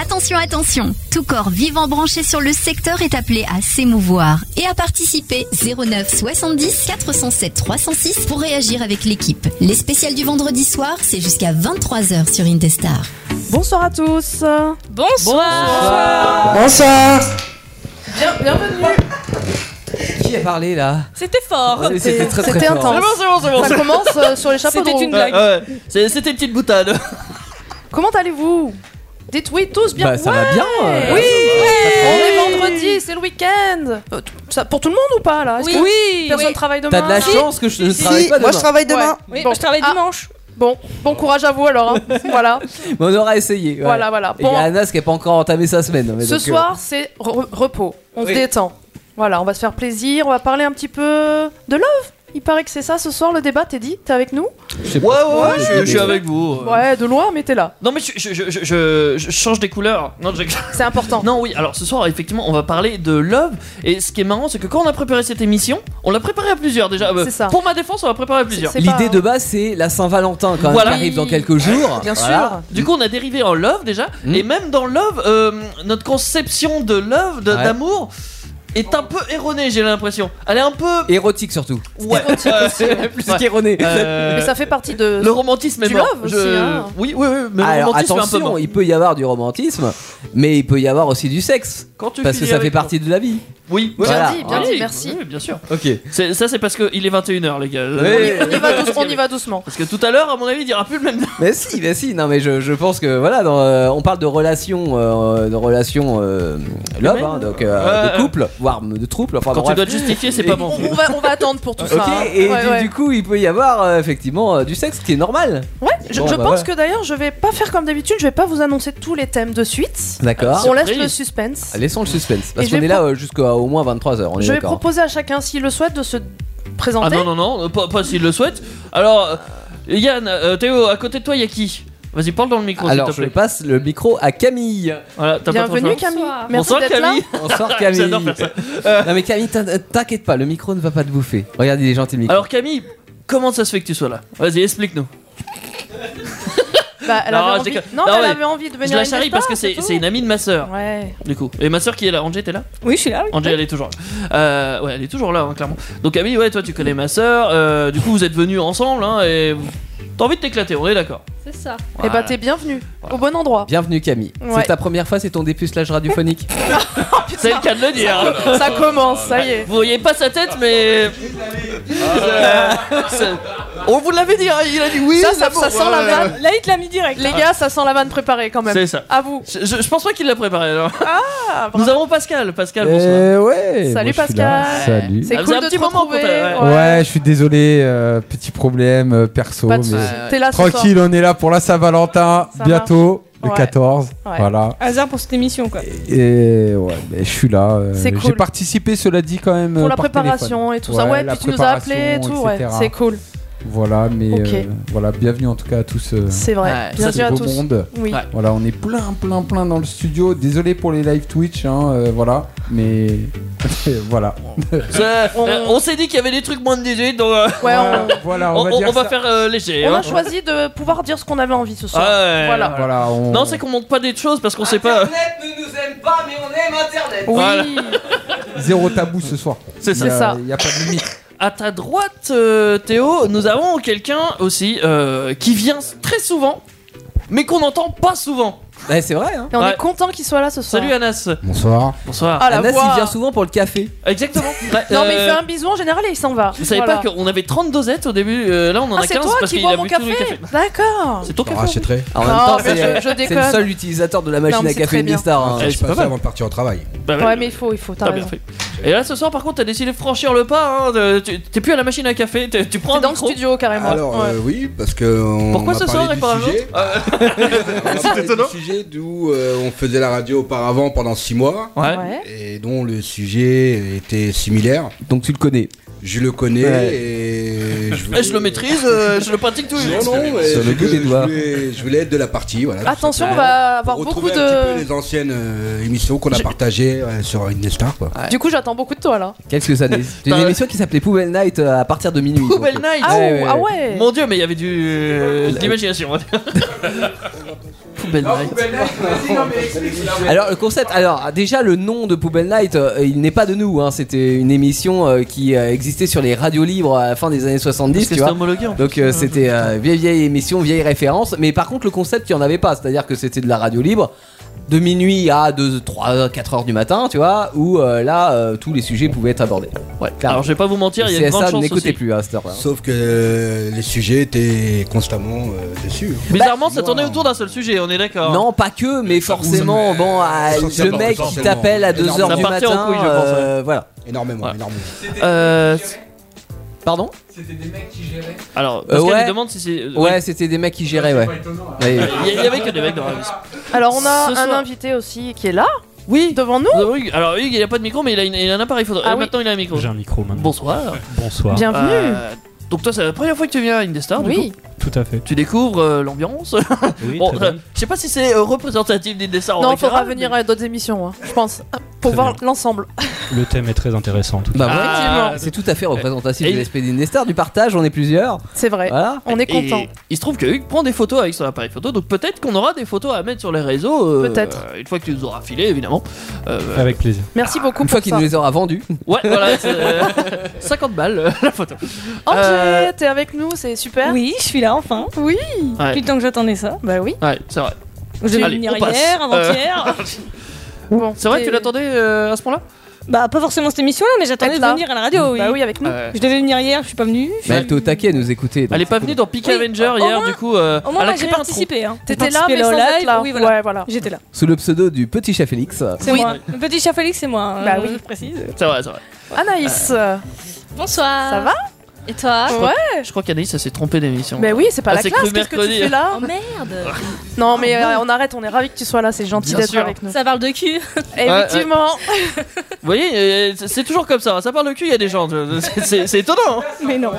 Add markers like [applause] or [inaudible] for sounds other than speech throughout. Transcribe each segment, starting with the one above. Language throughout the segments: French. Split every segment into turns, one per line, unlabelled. Attention, attention Tout corps vivant branché sur le secteur est appelé à s'émouvoir et à participer 09 70 407 306 pour réagir avec l'équipe. Les spéciales du vendredi soir, c'est jusqu'à 23h sur Indestar.
Bonsoir à tous.
Bonsoir.
Bonsoir
Bien, bienvenue.
Qui a parlé là
C'était fort.
C'est- C'était très très
C'était
fort.
intense.
c'est bon, c'est bon.
Ça commence euh, sur les chapeaux de
C'était
roue.
une
Bah,
blague.
C'était une petite boutade.
Comment allez-vous Dites oui tous bien.
Bah ça
Ouais.
va bien. euh,
Oui. On
ça
est vendredi, c'est le week-end. Euh, t- ça- pour tout le monde ou pas là Est-ce que
Oui.
Personne
Oui.
travaille
prend. T'as
demain.
de la
Si.
chance que je ne
Si.
travaille
Si,
pas
moi je
demain.
travaille demain
Oui,
Bon.
je travaille
Ah.
dimanche.
Bon, bon courage à vous
[laughs]
alors. hein. voilà,
Mais on aura essayé. ouais.
voilà, voilà.
Et il y a
Bon,
Anas qui n'a pas encore entamé sa semaine. mais
ce
donc, euh,
soir c'est re- repos. On
Oui.
se détend. Voilà, on va se faire plaisir. On va parler un petit peu de love. Il paraît que c'est ça ce soir le débat. T'es dit T'es avec nous
je sais
Ouais,
pas.
ouais, ouais, je, je suis avec vous.
Ouais, de loin, mais t'es là.
Non, mais je, je- je- je- je- je change des couleurs. Non, je-
C'est important.
non, oui, alors ce soir, effectivement, on va parler de love. Et ce qui est marrant, c'est que quand on a préparé cette émission, on l'a préparée à plusieurs déjà. Euh,
C'est ça.
Pour ma défense, on l'a préparée à plusieurs.
C'est pas-
L'idée de base c'est la Saint-Valentin quand même,
Voilà.
qui arrive dans quelques jours.
Bien sûr.
Voilà.
Du coup, on a dérivé en love déjà.
Mm.
Et même dans love, euh, notre conception de love, de-
Ouais.
d'amour, est un peu erronée, j'ai l'impression. Elle est un peu.
Érotique surtout. [laughs]
Ouais. euh,
Plus
ouais.
qu'erroné.
Euh,
Mais ça fait partie de.
Le romantisme est
Du
mort.
love aussi, hein.
Oui, oui, oui, mais le
Alors
romantisme est un peu
attention,
mort.
il peut y avoir du romantisme, mais il peut y avoir aussi du sexe.
Quand tu
Parce que
finis
ça
avec-
fait partie de la vie.
Oui,
Bien
voilà.
dit,
bien
Oui,
dit, merci.
oui, bien sûr.
Ok.
C'est- ça, c'est parce qu'il est 21h, les gars.
Ouais.
On y va douce- on y va doucement.
[laughs] Parce que tout à l'heure, à mon avis, il dira plus le même nom.
Mais si, mais si, non mais je, je pense que voilà, dans, euh, on parle de relations, euh, de relations euh, love, hein, donc euh,
Ouais.
de couple, voire de trouble, enfin
Quand
bref.
tu dois te justifier,
[laughs]
c'est pas bon.
On, on va, on va attendre pour tout
Ok,
ça. hein.
et
Ouais,
du,
ouais.
du coup il peut y avoir euh, effectivement euh, du sexe qui est normal.
Ouais, je,
Bon,
je
bah
pense
ouais.
que d'ailleurs, je vais pas faire comme d'habitude, je vais pas vous annoncer tous les thèmes de suite.
D'accord.
On laisse
surprise.
le suspense.
Laissons le suspense, parce
Et je
qu'on
vais
est là euh, jusqu'à au moins 23h, on est
Je vais
d'accord.
proposer à chacun, s'il le souhaite, de se
Ah
présenter.
non, non, non, pas, pas s'il le souhaite. Alors, euh, Yann, euh, Théo, à côté de toi, il y a qui Vas-y, parle dans le micro, s'il
Alors
te
je
plaît.
passe le micro à Camille.
Voilà, t'as pas trop
Bienvenue
le choix.
Camille.
Bonsoir.
Merci
Bonsoir,
d'être là.
Camille. [laughs]
Bonsoir Camille.
J'adore faire ça. Euh.
non mais Camille, t'in- euh, t'inquiète pas, le micro ne va pas te bouffer. Regarde, il est gentil le micro.
Alors, Camille, comment ça se fait que tu sois là Vas-y, explique-nous.
Bah, elle
Non,
avait
je
envie...
déconne.
non,
Non,
elle
mais
avait envie de venir.
Je la
à une
charrie
Vespa,
parce que c'est
tout.
c'est une amie de ma sœur,
Ouais.
du coup. Et ma sœur qui est là, Angé, t'es là
Oui, je suis là. oui.
Angé, elle est toujours là. Euh, ouais, elle est toujours là, hein, clairement. Donc, Camille, ouais, toi, tu connais ma sœur. euh, du coup, vous êtes venus ensemble, hein, et vous- t'as envie de t'éclater, on est d'accord.
C'est ça.
Et bah
Voilà.
t'es bienvenue
Voilà.
au bon endroit.
Bienvenue Camille.
Ouais.
C'est ta première fois, c'est ton dépucelage
[laughs]
radiophonique.
C'est le cas de le dire. hein.
Ah, Ça commence, ça y est.
Vous voyez pas sa tête, mais.
Ah.
Ça- ça- On vous l'avait dit, hein, il a dit oui.
Ça, ça, ça sent la vanne.
Là, il te l'a mis direct. hein.
Les gars, ça sent la vanne préparée quand même.
C'est ça.
À vous.
Je, je- je pense pas qu'il l'a préparé. alors.
Ah, bravo.
Nous avons Pascal. Pascal, bonsoir.
Eh ouais,
Salut,
moi, je suis là.
Pascal.
Salut.
C'est
Ah,
cool
c'est un
de
petit
te
moment qu'on
retrouver.
t'a-
Ouais, je suis désolé, euh, petit problème euh, perso,
Pas de
mais
soucis.
Ouais.
T'es là ce soir.
tranquille, on est là pour la Saint-Valentin
Ça
bientôt, le
Ouais.
14,
Ouais.
voilà.
Hasard pour cette émission, quoi.
Et ouais, mais je suis là. euh,
C'est
J'ai
cool.
participé, cela dit, quand même.
Pour
euh,
la
par
préparation et tout ça.
Ouais,
Ouais,
la
puis tu nous as appelé et tout.
préparation,
Ouais,
etc.
c'est cool.
téléphone. Voilà, mais
Ok.
euh, voilà, bienvenue en tout cas à tous. euh,
C'est
Ouais,
vrai.
ça,
Bienvenue
ce
à
beau
tous.
monde.
Oui.
Ouais.
Voilà, on est plein, plein, plein dans le studio. Désolé pour les live Twitch, hein, euh, voilà, mais [laughs] voilà.
Ça- euh, on s'est dit qu'il y avait des trucs moins de 18, donc euh,
Ouais,
[laughs]
on,
voilà,
on,
on va
on-
dire
on va
ça.
faire euh, léger.
on
hein.
a choisi de pouvoir dire ce qu'on avait envie ce
Ah,
soir.
ouais,
Voilà.
Voilà, on...
Non, c'est qu'on monte pas des choses parce qu'on sait
[laughs]
pas.
ne nous aime pas, mais on aime Internet.
Oui.
Voilà.
zéro tabou ce soir.
C'est ça.
C'est ça.
Il n'y a pas de limite.
À ta droite, euh, Théo, nous avons quelqu'un aussi euh, qui vient très souvent, mais qu'on n'entend pas souvent.
c'est vrai, hein.
Et on
Ouais.
est content qu'il soit là ce soir.
Salut Anas.
Bonsoir.
Bonsoir.
Ah la
Anas,
voix.
il vient souvent pour le café.
Exactement. Bah,
[laughs] Non mais il
euh,
fait un bisou en général et il s'en va.
Vous savez
Voilà.
pas qu'on avait 30 dosettes au début, euh, là on en
Ah
a
c'est
15
toi
parce
qui
qu'il
bois
a
mon
bu tous les
café.
cafés.
D'accord.
C'est ton café.
rachèterai.
En
Non,
même temps,
euh,
mais
c'est
je- je
c'est
déconne.
le seul utilisateur de la machine
mais
à
c'est
café
très bien.
Indestar. hein.
Ouais,
Je
c'est
suis
pas
Eh, pas
mal.
avant de partir au travail.
Bah,
Ouais mais il faut, il faut. T'as
t'as bien
raison.
fait. Et là ce soir par contre t'as décidé de franchir le pas, hein, de- tu- t'es plus à la machine à café, t'es- tu prends
T'es
un
dans le
micro.
studio carrément.
Alors
Ouais.
euh, oui, parce que on
Pourquoi
a
ce
parlé
soir et
du
pas un autre
sujet.
Euh,
On a parlé du sujet d'où euh, on faisait la radio auparavant pendant six mois
Ouais.
Ouais.
et dont le sujet était similaire.
Donc tu le connais.
Je le connais
Ouais.
et je, voulais-
Eh, je le maîtrise, euh, je le pratique tous les
Non,
jours.
non, mais
Sur le
je,
bout des
je
doigts.
voulais, je voulais être de la partie, voilà.
Attention, on va avoir beaucoup
Retrouver un petit peu
de.
les anciennes euh, émissions qu'on a partagées ouais, sur Indestar, quoi.
Du coup, bah, j'attends beaucoup de toi là.
Qu'est-ce que ça dit C'est une
T'as-
émission qui s'appelait Poubelle Night euh, à partir de minuit.
Poubelle
donc,
Night
Ah
Ouais,
ou-
ouais,
ah
ouais.
ouais
Mon dieu, mais il y avait du. euh, de l'imagination, on va dire. Poubelle Night.
euh. Alors le concept, alors déjà le nom de Poubelle Night, euh, il n'est pas de nous. hein, C'était une émission euh, qui euh, existait sur les radios libres à la fin des années 70,
Parce
tu
que c'était
vois.
homologué en plus.
Donc euh, c'était euh, vieille vieille émission, vieille référence. Mais par contre le concept, il n'y en avait pas. C'est-à-dire que c'était de la radio libre. De minuit à 2, 3, 4 heures du matin, tu vois, où euh, là, euh, tous les sujets pouvaient être abordés.
Ouais. Alors je vais pas vous mentir, il y a
C'est
une grande
ça,
chance
n'écoutez
aussi.
plus hein, à cette heure-là.
Sauf que euh, les sujets étaient constamment euh, dessus.
Bizarrement, ça
Bah,
tournait
moi-
autour d'un seul sujet, on est d'accord.
Non, pas que, mais forcément,
Ou-
bon, ah, le
Essentiellement,
mec qui
essentiellement.
t'appelle à 2h
Ça
du
partait en
matin,
couille, je pense,
euh, voilà.
Énormément,
Voilà.
énormément.
Euh,
Pardon
alors, Pascal
Euh, ouais.
nous demande si c'est. euh,
Ouais, c'était des mecs qui géraient, ouais.
Il
hein.
Ouais.
y, il y avait que des mecs dans la vie.
Alors, on a
Ce
un
soir.
invité aussi qui est là,
Oui.
devant nous.
Alors Hugues, il a pas de micro, mais il a, une- il a un appareil photo.
Ah
Euh,
oui.
Maintenant, il a un micro.
J'ai un micro maintenant.
Bonsoir.
Bonsoir.
Bienvenue.
Euh, donc toi, c'est la première fois que tu viens à Indestar. du
oui.
coup.
Tout à fait.
tu découvres euh, l'ambiance.
[laughs] Oui,
Bon,
très
euh,
bien.
je sais pas si c'est euh, représentatif d'Indestar. en
Non,
règle
faudra
générale,
venir à d'autres émissions, hein, je pense,
Ah,
pour
Très
voir l'ensemble. [laughs]
Le thème est très intéressant. en tout cas.
Bah, ouais.
Ah,
C'est tout à fait représentatif
Et-
de l'esprit d'Indestar, du partage, on est plusieurs.
C'est vrai.
Voilà.
Ah, On est
Et
content.
il se trouve que Hugues prend des photos avec son appareil photo, donc peut-être qu'on aura des photos à mettre sur les réseaux. euh,
Peut-être.
euh, Une fois que tu nous auras filé, évidemment. Euh,
Avec plaisir.
Merci beaucoup
Une fois
pour
qu'il
ça.
nous les aura vendus.
ouais,
[laughs]
voilà. c'est, euh, 50 balles euh, la photo. Euh,
André, t'es avec nous, c'est super.
Oui, je suis là enfin.
Oui.
Ouais.
Plus le temps que j'attendais ça.
Bah oui.
Ouais, c'est vrai.
J'ai dû
Allez,
venir
on passe. Euh,
hier, avant-hier.
Bon,
C'est vrai que
t'es-
tu l'attendais euh, à ce point-là
Bah, pas forcément cette émission-là, mais j'attendais
Elle
de
là.
venir à la radio. Oui.
Bah oui, avec nous.
Je devais venir hier, je suis pas venue.
Mais Bah, elle était au taquet à nous écouter. donc
Elle est pas
c'est
venue
cool.
dans Peak
Oui,
Avenger
au- au
hier,
moins-
du coup. euh,
Au moins,
elle a
moi, j'ai
créé un trou.
participé. Hein.
T'étais là, mais
Participer au
sans
live,
être là.
Oui, voilà.
Ouais, voilà.
J'étais là.
Sous le pseudo du petit chat Félix. euh,
C'est
Oui.
moi. Le petit chat Félix, c'est moi. hein,
Bah oui.
Je précise.
C'est vrai, c'est vrai.
Anaïs, euh,
Bonsoir.
ça va
Et toi
Je
Ah Ouais.
crois, je crois qu'Anaïs, ça s'est trompée d'émission.
Bah oui, c'est pas
Ah,
la
c'est
classe,
cru
qu'est-ce que tu
mercredi.
fais là
Oh merde
Non, mais euh, on arrête, on est ravis que tu sois là, c'est gentil
Bien
d'être
sûr.
avec nous.
[laughs] Ça parle de cul.
Effectivement.
Vous voyez, euh, c'est- c'est toujours comme ça. Ça parle le cul, il y a des gens. euh, c'est- C'est c'est étonnant. hein.
Mais non.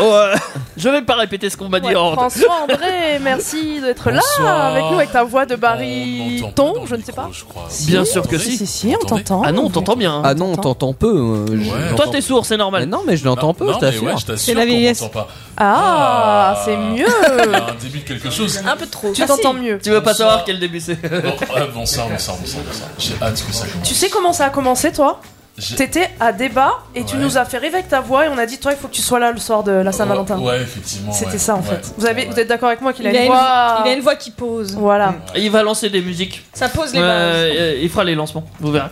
Oh, euh, je vais pas répéter ce qu'on m'a dit
Ouais,
en hors-
François André, merci d'être là
Bonsoir.
avec nous avec ta voix de
On m'entend pas dans
baryton,
le
je ne sais
micro,
pas.
Je crois.
Bien sûr que
Attendez.
Si,
si.
si, on
Attendez.
t'entend.
Ah non, on t'entend bien. hein.
Ah non, t'entends peu. euh, je-
Ouais.
j'entends-
Toi, t'es sourd, c'est normal.
Mais Non, mais je l'entends peu,
non,
je
mais
t'assure.
ouais, je
C'est
t'assure
la
qu'on
vieillesse.
m'entend pas.
Ah,
Ah.
c'est mieux.
[laughs] Il y a un début de quelque chose.
Un peu trop.
Tu t'entends mieux.
Tu veux pas savoir quel début c'est
Bon, ah, bonsoir, bonsoir, bonsoir, bonsoir. J'ai hâte que ça commence.
Tu sais comment ça a commencé, toi
J'ai-
T'étais à débat et tu
Ouais.
nous as fait rêver avec ta voix et on a dit, toi, il faut que tu sois là le soir de la Saint-Valentin.
Ouais, effectivement.
C'était
Oh, ouais,
ça, en
ouais,
fait. Vous, avez,
ouais.
vous êtes d'accord avec moi qu'il a,
Il a
une
une-
voix...
Il a une voix qui pose.
Voilà.
Il va lancer des musiques.
Ça pose les
Ouais,
bases.
euh, il fera les lancements, vous verrez.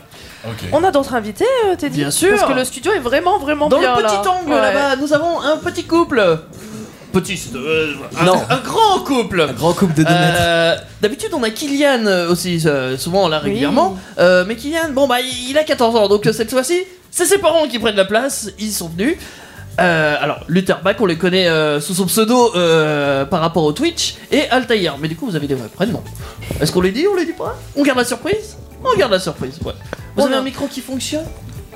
Ok.
On a d'autres invités, euh, t'es dit
Bien sûr.
Parce que le studio est vraiment, vraiment
Dans
bien,
le petit
là.
angle
Ouais.
là-bas, nous avons un petit couple. Petit, c'est, euh, un,
Non.
un grand couple.
Grand couple de donuts.
Euh, D'habitude, on a Kylian euh, aussi, euh, souvent là
Oui.
régulièrement. Euh, mais Kylian, bon bah il il a 14 ans, donc euh, cette fois-ci, c'est ses parents qui prennent la place. Ils sont venus. Euh, alors, Luther Bach, on les connaît euh, sous son pseudo euh, par rapport au Twitch, et Altaïr. Mais du coup, vous avez des vrais prénoms. Est-ce qu'on les dit On les dit pas On garde la surprise On garde la surprise, ouais. Vous
On
avez
a-
un micro qui fonctionne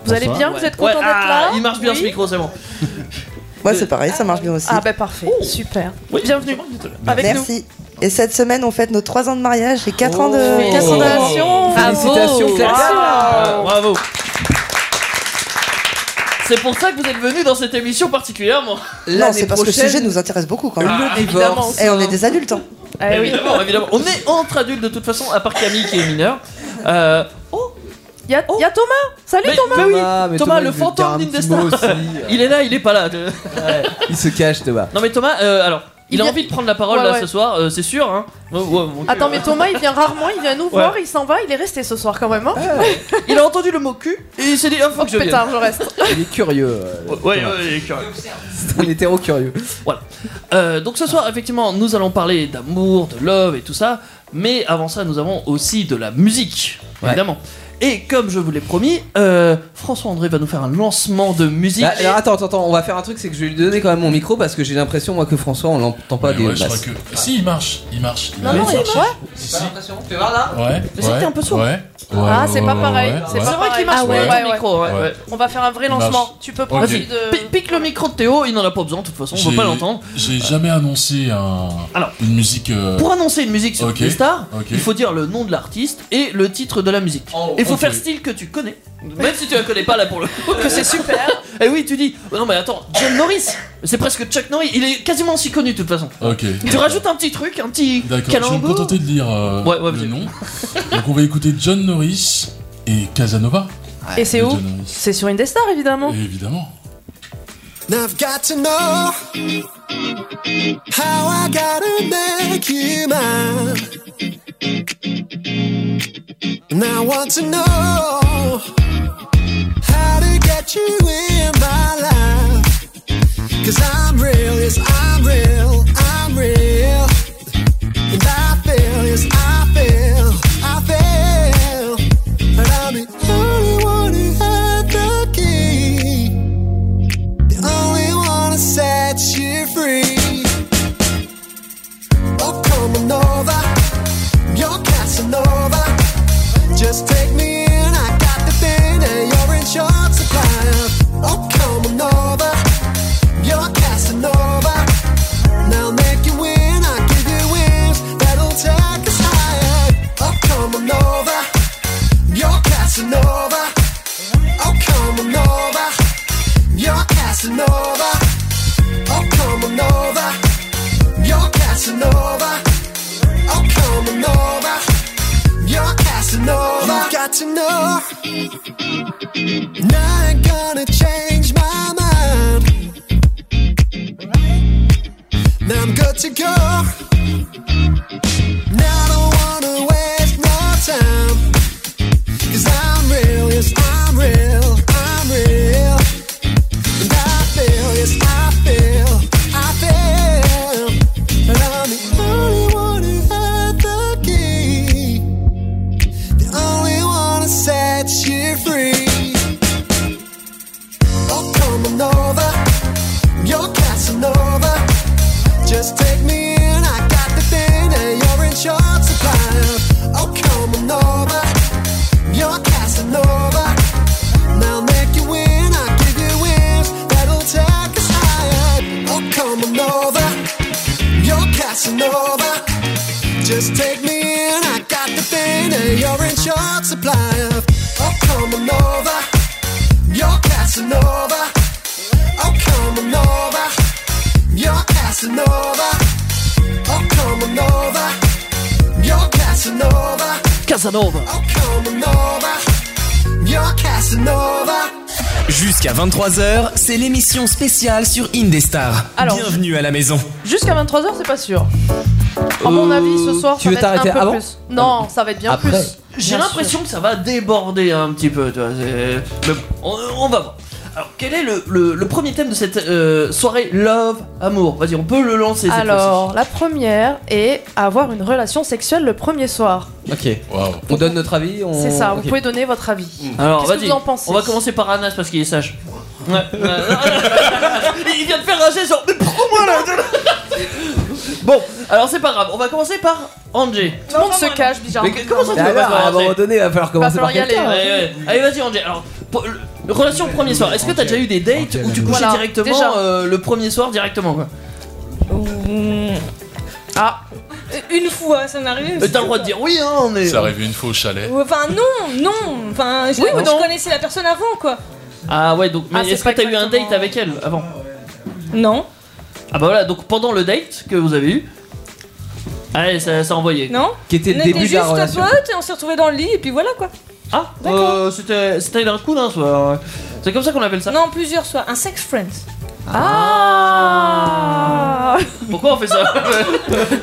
Vous allez bien, vous
Ouais.
êtes content
Ouais,
d'être là
ah, Il marche bien
Oui.
ce micro, c'est bon.
Moi, c'est pareil, ça marche bien aussi.
Ah bah parfait, super.
Oui,
Bienvenue. Ah, Avec nous.
Merci. Et cette semaine, on fête nos 3 ans de mariage et 4 ans
Oh. Quatre ans
de.
Félicitations.
Félicitations,
Bravo.
Claire.
Ah, Bravo. C'est pour ça que vous êtes venu dans cette émission particulièrement.
Non, c'est parce que ce sujet nous intéresse beaucoup quand même.
Ah,
Évidemment.
Et on est des adultes. hein.
Eh oui.
Évidemment, évidemment. On est entre adultes de toute façon, à part Camille qui est mineure. Euh, oh,
Y a, y a Thomas Salut
mais,
Thomas
mais oui,
Ah,
Thomas, mais
Thomas,
il
le
veut dire
fantôme
un petit
d'Indestar.
mot aussi.
Il est là, il est pas là. Euh,
Il se cache, Thomas.
Non mais Thomas, euh, alors, il,
Il
a
vient-
envie de prendre la parole
Ouais,
là
ouais.
ce soir, euh, c'est sûr. Hein. Ouais, ouais, mon cul,
Attends,
ouais.
mais Thomas, il vient rarement, il vient nous voir, il s'en va, il est resté ce soir quand même. Hein
Il a entendu le mot cul et il s'est dit, ah, faut
oh,
que je vienne.
pétard, je reste.
Il est curieux. euh,
Ouais, ouais, ouais, il est curieux.
C'est un hétéro curieux.
Euh, donc ce soir, effectivement, nous allons parler d'amour, de love et tout ça. Mais avant ça, nous avons aussi de la musique,
Ouais.
évidemment. Et comme je vous l'ai promis, euh, François-André va nous faire un lancement de musique.
Bah, alors attends, attends, attends, on va faire un truc, c'est que je vais lui donner quand même mon micro parce que j'ai l'impression moi que François on l'entend pas des
Ouais, je crois
masses.
que. Si, il marche, il marche.
Non, non, il
marche.
marche.
Si,
J'ai
si.
pas l'impression, tu vas là
Ouais.
Mais c'est que
ouais,
t'es un peu sourd.
Ouais. ouais,
Ah, c'est
ouais,
pas
ouais,
pareil.
ouais,
c'est
ouais.
pas vrai qu'il marche
Ah
pas
ouais.
le micro.
Ouais.
ouais. On va faire un vrai
Il
lancement.
marche.
Tu peux
Ok.
prendre euh, de.
Pi- Pique le micro de Théo, il n'en a pas besoin de toute façon, on
J'ai-
veut pas l'entendre.
J'ai jamais annoncé un... une musique. euh,
Pour annoncer une musique sur
Ok,
Star,
ok. Oh,
il faut dire le nom de l'artiste et le titre de la musique. Il faut
ok.
faire style que tu connais, même si tu la connais pas là pour le coup, que c'est super. [laughs] et oui, tu dis, oh non mais attends, John Norris, c'est presque Chuck Norris, il est quasiment aussi connu de toute façon.
Ok.
Tu rajoutes un petit truc, un petit
D'accord, je vais me
calembour.
contenter de lire euh, le nom. Donc on va écouter John Norris et Casanova.
Et c'est
De
où
John Norris.
C'est sur Indestar évidemment.
Évidemment.
I've got to know how I gotta make you mine. And I want to know how to get you in my life. Cause I'm real, yes, I'm real, I'm real. And I feel, yes, I feel, I feel. But I'm the only one who had the key the only one that sets you free. Oh, come on over, you're Casanova. Just take me in, I got the thing that you're in short supply. of. Oh, come on over, you're Casanova. Now make you win, I give you wings that'll take us higher. Oh, come on over, you're Casanova. Oh, come on over. You're Casanova. Oh, come on over. You're Casanova. Oh, come on over. You're Casanova. You got to know. Not gonna change my mind. Now I'm good to go. Now I don't wanna waste no time. Cause I'm real, yes, I'm real, I'm real. And I feel, yes, I feel, I feel. And I'm the only one who had the key. The only one who sets you free. Oh, come on over. You're Casanova. Just take me in. I got the thing that you're in short supply of. Oh, come on over. You're Casanova. Now make you win, I give you wins that'll take us higher. Oh, come on over, you're Casanova. Just take me in, I got the thing that you're in short supply of. Oh, come on over, you're Casanova. Oh, come on over, you're Casanova. Oh, come on over, you're Casanova.
Casanova.
Oh, come on over, you're Casanova.
Jusqu'à 23h, c'est l'émission spéciale sur Indestar.
Alors-
Bienvenue à la maison.
Jusqu'à 23h, c'est pas sûr. À
Euh,
mon avis, ce soir,
tu
ça
veux
va être un
t'arrêter
peu
avant
plus. Non, ça va être bien
Après.
plus.
J'ai l'impression que ça va déborder un petit peu, tu vois. c'est- Mais bon, on, on va voir. Alors, quel est le, le- le premier thème de cette euh, soirée Love, amour Vas-y, on peut le lancer cette
Alors, la première est avoir une relation sexuelle le premier soir.
Ok. On donne notre avis. On...
C'est ça,
ok.
vous pouvez donner votre avis.
fois-ci. Alors,
Qu'est-ce que
vas-y.
vous en pensez
On va commencer par Anas parce qu'il est sage. Ouais. [laughs] Il vient de faire rager genre. [laughs] Mais prends-moi là Bon, alors c'est pas grave, on va commencer par Angé.
Tout le monde se cache, bizarre.
Mais que- comment ça tu
Ah, Mais
vas pas
alors, à un
te ranger
moment donné, il va falloir commencer par
falloir y
quelqu'un. hein.
aller,
Ouais, ouais. Allez, vas-y, Angé. Alors, pour- le- relation premier soir, est-ce que t'as déjà eu des dates où tu couchais
Voilà,
directement
déjà.
euh, le premier soir directement quoi
Mmh.
Ah
Euh, Une fois, ça m'est arrivé.
Euh, T'as le droit de dire oui, hein, mais.
C'est arrivé une fois au chalet.
Ouais, Enfin, non, non. Enfin, je,
Oui ou
je
non
connaissais la personne avant, quoi.
Ah ouais, donc, mais
Ah, c'est
est-ce que
pas
t'as eu un date avec elle avant
Non.
Ah bah voilà, donc pendant le date que vous avez eu. Allez, ça, ça a envoyé.
Non
Qui était
on était juste potes et on s'est retrouvés dans le lit, et puis voilà, quoi.
Ah, euh, c'était c'était d'un coup d'un soir. ouais. C'est comme ça qu'on appelle ça.
Non, plusieurs soirs. Un sex friends.
Ah Pourquoi on fait
[laughs]
ça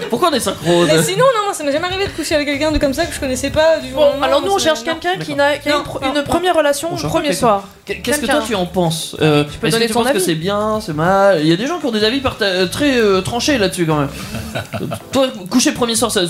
Pourquoi on est synchrone
Mais sinon, non, moi, ça m'est jamais arrivé de coucher avec quelqu'un de comme ça que je connaissais pas du jour au
Bon,
lendemain,
alors nous,
moi,
on
ça
cherche
m'a-
quelqu'un qui, n'a- qui a
Non,
une, pr-
non.
une première relation
On
le
cherche
premier
quelqu'un.
soir.
Qu'est-ce que
Quelqu'un.
toi tu en penses Euh,
peux
Est-ce
donner
que tu
ton
penses que
avis.
c'est bien, c'est mal Il y a
[laughs]
des gens qui ont des avis parta- euh, très euh, tranchés là-dessus quand même. Toi, coucher le premier soir, ça,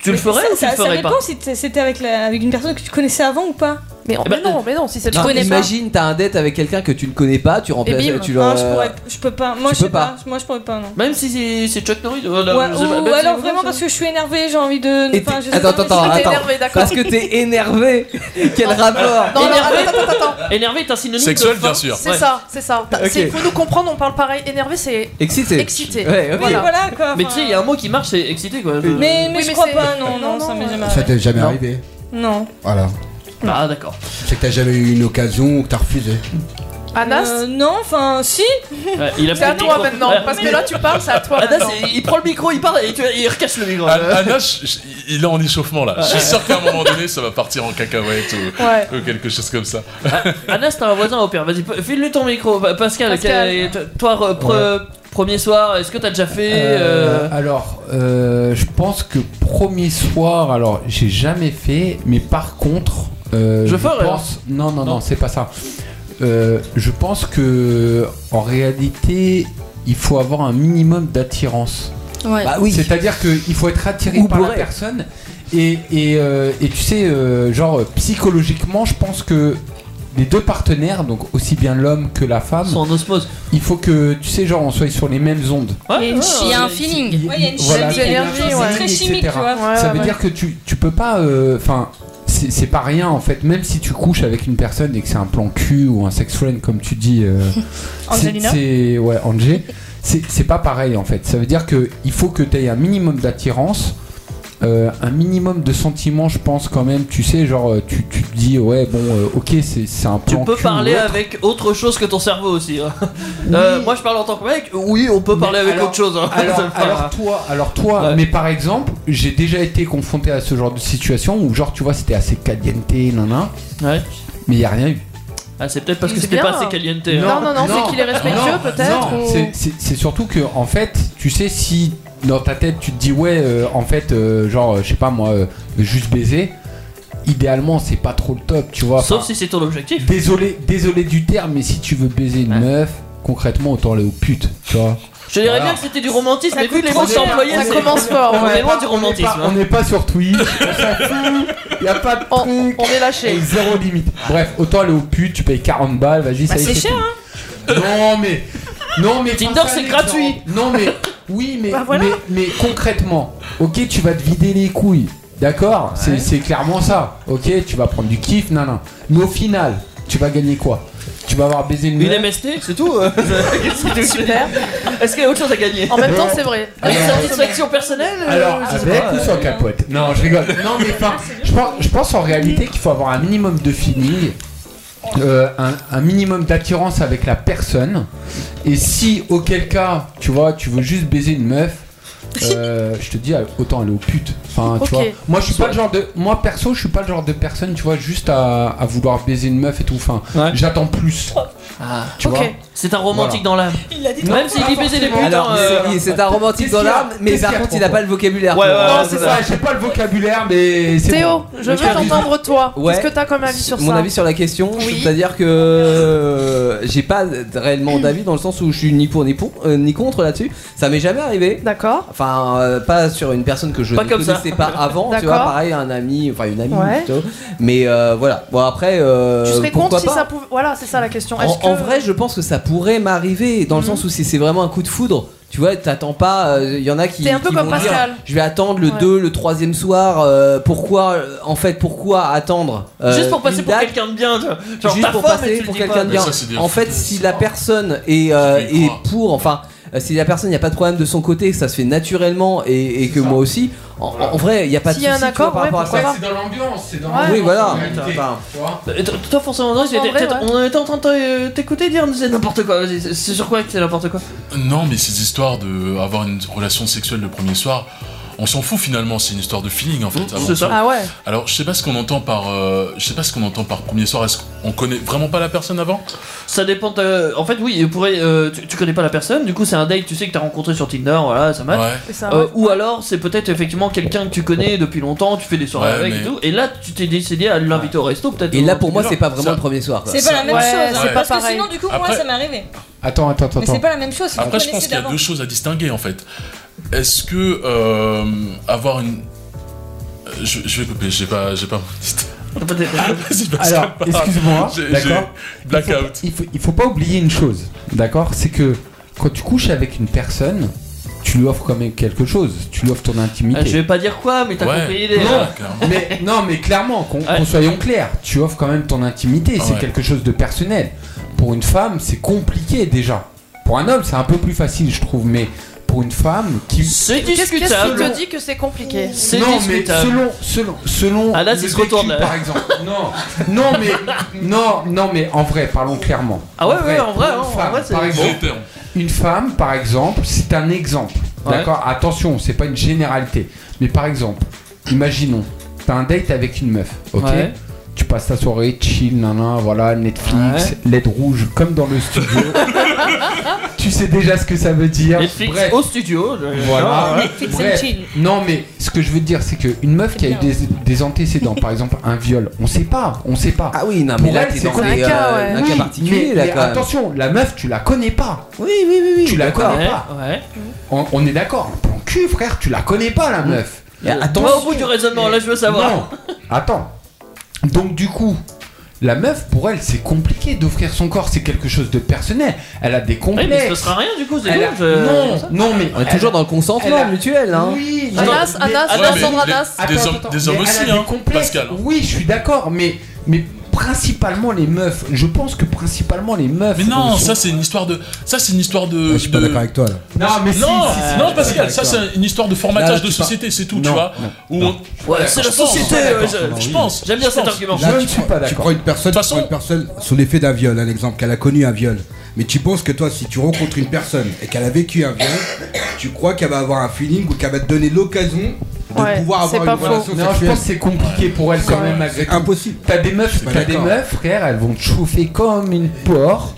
Tu le ferais ou tu
ça,
le ferais
ça
pas
dépend si t- c'était avec, la- avec une personne que tu connaissais avant ou pas.
Mais,
Eh ben, mais non,
mais non, si c'est
Non, imagine, t'as un date avec quelqu'un que tu ne connais pas, tu remplaces. euh, Tu le-
Ah, je, pourrais- je peux pas. Moi,
tu
je
peux
sais pas.
pas.
Moi, je pourrais pas, non.
Même si c'est- c'est Chuck Norris. euh,
Ouais,
là, je sais pas,
ou,
même
ou
si-
alors vraiment parce que je suis énervée, j'ai envie de.
Et
Enfin,
t'es-
je sais
attends,
pas,
attends,
mais
attends,
je- énervée, d'accord.
parce que t'es
[laughs]
énervé. [laughs] Quel rapport
Non, non, attends, attends, attends, attends.
Énervé est un synonyme
Sexuel,
de
bien
fin.
sûr.
C'est ça, c'est ça.
Ok.
C'est pour nous comprendre, on parle pareil. Énervé, c'est
Excité.
excité.
Ouais, ok.
Voilà.
Mais tu sais, il y a un mot qui marche, c'est excité quoi. Je-
Mais, mais
Oui,
je
mais
crois
c'est-
pas, non, non, ça m'est jamais
Ça t'est
arrivé.
jamais
Non.
arrivé
Non.
Voilà.
Ah, d'accord.
C'est que t'as jamais eu une occasion ou que t'as refusé.
Anas
Euh, Non, enfin, si.
il a
C'est à
pris le
toi
micro.
maintenant,
Ouais.
parce que là tu parles, c'est à toi.
Anas,
maintenant.
il, il prend le micro, il parle et tu- il recache le micro.
An- Anna, Ah, je- je- il est en échauffement là. Je suis sûr qu'à un moment donné, ça va partir en cacahuète ou,
Ouais.
ou quelque chose comme ça.
[laughs] Anas, t'as un voisin au père, vas-y, p- file-lui ton micro. Pa- Pascal,
Pascal.
quel- t- toi, re- pre- premier soir, est-ce que t'as déjà fait
Euh,
euh,
alors, euh, je pense que premier soir, alors j'ai jamais fait, mais par contre, euh,
Je ferai, hein.
pense. Non, non, non, c'est pas ça. Euh, je pense que en réalité, il faut avoir un minimum d'attirance.
Ouais. Bah
oui.
C'est-à-dire qu'il faut être attiré
Ou
par
bourré.
la personne. Et, et, euh, et tu sais, euh, genre euh, psychologiquement, je pense que les deux partenaires, donc aussi bien l'homme que la femme,
sont en osmose.
Il faut que tu sais, genre, on soit sur les mêmes ondes.
Il y a une- il y a un feeling.
Ouais, il y a une
Voilà,
chimie, il y a un- c'est très chimique, tu
etc..
vois.
Ça veut dire que tu, tu peux pas. euh, Enfin, c'est c'est pas rien en fait. Même si tu couches avec une personne et que c'est un plan cul ou un sex friend, comme tu dis. euh, c'est-
Angelina.
C'est. Ouais, Angé. C'est c'est pas pareil en fait. Ça veut dire que il faut que tu aies un minimum d'attirance. euh, un minimum de sentiments, je pense quand même. Tu sais, genre, euh, tu, tu te dis, ouais, bon, euh, ok, c'est c'est un plan
Tu peux
cul ou
parler
autre.
avec autre chose que ton cerveau aussi. hein. Euh, moi, je parle en tant que mec. Oui, on peut parler avec
alors-
autre chose. hein. [laughs]
alors-
Ça me fera-
Ah, alors toi, alors toi, mais par exemple, j'ai déjà été confronté à ce genre de situation où genre tu vois c'était assez caliente, nanan.
Ouais.
Mais il y a rien eu.
Ah, c'est peut-être parce que
C'est
c'était
bien.
pas assez caliente.
Non,
hein.
non, non, c'est qu'il est
respectueux, peut-être,
Non,
ou-
c'est- c'est c'est surtout que en fait, tu sais si dans ta tête tu te dis ouais, euh, en fait, euh, genre euh, je sais pas moi, euh, juste baiser. Idéalement, c'est pas trop le top, tu vois.
Sauf
Enfin,
si c'est ton objectif.
Désolé, désolé du terme, mais si tu veux baiser une meuf, concrètement, autant aller aux putes, tu vois.
Je dirais
Voilà.
bien que c'était du romantisme,
Ça
mais vu
coûte
les
trop
mots
cher.
employés,
Ça
c'est-
commence fort,
On
ouais.
est loin du
On n'est
romantisme. hein.
pas- On n'est pas sur Twitch, on s'en fout, y a pas de truc.
On est lâché.
Et zéro limite. Bref, autant aller au pute, tu payes 40 balles, vas-y, ça
Bah,
y est,
c'est cher, hein.
tout. Non mais. Non mais.
Tinder,
pense à
c'est
l'exemple.
gratuit. Bah,
Non mais. Oui mais, mais. mais concrètement, ok, tu vas te vider les couilles. D'accord C'est- C'est clairement ça. Ok, tu vas prendre du kiff, nan nan. Mais au final, tu vas gagner quoi Tu vas avoir baisé une
Une
meuf,
MST, c'est tout
[laughs]
euh. Qu'est-ce que tu veux
Super.
Est-ce qu'il y a autre chose à gagner
En même temps, c'est vrai.
Une satisfaction personnelle euh,
Alors,
je sais
avec
pas,
ou
euh,
sans capote Ah, Non, je rigole. Non, mais enfin, je pense, je pense en réalité qu'il faut avoir un minimum de feeling, euh, un, un minimum d'attirance avec la personne. Et si, auquel cas, tu vois, tu veux juste baiser une meuf. [laughs] euh, je te dis autant aller aux putes. Enfin, tu
Ok.
vois. Moi, je suis pas le genre de. Moi, perso, je suis pas le genre de personne, tu vois, juste à, à vouloir baiser une meuf et tout. Enfin, j'attends plus.
Ah,
tu
ok.
vois.
C'est un romantique dans l'âme.
Il l'a dit
Même s'il dit baiser les putains.
Alors,
euh,
c'est- c'est un romantique
Qu'est-ce
dans
qu'il y a
l'âme, mais
Qu'est-ce
par
qu'il y a
contre, il a
pour
pas le vocabulaire.
Ouais, ouais, ouais,
non, c'est ça. J'ai pas le vocabulaire, mais c'est
Théo,
bon.
je veux t'entendre toi.
Ouais.
Qu'est-ce que t'as comme avis sur
Mon
ça
avis sur la question,
Oui.
c'est-à-dire que euh, j'ai pas d- réellement d'avis dans le sens où je suis ni pour ni, pour, euh, ni contre là-dessus. Ça m'est jamais arrivé.
D'accord.
Enfin, euh, pas sur une personne que je
Pas
ne
comme ça.
connaissais pas avant. tu vois,
D'accord.
pareil, un ami, enfin une amie
Ouais.
plutôt. Mais euh, voilà. Bon après, euh,
Tu serais contre
pourquoi
si
pas
ça pouvait. Voilà, c'est ça la question.
En,
Est-ce que- Mhm.
en vrai, je pense que ça pourrait m'arriver dans le sens où c'est c'est vraiment un coup de foudre. Tu vois, t'attends pas. Il y en a qui.
T'es un peu
qui
comme
vont dire,
Pascal.
je vais attendre le
Ouais.
2, le 3 soir. euh, pourquoi, euh, en fait, pourquoi attendre euh,
Juste pour passer
une
pour
date,
quelqu'un de bien. tu vois. Genre
Juste
ta
pour
femme, elle
passer
te le
pour
dit
quelqu'un
pas.
de bien. En fait, si la personne est, euh, est pour, enfin, euh, si la personne, il n'y a pas de problème de son côté, ça se fait naturellement et, et que moi aussi, en, en vrai, il n'y a pas de
S'il y a
souci,
un
tu vois,
accord,
par
ouais,
rapport à
pourquoi
ça.
pas.
dans l'ambiance, c'est dans
Ouais.
Oui, voilà.
Enfin,
Euh, t- Toi, forcément, non,
En
j'étais-
vrai,
t'étais-
ouais.
on était en train de t'é- t'écouter dire c'est n'importe quoi. Vas-y, C'est c'est sur quoi que c'est n'importe quoi
Non, mais ces histoires de avoir une relation sexuelle le premier soir, on s'en fout finalement. C'est une histoire de feeling en fait. avant
c'est
tout.
ça. Ah ouais.
Alors je sais pas ce qu'on entend par, euh, je sais pas ce qu'on entend par premier soir. Est-ce qu'on connaît vraiment pas la personne avant
Ça dépend. de ta- En fait, oui, il pourrait- euh, tu, tu connais pas la personne. Du coup, c'est un date. Tu sais que t'as rencontré sur Tinder. Voilà, ça match.
Ouais. C'est ça,
Euh,
ouais.
ou alors, c'est peut-être effectivement quelqu'un que tu connais depuis longtemps. Tu fais des soirées
Ouais,
avec
mais-
et tout. Et là, tu t'es décidé à l'inviter au resto, peut-être. euh,
Et là,
au-
pour moi,
genre.
c'est pas vraiment le premier soir. quoi.
C'est pas la même
Ouais,
chose.
c'est pas
Parce que
pareil.
sinon, du coup, moi,
Après-
ça m'est arrivé.
Attends, attends, attends.
Mais c'est pas la même chose. si vous
Après, je
connaissez
pense qu'il y a
d'avant.
deux choses à distinguer en fait. Est-ce que euh, avoir une Euh, Je, je vais couper, j'ai pas, j'ai pas mon titre. Vas-y, Pascal,
Alors,
parle.
excuse-moi,
[laughs] J'ai- j'ai-
d'accord
Blackout.
Il faut, il faut pas oublier une chose, d'accord C'est que quand tu couches avec une personne, tu lui offres quand même quelque chose. Tu lui offres ton intimité.
Ah, je vais pas dire quoi, mais t'as compris l'idée.
Non,
hein.
mais, non, mais clairement, qu'on qu'on soyons clairs, tu offres quand même ton intimité. C'est
Ouais.
quelque chose de personnel. Pour une femme, c'est compliqué déjà. Pour un homme, c'est un peu plus facile, je trouve. Mais pour une femme qui.
C'est
Qu'est-ce qu'est-ce qui te dit que c'est compliqué
non, mais selon, selon, selon.
Ah, là,
le
c'est ce
vécu,
retourne, là.
Par exemple. Non, non, mais non, non, mais en vrai, parlons clairement.
Ah ouais, ouais, en vrai,
une
hein, en
femme,
vrai, c'est-
par exemple,
Bon terme.
une femme, par exemple, c'est un exemple.
Ouais.
D'accord. Attention, c'est pas une généralité, mais par exemple, imaginons, t'as un date avec une meuf, ok.
Ouais.
Tu passes ta soirée chill, nana, voilà, Netflix, LED rouge, comme dans
[laughs]
le studio. tu sais déjà ce que ça veut dire.
Netflix
Bref.
au studio. je-
Voilà.
Ouais.
Bref. Non, mais ce que je veux dire, c'est qu'une meuf qui a eu des, des antécédents, par exemple un viol, on sait pas, on sait pas. Ah
oui, non, mais là, t'es dans des, euh, un cas particulier, là, quand même.
attention, la meuf, tu la connais pas.
Oui, oui, oui, oui.
Tu la
d'accord.
connais pas. On, on est d'accord, un plan cul, frère, tu la connais pas,
Mm.
la meuf.
Attends. au bout du raisonnement, là, je veux savoir.
Non, attends. Donc du coup, la meuf, pour elle, c'est compliqué d'offrir son corps, c'est quelque chose de personnel. Elle a des
Ouais,
complexes.
mais ce sera rien du coup, c'est
Elle
bon,
a-
je-
Non, non, mais
On est toujours dans le consentement
elle a-
mutuel, hein.
Oui, mais-
Anas,
mais-
Anas,
Ouais, mais
Anas, Sandra
des-
Anas.
des hommes- des hommes
mais elle
aussi,
a des
hein,
complexes.
Pascal.
Oui, je suis d'accord, mais mais principalement les meufs. Je pense que principalement les meufs.
Mais non,
euh, sont-
ça c'est une histoire de. Ça c'est une histoire de.
Je suis pas
de-
d'accord avec toi là.
Non, mais Ah,
non,
si, si, si,
non,
je
Pascal,
suis d'accord
ça
avec toi.
c'est une histoire de
Là,
formatage
tu
de
parles-
société, c'est tout,
Non,
tu vois. Où on-
Ouais, c'est
Je
la
pense,
société,
je
ouais,
pense,
je-
oui.
je pense. J'aime bien cet argument.
Là,
Je ne
tu,
suis pas
tu
d'accord.
prends une personne,
De toute
tu prends une personne sous l'effet d'un viol, un exemple, qu'elle a connu un viol. Mais tu penses que toi, si tu rencontres une personne et qu'elle a vécu un viol, tu crois qu'elle va avoir un feeling ou qu'elle va te donner l'occasion de
Ouais,
pouvoir
c'est
avoir
pas
une
faux.
relation
Non, je
sexuelle
pense que c'est compliqué pour elle quand même. malgré
C'est
tout.
impossible.
T'as des meufs,
suis pas
t'as des
d'accord.
meufs, frère, elles vont te chauffer comme une porc.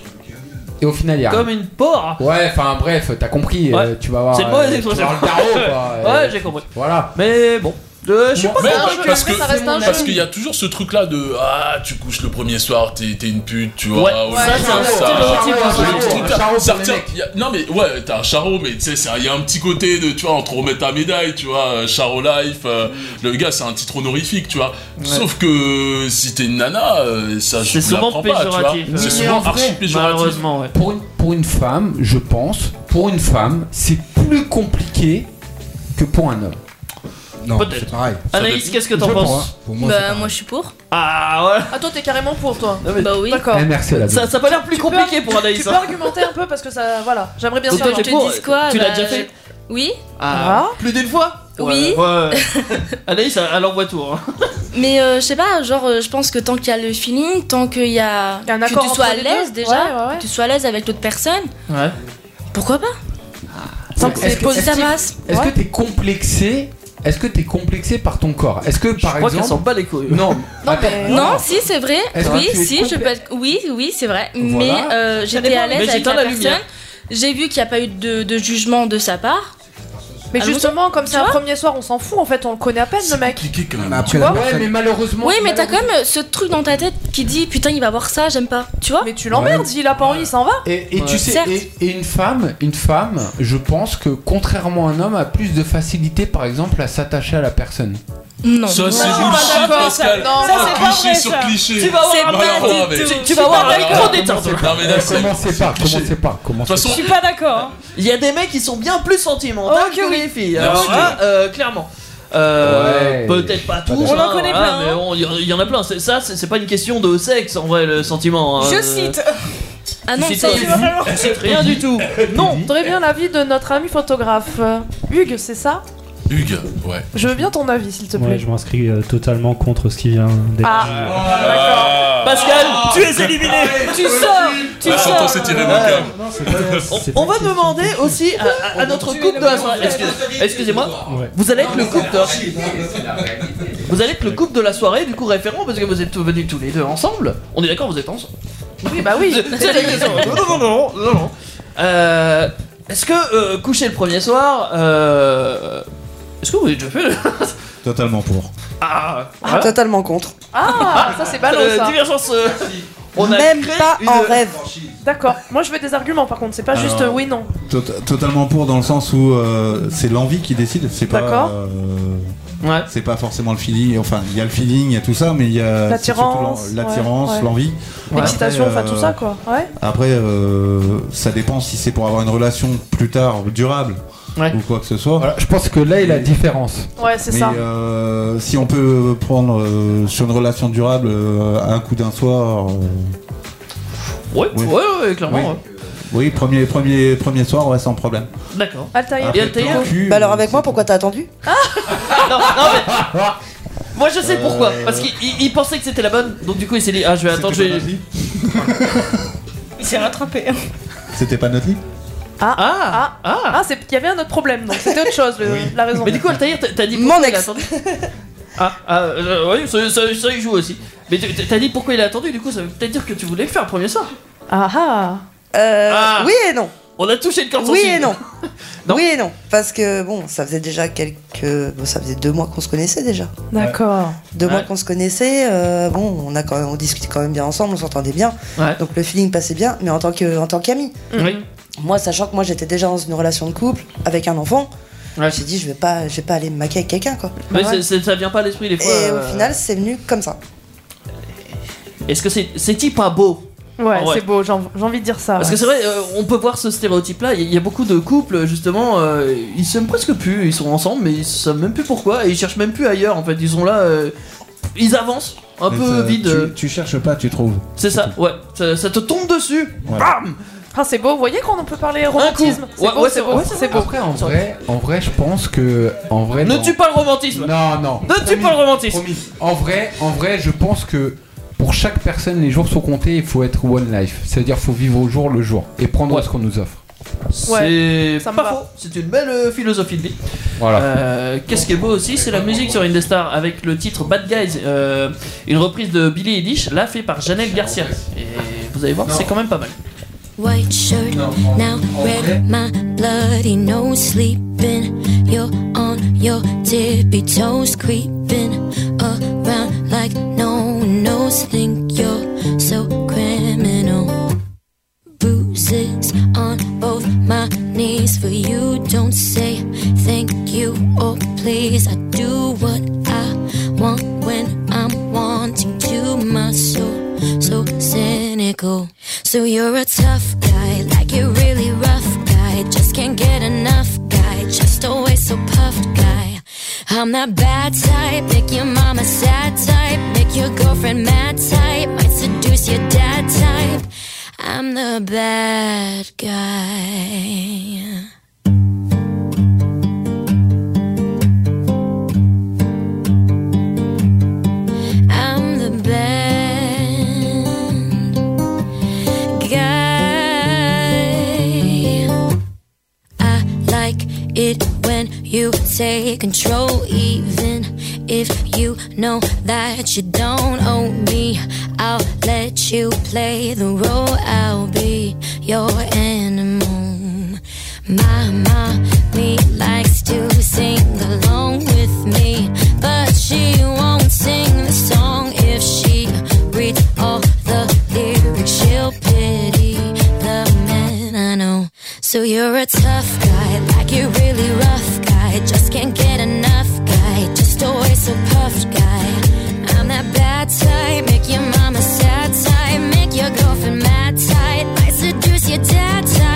Et au final, il y a.
Comme une porc.
Ouais, enfin bref, t'as compris, euh, tu vas voir.
Oh. C'est une mauvaise
euh, tu
expression.
vas voir le garrot, quoi,
[laughs]
euh,
Ouais, j'ai compris.
Voilà.
Mais [laughs] bon, euh, je suis pas
Mais
sûr
parce
que-
parce que
ça reste un
parce
jeu.
qu'il y a toujours ce truc là de ah tu couches le premier soir t'es t'es une pute tu vois Oh,
Ouais,
ou
ça,
le-
c'est un stéréotype,
Ouais,
un
ce
charreau,
truc-là.
un charreau
Ça
pour les
retient-
mecs.
y a- non mais ouais t'es un charreau mais tu sais c'est un- il y a un petit côté de tu vois on te remet ta médaille tu vois euh, charreau life euh, le gars c'est un titre honorifique tu vois sauf que si t'es une nana euh, ça je
C'est
vous
souvent
l'apprends pas tu vois
péjoratif,
c'est
euh.
souvent
Mais en vrai,
archi péjoratif
Malheureusement, ouais.
Pour une, pour une femme, je pense, pour une femme, c'est plus compliqué que pour un homme.
Non,
Peut-être.
c'est pareil.
Anaïs, qu'est-ce que t'en
Je
penses
Pour moi,
Bah, moi je suis pour.
Ah, voilà.
Ah, toi, t'es carrément pour toi.
Non, mais-
Bah oui.
D'accord.
Eh, merci à la
Ça, ça a pas l'air plus compliqué pour
Tu
Anaïs.
peux
hein.
argumenter un peu parce que ça. Voilà, j'aimerais bien
Donc toi,
savoir.
Je
t'es
te
pour,
dis quoi
Tu l'as
bah,
euh,
déjà fait
Oui,
Ah, plus d'une fois
Oui.
Ouais, ouais. Anaïs, elle elle envoie tout. hein.
mais euh, je sais pas, genre euh, je pense que tant qu'il y a le feeling, tant qu'il y a.
Il y a un
que
accord
tu
entre
sois à
les
l'aise
deux.
déjà,
Ouais, ouais, ouais.
que tu sois à l'aise avec l'autre personne,
Ouais.
pourquoi pas
Tant que
Est-ce
c'est
que-
Si
positif.
ça passe.
Est-ce
Ouais.
que t'es complexé Est-ce que t'es complexé par ton corps Est-ce que
Je
par
crois qu'elle
exemple
s'en bat les couilles.
Non, attends,
mais-
Ah, Non, si, c'est vrai.
Est-ce que
Oui,
tu es
si, je
complè-
peux être- Oui, oui, c'est vrai.
Voilà.
Mais euh, j'étais
dépend.
à
Mais
l'aise avec
j'éteins
la,
la lumière.
personne. J'ai vu qu'il n'y a pas eu de, de jugement de sa part.
Mais
Ah, mais
justement, comme c'est
tu
un
vois
premier soir, on s'en fout en fait, on le connaît à peine le
c'est
mec.
compliqué quand même
Mais
hein.
après, la
vois,
Ouais, mais
personne.
malheureusement.
Oui, mais t'as quand même ce truc dans ta tête qui dit putain, il va voir ça, j'aime pas. Tu vois
Mais tu l'emmerdes, s'il a pas envie, il s'en va.
Et, et
Ouais.
tu sais,
Certes.
et, et une femme, une femme, je pense que contrairement à un homme, a plus de facilité, par exemple, à s'attacher à la personne.
Non.
ça
je
c'est
suis pas
bullshit
d'accord,
Pascal
ça- non,
C'est
ça, c'est
pas
cliché
vrai,
sur
ça.
cliché
Tu vas voir
Rien
un
à
mec
voir
du
avec-
tout.
Tu vas voir
pas
avec
d'accord.
trop d'étincelles.
non mais là
Euh,
c'est
commencez
c'est
pas,
cliché.
commencez pas,
de
commencez
toute façon
Je suis pas d'accord.
Il y a des mecs qui sont bien plus sentimentaux
Oh, que
que
oui.
les filles.
Bien
Alors
sûr.
là, euh, clairement. Euh,
Ouais.
Peut-être pas tous.
On en
hein,
connaît
hein,
plein,
mais
hein.
on- Il y, en a plein. C'est- Ça, c'est c'est pas une question de sexe en vrai, le sentiment. hein.
Je cite.
Ah non,
C'est
ça,
toi,
il-
vous- vous citez rien du tout. Non.
J'aurais bien l'avis de notre ami photographe. Euh, Hugues, c'est ça
Hugues ouais
Je veux bien ton avis, s'il te
Ouais,
plaît.
je m'inscris euh, totalement contre ce qui vient d'être
Ah,
Euh.
Pascal, tu es éliminé.
Tu sors. Tu
la
sors.
sentence est irrévocable
On, on va demander aussi à, à- à notre couple de la soirée. Excuse- Excusez-moi,
Ouais.
vous allez être le couple de... Vous allez être le couple de la soirée, du coup référent, parce que vous êtes venus tous les deux ensemble. On est d'accord, vous êtes ensemble.
oui, bah oui.
C'est la question. Non, non, non, non, non, non. Euh, Est-ce que euh, coucher le premier soir, euh, est-ce que vous avez déjà fait le- [laughs]
Totalement pour.
Ah,
Ah,
voilà.
Totalement contre.
Ah, ça c'est ballot
Euh,
ça.
divergence. euh, on a
Même
créé
pas
une-
en rêve.
D'accord. Moi je veux des arguments par contre, c'est pas juste
Alors-
oui, non.
Tot- totalement pour dans le sens où euh, c'est l'envie qui décide, c'est pas.
D'accord.
euh,
C'est pas forcément le feeling. Enfin, il y a le feeling, il y a tout ça, mais il y a c'est surtout
L'attirance,
l'en- l'attirance,
ouais, ouais.
l'envie.
L'excitation,
Après,
enfin tout
euh,
ça quoi. Ouais.
Après, euh, ça dépend si c'est pour avoir une relation plus tard durable ou quoi que ce soit.
je pense que là est la différence.
Ouais, c'est
Mais,
ça.
euh, si on peut prendre euh, sur une relation durable euh, un coup d'un soir. euh,
Ouais, ouais, ouais, clairement,
Oui.
ouais.
Oui, premier, premier, premier soir, ouais, sans problème.
D'accord.
Altaïr.
Et Altaïr
Bah alors avec moi, pourquoi t'as attendu
non, non, mais. Moi je sais pourquoi, parce qu'il il- il pensait que c'était la bonne, donc du coup il s'est dit Ah, je vais attendre, je vais.
Il s'est rattrapé.
C'était pas notre lit
Ah, ah, ah, c'est qu'il y avait un autre problème, donc c'était autre chose le- la raison.
Mais du coup, Altaïr, t'as- t'as dit pourquoi il a attendu Ah, ah euh, oui, ça, ça- ça y joue aussi. Mais tu- t'as dit pourquoi il a attendu, du coup ça veut peut-être dire que tu voulais le faire premier soir.
Ah ah
Euh,
Ah.
Oui et non.
On a touché le corde
Oui
sensible.
et non. Oui et non. Parce que bon, ça faisait déjà quelques. Bon, ça faisait deux mois qu'on se connaissait déjà.
D'accord.
Deux mois
Ouais.
qu'on se connaissait, euh, bon, on a quand même, on discutait quand même bien ensemble, on s'entendait bien.
Ouais.
Donc le feeling passait bien, mais en tant que, en tant qu'ami.
Oui.
Moi, sachant que moi j'étais déjà dans une relation de couple avec un enfant, j'ai dit je vais pas, je vais pas aller me maquer avec quelqu'un quoi.
Mais c'est- c'est- ça vient pas à l'esprit des
Ah Et
fois. euh,
au final, Ah, c'est venu comme ça.
Est-ce que c'est c'est-il pas beau
Ouais,
En vrai.
c'est beau, j'ai en- j'ai envie de dire
Ah
ça.
Ah Parce que
ouais.
c'est vrai, euh, on peut voir ce stéréotype-là. Il y, a- il y a beaucoup de couples, justement, euh, ils s'aiment presque plus. Ils sont ensemble, mais ils savent même plus pourquoi. Et ils cherchent même plus ailleurs, en fait. Ils sont là, euh, ils avancent un
Mais
peu
ça,
vide.
tu-
euh,
Tu, cherches pas, tu trouves.
C'est ça, ouais. Ça, ça te tombe dessus.
Ouais.
Bam
Ah, c'est beau, vous voyez qu'on en peut parler romantisme. C'est
Ouais,
beau,
ouais,
c'est
c'est
beau,
vrai,
c'est beau.
Après, en vrai, en vrai, je pense que en vrai.
Ne
dans-
tue pas le romantisme.
Non, non.
Ne tue pas le romantisme.
En vrai, en vrai, je pense que pour chaque personne, les jours sont comptés. Il faut être one life, c'est-à-dire faut vivre au jour le jour et prendre ce qu'on nous offre.
C'est pas faux. C'est une belle euh, philosophie de vie.
Voilà.
Euh, Qu'est-ce qui est beau aussi, c'est la musique sur Indestar avec le titre Bad Guys, euh, une reprise de Billy Eilish, là fait par Janelle Garcia. Et vous allez voir, c'est quand même pas mal.
White shirt, now red, my bloody nose sleeping. You're on your tippy toes, creeping around like no one knows. Think you're so criminal. Bruises on both my knees for you. Don't say thank you or please. I do what I want when I'm wanting to. My soul so cynical. So you're a tough guy, like you're really rough guy. Just can't get enough guy, just always so puffed guy. I'm that bad type, make your mama sad type, make your girlfriend mad type, might seduce your dad type. I'm the bad guy. I'm the bad guy. I like it when you take control, even if you know that you don't own me. I'll let you play the role, I'll be your animal. My mommy likes to sing along with me, but she won't sing the song if she reads all the lyrics. She'll pity the men I know. So you're a tough guy, like you're really rough guy. Just can't get enough guy, just always so puffed guy. I'm that bad type, make your mama sad type, make your girlfriend mad type, might seduce your dad type.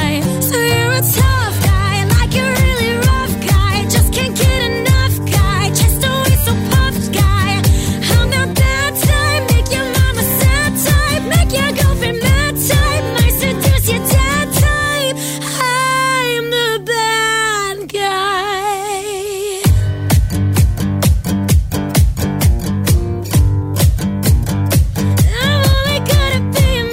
So you're a tough guy, like you're really rough guy, just can't get enough guy, just always so puffed guy. I'm that bad type, make your mama sad type, make your girlfriend mad type, might seduce your dad type. I'm the bad guy. I'm only good at being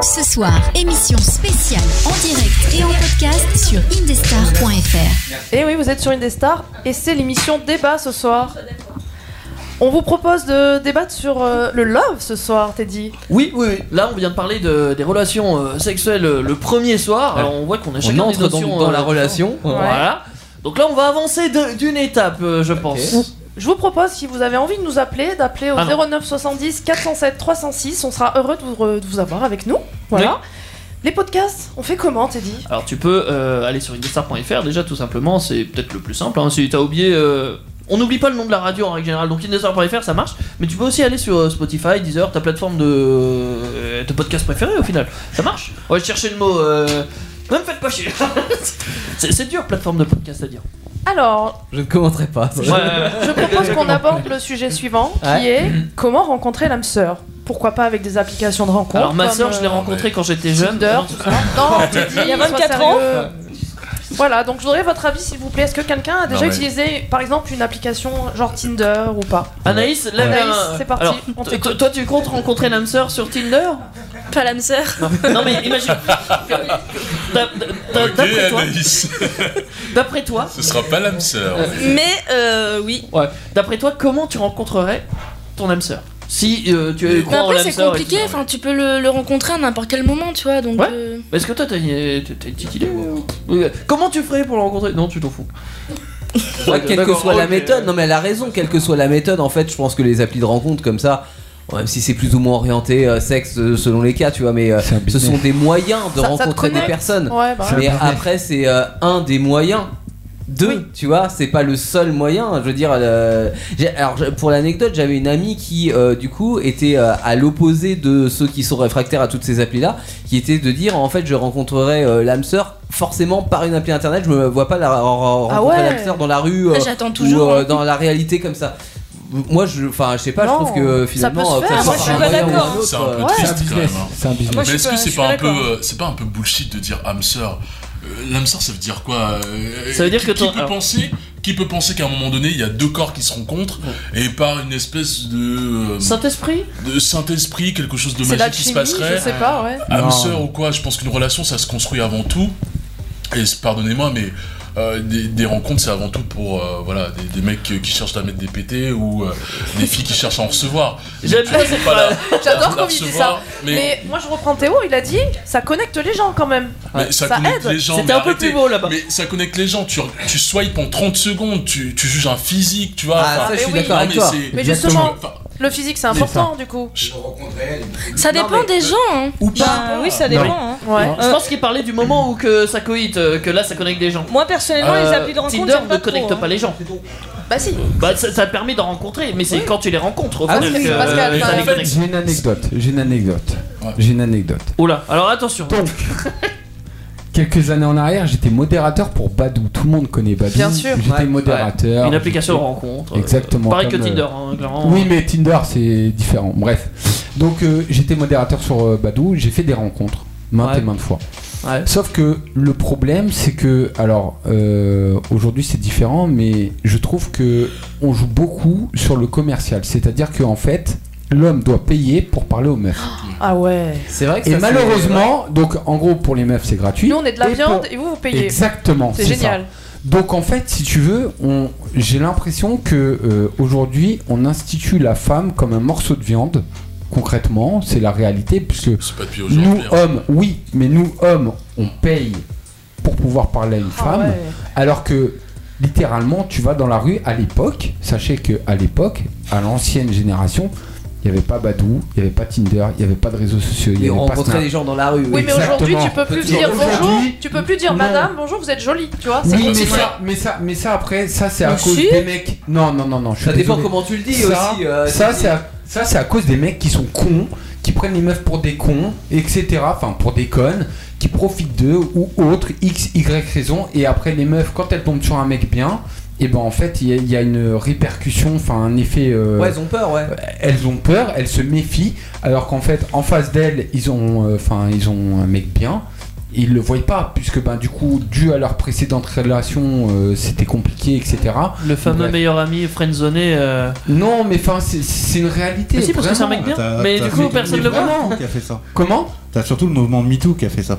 Ce soir, émission spéciale en direct et en podcast sur indestar.fr.
Et Eh oui, vous êtes sur une des stars et c'est l'émission débat ce soir. On vous propose de débattre sur euh, le love ce soir, Teddy.
Oui, oui, oui. Là, on vient de parler de, des relations euh, sexuelles euh, le premier soir. Alors, on voit qu'on a
On
chacun
entre
des
dans-
notions,
dans la relation.
Ouais.
Ouais.
Voilà. Donc là, on va avancer de- d'une étape, euh, je pense.
Je vous propose, si vous avez envie de nous appeler, d'appeler au
Ah non.
09 70 407 306. On sera heureux de vous, re- de vous avoir avec nous. Voilà. Les podcasts, on fait comment, Teddy
Alors tu peux euh, aller sur indestar.fr déjà tout simplement, c'est peut-être le plus simple. hein. si t'as oublié, euh, on n'oublie pas le nom de la radio en règle générale, donc indestar.fr ça marche. Mais tu peux aussi aller sur euh, Spotify, Deezer, ta plateforme de, euh, de podcast préférée au final. Ça marche. Ouais, je cherchais le mot. Euh... Ne me faites pas chier. [laughs] c'est c'est dur plateforme de podcast à dire.
Alors,
Je ne commenterai pas.
Ouais, ouais, ouais.
je propose qu'on aborde le sujet suivant, qui
Ouais.
est comment rencontrer l'âme sœur. Pourquoi pas avec des applications de rencontre
Alors ma
comme,
soeur, je l'ai
euh,
rencontrée quand j'étais jeune. [laughs]
Non, Teddy,
Il y a
sois
24
sérieux.
ans.
Voilà, donc je voudrais votre avis s'il vous plaît. Est-ce que quelqu'un a déjà
mais-
utilisé par exemple une application genre Tinder ou pas
Anaïs, lève la
Anaïs,
main.
c'est parti,
Alors,
on
to-
t'écoute.
to- toi, tu comptes rencontrer l'âme sœur sur Tinder
Pas l'âme sœur.
Non, mais
[laughs]
imagine. D'a- d'a-
Ok,
D'après toi,
Anaïs.
d'après toi,
Ce sera pas l'âme sœur.
Mais euh, oui.
ouais. D'après toi, comment tu rencontrerais ton âme sœur Si euh, tu es
Mais
crois en
après
l'âme
c'est
sœur. et
compliqué,
tout ça.
enfin tu peux le, le rencontrer à n'importe quel moment, tu vois, donc...
Ouais.
euh,
Mais Est-ce que toi, t'as une, t'as- t'as une petite idée ou- Oui, Comment tu ferais pour le rencontrer Non, tu t'en fous.
[laughs] Ouais, quelle que
D'accord,
soit la
ok.
méthode, non mais elle a raison, quelle que soit la méthode, en fait, je pense que les applis de rencontre comme ça, bon, même si c'est plus ou moins orienté euh, sexe euh, selon les cas, tu vois, mais euh, ce sont des moyens de
Ça- ça te
rencontrer des
connecte.
personnes.
Ouais, bah ouais.
mais
C'est un business.
après, c'est euh, un des moyens. Deux, tu vois, c'est pas le seul moyen. Je veux dire, euh, j'ai- alors je- pour l'anecdote, j'avais une amie qui, euh, du coup, était euh, à l'opposé de ceux qui sont réfractaires à toutes ces applis-là, qui était de dire, en fait, je rencontrerai euh, l'âme sœur forcément par une appli internet. Je me vois pas la re- re-
Ah
rencontrer
ouais.
l'âme sœur dans la rue
Ah,
euh,
j'attends toujours,
ou euh,
hein.
dans la réalité comme ça. Moi, je, enfin, je sais pas,
Non,
je trouve que finalement,
ça peut se faire. Ah,
soit
Moi, je suis
par un
pas
moyen ou un
d'accord.
autre,
C'est un peu
euh,
triste quand même. hein.
Moi, je
Mais
suis
est-ce
pas-
que c'est
je
pas
suis
un peu,
d'accord.
euh, c'est pas un peu bullshit de dire âme sœur Euh, L'âme sœur, ça veut dire quoi Euh,
Ça veut dire
qui,
que
qui
ton-
peut
alors-
penser, qui peut penser qu'à un moment donné, il y a deux corps qui se rencontrent et par une espèce de euh,
Saint-Esprit
de Saint-Esprit, quelque chose de
C'est
magique qui se
l'alchimie,
passerait.
je sais pas, ouais.
Âme
Non.
sœur ou quoi Je pense qu'une relation, ça se construit avant tout. Et c- pardonnez-moi, mais euh, des, des rencontres, c'est avant tout pour euh, voilà des, des mecs qui cherchent à mettre des pétés ou euh, des filles qui cherchent à en recevoir.
J'aime bien cette phrase.
J'adore
qu'on
qu'on dit ça. Mais... moi je reprends Théo, il a dit ça connecte les gens quand même.
Mais ça, connecte
aide.
les gens. mais arrêtez. Mais ça connecte les gens. Tu, tu swipes en 30 secondes, tu, tu juges un physique, tu vois.
Ah,
enfin,
ça, je suis
mais
d'accord
non,
avec
mais
toi.
c'est-
Mais justement,
Enfin,
le physique c'est
Mais
important
ça-
du coup.
Ça dépend des gens. hein.
Ou
pas. oui, ça dépend. hein.
Je pense qu'il parlait du moment où que ça coïte, euh, que là ça connecte des gens. Euh,
Moi personnellement, les applis de rencontre,
Tinder
j'aime
ne
pas trop,
connecte
hein.
pas les gens.
Bah si.
Bah ça, ça te permet d'en rencontrer, mais c'est quand tu les rencontres. au
Ah
final,
oui,
que, euh, ça les connecte.
J'ai une anecdote. J'ai une anecdote. J'ai une anecdote.
Oula, alors attention.
Quelques années en arrière, j'étais modérateur pour Badou. Tout le monde connaît Badou.
Bien sûr.
J'étais
Ouais.
modérateur.
Ouais. Une application de
J'étais-
rencontre, euh,
Exactement.
pareil que
comme, euh,
Tinder, hein, clairement.
Oui, mais Tinder, c'est différent. Bref. Donc, euh, j'étais modérateur sur euh, Badou. J'ai fait des rencontres. Maintes
Ouais.
et maintes fois. Sauf que le problème, c'est que, alors, euh, aujourd'hui c'est différent, mais je trouve que on joue beaucoup sur le commercial. C'est-à-dire qu'en fait, l'homme doit payer pour parler aux meufs.
Oh.
Ah ouais.
C'est vrai
Et malheureusement, donc en gros pour les meufs c'est gratuit.
Nous on est de la
Et
viande
pour-
et vous vous payez.
Exactement.
C'est
ça.
génial.
Donc en fait, si tu veux, on- j'ai l'impression que euh, aujourd'hui on institue la femme comme un morceau de viande. Concrètement, c'est la réalité puisque
pas depuis aujourd'hui,
nous
hein.
hommes, oui, mais nous hommes, on paye pour pouvoir parler à une
Ah
femme,
ouais.
alors que littéralement tu vas dans la rue à l'époque. Sachez que à l'époque, à l'ancienne génération. Il n'y avait pas Badou, il n'y avait pas Tinder, il n'y avait pas de réseaux sociaux, il n'y
Et
avait pas
rencontrer
Snap.
les gens dans la rue.
Oui, mais aujourd'hui tu peux plus
Exactement.
dire bonjour,
Aujourd'hui,
Oh, tu peux plus dire
non.
madame, bonjour, vous êtes jolie, tu vois. c'est
Oui, mais
compliqué.
ça, mais ça, mais ça après, ça c'est à
Mais
cause
si.
des mecs. Non, non, non, non. Je suis
Ça dépend
désolé.
comment tu le dis
Ça,
aussi, euh,
ça
si-
c'est à, ça c'est à cause des mecs qui sont cons, qui prennent les meufs pour des cons, etc. Enfin, pour des connes, qui profitent d'eux ou autre x y raison. Et après les meufs, quand elles tombent sur un mec bien. Et ben en fait il y, a- il y a une répercussion, enfin un effet. euh,
Ouais, elles ont peur, ouais.
elles ont peur, elles se méfient, alors qu'en fait, en face d'elles, ils ont, euh, enfin, ils ont un mec bien. Ils le voient pas, puisque ben du coup, dû à leur précédente relation, euh, c'était compliqué, etc.
Le fameux
Bref.
meilleur ami friendzoné. euh,
Non, mais enfin, c'est- c'est une réalité.
Mais si, parce que c'est un
vraiment.
mec bien. T'as- Mais t'as du coup, fait- personne le voit.
Qui a fait ça
Comment
T'as surtout le mouvement MeToo qui a fait ça.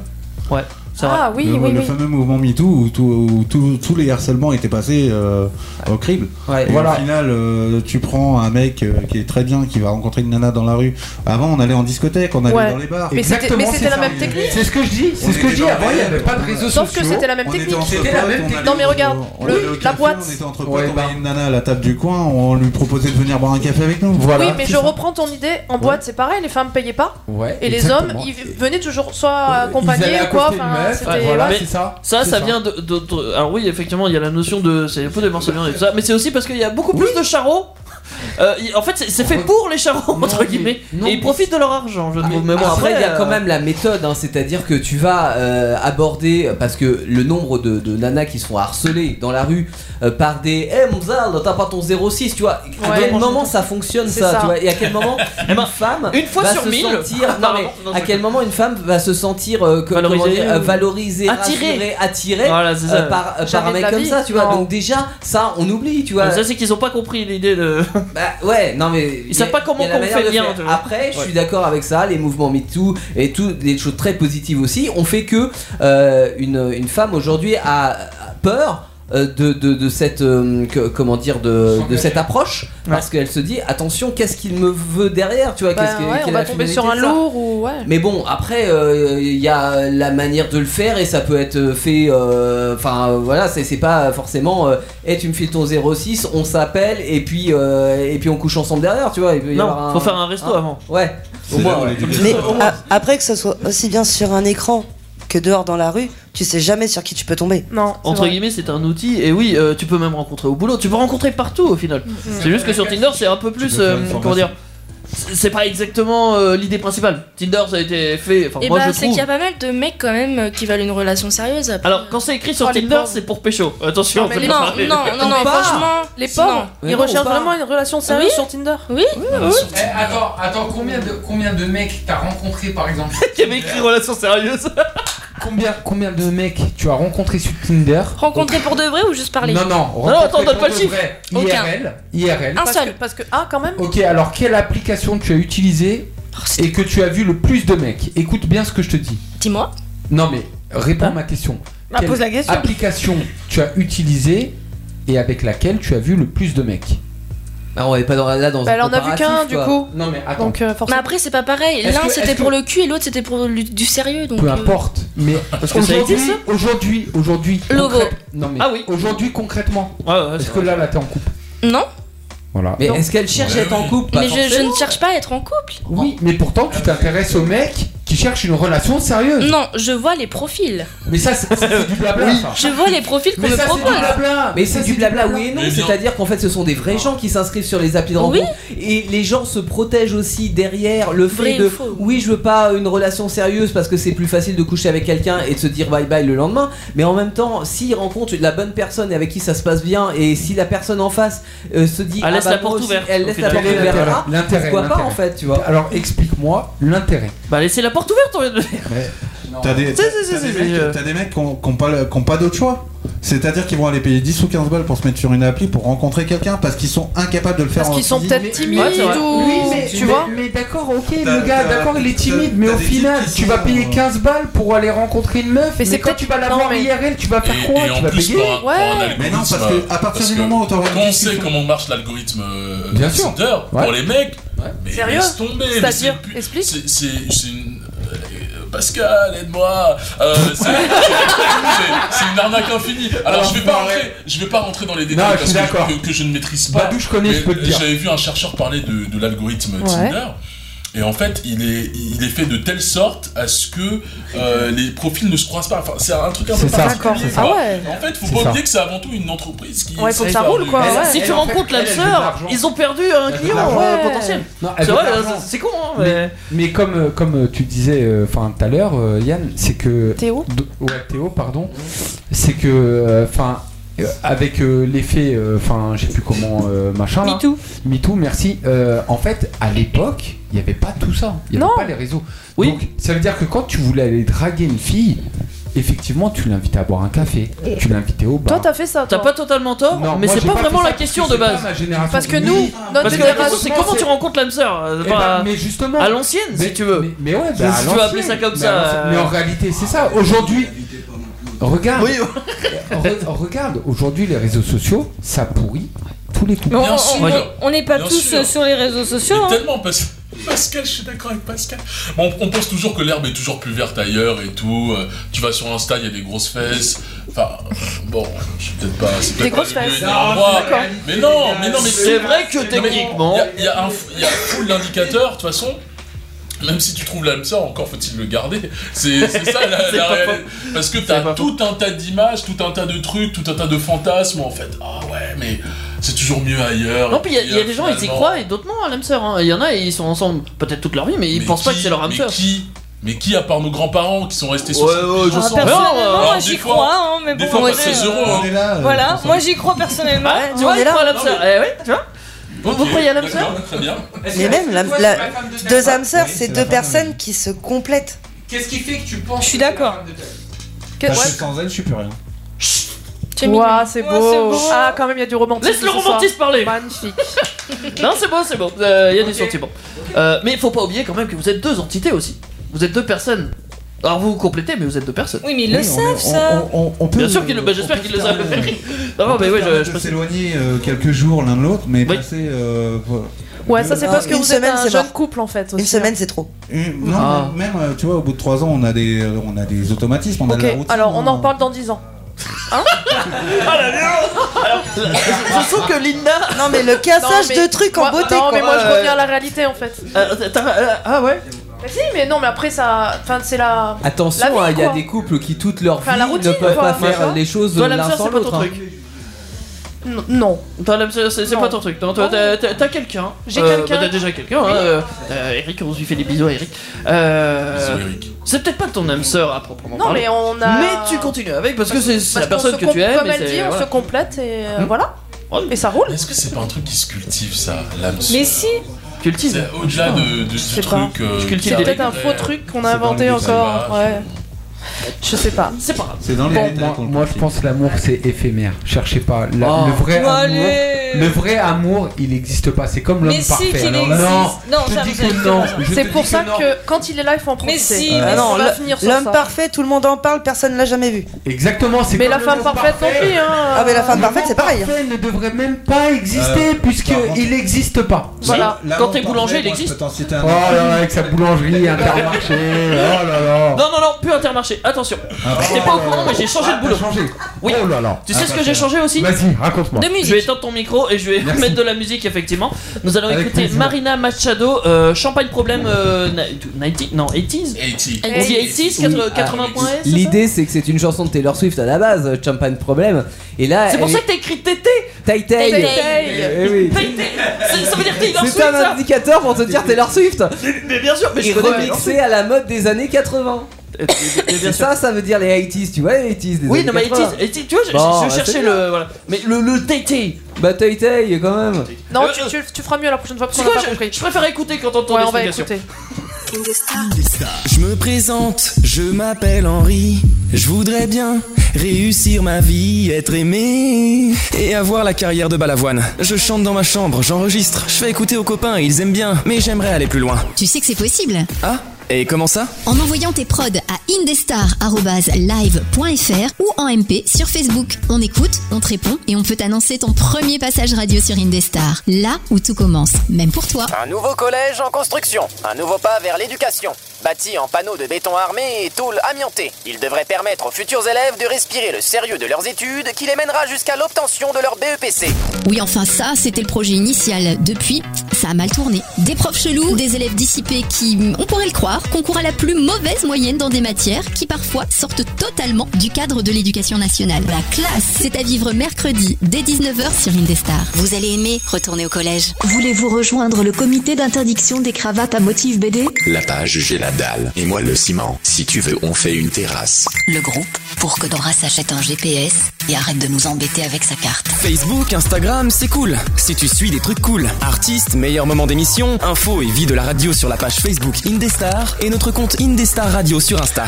Ouais. C'est vrai.
Ah oui,
le,
oui,
le
oui.
fameux mouvement MeToo où, tout- où tout- tous les harcèlements étaient passés euh, au crible. et
voilà.
au final, euh, tu prends un mec euh, qui est très bien, qui va rencontrer une nana dans la rue. Avant, on allait en discothèque, on allait
Ouais.
dans les bars.
Mais c'était- mais c'était la même technique.
C'est ce que je dis,
On
c'est ce que
était
je dis.
dans
Avant, il n'y avait
les-
pas de réseaux
Sauf
sociaux.
que c'était la même
On était
technique.
entre C'était la potes, même on allait technique.
Non, mais regarde,
on
le-
allait au
la
café,
boîte.
on était entre potes,
bah.
on avait une nana à la table du coin, on lui proposait de venir boire un café avec nous.
oui, mais je reprends ton idée. En boîte, c'est pareil, les femmes payaient pas.
Ouais,
et les hommes,
exactement.
ils venaient toujours soit accompagnés
allaient
ou quoi.
accoster une
enfin,
meuf,
c'était-
voilà,
ouais.
c'est ça,
Ça,
c'est
ça
ça.
vient de- d'autres. Alors, oui, effectivement, il y a la notion de. C'est un peu des morceaux bien et tout ça, mais c'est aussi parce qu'il y a beaucoup plus de charros. Euh, y- en fait, c'est- c'est fait pour les charros, entre guillemets. et ils profitent de leur argent, je trouve. Mais bon,
Ah, après, il y a
euh,
quand même la méthode, hein, c'est-à-dire que tu vas euh, aborder, parce que le nombre de, de nanas qui sont harcelées dans la rue euh, par des Eh mon Zal, t'as pas ton 06, tu vois. À
Ouais.
quel moment ça fonctionne
C'est
ça,
ça. Eh ben,
tu vois Et à quel
[laughs]
moment une femme
une fois
va
sur
se
mille. Ah,
sentir- non,
Pardon,
mais
non,
à
je-
quel moment une femme va se sentir euh, que-
Valorisée
comment dire, euh,
ou-
valorisée,
Attirée.
rassurée, attirée
Voilà, c'est ça.
euh, par, euh, par
Jamais
un
de
mec
la
comme
vie.
ça, tu vois
Non.
Donc déjà, ça on oublie, tu vois.
Ça, c'est qu'ils ont pas compris l'idée de.
Bah ouais, non mais.
Ils savent
y a-
pas comment
y a la
on
manière
fait
de
bien,
faire.
tu vois.
Après, je
Ouais.
suis d'accord avec ça, les mouvements MeToo et toutes les choses très positives aussi, on fait que euh, une, une femme aujourd'hui a a peur. euh, De, de, de cette euh, que- comment dire de, de cette approche parce qu'elle se dit attention qu'est-ce qu'il me veut derrière tu vois
Bah
qu'est-ce que-
ouais, on
quelle est
va
la
tomber
finalité
sur un
de ça
lourd ou ouais.
mais bon, après, euh, il y a la manière de le faire et ça peut être fait. euh, Enfin, euh, voilà, c'est c'est pas forcément. Euh, Eh, tu me files ton 06, on s'appelle et puis euh, et puis on couche ensemble derrière, tu vois. il peut y
Non,
avoir
faut faire un resto
hein.
avant.
Ouais. Au
C'est
moins,
là où
ouais.
l'éducation-
Mais a- après que ça soit aussi bien sur un écran que dehors dans la rue, tu sais jamais sur qui tu peux tomber.
Non.
Entre guillemets, c'est un outil, et oui, euh, tu peux même rencontrer au boulot, tu peux rencontrer partout au final.
Mm-hmm.
C'est juste que sur Tinder, c'est un peu plus.
faire
euh,
une
comment dire C'est c'est pas exactement euh, l'idée principale. Tinder, ça a été fait. Enfin,
Et
moi,
bah,
je
c'est
trouve.
qu'il y a pas mal de mecs quand même euh, qui veulent une relation sérieuse. Après.
Alors, quand c'est écrit sur
Oh, les
Tinder,
pauvres.
c'est pour pécho. Attention,
Non,
on
mais
peut
les-
pas
non,
parler.
non, non, non,
Ou pas.
franchement,
Hein, les
non.
pauvres,
Mais
ils
non,
recherchent
ou pas.
vraiment une relation sérieuse
Oui.
sur Tinder.
Oui.
Ah,
Eh, attends, attends, combien de, combien de mecs t'as rencontré par exemple
[laughs] Qui avait écrit relation sérieuse
Combien, combien de mecs tu as rencontré sur Tinder
Rencontrer pour de vrai ou juste parler
Non, non,
non, attends, donne pas le
rencontrer pour de
chiffre.
vrai.
Aucun.
IRL, IRL.
Un seul.
Parce que ah, quand même.
Ok, alors quelle application tu as utilisée
Oh,
et que tu as vu le plus de mecs Écoute bien ce que je te dis.
Dis-moi.
Non mais
Hein
réponds à ma question.
Bah,
Ah, pose la question.
application tu as utilisée et avec laquelle tu as vu le plus de mecs
Ah, on est pas dans, là dans
Bah, un alors, on a vu comparatif, qu'un, du quoi. coup.
Non mais attends.
Donc, euh,
Mais après, c'est pas pareil.
Est-ce
L'un
que-
c'était
est-ce
pour
que-
le cul et l'autre c'était pour le- du sérieux. Donc,
peu
euh,
importe, mais
que ça
aujourd'hui,
existe,
aujourd'hui, aujourd'hui,
Logo.
concrète- non mais
Ah oui.
aujourd'hui concrètement,
parce
que là, là, t'es en couple.
Non,
Voilà.
Mais est-ce qu'elle cherche à être en couple Pas
mais je, je
forcément.
ne cherche pas à être en couple.
Oui, mais pourtant, tu t'intéresses aux mecs qui cherchent une relation sérieuse.
Non, je vois les profils.
Mais ça, c'est c'est du blabla.
Oui.
ça.
Je vois les profils qu'on
Mais
me
ça, c'est du
propose.
blabla.
Mais c'est du blabla, oui et non.
Mais bien.
C'est-à-dire qu'en fait, ce sont des vrais gens qui s'inscrivent sur les applis de
Oui.
rencontre. Et les gens se protègent aussi derrière le
Vrai
fait
ou
de
faux.
oui, je veux pas une relation sérieuse parce que c'est plus facile de coucher avec quelqu'un et de se dire bye bye le lendemain. Mais en même temps, s'ils rencontrent la bonne personne avec qui ça se passe bien et si la personne en face euh, se dit
Elle
ah,
laisse
bah,
la
moi
porte
aussi,
ouverte,
elle
au
laisse la
final.
porte
Quel est
ouverte.
l'intérêt
Ah,
L'intérêt,
pourquoi pas
l'intérêt.
en fait, tu vois
Alors explique-moi l'intérêt.
Bah, laissez la porte ouverte, on vient de
[laughs]
le dire.
[laughs] T'as des,
Si,
t'as-
si, si,
t'as
si,
des
mais,
mecs,
euh,
t'as des mecs qui ont, qui ont pas, le- qui ont pas d'autre choix. C'est-à-dire qu'ils vont aller payer 10 ou 15 balles pour se mettre sur une appli pour rencontrer quelqu'un parce qu'ils sont incapables de le faire
Parce
en
qu'ils sont
physique.
peut-être timides
Ouais, c'est vrai.
ou
Oui, mais
tu vois.
Mais d'accord, ok,
T'as-
le gars,
t'as-
d'accord, il est timide,
t'as-
mais
t'as
au
des
final,
types qui
tu vas
sont,
payer
euh,
15 balles pour aller rencontrer une meuf, mais,
c'est
quand
peut-être-
tu vas la
non,
voir
mais-
IRL, tu vas faire quoi
Et en
Tu vas
plus,
payer
par rapport à un
Mais
algorithme,
non, parce que à partir
parce
du
que
moment où t'auras une
Quand on
discussion-
sait comment marche l'algorithme euh,
Bien
Tinder,
sûr.
pour
Ouais.
les mecs, mais
Sérieux
laisse tomber. mais
C'est-à-dire,
c'est une pu-
explique.
C'est c'est- c'est une. euh, Pascal, aide-moi euh, c'est- c'est- C'est une arnaque infinie. Alors, je vais pas rentrer, je vais pas rentrer dans les détails
Non, je
parce
suis d'accord.
que, que, que je ne maîtrise pas.
Badou, je connais,
mais
je peux te dire.
J'avais vu un chercheur parler de, de l'algorithme
Ouais.
Tinder. Et en fait, il est, il est fait de telle sorte à ce que euh, les profils ne se croisent pas. Enfin, c'est un truc un peu
C'est ça.
particulier,
C'est
tu vois.
ça. Ah ouais.
En fait, faut
C'est
pas
ça.
oublier que c'est avant tout une entreprise qui.
Ouais, faut que ça
essaie
roule,
de-
quoi, ouais.
Si
Elle,
tu
en
rencontres
fait, elle,
la
elle veut de
sœur,
l'argent.
ils ont perdu un
de
client
l'argent.
euh,
Ouais.
potentiel.
Non, elle
C'est
veut
vrai,
de l'argent.
c'est- c'est con, hein, mais.
Ah, Mais, mais comme, euh, comme euh, tu disais euh, enfin tout à l'heure, euh, Yann, c'est que.
Théo
de- Ouais, Théo, pardon. C'est que. euh, Enfin. avec euh, l'effet, enfin, je sais plus comment, euh, machin. là.
MeToo.
MeToo, merci. Euh, en fait, à l'époque, il n'y avait pas tout ça. Il n'y avait
Non.
pas les réseaux. Donc, ça veut dire que quand tu voulais aller draguer une fille, effectivement, tu l'invitais à boire un café. Tu l'invitais au
Toi,
bar.
t'as fait ça.
T'as
Toi.
pas totalement tort,
Bah. Non,
mais
moi,
c'est
j'ai
pas,
pas
vraiment
fait
la
ça,
question de
parce que c'est
base.
pas ma génération.
Parce que nous, notre
Oui.
Parce que la question
génération,
c'est comment tu rencontres l'âme sœur euh,
Eh
pas-
ben, mais justement.
À l'ancienne, si tu veux.
Mais ouais,
Si
bah, à
tu veux
l'ancienne.
appeler ça comme
Mais
ça,
à l'ancienne.
euh,
Mais en réalité, c'est ça. Aujourd'hui, Regarde, Euh, re- regarde, aujourd'hui les réseaux sociaux, ça pourrit tous les couples.
Mais on- on- on n'est pas
Bien
tous
sûr.
euh, sur les réseaux sociaux. hein.
Tellement parce- Pascal, je suis d'accord avec Pascal. Bon, on pense toujours que l'herbe est toujours plus verte ailleurs et tout. Euh, tu vas sur Insta, il y a des grosses fesses. Enfin, euh, bon, je suis peut-être pas. c'est
Des
peut-être pas
grosses
le
fesses.
mieux des
Non,
endroits.
je suis d'accord.
Mais non, mais non, mais
C'est vrai que
Non, mais
techniquement-
il y a- Il y, a un f- il y a full d'indicateurs, de toute façon. Même si tu trouves l'âme sœur, encore faut-il le garder. C'est c'est ça
[laughs]
la,
C'est
la
pas
réalité.
faux.
Parce que t'as tout un tas d'images, tout un tas de trucs, tout un tas de fantasmes en fait. Ah ouais, mais c'est toujours mieux ailleurs.
Non, puis il y a- il y, a
euh,
des gens, ils y
finalement-
croient et d'autres non, à l'âme sœur. hein. Il y en a, ils sont ensemble peut-être toute leur vie, mais ils pensent pas que c'est leur âme sœur.
Mais qui, à part nos grands-parents qui sont restés sur
Ouais,
cette-
ouais, je Ah, sens- personnellement,
euh, Alors,
moi,
des
j'y
fois-
crois, hein, mais
des
bon,
fois,
ouais,
passer
euh,
zéro, hein. Ah,
Voilà, moi j'y crois personnellement.
Ah Ouais, tu
Moi,
vois,
j'y
ils croient à l'âme
non,
sœur.
mais-
Eh ouais, tu vois Vous, vous croyez à l'âme sœur
Très bien.
Mais même, la-
Toi, c'est
la-
la femme de ta
deux
femme.
âmes sœurs,
Oui,
c'est
c'est
deux
la femme de-
personnes qui se complètent.
Qu'est-ce qui fait que tu penses
Je suis d'accord.
Que-
Parce
ouais.
que sans elle, je suis plus rien.
Ouah, c'est
Ouah, c'est
beau.
beau.
Ah, quand même, il y a du romantisme.
Laisse le
ce soir.
romantisme parler
Magnifique.
Non, c'est bon, c'est bon. Euh, Il y a des sentiments. Euh, mais il faut pas oublier quand même que vous êtes deux entités aussi. Vous êtes deux personnes. Alors vous vous complétez, mais vous êtes deux personnes.
Oui, mais ils le Oui, on- savent, on- ça.
Bien sûr qu'ils le. bah, J'espère qu'ils le savent. non, non, mais ouais, je, je
peux s'éloigner euh, quelques jours l'un de l'autre, mais passer. euh, voilà.
Ouais, ça c'est
Non,
parce que
une
vous êtes
semaine,
un
c'est
jeune
mort.
couple en fait. hein.
Une semaine, c'est trop.
Hum,
Une- non,
Ah.
mais même, euh, tu vois, au bout de 3 ans, on a des, euh, on a des automatismes, on a
Ok,
de la routine.
alors on en reparle dans 10 ans. Hein?
Je sens que Linda.
Ah. Non, mais le cassage
Non, mais-
de trucs en
moi-
beauté,
Non,
quoi.
mais moi je
Euh,
reviens à la réalité en fait.
Euh, t'as- euh, ah ouais
Mais si, mais non, mais après ça. Enfin, c'est la.
Attention,
la vie,
hein, il y a
quoi.
des couples qui toute leur vie
Enfin, la routine,
ne peuvent
quoi,
pas
tu vois.
faire les choses
Toi,
l'un
l'âme sœur,
sans
c'est pas ton
l'autre. hein.
truc.
N- Non.
Toi, l'âme sœur, c'est c'est
Non.
pas ton truc. Non, toi, t'as- t'as t'as quelqu'un.
J'ai
Euh,
quelqu'un.
bah, T'as déjà quelqu'un. hein, euh, euh, Eric, on lui fait des bisous à Eric. Euh,
Bisous, Eric.
C'est peut-être pas ton âme sœur à proprement
Non,
parler.
mais on a.
Mais tu continues avec parce que c'est c'est la
Parce qu'on
personne
se
que
com-
tu aimes.
Comme
et
elle
c'est-
dit, on
voilà. Hmm. Oh.
se complète et euh, voilà. Et ça roule.
Est-ce que c'est pas un truc qui se cultive ça, l'âme sœur
Mais si.
Cultive.
C'est Au-delà de, de ce
sais pas.
truc. euh,
Je cultive
C'est
qui
peut-être un
arrive,
faux
euh,
truc qu'on a
c'est dans
inventé
le détail.
encore. Ouais. Je sais pas.
C'est pas grave.
C'est dans les
Bon,
détails
moi,
qu'on le
moi, je pense que l'amour c'est éphémère. Cherchez pas La-
Oh.
le vrai
Bon,
amour.
allez.
Le vrai amour, il n'existe pas. C'est comme
Mais
l'homme
si
parfait.
qu'il
Alors là-
existe.
non,
Non,
je
ça,
te dis
vous
que
avez
non.
raison.
Je te
C'est
dis
pour ça
non.
que quand il est là, il faut en profiter.
Mais si,
Ah
mais
non,
on va
le-
finir sur
l'homme
ça.
parfait, tout le monde en parle, personne l'a jamais vu.
Exactement. C'est
Mais
comme
la
le
femme
nom
parfaite non
parfait.
plus, hein.
Ah, mais la femme parfaite, c'est pareil.
Parfait ne devrait même pas exister
Euh,
puisque
par contre-
il n'existe pas.
Voilà.
Quand t'es boulanger, il existe.
Oh
Oh là là, avec sa boulangerie, intermarché. Oh là là.
Non, non, non, plus intermarché, attention.
Ah,
J'étais pas au courant, mais j'ai changé de
Ah,
boulot.
Changé.
Oui.
Oh là là.
Tu
bah,
sais ce que j'ai changé aussi
Vas-y, raconte-moi.
De musique.
Je vais éteindre ton micro et je vais
Merci.
mettre de la musique, effectivement. Nous allons
Avec
écouter
plaisir.
Marina Machado, euh, Champagne Problème euh, na- 90 non, 80s
80.
On dit 80s,
Oui,
80,
ah,
80 points S, c'est ça
L'idée, c'est que c'est une chanson de Taylor Swift à la base, euh, Champagne Problem. Et là,
C'est pour
elle
ça que t'as écrit TT
est- Tay Tay.
Tay
Eh oui.
TT C'est- Ça veut dire Taylor Swift
C'est un
ça
indicateur pour te dire Taylor Swift.
mais, mais bien sûr, mais je
Et
connais Taylor
remixé à la mode des années 80.
Swift. Mais bien
Et
sûr.
ça, ça veut dire les 80s, tu vois, les 80s des
Oui,
années
non, mais
80.
80s, 80s, tu vois, je-
Bon,
je,
bah,
je
c'est
cherchais
bien.
le. Voilà. Mais le, le TT
Bah, Tay Tay, quand même.
Non,
Euh,
tu,
euh,
tu, tu feras mieux la prochaine fois parce
C'est
qu'on
quoi
a pas
je,
compris.
je préfère écouter quand on ton
Ouais, on va
explication.
écouter.
Je me présente, je m'appelle Henri. Je voudrais bien réussir ma vie, être aimé et avoir la carrière de Balavoine. Je chante dans ma chambre, j'enregistre, je fais écouter aux copains, ils aiment bien, mais j'aimerais aller plus loin.
Tu sais que c'est possible
Ah Et comment ça
En envoyant tes prods à indestar.live.fr ou en MP sur Facebook. On écoute, on te répond et on peut t'annoncer ton premier passage radio sur Indestar. Là où tout commence, même pour toi.
Ah,
Un nouveau collège en construction, un nouveau pas vers l'éducation. Bâti en panneaux de béton armé et tôle amiantée, il devrait permettre aux futurs élèves de respirer le sérieux de leurs études qui les mènera jusqu'à l'obtention de leur E BEPC.
Oui, enfin ça, c'était le projet initial. Depuis, ça a mal tourné. Des profs chelous, des élèves dissipés qui, on pourrait le croire, concourent à la plus mauvaise moyenne dans des matières qui parfois sortent totalement du cadre de l'éducation nationale. La classe, c'est à vivre mercredi dès 19h sur Indestar. Vous allez aimer retourner au collège.
Voulez-vous rejoindre le comité d'interdiction des cravates à motif BD
Lapin a jugé la dalle, et moi le ciment. Si tu veux, on fait une terrasse.
Le groupe pour que Dora s'achète un GPS et arrête de nous embêter avec sa carte.
Facebook, Instagram, c'est cool. Si tu suis des trucs cool, artistes, meilleurs moments d'émission, infos et vie de la radio sur la page Facebook Indestar et notre compte Indestar Radio sur Insta.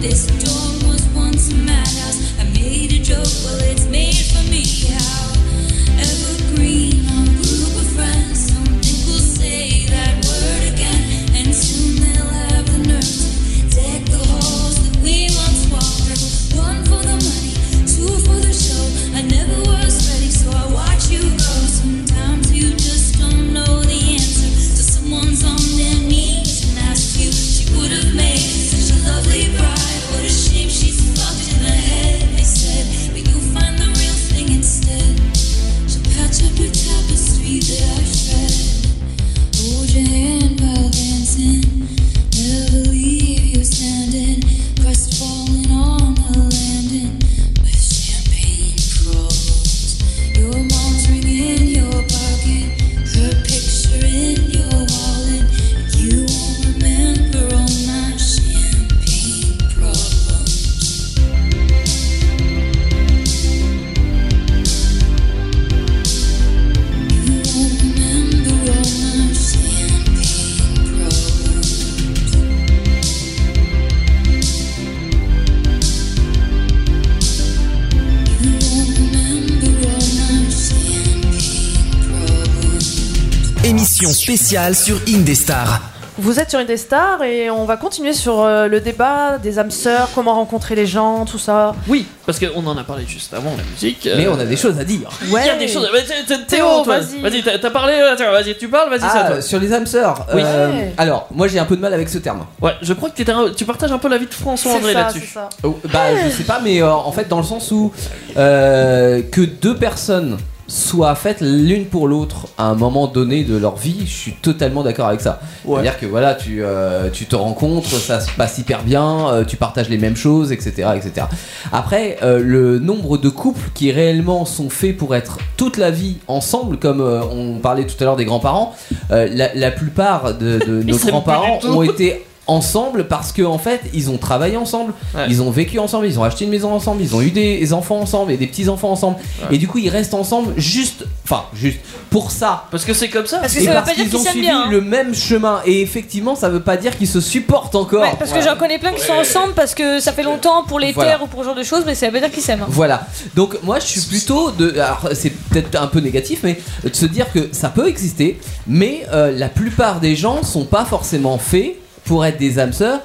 This dawn was once in my house. I made a joke, well, it's made for me. How evergreen our group of friends. Some think we'll say that word again, and soon they'll have the nerve to deck the halls that we once walked through. One for the money, two for the show. I never was ready, so I watch you go. Sometimes you just don't know the answer. So someone's on their knees and asks you. She would have made such a lovely bride. What a shame she's fucked in the head. They said, but you'll find the real thing instead. She'll patch up your tapestry that I shred. Hold your hand while dancing. Never leave you standing, crestfallen on the landing with champagne pearls. Your mom's ring in your pocket, her picture in your wallet. You won't remember all my champagne problems. You won't remember all my champagne
Émission spéciale sur Indestar.
Vous êtes sur une des stars et on va continuer sur euh, le débat des âmes sœurs, comment rencontrer les gens, tout ça.
Oui, parce qu'on en a parlé juste avant la musique. euh.
Mais on a des choses à dire.
Il y a des choses. à- Vas-y, Théo, Antoine.
vas-y.
Vas-y, t'as t'as parlé, euh, tiens, vas-y, tu parles, vas-y, c'est à
Ah,
toi.
sur les âmes sœurs.
Oui.
euh,
Ouais.
Alors, moi j'ai un peu de mal avec ce terme.
Ouais, je crois que t'étais un- tu partages un peu l'avis de François
C'est
André
ça,
là-dessus.
c'est Oh, bah, je
[laughs]
sais pas, mais euh, en fait, dans le sens où euh, que deux personnes soient faites l'une pour l'autre à un moment donné de leur vie, je suis totalement d'accord avec ça. C'est-à-dire que voilà, tu, euh, tu te rencontres, ça se passe hyper bien, euh, tu partages les mêmes choses, etc. etc. Après, euh, le nombre de couples qui réellement sont faits pour être toute la vie ensemble, comme euh, on parlait tout à l'heure des grands-parents, euh, la, la plupart de, de nos
s'aiment plus du
grands-parents
tout.
ont été ensemble parce que en fait ils ont travaillé ensemble, ils ont vécu ensemble, ils ont acheté une maison ensemble, ils ont eu des enfants ensemble et des petits enfants ensemble et du coup ils restent ensemble juste, enfin juste pour ça.
Parce que c'est comme ça.
Parce
que ça veut pas dire
qu'ils
qu'ils
ont
s'aiment
suivi
bien, hein.
le même chemin et effectivement ça veut pas dire qu'ils se supportent encore.
Ouais, parce que j'en connais plein qui sont ensemble parce que ça fait longtemps pour les
Voilà.
terres ou pour ce genre de choses, mais ça veut pas dire qu'ils s'aiment. hein.
Voilà. Donc moi je suis plutôt de. Alors c'est peut-être un peu négatif, mais de se dire que ça peut exister, mais euh, la plupart des gens sont pas forcément faits pour être des âmes sœurs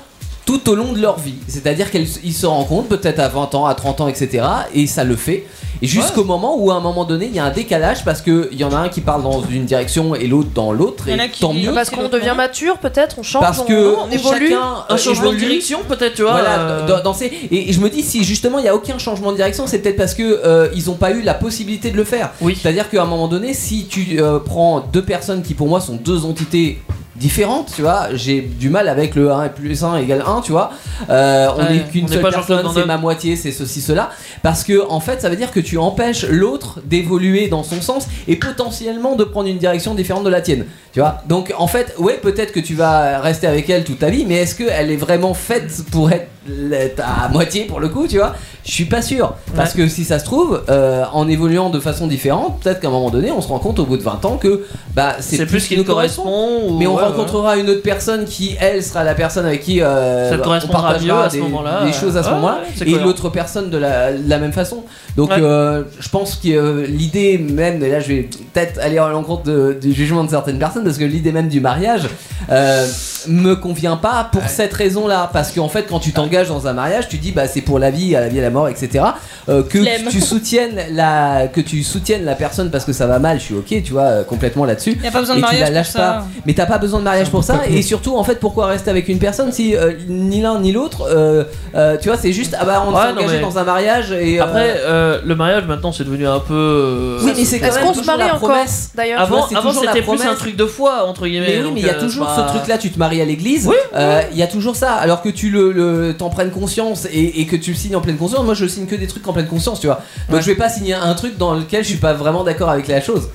tout au long de leur vie. C'est-à-dire qu'ils se rencontrent peut-être à 20 ans, à 30 ans, etc. Et ça le fait. Et jusqu'au moment où à un moment donné il y a un décalage parce qu'il y en a un qui parle dans une direction et l'autre dans l'autre. Et tant mieux.
Ah, Parce qu'on devient mature, peut-être, on change,
Parce
on,
que
on évolue.
chacun, euh,
Un changement de
évolue.
direction, peut-être, tu vois.
Voilà,
euh,
dans- dans ces- et je me dis si justement il n'y a aucun changement de direction, c'est peut-être parce que euh, ils n'ont pas eu la possibilité de le faire. C'est-à-dire qu'à un moment donné, si tu euh, prends deux personnes qui pour moi sont deux entités différentes, tu vois, j'ai du mal avec le 1 plus 1 égale 1, tu vois. Euh, on
Ouais,
n'est qu'une
on n'est
seule
pas Jean-Claude
personne,
Van
c'est
Damme.
ma moitié, c'est ceci, cela. Parce que en fait, ça veut dire que tu empêches l'autre d'évoluer dans son sens et potentiellement de prendre une direction différente de la tienne. Tu vois Donc en fait, ouais, peut-être que tu vas rester avec elle toute ta vie, mais est-ce qu'elle est vraiment faite pour être la- ta moitié pour le coup, tu vois Je suis pas sûr. Parce que si ça se trouve, euh, en évoluant de façon différente, peut-être qu'à un moment donné, on se rend compte au bout de 20 ans que bah, c'est
C'est plus
ce
qui
nous
nous correspond, ou-
Mais on
ouais, ouais.
rencontrera une autre personne qui, elle, sera la personne avec qui euh,
Ça te
on
correspondra
partagera
mieux à ce
des-
moment-là,
Des
euh,
choses à ce
ouais,
moment-là.
ouais, c'est
et
cohérent.
l'autre autre personne de la, de la même façon. Donc euh, je pense que euh, l'idée même, et là je vais peut-être aller à l'encontre de- du jugement de certaines personnes, parce que l'idée même du mariage euh, me convient pas pour cette raison-là. Parce qu'en fait quand tu t'engages dans un mariage, tu dis bah c'est pour la vie, à la vie, à la mort, etc. Euh, que
Flemme.
tu soutiennes la que tu soutiennes la personne parce que ça va mal, je suis ok, tu vois, euh, complètement là-dessus.
Y a pas besoin de
Et tu la
mariage pour
lâches
ça.
pas. Mais t'as pas besoin de mariage pour ça. Et surtout, en fait, pourquoi rester avec une personne si euh, ni l'un ni l'autre, euh, euh, tu vois, c'est juste ah bah on
Ouais,
s'est
non,
engagé
mais-
dans un mariage et euh,
Après, euh, le mariage maintenant c'est devenu un peu. euh,
Oui, mais c'est quand
Est-ce
même
qu'on se
toujours
marie
la
encore,
promesse.
d'ailleurs
Tu vois,
Avant,
c'est
avant,
toujours la
c'était plus
promesse.
un truc de foi, entre guillemets.
Mais oui,
donc,
mais il y a
euh,
toujours
c'est
ce
pas-
truc-là, tu te maries à l'église, euh, il y a toujours ça, alors que tu le, le- t'en prennes conscience et, et que tu le signes en pleine conscience, moi je signe que des trucs en pleine conscience, tu vois. Donc je vais pas signer un truc dans lequel je suis pas vraiment d'accord avec la chose.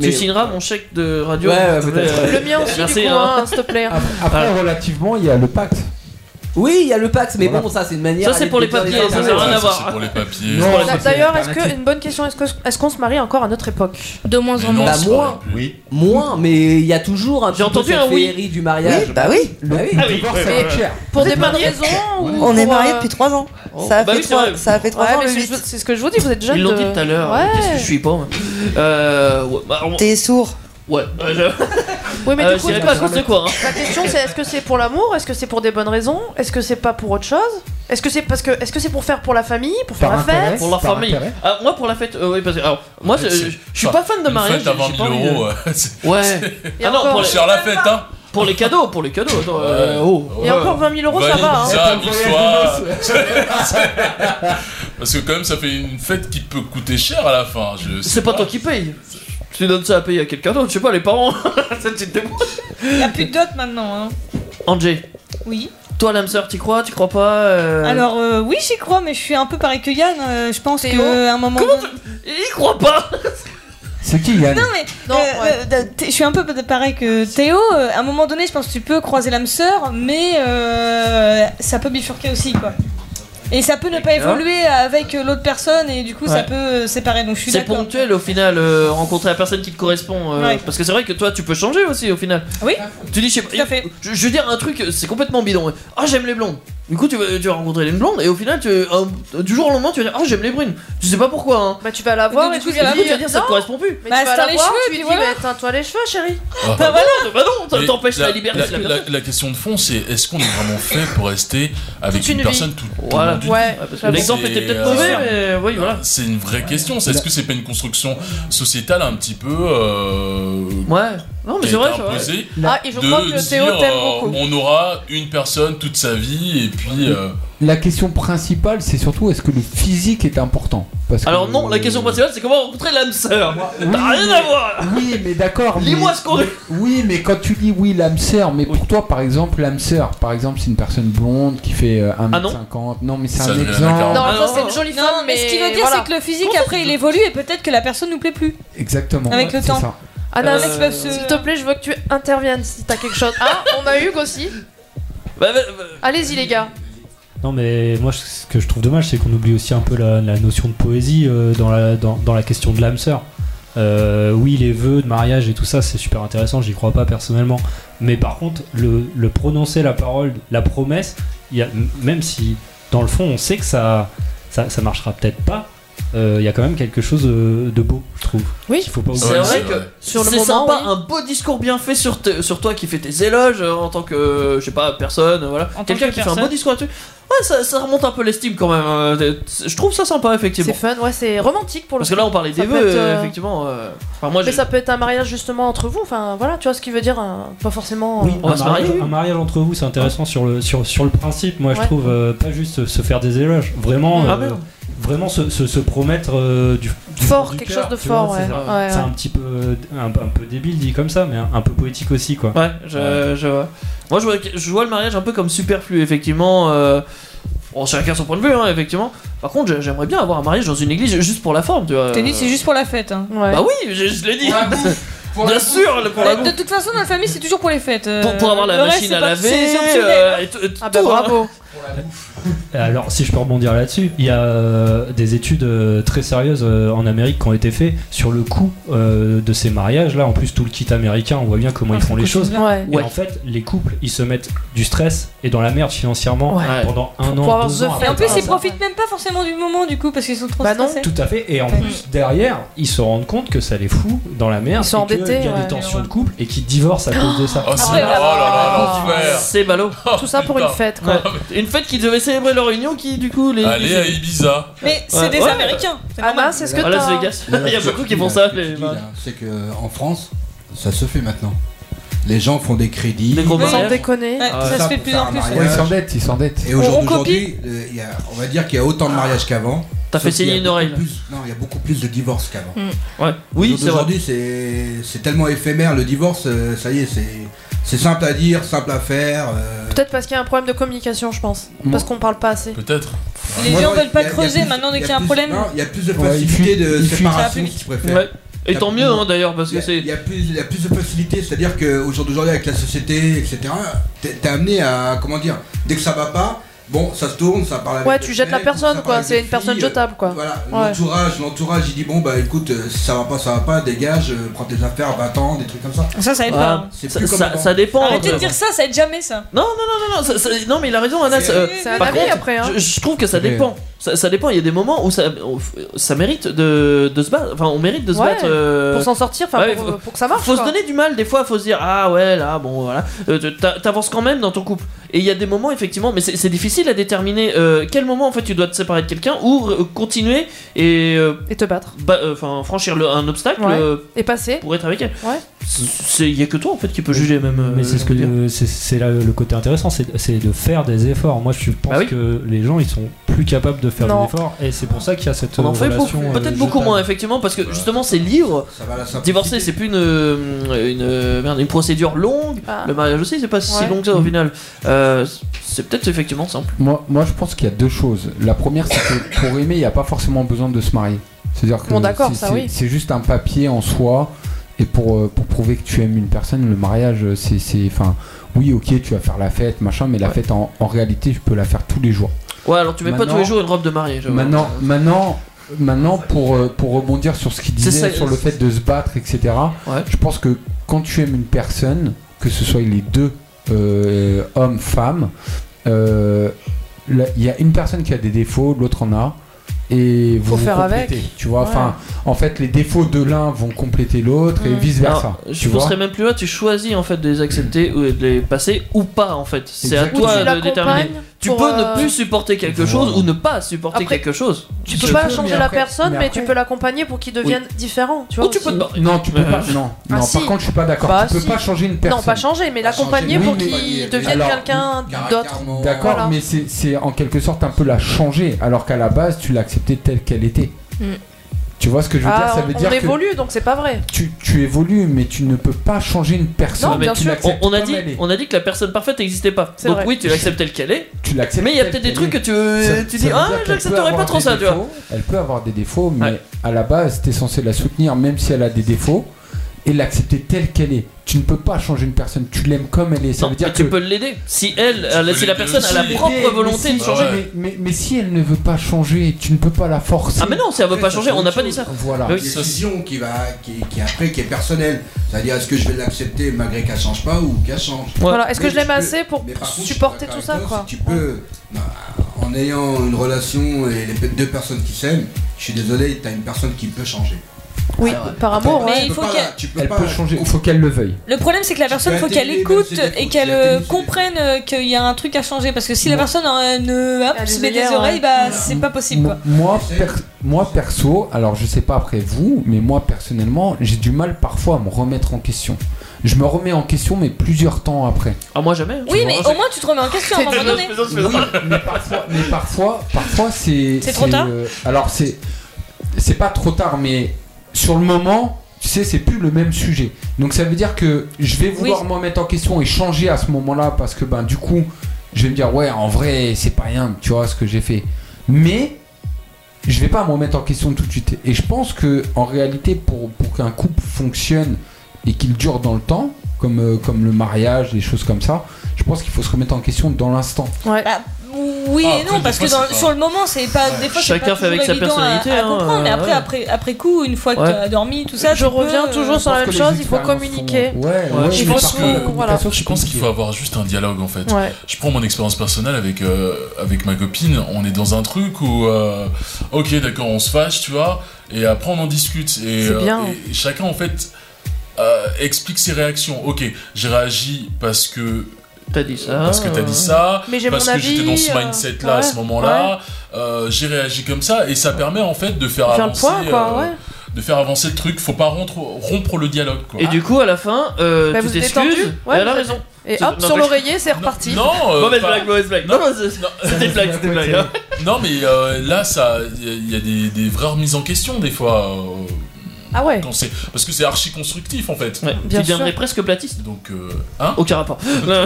Tu signeras mon chèque de radio. hein,
Ouais, Ah. ouais,
s'il te plaît.
peut-être. Le mien
aussi, du
Merci,
coup,
hein.
hein, s'il te plaît.
Après, relativement, il y a le pacte.
Oui, il y a le Pax, mais bon, ça c'est une manière.
Ça, c'est pour les papiers, ça, ça n'a rien à voir. C'est pour
les papiers.
Non,
[laughs]
D'a- D'ailleurs, est-ce que une bonne question, est-ce que- est-ce qu'on se marie encore à notre époque
De moins
en moins. Bah, moins.
Oui.
Moins, mais il y a toujours un J'ai
entendu un
cette
oui.
féerie du mariage.
Oui, bah
oui.
Bah oui.
Ah oui,
Divorce,
ouais,
ça
ouais,
coûte
ouais.
cher. Oh.
Pour des bonnes raisons
Ah
ou
On est
pour,
mariés
euh,
depuis 3 ans. Ça a
bah
fait
oui, c'est
3
vrai.
ça a fait trois
Ouais,
ans
mais
le
c'est
8.
c'est ce que je vous dis, vous êtes jeune.
Ils l'ont
de-
dit tout à l'heure. hein.
Ouais.
Qu'est-ce que je suis pas moi euh, ouais, bah, on-
T'es sourd.
Ouais. bah, je- [laughs]
Oui, mais
Euh,
du coup,
je dirais pas à cause de quoi. hein.
La question c'est est-ce que c'est pour l'amour Est-ce que c'est pour des bonnes raisons Est-ce que c'est pas pour autre chose Est-ce que c'est parce que est-ce que c'est pour faire pour la famille, pour faire la fête
Pour la famille. Ah, moi, pour la fête. euh, oui, parce que. Alors, moi, je, je- je suis pas fan de mariage.
Fête à 20
j'ai pas
000
envie de-
euros.
Ouais. Ah non, pour les-
cher la fête, hein.
Pour les cadeaux, pour les cadeaux. attends, euh, oh.
Et encore 20 000 euros, ça
Valide
va.
ça,
hein.
[laughs] mille-soirs. Parce que quand même, ça fait une fête qui peut coûter cher à la fin. Je sais
C'est pas toi qui paye. Tu donnes ça à payer à quelqu'un d'autre, je sais pas, les parents. [laughs] ça, tu te débrouilles.
Il n'y a plus de dot maintenant. Hein.
Angé,
Oui.
toi, l'âme sœur, t'y crois, tu crois pas euh,
Alors, euh, oui, j'y crois, mais je suis un peu pareil que Yann. euh, je pense qu'à un moment. Comment
Il croit pas
C'est qui Yann
Non, mais euh, euh, t'es- je suis un peu pareil que Théo. euh, À un moment donné, je pense que tu peux croiser l'âme sœur, mais euh, ça peut bifurquer aussi, quoi. Et ça peut ne pas
D'accord.
évoluer avec euh, l'autre personne, et du coup, ça
Ouais.
peut euh, séparer. Donc, je suis
C'est
d'accord.
ponctuel au final, euh, rencontrer la personne qui te correspond. euh,
Ouais.
Parce que c'est vrai que toi, tu peux changer aussi au final.
Oui.
Tu dis, je sais pas, Je, je veux dire un truc, c'est complètement bidon. hein. Ah, j'aime les blondes. Du coup, tu vas, tu vas rencontrer les blondes et au final, tu, un- du jour au lendemain, tu vas dire, ah, j'aime les brunes. Tu sais pas pourquoi. Hein.
Bah, tu vas la voir
du
et
coup,
tu
du
vas
coup,
lui
tu vas
dire,
dire, ça
non,
te correspond plus.
Mais
Bah,
tu vas
c'est
la
les
voir,
cheveux,
tu lui dis
puis voilà.
bah, teins-toi les cheveux, chérie.
Ah.
Bah voilà, bah non,
Mais
t- t'empêches la
la,
liberté. de la
la-
personne.
la question de fond, c'est est-ce qu'on est vraiment fait pour rester avec
Toute
une,
une vie.
personne toute toute
Voilà.
une vie
Ouais, parce que l'exemple
C'est,
était peut-être
euh,
mauvais, mais oui, voilà.
C'est une vraie question. c'est- Est-ce que c'est pas une construction sociétale un petit peu. euh,
Ouais. Non, mais
qui
c'est
a
vrai,
été
c'est vrai.
imposée
Ah, et je
de
crois que Théo
dire,
t'aime
euh,
beaucoup.
On aura une personne toute sa vie et puis. euh,
La question principale, c'est surtout est-ce que le physique est important Parce que-
Alors non, la question principale, c'est comment rencontrer l'âme sœur. T'as rien à voir.
Oui, mais d'accord. mais-
Lis-moi ce qu'on
mais- Oui, mais quand tu dis oui, l'âme sœur, mais pour toi, par exemple, l'âme sœur, par exemple, c'est une personne blonde qui fait euh, 1m50. non, mais c'est
Ça
un
donne un
exemple.
Non, ça, c'est une jolie
Non,
femme,
mais ce qui veut dire,
voilà.
c'est que le physique, après, il évolue, et peut-être que la personne nous plaît plus.
Exactement.
Avec le
C'est
temps.
ça.
Anna,
Euh,
s'il te- s'il te plaît, je veux que tu interviennes si t'as quelque chose. Ah, on a Hugues aussi.
Bah, bah, bah,
Allez-y, les gars.
Non, mais moi, ce que je trouve dommage, c'est qu'on oublie aussi un peu la, la notion de poésie euh, dans, la, dans, dans la question de l'âme sœur. Euh, oui, les vœux de mariage et tout ça, c'est super intéressant, j'y crois pas personnellement. Mais par contre, le, le prononcer la parole, la promesse, il y a, même si dans le fond, on sait que ça, ça, ça marchera peut-être pas, euh, il y a quand même quelque chose euh, de beau, je trouve.
Oui,
faut pas
C'est
oublier.
vrai que
Sur le
euh, c'est
moment,
sympa,
oui.
un beau discours bien fait sur, te- sur toi qui fait tes éloges euh, en tant que, euh, je sais pas, personne, euh, voilà.
tant
Quelqu'un
que
qui fait un
personne.
beau discours là-dessus. Ouais, ça, ça remonte un peu l'estime quand même. euh, t'es- t- je trouve ça sympa, effectivement.
C'est fun, ouais, c'est romantique pour le
Parce que
coup.
là, on parlait
Ça
des
peut
vœux,
être,
euh,
euh,
effectivement. euh, Enfin, moi,
mais
j'ai-
ça peut être un mariage justement entre vous, enfin voilà, tu vois ce qui veut dire, un- pas forcément.
Oui,
euh,
un, mariage, un mariage entre vous, c'est intéressant sur le, sur, sur le principe. Moi,
Ouais.
je trouve euh, pas juste se- se faire des éloges, vraiment,
Ah,
euh,
merde.
vraiment se, se- se promettre euh, du, du
Fort,
fond du
quelque
cœur,
chose de
tu vois,
fort,
c'est
ouais.
ça.
Ouais,
C'est
ouais.
un petit peu, un, peu- un peu débile dit comme ça, mais un, un peu poétique aussi, quoi.
Ouais, je, je vois. Moi, je vois, je vois le mariage un peu comme superflu, effectivement. euh, Bon, chacun son point de vue, hein, effectivement. Par contre, j'ai- j'aimerais bien avoir un mariage dans une église juste pour la forme, tu vois.
Je t'ai dit, c'est juste pour la fête. hein.
Euh. Bah oui, [laughs] je, je l'ai dit. [laughs] bien sûr, le pour la
De toute façon, dans la famille, c'est toujours pour les fêtes. euh,
Pour, pour avoir la
le reste,
machine
c'est
à
pas-
laver,
c'est- c'est optionnel.
euh, et tout- et
Ah bah
tout, hein.
bravo.
Et Alors, si je peux rebondir là-dessus, il y a euh, des études euh, très sérieuses euh, en Amérique qui ont été faites sur le coût euh, de ces mariages-là. En plus, tout le kit américain, on voit bien comment ils font les choses.
Ouais.
Et en fait, les couples, ils se mettent du stress et dans la merde financièrement
Ouais.
pendant un an,
Pour avoir
deux
the
ans.
fun.
après.
Et en plus, ils
Ah,
profitent même pas forcément du moment, du coup, parce qu'ils sont trop
Bah non.
stressés.
Tout à fait. Et en plus, derrière, ils se rendent compte que ça les fout dans la merde.
Ils sont
et que
embêtés,
Il y a
ouais.
des tensions de couple et qu'ils divorcent à cause de ça.
Oh, c'est- oh là là, l'enfer.
Ah, C'est
[laughs]
ballot.
Oh,
Tout ça pour une fête, quoi.
Ouais. Une fête qui devait célébrer leur union qui, du coup, les.
Allez à Ibiza.
Mais c'est
Ouais.
des
Ouais.
Américains. c'est normal.
Anna, c'est ce que
À Las
t'as.
Vegas. Il y a beaucoup qui font ça. mais-
C'est que euh, en France, ça se fait maintenant. Les gens font des crédits.
Des gros
Sans
mariages.
déconner.
Ouais,
Ah,
ça se
ça,
fait de plus
pour faire
en
un
plus.
mariage.
Ouais, ils s'endettent, ils s'endettent.
Et
On- on
aujourd'hui,
copie.
euh, il y a- on va dire qu'il y a autant de mariages qu'avant.
Ah, T'as
sauf
fait saigner
qu'il y a
une oreille.
beaucoup plus- Non, il y a beaucoup plus de divorces qu'avant.
Mm.
Ouais. Oui, c'est vrai.
Aujourd'hui, c'est c'est tellement éphémère le divorce. euh, Ça y est, c'est c'est simple à dire, simple à faire. euh,
Peut-être parce qu'il y a un problème de communication, je pense. Parce qu'on parle pas assez.
Peut-être.
Les
Moi,
gens
moi,
veulent
y
pas
a- y a
creuser
plus-
maintenant dès
y a
qu'il y a un
plus-
problème.
non, Il y a plus de
Ouais, il
facilité
fuit,
de
il fuit.
séparation, si tu préfères.
Ouais. Et tant mieux, hein, d'ailleurs, parce que c'est.
Il y, a plus- il y a plus de possibilités, c'est-à-dire qu'au jour d'aujourd'hui, avec la société, etc., t'es t'es amené à. Comment dire Dès que ça va pas, bon, ça se tourne, ça parle avec.
Ouais,
des
tu jettes la
mecs, ça
personne,
parle
quoi.
avec
C'est
des
une personne
filles, euh,
jetable, quoi.
Voilà,
Ouais.
l'entourage, l'entourage, il dit bon, bah écoute, euh, si ça va pas, ça va pas, dégage, euh, prends tes affaires, va-t'en, des trucs comme ça.
Ça, ça aide
Ouais,
pas, hein.
c'est
Ah, Ça-
plus comme
ça-
avant.
ça dépend.
Arrêtez
euh.
de dire ça, ça aide jamais ça.
Non, non, non, non, ça- ça- Euh, non, mais il a raison, Anas.
C'est-
euh,
c'est un
par
avis
contre,
après, hein.
je, je trouve que ça
Mais-
dépend. Ça, ça dépend. Il y a des moments où ça, où ça mérite de, de se battre. Enfin, on mérite de se
Ouais,
battre. euh,
pour s'en sortir, enfin,
ouais,
pour,
faut-
pour que ça marche.
Faut se
quoi.
donner du mal, des fois, faut se dire Ah ouais, là, bon, voilà. Euh, t- t'a- T'avances quand même dans ton couple. Et il y a des moments, effectivement, mais c'est c'est difficile à déterminer euh, quel moment, en fait, tu dois te séparer de quelqu'un ou euh, continuer et. euh,
te battre.
Enfin, franchir le- un obstacle.
Ouais.
euh,
Et passer.
Pour être avec elle.
Ouais.
C'est- Il y a que toi, en fait, qui peut juger, même. euh,
Mais c'est ce que c'est- c'est là le côté intéressant, c'est c'est de faire des efforts. Moi, je
Bah
pense que les gens, ils sont plus capables de faire
Non.
des efforts, et c'est pour ça qu'il y a cette
On en fait
relation.
beaucoup-
euh,
peut-être beaucoup
jetable.
moins effectivement parce que justement c'est libre. Divorcer c'est plus une, euh, une, euh, merde, une procédure longue.
Ah.
Le mariage aussi c'est pas si
Ouais.
long que ça au final. Euh, c'est peut-être effectivement simple.
Moi, moi, je pense qu'il y a deux choses. La première, c'est que pour aimer, il n'y a pas forcément besoin de se marier. C'est-à-dire que
Bon, d'accord,
c'est-
ça,
c'est
oui.
c'est juste un papier en soi. Et pour, euh, pour prouver que tu aimes une personne, le mariage, euh, c'est. c'est- Enfin, oui, ok, tu vas faire la fête, machin, mais la fête, en, en réalité, je peux la faire tous les jours.
Ouais alors tu mets pas
Maintenant-
tous les jours une robe de mariée. je-
Maintenant, maintenant, maintenant pour, euh, pour rebondir sur ce qu'il
C'est
disait,
ça,
sur le
c'est-
fait de se battre, etc., je pense que quand tu aimes une personne, que ce soit les deux euh, hommes, femmes, euh, là, il y a une personne qui a des défauts, l'autre en a. Et vous
Faut
vous
faire
complétez,
avec.
Tu vois,
Ouais.
enfin, en fait, les défauts de l'un vont compléter
Hmm.
l'autre et vice versa.
Alors, je
tu vois
penserais même plus loin, tu choisis en fait de les accepter ou de les passer ou pas en fait. C'est à
Exactement. Ou
toi
tu
de déterminer.
l'accompagnes
Tu
pour,
peux
euh,
ne plus supporter quelque chose ou ne pas supporter quelque chose.
Tu peux pas changer la personne, mais, tu peux l'accompagner pour qu'il devienne différent. Tu vois,
tu peux te-
Non, tu peux
Euh,
pas. Non,
Ah,
non,
si.
par contre, je suis pas d'accord.
Bah,
tu peux
si.
pas changer une personne.
Non, pas changer, mais l'accompagner
Oui,
pour
mais-
qu'il devienne
Alors,
quelqu'un d'autre.
D'accord,
Voilà.
mais c'est c'est en quelque sorte un peu la changer, alors qu'à la base, tu l'acceptais telle qu'elle était.
Mm.
Tu vois ce que je veux
Ah,
dire Ça
on-
veut
on
dire que
évolue, donc c'est pas vrai.
tu, tu évolues, mais tu ne peux pas changer une personne.
Non, mais
Tu
on,
l'acceptes
on a
comme
dit,
elle est.
on a dit que la personne parfaite n'existait pas.
C'est
Donc
vrai.
oui, tu l'acceptes telle qu'elle est.
Tu l'acceptes
Mais il y a
telle
peut-être des trucs
qu'elle
que
est.
tu,
Ça-
tu
ça
dis
veut
ah
dire qu'elle peut
j'accepterai pas
avoir
trop
des
ça, tu vois.
défauts, Elle peut avoir des défauts, mais à la base, t'es censé la soutenir, même si elle a des défauts, et l'accepter telle qu'elle est. Tu ne peux pas changer une personne, tu l'aimes comme elle est. Ça veut dire
Mais tu
que
peux l'aider. Si elle, elle- si la personne a la
aussi.
propre
Mais-
volonté
mais
de
si-
changer.
Mais, mais- mais si elle ne veut pas changer, tu ne peux pas la forcer.
Ah mais non, si elle veut pas changer, on n'a pas dit ça.
Voilà.
Oui.
Une décision qui va, qui, qui après, qui est personnelle. C'est-à-dire, est-ce que je vais l'accepter malgré qu'elle change pas ou qu'elle change
Voilà, est-ce que
Mais
je l'aime
tu peux-
assez pour
mais par contre, je suis
supporter
d'accord
tout
avec
ça,
toi,
quoi
si tu peux, bah, en ayant une relation et les deux personnes qui s'aiment, je suis désolé, t'as une personne qui peut changer.
Oui,
Ah
par
Attends,
amour, ouais.
tu peux
Mais il faut
pas-
qu'elle-
tu peux
Elle
pas-
peut changer, il faut qu'elle le veuille.
Le problème, c'est que la personne,
peux
faut qu'elle
atténuer, même
écoute
si des fois,
et
tu
qu'elle
peux
euh,
atténuer,
comprenne euh, qu'il y a un truc à changer. Parce que si la
Moi-
personne euh, ne hop,
Elle a des
se met des
oreilles, hein.
oreilles,
ouais.
bah c'est pas possible quoi.
Moi, per- moi perso, alors je sais pas après vous, mais moi personnellement, j'ai du mal parfois à me remettre en question. Je me remets en question, mais plusieurs temps après.
Ah moi jamais. hein.
Oui,
Tu
mais
vois,
au moins tu te remets en question à un moment donné.
Mais parfois, parfois c'est.
C'est trop tard
euh, Alors c'est, c'est pas trop tard, mais sur le moment, tu sais, c'est plus le même sujet. Donc ça veut dire que je vais vouloir
Oui.
me mettre en question et changer à ce moment-là parce que ben du coup, je vais me dire ouais, en vrai, c'est pas rien, tu vois ce que j'ai fait. Mais je vais pas me remettre en question tout de suite. Et je pense que en réalité, pour, pour qu'un couple fonctionne et qu'il dure dans le temps, comme, euh, comme le mariage, des choses comme ça, je pense qu'il faut se remettre en question dans l'instant.
Bah, oui
Ah,
et
après,
non, parce
des
que
fois,
dans-
c'est pas-
sur le moment, c'est pas. Des fois, c'est
Chacun
pas
fait avec
toujours
sa
évident à-
personnalité,
à,
hein,
comprendre. mais
euh,
après,
ouais.
après, après coup, une fois que
Ouais.
tu as dormi, tout ça,
Je reviens toujours sur la même chose, il faut communiquer. il faut se- voilà.
je pense qu'il faut avoir juste un dialogue en fait.
Ouais.
Je prends mon expérience personnelle avec, euh, avec ma copine, on est dans un truc où, euh, ok d'accord, on se fâche, tu vois, et après on en discute. Et, euh,
C'est bien.
et chacun en fait euh, explique ses réactions. Ok, j'ai réagi parce que...
T'as dit ça.
Parce que t'as
euh.
dit ça,
Mais j'ai
parce
mon
que j'étais dans ce
avis, euh,
mindset là à
ouais,
ce moment-là,
ouais.
euh, j'ai réagi comme ça et ça permet en fait de faire,
Faire le
avancer
point,
euh,
quoi, ouais.
de faire avancer le truc, faut pas rompre, rompre le dialogue quoi.
Et du coup à la fin, euh,
Bah,
tu
vous êtes tendu
t'excuses.
Ouais,
et elle a
vous êtes-
raison.
Et
C'est-
hop,
non,
sur
mais-
l'oreiller, c'est reparti.
[laughs]
Non, euh,
mauvaise
pas-
blague, mauvaise blague. Non, non, c'est- c'était une blague,
[laughs]
c'était une blague. hein.
Non, mais euh, là, ça, il y a- il y a des, des vraies remises en question des fois. euh,
Ah ouais
Quand c'est- Parce que c'est archi constructif en fait.
bien
tu deviendrais sûr.
presque platiste. Donc, euh, hein
Aucun rapport. [laughs]
moi,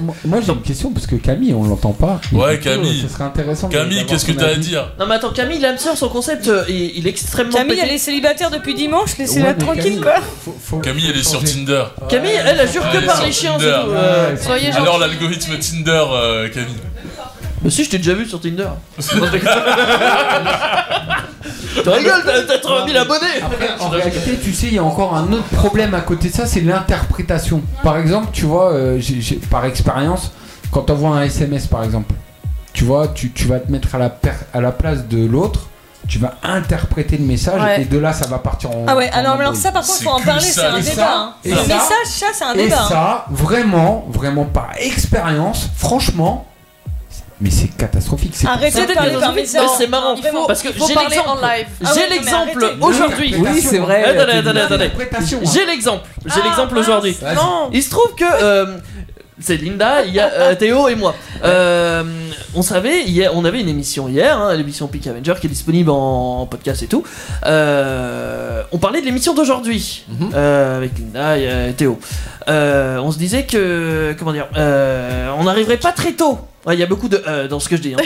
moi- moi, j'ai une question parce que Camille, on l'entend pas.
Ouais,
Du coup, euh,
Camille.
Ça serait intéressant. de-
Camille,
d'avoir
qu'est-ce que
ton
t'as à
avis.
dire
Non mais attends, Camille Lamseur, son concept, euh, il, il est extrêmement
Camille,
pété.
elle est célibataire depuis dimanche, laissez-la
Ouais, mais
tranquille
Camille-
quoi.
Camille, elle est sur Tinder.
Camille, elle, elle jure que
est
par
sur
les chiens,
Tinder.
c'est tout, euh, Ouais, soyez
Alors
gentils.
l'algorithme Tinder, euh, Camille.
Mais si, je t'ai déjà vu sur
[laughs]
Tinder. Tu rigoles, t'as- t'as 30 000 abonnés
[laughs]
Après, en réalité, tu sais, il y a encore un autre problème à côté de ça, c'est l'interprétation. Par exemple, tu vois, euh, j'ai- j'ai- par expérience, quand t'envoies un SMS, par exemple, tu vois, tu, tu vas te mettre à la, per- à la place de l'autre, tu vas interpréter le message,
Ouais.
et de là, ça va partir en.
Ah ouais, alors,
en
alors ça par contre, faut en parler, c'est un
Et
débat.
ça,
hein.
et
Le
ça,
message, ça, c'est un
Et
débat. hein.
ça, vraiment, vraiment par expérience, franchement, mais c'est catastrophique. c'est-
Arrêtez
c'est-
de parler par message.
Mais c'est marrant,
Non, il faut-
parce que
il faut
j'ai
parler
l'exemple.
en live.
J'ai
Ah ouais, non, mais
l'exemple
arrêtez.
aujourd'hui.
Oui, c'est vrai,
Attendez,
c'est
attendez,
une
attendez.
interprétation, hein.
J'ai l'exemple. J'ai
Ah,
l'exemple aujourd'hui.
Vas-y. Non.
Il se trouve que euh, c'est Linda, il y a euh, Théo et moi. Euh, on savait, hier, on avait une émission hier, hein, l'émission Peak Avenger qui est disponible en podcast et tout. Euh, on parlait de l'émission d'aujourd'hui euh, avec Linda et euh, Théo. Euh, on se disait que, comment dire, euh, on n'arriverait pas très tôt. Ouais, Il y a beaucoup de euh, dans ce que je dis. hein.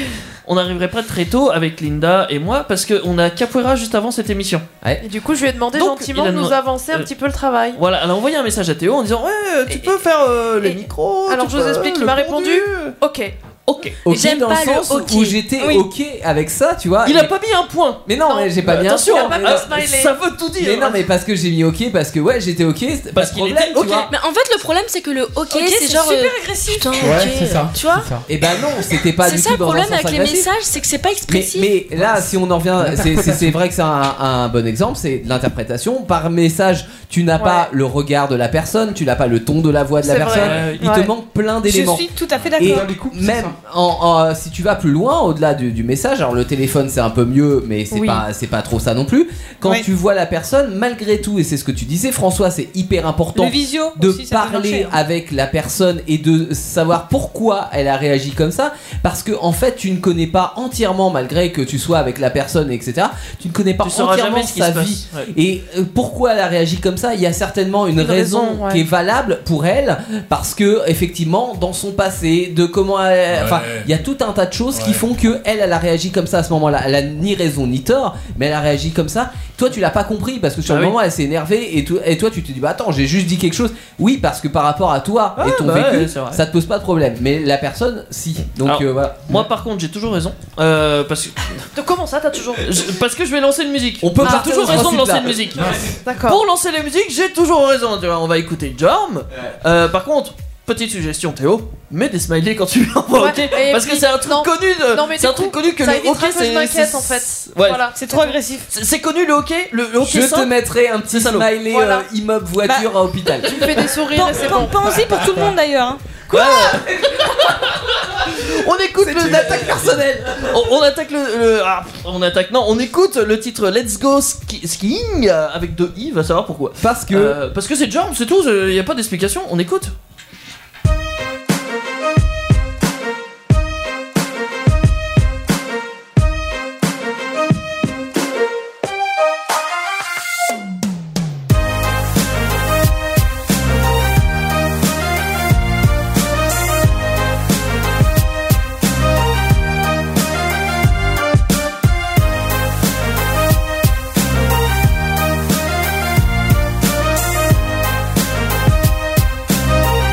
On n'arriverait pas très tôt avec Linda et moi parce qu'on a Capoeira juste avant cette émission.
Et du coup, je lui ai demandé
Donc,
gentiment
il a
de nous
demandé-
avancer un
euh,
petit peu le travail.
Voilà, elle a envoyé un message à Théo en disant Ouais, euh, tu peux faire euh, les micros.
Alors,
tu
je vous
peux,
explique,
le
il m'a
contenu.
répondu Ok.
Ok.
Ok,
J'aime
dans
pas
le
le
sens
ok.
où j'étais
Oui.
ok avec ça, tu vois.
Il
et-
a pas mis un point.
Mais non, mais j'ai pas
mais
bien
attention,
sûr.
il a
mais
pas
non.
mis un smiley. Ça veut tout dire.
Mais non, mais parce que j'ai mis ok, parce que ouais, j'étais ok, c'est pas de
qu'il
problème,
était
tu
ok.
vois.
Mais en fait, le problème, c'est que le ok, c'est
c'est
genre.
super
agressif.
Ouais, c'est ça,
Tu vois
Et bah non, c'était pas
C'est
du
ça
tout
le
dans un
problème
sens
avec les
agressif.
messages, c'est que c'est pas
Mais,
expressif.
mais là, si on en
[laughs]
revient, c'est- c'est c'est vrai que c'est un, un bon exemple, c'est l'interprétation. Par message, tu n'as pas le regard de la personne, tu n'as pas le ton de la voix de la
C'est vrai.
personne. Il
Ouais.
te manque plein d'éléments.
Je suis tout à fait
Et
d'accord.
même en- en- si tu vas plus loin, au-delà du, du message, alors le téléphone c'est un peu mieux, mais c'est
Oui.
pas c'est pas trop ça non plus. Quand
Ouais.
tu vois la personne, malgré tout, et c'est ce que tu disais, François, c'est hyper important
Le visio
de
aussi, ça peut
parler
marcher, hein.
avec la personne et de savoir pourquoi elle a réagi comme ça, parce que en fait tu ne connais pas entièrement, malgré que tu sois avec la personne, etc. Tu ne connais pas
Tu sauras
entièrement
jamais ce qui
sa
se passe,
vie
ouais.
et euh, pourquoi elle a réagi comme ça. Il y a certainement une,
Une
raison,
raison, ouais.
qui est valable pour elle, parce que effectivement dans son passé, de comment elle, enfin,
Ouais.
il y a tout un tas de choses qui font que elle, elle a réagi comme ça à ce moment-là. Elle a ni raison ni tort, mais elle a réagi comme ça. Toi, tu l'as pas compris parce que sur
Ah
le
oui.
moment, elle s'est énervée et, tout- et toi, tu te dis, bah attends, j'ai juste dit quelque chose. Oui, parce que par rapport à toi et ton
bah
vécu,
ouais, c'est vrai.
ça te pose pas de problème. Mais la personne, si. Donc
Alors,
euh, voilà.
Moi par contre j'ai toujours raison euh, parce que [laughs]
Donc, comment ça, t'as toujours.
je- parce que je vais lancer une musique.
On peut
J'ai
partir
toujours
de ce
raison de lancer
principe-là.
une musique.
D'accord.
Pour lancer la musique j'ai toujours raison. Tu vois, on va écouter Jorm. Euh, par contre petite suggestion Théo, mets des smileys quand tu [laughs] l'envoies.
Ouais,
ok
et
Parce que
puis-
c'est un truc
non.
connu. de-
Non, mais
c'est un
du coup,
truc connu que
ça
le
évitera
hockey
que je
c'est
m'inquiète,
c'est-
en fait.
Ouais.
Voilà,
C'est trop agressif.
C'est c'est connu le hockey, le, le hockey
Je te
simple.
mettrai un petit
C'est salaud.
smiley euh, immeuble
Bah,
voiture à hôpital.
Tu me fais des sourires et c'est bon.
Pensez pour tout le monde d'ailleurs. hein.
Quoi On écoute le- l'attaque personnelle. On, on attaque le, le- ah, on attaque non, on écoute le titre Let's Go Ski- Skiing euh, avec deux i, va savoir pourquoi. Euh,
Parce que
parce que c'est Jorm, c'est tout, il y a pas d'explication, on écoute.
Thank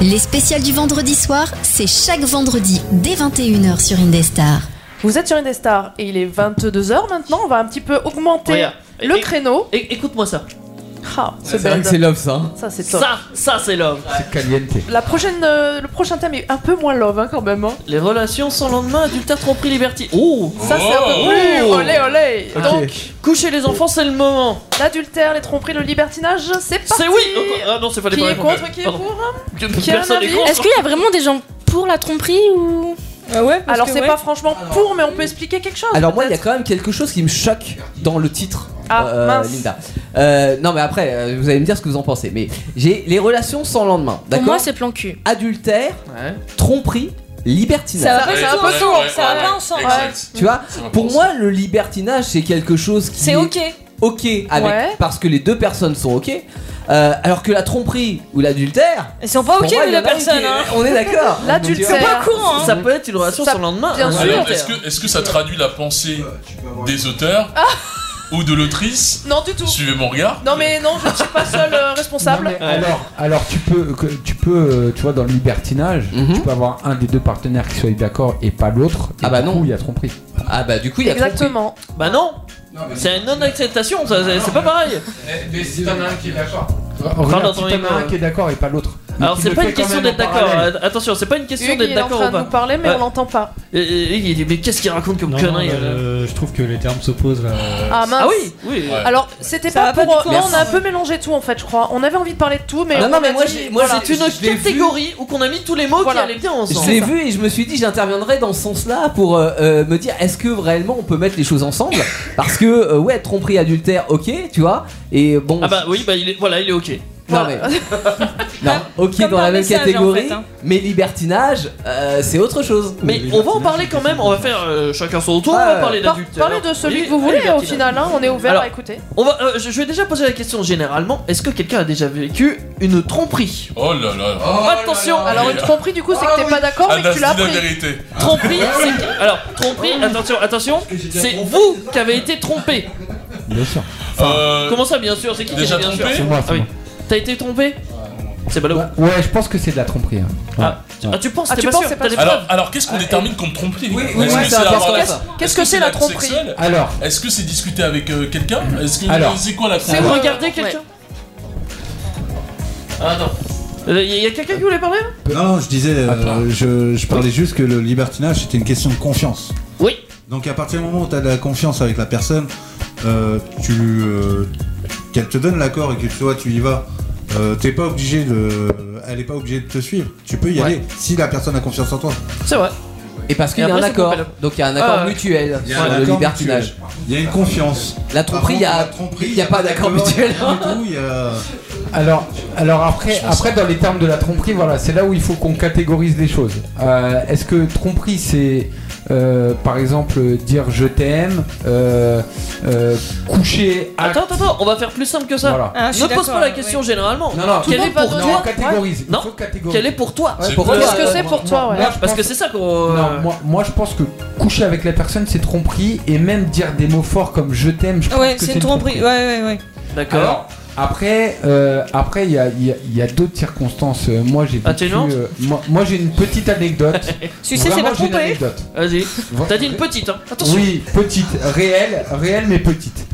Les spéciales du vendredi soir, c'est chaque vendredi dès 21h sur Indestar.
Vous êtes sur Indestar et il est 22h maintenant. On va un petit peu augmenter
Regarde.
le créneau.
Écoute-moi ça.
Ah,
C'est
c'est
vrai
belle.
que c'est love ça. hein.
Ça, c'est top.
Ça, ça c'est l'homme.
C'est caliente.
La prochaine, euh, le prochain thème est un peu moins love hein, quand même. hein.
Les relations sans lendemain, adultère, tromperie, liberté. Oh
Ça, c'est un peu plus olé olé.
Ok.
Donc,
coucher les enfants, c'est le moment.
L'adultère, les tromperies, le libertinage, c'est parti.
C'est oui Oh, Ah non, c'est fallait
Qui
pas
est
répondre.
contre, qui est
Pardon.
pour
Que-
Qui a un
Personne n'est
avis
contre.
Est-ce qu'il y a vraiment des gens pour la tromperie ou
ouais,
Alors,
que
c'est
ouais.
pas franchement pour, mais on peut expliquer quelque chose.
Alors moi, il y a quand même quelque chose qui me choque dans le titre.
Ah,
euh,
mince.
Linda. Euh, non mais après, euh, vous allez me dire ce que vous en pensez. Mais j'ai les relations sans lendemain.
Pour
D'accord.
moi, c'est plan cul.
adultère, tromperie, libertinage.
Ça va pas, c'est un peu
Ouais,
sourd,
ouais,
ça va
ouais,
pas
ouais.
ensemble.
Exact. Tu vois, pour moi, le libertinage, c'est quelque chose qui.
C'est
est
ok.
Ok, avec,
Ouais.
parce que les deux personnes sont ok. euh, alors que la tromperie ou l'adultère.
Ils sont pas
pour
ok,
moi,
les
il y en
deux
a un
personnes,
qui est-
hein.
On est d'accord.
L'adultère. Ils sont pas au courant, hein.
Ça peut être une relation
Ça-
sans lendemain.
bien
hein.
sûr.
Alors, est-ce que, est-ce que ça traduit la pensée des auteurs ou de l'autrice
Ah. Non, du tout.
Suivez mon regard.
Non, mais non, je ne suis pas seul euh, responsable.
Alors, alors tu peux, que- tu peux, euh, tu vois, dans le libertinage, tu peux avoir un des deux partenaires qui soit d'accord et pas l'autre. Ah bah non. il y a tromperie.
Ah bah du coup,
Exactement.
Bah non. C'est une non-acceptation, ça, c'est c'est pas pareil.
Mais si t'en as un qui est d'accord.
Pardon,
Regarde, si
attends,
t'en as un
il-
qui est d'accord et pas l'autre. mais
Alors
qui
c'est
le
pas
fait
une
quand
question
même en
d'être d'accord.
parallèle.
euh, Attention, c'est pas une question
Hugues,
d'être
il est en
d'accord Euh,
train
ou
de
pas.
nous parler, mais
Ouais.
on l'entend pas.
Et- et- il dit mais qu'est-ce qu'il raconte comme
Non, non,
connerie
mais,
euh
euh, je trouve que les termes s'opposent là.
Ah mince.
Ah oui, oui. Ouais.
Alors c'était
Ça
pas
va pas
pour.
du tout.
non, on a un
Merci.
peu mélangé tout en fait, je crois. On avait envie de parler de tout, mais.
Ah non,
on
non, mais
a
moi,
dit-
j'ai- moi,
voilà.
j'ai-
C'est
Je l'ai
une
vu.
catégorie où qu'on a mis tous les mots qui allaient bien ensemble.
Je l'ai vu et je me suis dit, j'interviendrai dans ce sens-là pour euh, euh, me dire, est-ce que réellement on peut mettre les choses ensemble Parce que, euh, ouais, tromperie, adultère, ok, tu vois, et bon.
Ah bah oui, bah il est, voilà, il est ok.
Non, mais. non, ok dans la même
message,
catégorie,
en fait, hein.
mais libertinage, euh, c'est autre chose.
Mais on va en parler quand même, on va faire euh, chacun son tour, on va parler
Par-
d'adultère.
Parlez de celui
Et-
que vous
et
voulez au
libertinage.
final, hein, on est ouvert
Alors,
à écouter.
On va, euh, je, je vais déjà poser la question généralement, est-ce que quelqu'un a déjà vécu une tromperie
Oh là là.
Attention Ah
Alors une tromperie du coup c'est que t'es pas d'accord mais que tu l'as
Anas dit la
appris.
vérité. Ah,
Tromperie, c'est... que- Alors, tromperie, attention, attention, c'est vous qui avez été trompé.
Bien sûr.
Euh,
Comment ça, bien sûr C'est qui qui
Déjà
a été bien sûr
trompé
C'est moi,
Ah
c'est
oui. T'as été trompé C'est ballot.
Ouais, je pense que c'est de la tromperie. hein. Ouais.
Ah, tu penses
Ah,
T'es
tu
pas
penses,
sûr
c'est pas
T'as des
sûr.
Alors,
preuves
alors qu'est-ce
Ah,
qu'on détermine comme tromperie
oui,
Est-ce
oui,
que
c'est
c'est
important.
avoir-
Qu'est-ce-
qu'est-ce
Est-ce
que c'est la
l'acte
tromperie
sexuel
Alors. Mm-hmm.
Est-ce que c'est discuter avec euh, quelqu'un Est-ce que
Alors.
c'est quoi la
C'est
tromperie
regarder quelqu'un Ah non. Il y a quelqu'un qui voulait parler là
Non, non, je disais, euh, je, je parlais juste que le libertinage c'était une question de confiance.
Oui.
Donc à partir du moment où tu as de la confiance avec la personne, euh, tu euh, qu'elle te donne l'accord et que toi tu y vas, euh, t'es pas obligé de, elle est pas obligée de te suivre. Tu peux y aller si la personne a confiance en toi.
C'est vrai.
Et parce qu'il
Et
y a un
après, c'est
accord,
coupé, là.
donc il y a un accord
Ah, ouais.
mutuel
Il y a un
sur le
accord
libertinage.
mutuel. Il y a une confiance.
La tromperie, il y a, il y a pas d'accord mutuel. [laughs]
Alors, alors après, après dans les termes de la tromperie, voilà, c'est là où il faut qu'on catégorise les choses. Euh, Est-ce que tromperie, c'est euh, par exemple dire je t'aime, euh, euh, coucher, acte-
Attends, attends, attends, on va faire plus simple que ça.
Ah. Voilà. Ah, je suis
ne pose
d'accord,
pas la question généralement.
Non, non,
Quelle est
tout le monde
pour
va
toi
donner- catégorise,
Non, quelle est pour toi
Ouais, C'est pour toi. Qu'est-ce que c'est pour
Euh,
toi, ouais.
Parce que c'est ça qu'on. euh,
Non, moi, moi je pense que coucher avec la personne c'est tromperie et même dire des mots forts comme je t'aime, je pense
Ouais,
que
c'est une tromperie. Ouais, ouais, ouais.
Alors, Après, euh, après il y a, il y a- il y a d'autres circonstances. Euh, Moi j'ai
Ah,
vécu,
t'es lente
euh, moi, moi, j'ai une petite anecdote.
Tu sais, c'est
Vraiment,
pas
j'ai une
trompé.
anecdote.
Vas-y. T'as dit une petite, hein. Attention.
Oui, petite, réelle, réelle mais petite.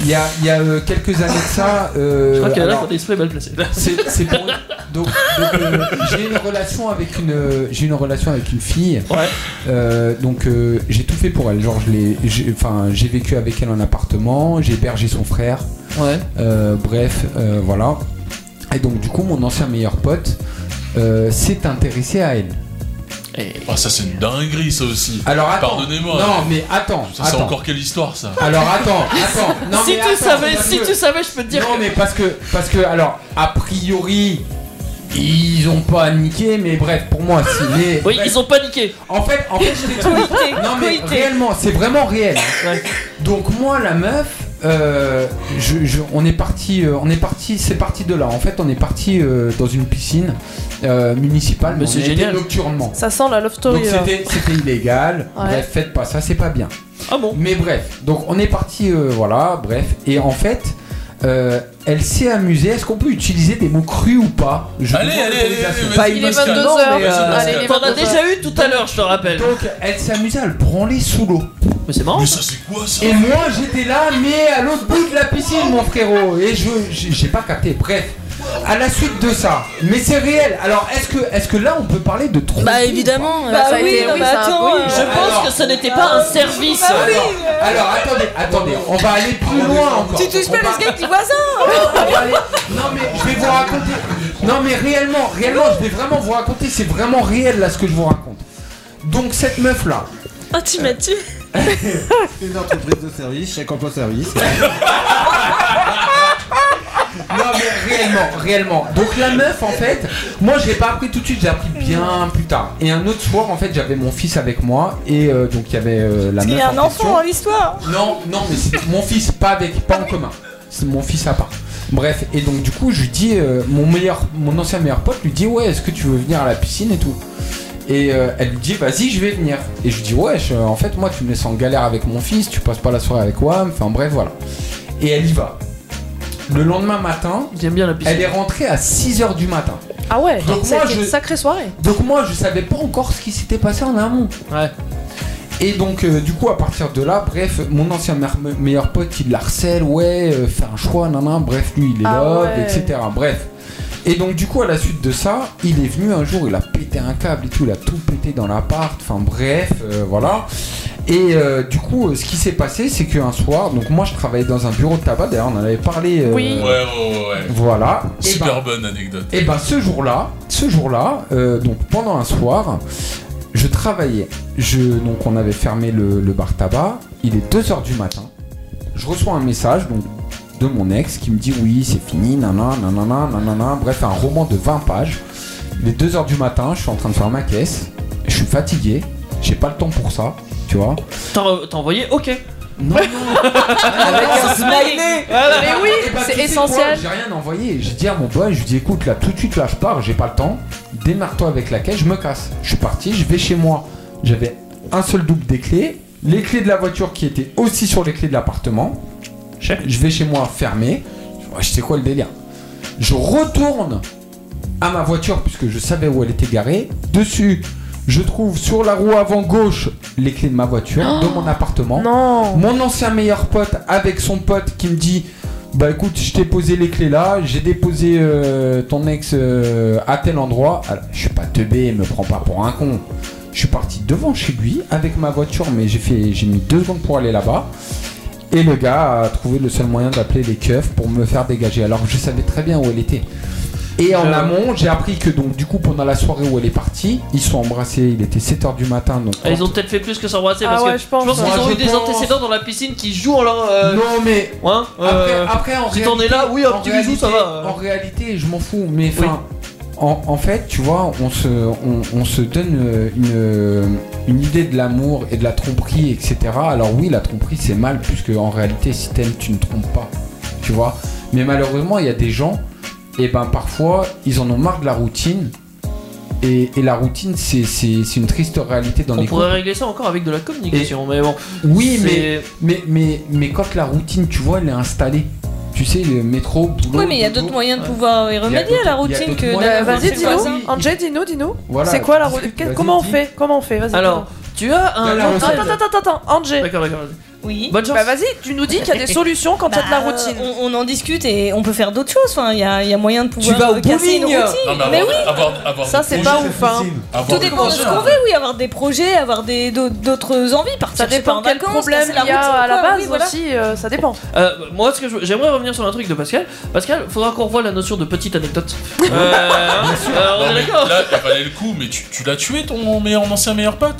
Il y a, il y a, euh, quelques années de ça. euh,
Je crois qu'elle a
alors,
l'air d'esprit mal placé.
C'est c'est pour. Donc, donc, euh, j'ai une relation avec une euh, j'ai une relation avec une fille. Euh, donc euh, j'ai tout fait pour elle. Genre je l'ai, j'ai- enfin j'ai vécu avec elle en appartement, j'ai hébergé son frère.
[laughs]
Ouais.
Euh, bref, euh, voilà. Et donc du coup mon ancien meilleur pote euh, s'est intéressé à elle.
Ah, ça c'est une dinguerie ça aussi.
Alors attends.
Pardonnez-moi.
Non, mais attends,
Ça, c'est
attends.
encore quelle histoire ça
[laughs] Alors attends, attends. Non,
si
mais
tu
attends,
savais,
parce
si
que-
tu savais, je peux te dire.
Non, mais parce que, parce que, alors, a priori, ils ont pas niqué, mais bref, pour moi, si les.
Oui, ils ont paniqué.
En fait, en fait, je t'explique.
Coïté,
Non, mais
coïté.
réellement, c'est vraiment réel. Donc moi, la meuf, euh, je- je- on est parti, euh, on est parti, c'est parti de là. En fait, on est parti euh, dans une piscine euh, municipale,
Mais
on
c'est
y a été
génial.
nocturnement.
Ça sent la love story. euh.
Donc
là.
c'était c'était illégal.
Ouais.
Bref, faites pas ça, c'est pas bien.
Ah bon
Mais bref, donc on est parti, euh, voilà, bref. Et en fait, Euh, elle s'est amusée. Est-ce qu'on peut utiliser des mots crus ou pas
Allez,
demande
allez, allez,
l'autorisation.
allez, vas-y, Il est Pascal. 22 heures.
mais, euh,
Vas-y, Pascal.
T'en as déjà eu tout à l'heure, je te rappelle.
Donc, elle s'est amusée à le branler sous l'eau.
Mais c'est marrant.
ça, c'est quoi ça
Et moi, j'étais là, mais à l'autre bout de la piscine, mon frérot. Et je, j'ai j'ai pas capté. Bref. À la suite de ça, mais c'est réel. Alors, est-ce que, est-ce que là, on peut parler de trop
Bah évidemment, euh, ça a été- oui, ça a- oui.
je pense que ce n'était pas un service.
Alors, Bah alors, attendez, attendez, on va aller
Ah,
plus loin encore.
Tu touches
On
pas
va-
les gars
[laughs]
du voisin
On va aller- Non mais je vais vous raconter. Non mais réellement, réellement, je vais vraiment vous raconter. C'est vraiment réel là ce que je vous raconte. Donc cette meuf [laughs] là,
Ah,
Oh, tu m'as tué
Une entreprise de service, chaque emploi service.
Non mais réellement, réellement. Donc la meuf en fait, moi je l'ai pas appris tout de suite, j'ai appris bien plus tard. Et un autre soir en fait, j'avais mon fils avec moi et euh, donc il y avait euh, la
Il
meuf.
y a
en
un
question.
enfant hein, dans l'histoire
Non, non, mais c'est mon fils, pas avec, pas en commun. C'est mon fils à part. Bref, et donc du coup, je lui dis, euh, mon meilleur, mon ancien meilleur pote lui dit, ouais, est-ce que tu veux venir à la piscine et tout. Et euh, elle lui dit, vas-y, je vais venir. Et je lui dis, ouais, je- en fait, moi, tu me laisses en galère avec mon fils, tu passes pas la soirée avec moi, enfin bref, voilà. Et elle y va. Le lendemain matin,
bien la
elle est rentrée à 6h du matin.
Ah ouais,
Donc
ça a
moi,
été
je-
une sacrée soirée.
Donc moi je savais pas encore ce qui s'était passé en amont.
Ouais.
Et donc euh, du coup à partir de là, bref, mon ancien me- meilleur pote qui la harcèle, ouais, euh, fais un choix, nan nan, bref, lui il est
Ah
là,
ouais.
etc. Bref. Et donc du coup à la suite de ça, il est venu un jour, il a pété un câble et tout, il a tout pété dans l'appart, enfin bref, euh, voilà. Et euh, du coup euh, ce qui s'est passé c'est qu'un soir, donc moi je travaillais dans un bureau de tabac, d'ailleurs on en avait parlé. euh,
Ouais, ouais, ouais. ouais.
Voilà. Et
Super bonne anecdote.
et ben ce jour-là, ce jour-là, euh, donc pendant un soir, je travaillais. Je, donc on avait fermé le, le bar tabac. Il est 2h du matin. Je reçois un message donc, de mon ex qui me dit oui c'est fini, nanana, nanana, nanana. Bref, un roman de 20 pages. Il est 2h du matin, je suis en train de faire ma caisse. Je suis fatigué. J'ai pas le temps pour ça, tu vois.
T'as t'as envoyé Ok. [laughs]
Non,
Avec
un smiley.
Voilà.
Mais oui,
Eh ben,
c'est
tu sais quoi,
essentiel.
J'ai rien envoyé. J'ai dit à mon boy, je lui dis écoute là tout de suite là je pars, j'ai pas le temps. Démarre-toi avec la caisse, je me casse. Je suis parti, je vais chez moi. J'avais un seul double des clés, les clés de la voiture qui étaient aussi sur les clés de l'appartement. Je vais chez moi fermé. Je sais quoi le délire. Je retourne à ma voiture puisque je savais où elle était garée. Dessus, je trouve sur la roue avant gauche les clés de ma voiture,
Oh.
de mon appartement.
Non.
Mon ancien meilleur pote avec son pote qui me dit bah écoute, je t'ai posé les clés là, j'ai déposé euh, ton ex euh, à tel endroit. Alors, je suis pas teubé, me prends pas pour un con. Je suis parti devant chez lui avec ma voiture, mais j'ai fait, j'ai mis deux secondes pour aller là-bas. Et le gars a trouvé le seul moyen d'appeler les keufs pour me faire dégager. Alors que je savais très bien où elle était. Et en amont, j'ai appris que donc du coup pendant la soirée où elle est partie, ils se sont embrassés. Il était 7h du matin, donc
Ah, ils ont peut-être fait plus que s'embrasser
Ah
parce
ouais,
que
je pense,
qu'ils
ouais.
ont
Moi,
eu
je
des
pense.
antécédents dans la piscine qui jouent leur. euh,
Non mais
hein, euh,
après, après, en
si t'en
réalité-
es là, oui, un
en
petit bisou, ça
réalité-
va.
En réalité, je m'en fous, mais enfin, en, en fait, tu vois, on se, on, on se donne euh, une, une idée de l'amour et de la tromperie, etc. Alors oui, la tromperie, c'est mal, puisque en réalité, si t'aimes, tu ne trompes pas, tu vois. Mais malheureusement, il y a des gens, et ben parfois, ils en ont marre de la routine. Et, et la routine, c'est c'est- c'est une triste réalité dans
On
les
pourrait
couples.
régler ça encore avec de la communication, mais bon.
Oui,
C'est-
mais, mais, mais, mais quand la routine, tu vois, elle est installée. Tu sais, le métro, boulot.
Oui, mais il y a d'autres moyens de pouvoir y
a
remédier à la
d'autres- il y a
routine
d'autres
que
moyens.
d'aller voir
Vas-y,
chez le voisin.
dis-nous. Angé, dis-nous, dis-nous.
Voilà,
c'est quoi la route
discute, vas-y,
Comment on
dis.
fait Comment on fait Vas-y.
Alors, tu as
Dans
un.
la
autre-
recette.
dis-nous. Attends, attends, attends, attends, Angé.
D'accord, d'accord.
Oui.
Bonne chance.
Bah vas-y, tu nous dis qu'il y a des solutions quand il y a de la
Bah,
routine.
euh, On, on en discute et on peut faire d'autres choses. Enfin, il y, a- il y a moyen de pouvoir
vas au
euh, casser une
bowling.
routine.
Non, mais avoir,
mais oui,
avoir, avoir
Ça,
des
c'est
projets,
pas ouf, hein.
avoir
tout
des
dépend de ce
projets.
qu'on veut. Oui, avoir des projets, avoir des d'au- d'autres envies, partir
Ça
je sais pas,
dépend
en
quel
vacances,
problème
casser la
il y a
routine,
à la
quoi.
base
Oui, voilà.
aussi, euh, ça dépend.
[laughs] Euh, moi, ce que je- j'aimerais revenir sur un truc de Pascal. Pascal, faudra qu'on revoie la notion de petite anecdote. Euh,
[laughs]
hein, euh, on
Non,
est
mais
d'accord
Là, il valait le coup, mais tu, tu l'as tué ton meilleur, ancien meilleur pote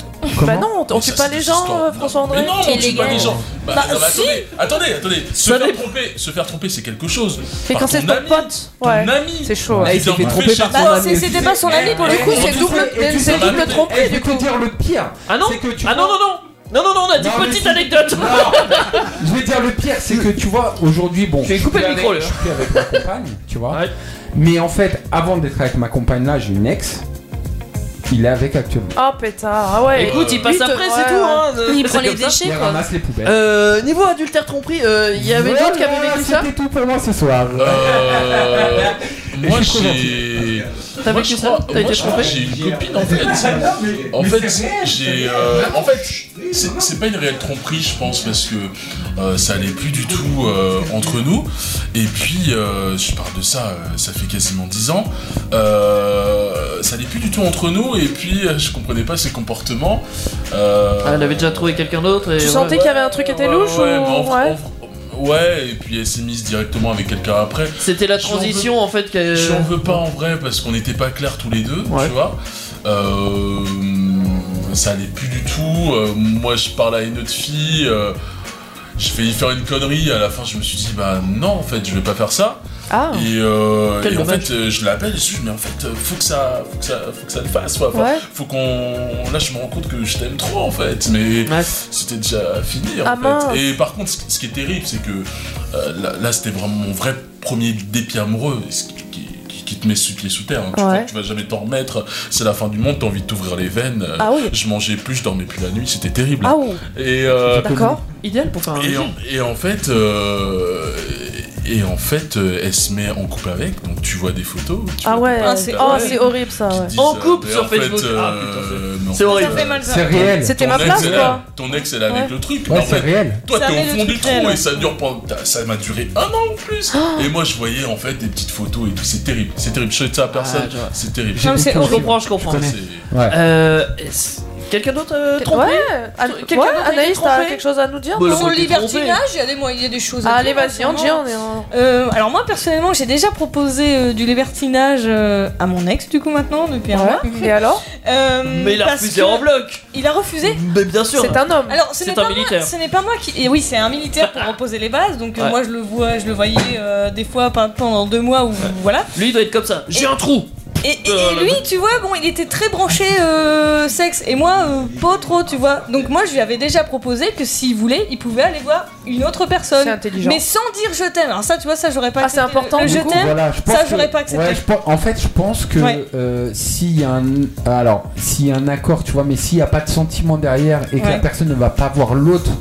bah non, on
Mais
tue
ça,
pas
c'est
les
des
gens,
histoires.
euh, François-André.
Mais non, on tue pas les gens. Bah,
Bah,
non, mais
si.
attendez, attendez, attendez. Se
Ça
faire
dépend.
tromper, se faire tromper, c'est quelque chose.
Mais
Par
quand c'est
ton
ton [laughs]
ami,
pote,
ton
ouais.
ami.
C'est chaud.
Il vient tromper chez
Bah,
toi.
c'est- C'était pas son ami pour le
Eh,
coup.
eh,
c'est
tu
double-
sais- et tu
c'est
sais-
double
bah,
tromperie,
eh, Je
du
vais te dire le pire.
Ah non
c'est que tu
Ah non,
vois-
non, non Non, non, non, on a dit
Non, mais
petite
si.
anecdote
Non. Je vais te dire le pire, c'est que tu vois, aujourd'hui, bon.
Je vais couper
suis
le micro,
avec-
là.
Je suis plus avec ma compagne, tu vois.
Ouais.
Mais en fait, avant d'être avec ma compagne là, j'ai une ex. Il est avec actuellement.
Ah pétard, ah ouais.
Écoute, il passe
Lutte,
après,
ouais.
c'est tout. Hein.
Il
C'est
prend les
comme ça.
déchets, Il quoi. ramasse
les poubelles.
Euh, niveau adultère tromperie, euh, il y avait d'autres qui avaient
Voilà,
vécu ça
C'était tout pour moi ce soir.
Euh, moi
Je suis
j'ai.
T'as
Moi,
vécu
je
ça
crois-
T'as
moi,
été
je crois que
trompé
j'ai une copine en
[laughs]
fait. En fait, j'ai. euh, en fait, c'est c'est pas une réelle tromperie, je pense, parce que euh, ça allait plus du tout euh, entre nous. Et puis, euh, je parle de ça, euh, ça fait quasiment 10 ans. Euh, ça allait plus du tout entre nous, et puis euh, je comprenais pas ses comportements. Euh,
Ah, elle avait déjà trouvé quelqu'un d'autre. et
Tu
ouais.
sentais qu'il y avait un truc qui était louche
ouais,
ou
mais en-
ouais.
Ouais, et puis elle s'est mise directement avec quelqu'un après.
C'était la transition en fait. que-
J'en veux pas en vrai parce qu'on n'était pas clairs tous les deux, tu vois. Euh, ça allait plus du tout. Euh, moi, je parle à une autre fille. euh, j'ai failli faire une connerie. À la fin, je me suis dit, bah non, en fait, je vais pas faire ça.
Ah.
Et, euh,
Quel
et en
dommage.
fait, euh, je l'appelle et je dis, mais en fait, euh, faut que ça, faut que ça, faut que ça le fasse. quoi. Enfin,
Ouais.
Faut qu'on. Là, je me rends compte que je t'aime trop, en fait. Mais c'était déjà fini, en
Ah,
fait.
mince.
Et par contre, ce qui- ce qui est terrible, c'est que euh, là, là, c'était vraiment mon vrai premier dépit amoureux. ce qui- qui- qui- qui te met sous pied sous terre, hein. tu,
Ouais.
crois que tu vas jamais t'en remettre, c'est la fin du monde, t'as envie de t'ouvrir les veines, euh,
Ah oui.
je mangeais plus, je dormais plus la nuit, c'était terrible.
Ah ouh.
Et euh,
D'accord. Idéal pour faire un
et
régime.
en, et en fait, euh, et en fait, euh, elle se met en couple avec, donc tu vois des photos. tu
Ah ouais.
Ah, c'est
oh,
horrible.
c'est horrible ça. Ouais.
dis
En
ça,
couple
mais
sur
en fait,
Facebook. Ah,
euh, mais en
C'est
fait,
horrible.
euh,
Ça fait mal, ça. C'est réel. C'était
ton
ma
ex
place,
est là.
quoi.
Ton ex, elle est avec
Ouais.
le truc.
Ouais,
mais en
c'est
fait,
réel.
Toi,
Ça
t'es
met
au
le
fond du
truc
trou
réel.
et ça dure pendant. Ça m'a duré
Oh,
un an en plus.
Oh,
Et moi, je voyais en fait des petites photos et tout. C'est terrible. C'est terrible. Je sais ça à personne.
Ah, je vois.
c'est terrible.
Non, mais c'est- je comprends, je comprends. Euh, est-ce- Quelqu'un d'autre euh, trompé
Ouais,
Ah,
An-
Quelqu'un
ouais,
d'autre a été
Anaïs, t'as
trompé
quelque chose à nous dire
Bah,
non
le
Sur le
côté
libertinage, il y a des moyens, il y a des choses. à
Allez,
dire,
vas-y, on
forcément.
dit, on est en-
Euh, alors moi personnellement, j'ai déjà proposé euh, du libertinage euh, à mon ex du coup maintenant depuis un
Ouais,
mois.
et alors
Euh,
Mais il a
parce
refusé
que-
en bloc.
Il a refusé.
Mais bien sûr.
C'est
un homme.
Alors, ce
C'est
n'est
un
pas
militaire.
Moi, ce n'est pas moi qui. Et oui, c'est un
[laughs]
militaire pour reposer les bases. Donc euh,
Ouais.
moi, je le vois, je le voyais euh, des fois pe- pendant deux mois ou voilà.
Lui, il doit être comme ça. J'ai un trou.
Et, et- et lui, tu vois, bon, il était très branché euh, sexe et moi, euh, pas trop, tu vois. Donc moi, je lui avais déjà proposé que s'il voulait, il pouvait aller voir une autre personne.
C'est intelligent.
Mais sans dire je t'aime. Alors ça, tu vois, ça j'aurais pas.
Ah, c'est
accepté.
important.
Le, le je
Du coup,
t'aime.
voilà,
je pense
ça
que-
j'aurais pas accepté.
ouais, je pense- en fait, je pense que
Ouais.
euh, s'il y a un, alors s'il y a un accord, tu vois, mais s'il n'y a pas de sentiment derrière et que
Ouais.
la personne ne va pas voir l'autre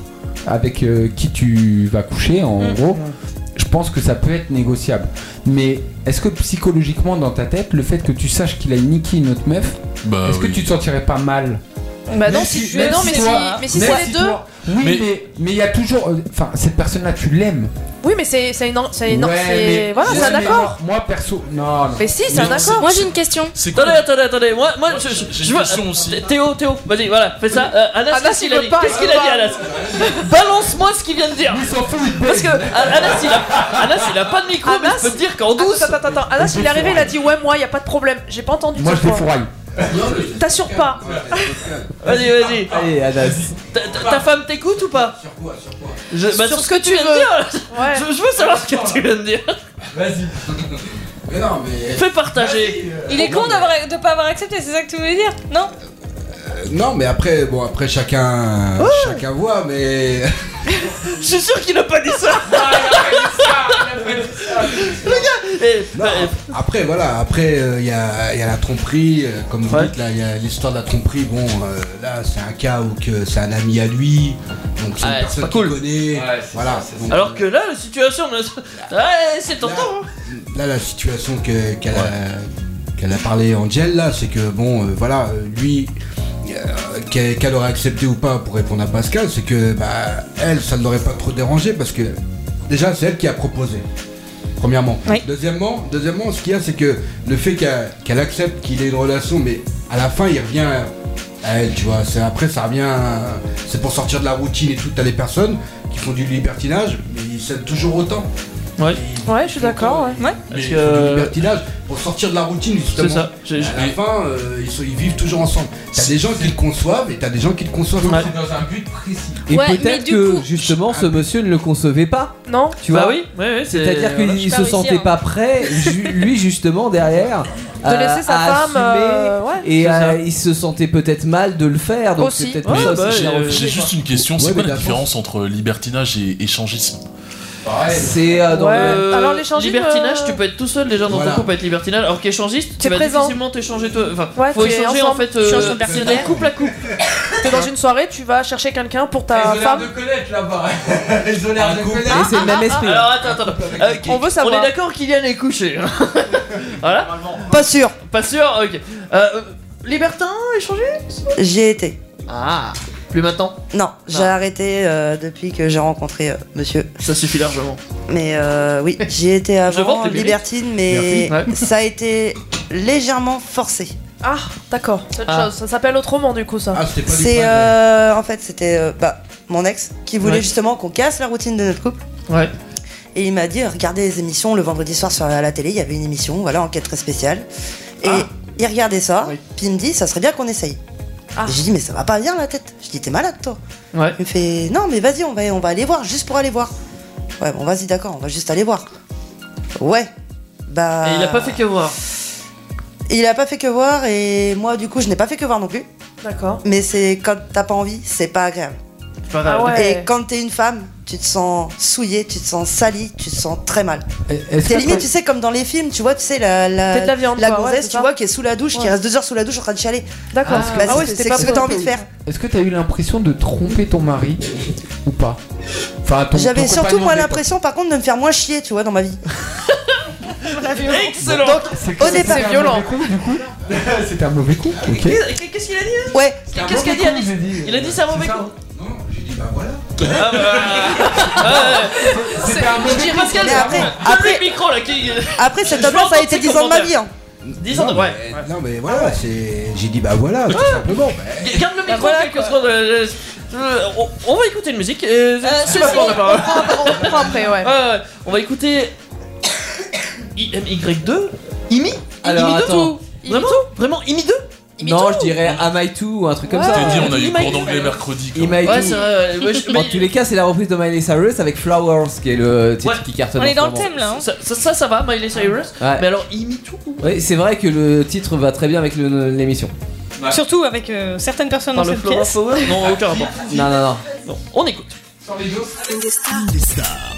avec euh, qui tu vas coucher, en
Mm.
gros, je pense que ça peut être négociable. Mais est-ce que psychologiquement, dans ta tête, le fait que tu saches qu'il a niqué une autre meuf,
Bah
est-ce que
oui.
tu te sentirais pas mal
Bah non,
Même
si,
même
mais non, mais si,
toi-
mais si
même
c'est les
si
deux.
toi- Oui, mais
Mais-
mais il y a toujours, euh, enfin, cette personne-là, tu l'aimes.
Oui, mais c'est c'est une, c'est une,
Ouais,
c'est
mais-
voilà,
Ouais,
c'est un
mais
accord.
moi- Moi perso, non. non.
Mais si, c'est un accord.
Moi j'ai une question.
Attendez, attendez, attendez. Moi, moi, je, je,
j'ai
je
une
veux-
question aussi.
Théo, Théo, vas-y, voilà, fais ça. Euh, Anas,
Anas,
qu'est-ce
il
qu'il a
veut
dit
pas,
Qu'est-ce
il
qu'il
veut
a dit,
pas. [laughs]
Anas Balance-moi ce qu'il vient de dire. Parce que A- Ah, Anas, il a, Anas, il a pas de micro, mais
Anas-
je peux te dire qu'en douce.
Attends, attends, attends. Anas, il est arrivé, il a dit Ouais, moi, y a pas de problème. J'ai pas entendu.
Moi,
ce
je les
point.
fourraille.
T'assures pas.
Vas-y, vas-y.
Allez, Anas.
Ta, ta- ta femme t'écoute ou pas Sur quoi Sur quoi je, bah, sur, ce que tu viens de dire. Je, je veux savoir ce que tu viens de dire.
Vas-y. Mais non, mais.
Fais partager.
Il est con d'avoir de pas avoir accepté. C'est ça que tu voulais dire, non
Euh, non, mais après, bon, après chacun, chacun voit, mais. [laughs]
Je suis sûr qu'il a pas dit ça. [laughs] Le gars. eh,
Non, après, voilà, après, euh, il y, a, y a la tromperie, euh, comme vous dites, là, il y a l'histoire de la tromperie. Bon, euh, là, c'est un cas où que c'est un ami à lui, donc c'est une
Ouais, c'est
personne
pas
qu'il connaît. voilà. donc,
Alors que là, la situation, mais- ouais, c'est tentant. hein.
là, la situation que- qu'elle a, qu'elle a parlé, Angel, là, c'est que, bon, euh, voilà, euh, lui, euh, qu'elle qu'elle aurait accepté ou pas pour répondre à Pascal, c'est que, bah, elle, ça ne l'aurait pas trop dérangé parce que, déjà, c'est elle qui a proposé. Premièrement. Deuxièmement, deuxièmement, ce qu'il y a, c'est que le fait qu'elle qu'elle accepte qu'il ait une relation, mais à la fin, il revient à elle, tu vois. C'est- Après, ça revient. à- C'est pour sortir de la routine et tout. T'as les personnes qui font du libertinage, mais ils s'aiment toujours autant.
Ouais.
Ouais, je suis d'accord. Ouais.
Mais
Parce
ils font du
que. euh,
libertinage pour sortir de la routine justement.
C'est ça, j'ai-
à la fin, euh, ils, sont- ils vivent toujours ensemble. T'as des gens qui le conçoivent et t'as des gens qui le conçoivent pas.
Dans un but précis.
Et
Ouais, mais
peut-être
du
que
coup-
justement ce monsieur ne le concevait pas.
Non.
Tu vois
Ah, Bah oui, ouais, ouais, c'est-
C'est-à-dire
voilà.
qu'il se
J'ai pas réussi,
sentait
hein.
pas prêt, ju- lui justement derrière.
De laisser sa
à
femme,
assumer,
euh, ouais.
Et
C'est ça.
euh, il se sentait peut-être mal de le faire. Ah, Donc c'est peut-être pour
Ouais,
ça
bah,
aussi qu'il a
euh,
refusé,
J'ai
quoi.
juste une question, c'est
Ouais,
quoi
mais
la
la
différence entre libertinage et échangisme
C'est euh, dans
Ouais.
le.
Alors, l'échangisme,
Libertinage,
euh,
tu peux être tout seul, les gens dans
Voilà.
ton couple peuvent être libertinage. Alors qu'échangiste, tu
T'es
vas
présent.
difficilement t'échanger toi. Enfin,
Ouais,
faut
Ah, t'es
échanger en
ensemble,
fait. euh,
tu changes ton personnage.
de couple à couple.
[laughs] T'es dans une soirée, tu vas chercher quelqu'un pour ta Ah, femme.
connaître là-bas. Ils ont l'air de connaître.
Et c'est le même
esprit.
Alors attends, attends. Euh, qui-
On veut savoir.
On est d'accord qu'Ilian est couché. [laughs] voilà.
Pas sûr.
Pas sûr, ok. Euh, euh, libertin, échangiste
J'y ai été.
Ah, plus maintenant.
Non, j'ai arrêté euh, depuis que j'ai rencontré euh, monsieur.
Ça suffit largement.
Mais euh, oui, j'y ai été avant,
vante le mérite.
libertine, mais
Merci. Ouais.
ça a été légèrement forcé.
Ah, d'accord. C'est autre
Ah.
chose. Ça s'appelle autrement du coup ça.
C'est euh, en fait c'était euh, bah, mon ex qui voulait
Ouais.
justement qu'on casse la routine de notre couple.
Ouais.
Et il m'a dit euh, regardez les émissions le vendredi soir sur à la télé, il y avait une émission, voilà, enquête très spéciale. Et
Ah.
il regardait ça, puis il me dit ça serait bien qu'on essaye. Et J'ai dit mais ça va pas bien la tête. Je dis t'es malade toi.
Ouais.
Il me fait non mais vas-y on va on va aller voir juste pour aller voir. Ouais bon vas-y d'accord on va juste aller voir. Ouais. Bah.
Et il a pas fait que voir.
Il a pas fait que voir et moi du coup je n'ai pas fait que voir non plus.
D'accord.
Mais c'est quand t'as pas envie, c'est pas agréable.
Pas
Ah
grave.
Et quand t'es une femme, tu te sens souillée, tu te sens salie, tu te sens très mal.
est-ce
C'est
que-
limite, tu sais, comme dans les films, tu vois, tu sais, la,
Fais
la,
de la viande, quoi, ouais,
gonzesse,
c'est
tu
ça.
vois, qui est sous la douche, qui
Ouais.
reste deux heures sous la douche en train de chialer.
D'accord. Ah
Bah, c'est- c'est ce que t'as envie de faire.
Est-ce que t'as eu l'impression de tromper ton mari ou pas Enfin, Ah, ton- ton
J'avais
compagnon
surtout, moi,
d'époque.
l'impression, par contre, de me faire moins chier, tu vois, dans ma vie.
Excellent.
Donc, au départ,
c'est violent. C'était un mauvais coup, [laughs] ok
Qu'est-ce qu'il a dit
Ouais.
Qu'est-ce qu'il a dit Alice Il a dit c'est un mauvais coup. Ah, bah, Euh, ouais.
C'était un mauvais
Je dis,
coup.
Pascal,
Mais après-
donne le micro là qui. euh,
Après, cet
Je veux
homme-là, ça a
entendre
été
ses
10 ans de ma
commentaires.
vie. hein.
10 ans de.
Non,
Ouais.
mais- Non mais voilà, c'est. J'ai dit bah voilà, tout simplement.
Garde le micro quelques secondes. euh, euh, on- On va écouter une musique. euh,
si,
Tu vas
si,
prendre la
on
parole. Euh,
prend- on prend après, ouais.
On va écouter. IMY2
IMI
Alors,
IMI2
attends.
Vraiment Vraiment IMI 2
Non, je dirais Am I Too ou un truc comme ça.
C'était dit, on a eu cours d'anglais mercredi. quand
Am I
même.
Too. En tous les cas, c'est la reprise de Miley Cyrus avec Flowers qui est le titre qui cartonne.
On
en
est
ce
dans le
moment.
thème là.
hein.
Ça, ça, ça, ça va, Miley Cyrus.
Ouais.
Mais alors, IMI tout.
Oui, c'est vrai que le titre va très bien avec le- l'émission.
Surtout avec euh, certaines personnes
Par
dans
le
cette
Flora
pièce.
Power Non, aucun rapport.
Non, non, non.
On écoute.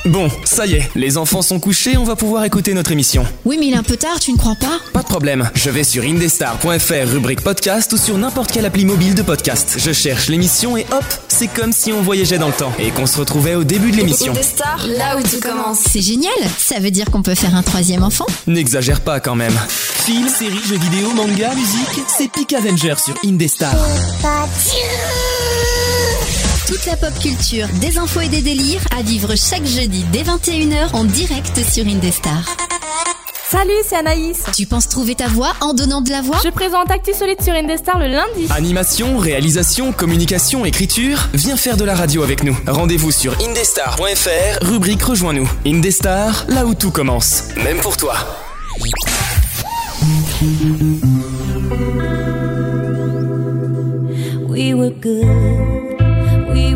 Bon, ça y est, les enfants sont couchés, on va pouvoir écouter notre émission.
Oui, mais il est un peu tard, tu ne crois pas
Pas de problème, je vais sur indestar.fr, rubrique podcast ou sur n'importe quelle appli mobile de podcast. Je cherche l'émission et hop, c'est comme si on voyageait dans le temps et qu'on se retrouvait au début de l'émission.
stars, là où tu commences.
C'est génial Ça veut dire qu'on peut faire un troisième enfant
N'exagère pas quand même. Film, séries, jeux vidéo, manga, musique, c'est Peak Avenger sur Indestar.
Toute la pop culture, des infos et des délires à vivre chaque jeudi dès 21h en direct sur Indestar.
Salut, c'est Anaïs.
Tu penses trouver ta voix en donnant de la voix
Je présente Actu Solide sur Indestar le lundi.
Animation, réalisation, communication, écriture, viens faire de la radio avec nous. Rendez-vous sur indestar.fr, rubrique Rejoins-nous. Indestar, là où tout commence. Même pour toi.
We were good, we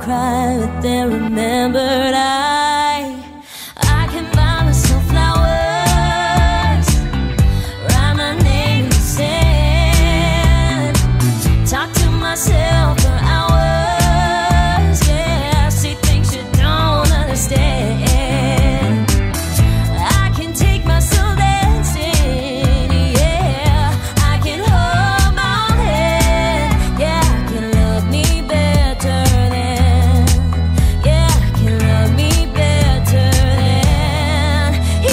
cry, but then remembered I I can buy myself flowers, write my name in the sand, talk to myself for hours. Yeah, see things you don't understand. I can take myself dancing, yeah. I can hold my own head, yeah. I can love me better than, yeah. I can love me better than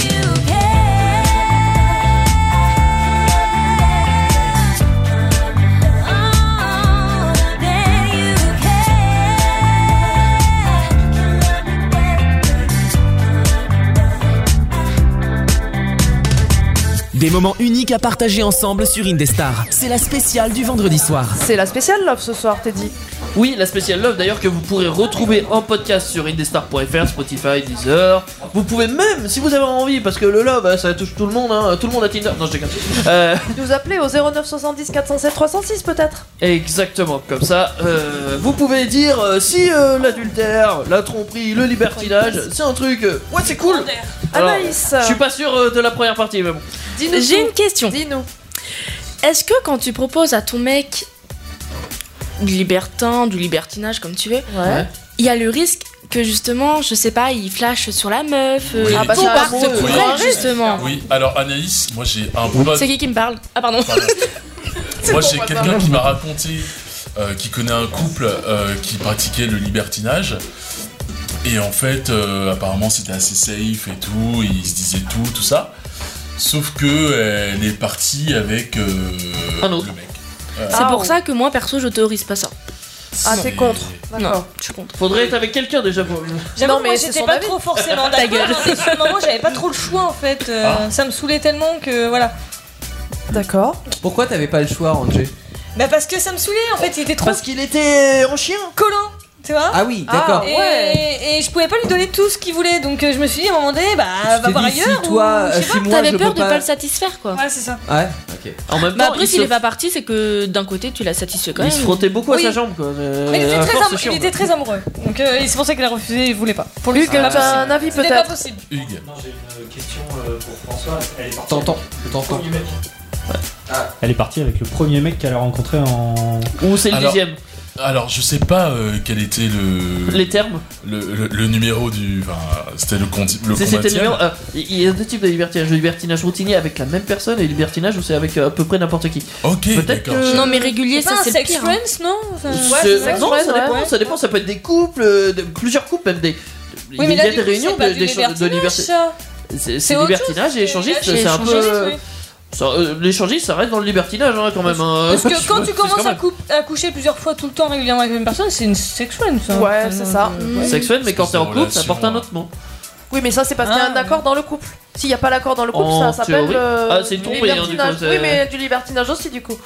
you can. Oh, than you
Des moments uniques à partager ensemble sur Indestar. C'est la spéciale du vendredi soir.
C'est la spéciale love ce soir, Teddy.
Oui, la spéciale Love d'ailleurs que vous pourrez retrouver en podcast sur indestar.fr, Spotify, Deezer. Vous pouvez même, si vous avez envie, parce que le Love euh, ça touche tout le monde, hein, tout le monde a Tinder. Non, je déconne. Euh,
Nous appeler au 09 70 407 306 peut-être.
Exactement, comme ça, euh, vous pouvez dire euh, si euh, l'adultère, la tromperie, le libertinage, c'est un truc. euh, ouais, c'est cool! Alors,
Anaïs.
Je suis pas sûr euh, de la première partie, mais bon.
Ah, Dis-nous
J'ai
tout.
une question.
Dis-nous.
Est-ce que quand tu proposes à ton mec du libertin, du libertinage, comme tu veux, il
Ouais.
y a le risque que justement, je sais pas, il flash sur la meuf, euh,
Oui.
il
Ah bah,
tout
ça,
part
oui,
de
oui.
pour
Oui.
elle, justement.
Oui, alors Anaïs, moi j'ai un pote.
C'est qui qui me parle Ah pardon.
Moi,
[laughs] C'est
j'ai
pour
quelqu'un
Madame.
qui m'a raconté euh, qui connaît un couple euh, qui pratiquait le libertinage. Et en fait, euh, apparemment, c'était assez safe et tout. Ils se disaient tout, tout ça. Sauf que euh, elle est partie avec euh, le mec. Euh,
C'est pour ça que moi perso, j'autorise pas ça.
Ah, t'es contre.
Non, je suis contre.
Faudrait être avec quelqu'un déjà pour.
J'avoue,
Non, mais
moi
c'est
j'étais
son
pas
avis.
trop
[laughs]
forcément
Ta
d'accord.
gueule.
hein, mais sur le moment, j'avais pas trop le choix en fait. euh,
Ah.
Ça me saoulait tellement que voilà.
D'accord.
Pourquoi t'avais pas le choix, Angé
Bah parce que ça me saoulait en fait, il était trop. Parce
qu'il était en chien
Collant tu vois
Ah oui, d'accord.
Et,
Ah, ouais.
et je pouvais pas lui donner tout ce qu'il voulait, donc euh, je me suis dit à un moment donné, bah va
t'es
voir
dit,
ailleurs.
si toi,
ou, je sais
si
pas.
moi, T'avais je peur peux
De pas le satisfaire quoi.
Ouais, c'est ça.
Ouais, ok. En même
Mais
temps,
après,
il
s'il
se-
est pas parti, c'est que d'un côté, tu l'as satisfait quand
Il
même.
se frottait
beaucoup à
Oui.
sa jambe quoi. Euh,
Mais il était,
à
très,
force,
am-
c'est chiant,
il était
quoi.
très amoureux, donc euh, et c'est pour ça qu'il a refusé, il voulait pas. Pour
Luc,
c'est pas
t'as
possible.
un avis,
Ce n'est
peut-être
pas possible.
Hugues.
Non, j'ai une question euh, pour François. Elle est partie
T'entends,
avec le
t'entends.
premier mec. Elle est partie avec le premier mec qu'elle a rencontré en.
Ou c'est le
Alors-
dixième
Alors, je sais pas euh, quel était le.
Les termes
Le, le- le numéro du. Enfin, c'était le, condi- le
C'est- C'était le
combattiel.
numéro un. Il y a deux types de libertinage. Le libertinage routinier avec la même personne et le libertinage où c'est avec euh, à peu près n'importe qui.
Ok,
Peut-être que.
Non, mais régulier,
C'est pas
ça
un
c'est le
sex
pire. hein.
friends, non Enfin,
C'est- non, ça dépend, ça dépend, ça peut être des couples, euh, de- plusieurs couples, même des.
Oui, mais
il y
là,
a
du
des
coup,
réunions
c'est pas
de,
du
des échanges- de
libertinage,
liberti-
ça.
C'est
C'est
c'est
autre
libertinage et échangiste,
Là,
c'est un peu.
échangiste,
euh,
oui.
ça- euh, L'échangiste, ça reste dans le libertinage hein, quand même. hein. [laughs]
Parce que quand
Ouais,
tu
c'est
commences
quand
à,
même.
cou- à coucher plusieurs fois tout le temps régulièrement avec la même personne, c'est une sex friend, ça.
Ouais, c'est ça.
Sexuel, mais quand t'es en couple, ça porte un autre nom.
Oui, mais ça, c'est parce qu'il y a un accord dans le couple. S'il n'y a pas l'accord dans le couple,
Ah. En
ça s'appelle.
théorie.
euh,
Ah, c'est une
du
tromperie, hein, du coup,
libertinage.
c'est-
Oui, mais du libertinage aussi, du coup.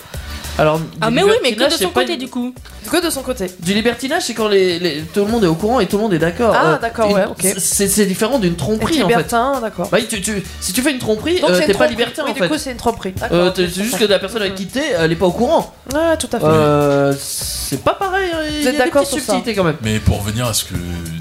Alors,
Ah,
du
mais oui, mais que de
libertinage,
son
c'est pas
côté,
une-
du coup. Que de son côté.
Du libertinage, c'est quand les, les- tout le monde est au courant et tout le monde est d'accord.
Ah,
Euh,
d'accord,
une-
ouais, ok.
C'est c'est différent d'une tromperie
Être
en fait.
libertin, d'accord.
Bah, tu- tu- si tu fais une tromperie,
Donc,
euh,
c'est une
t'es pas
tromperie.
libertin
Oui,
en
du
fait.
coup, c'est une tromperie. D'accord,
Euh,
ok,
t'es-
je
c'est juste que
comprends.
la personne a quitté, elle est pas au courant.
Ouais, tout à fait.
Euh, c'est pas pareil, hein, il
Vous
y a
êtes
des
d'accord
petites
sur ça
subtilités quand même.
Mais pour revenir à ce que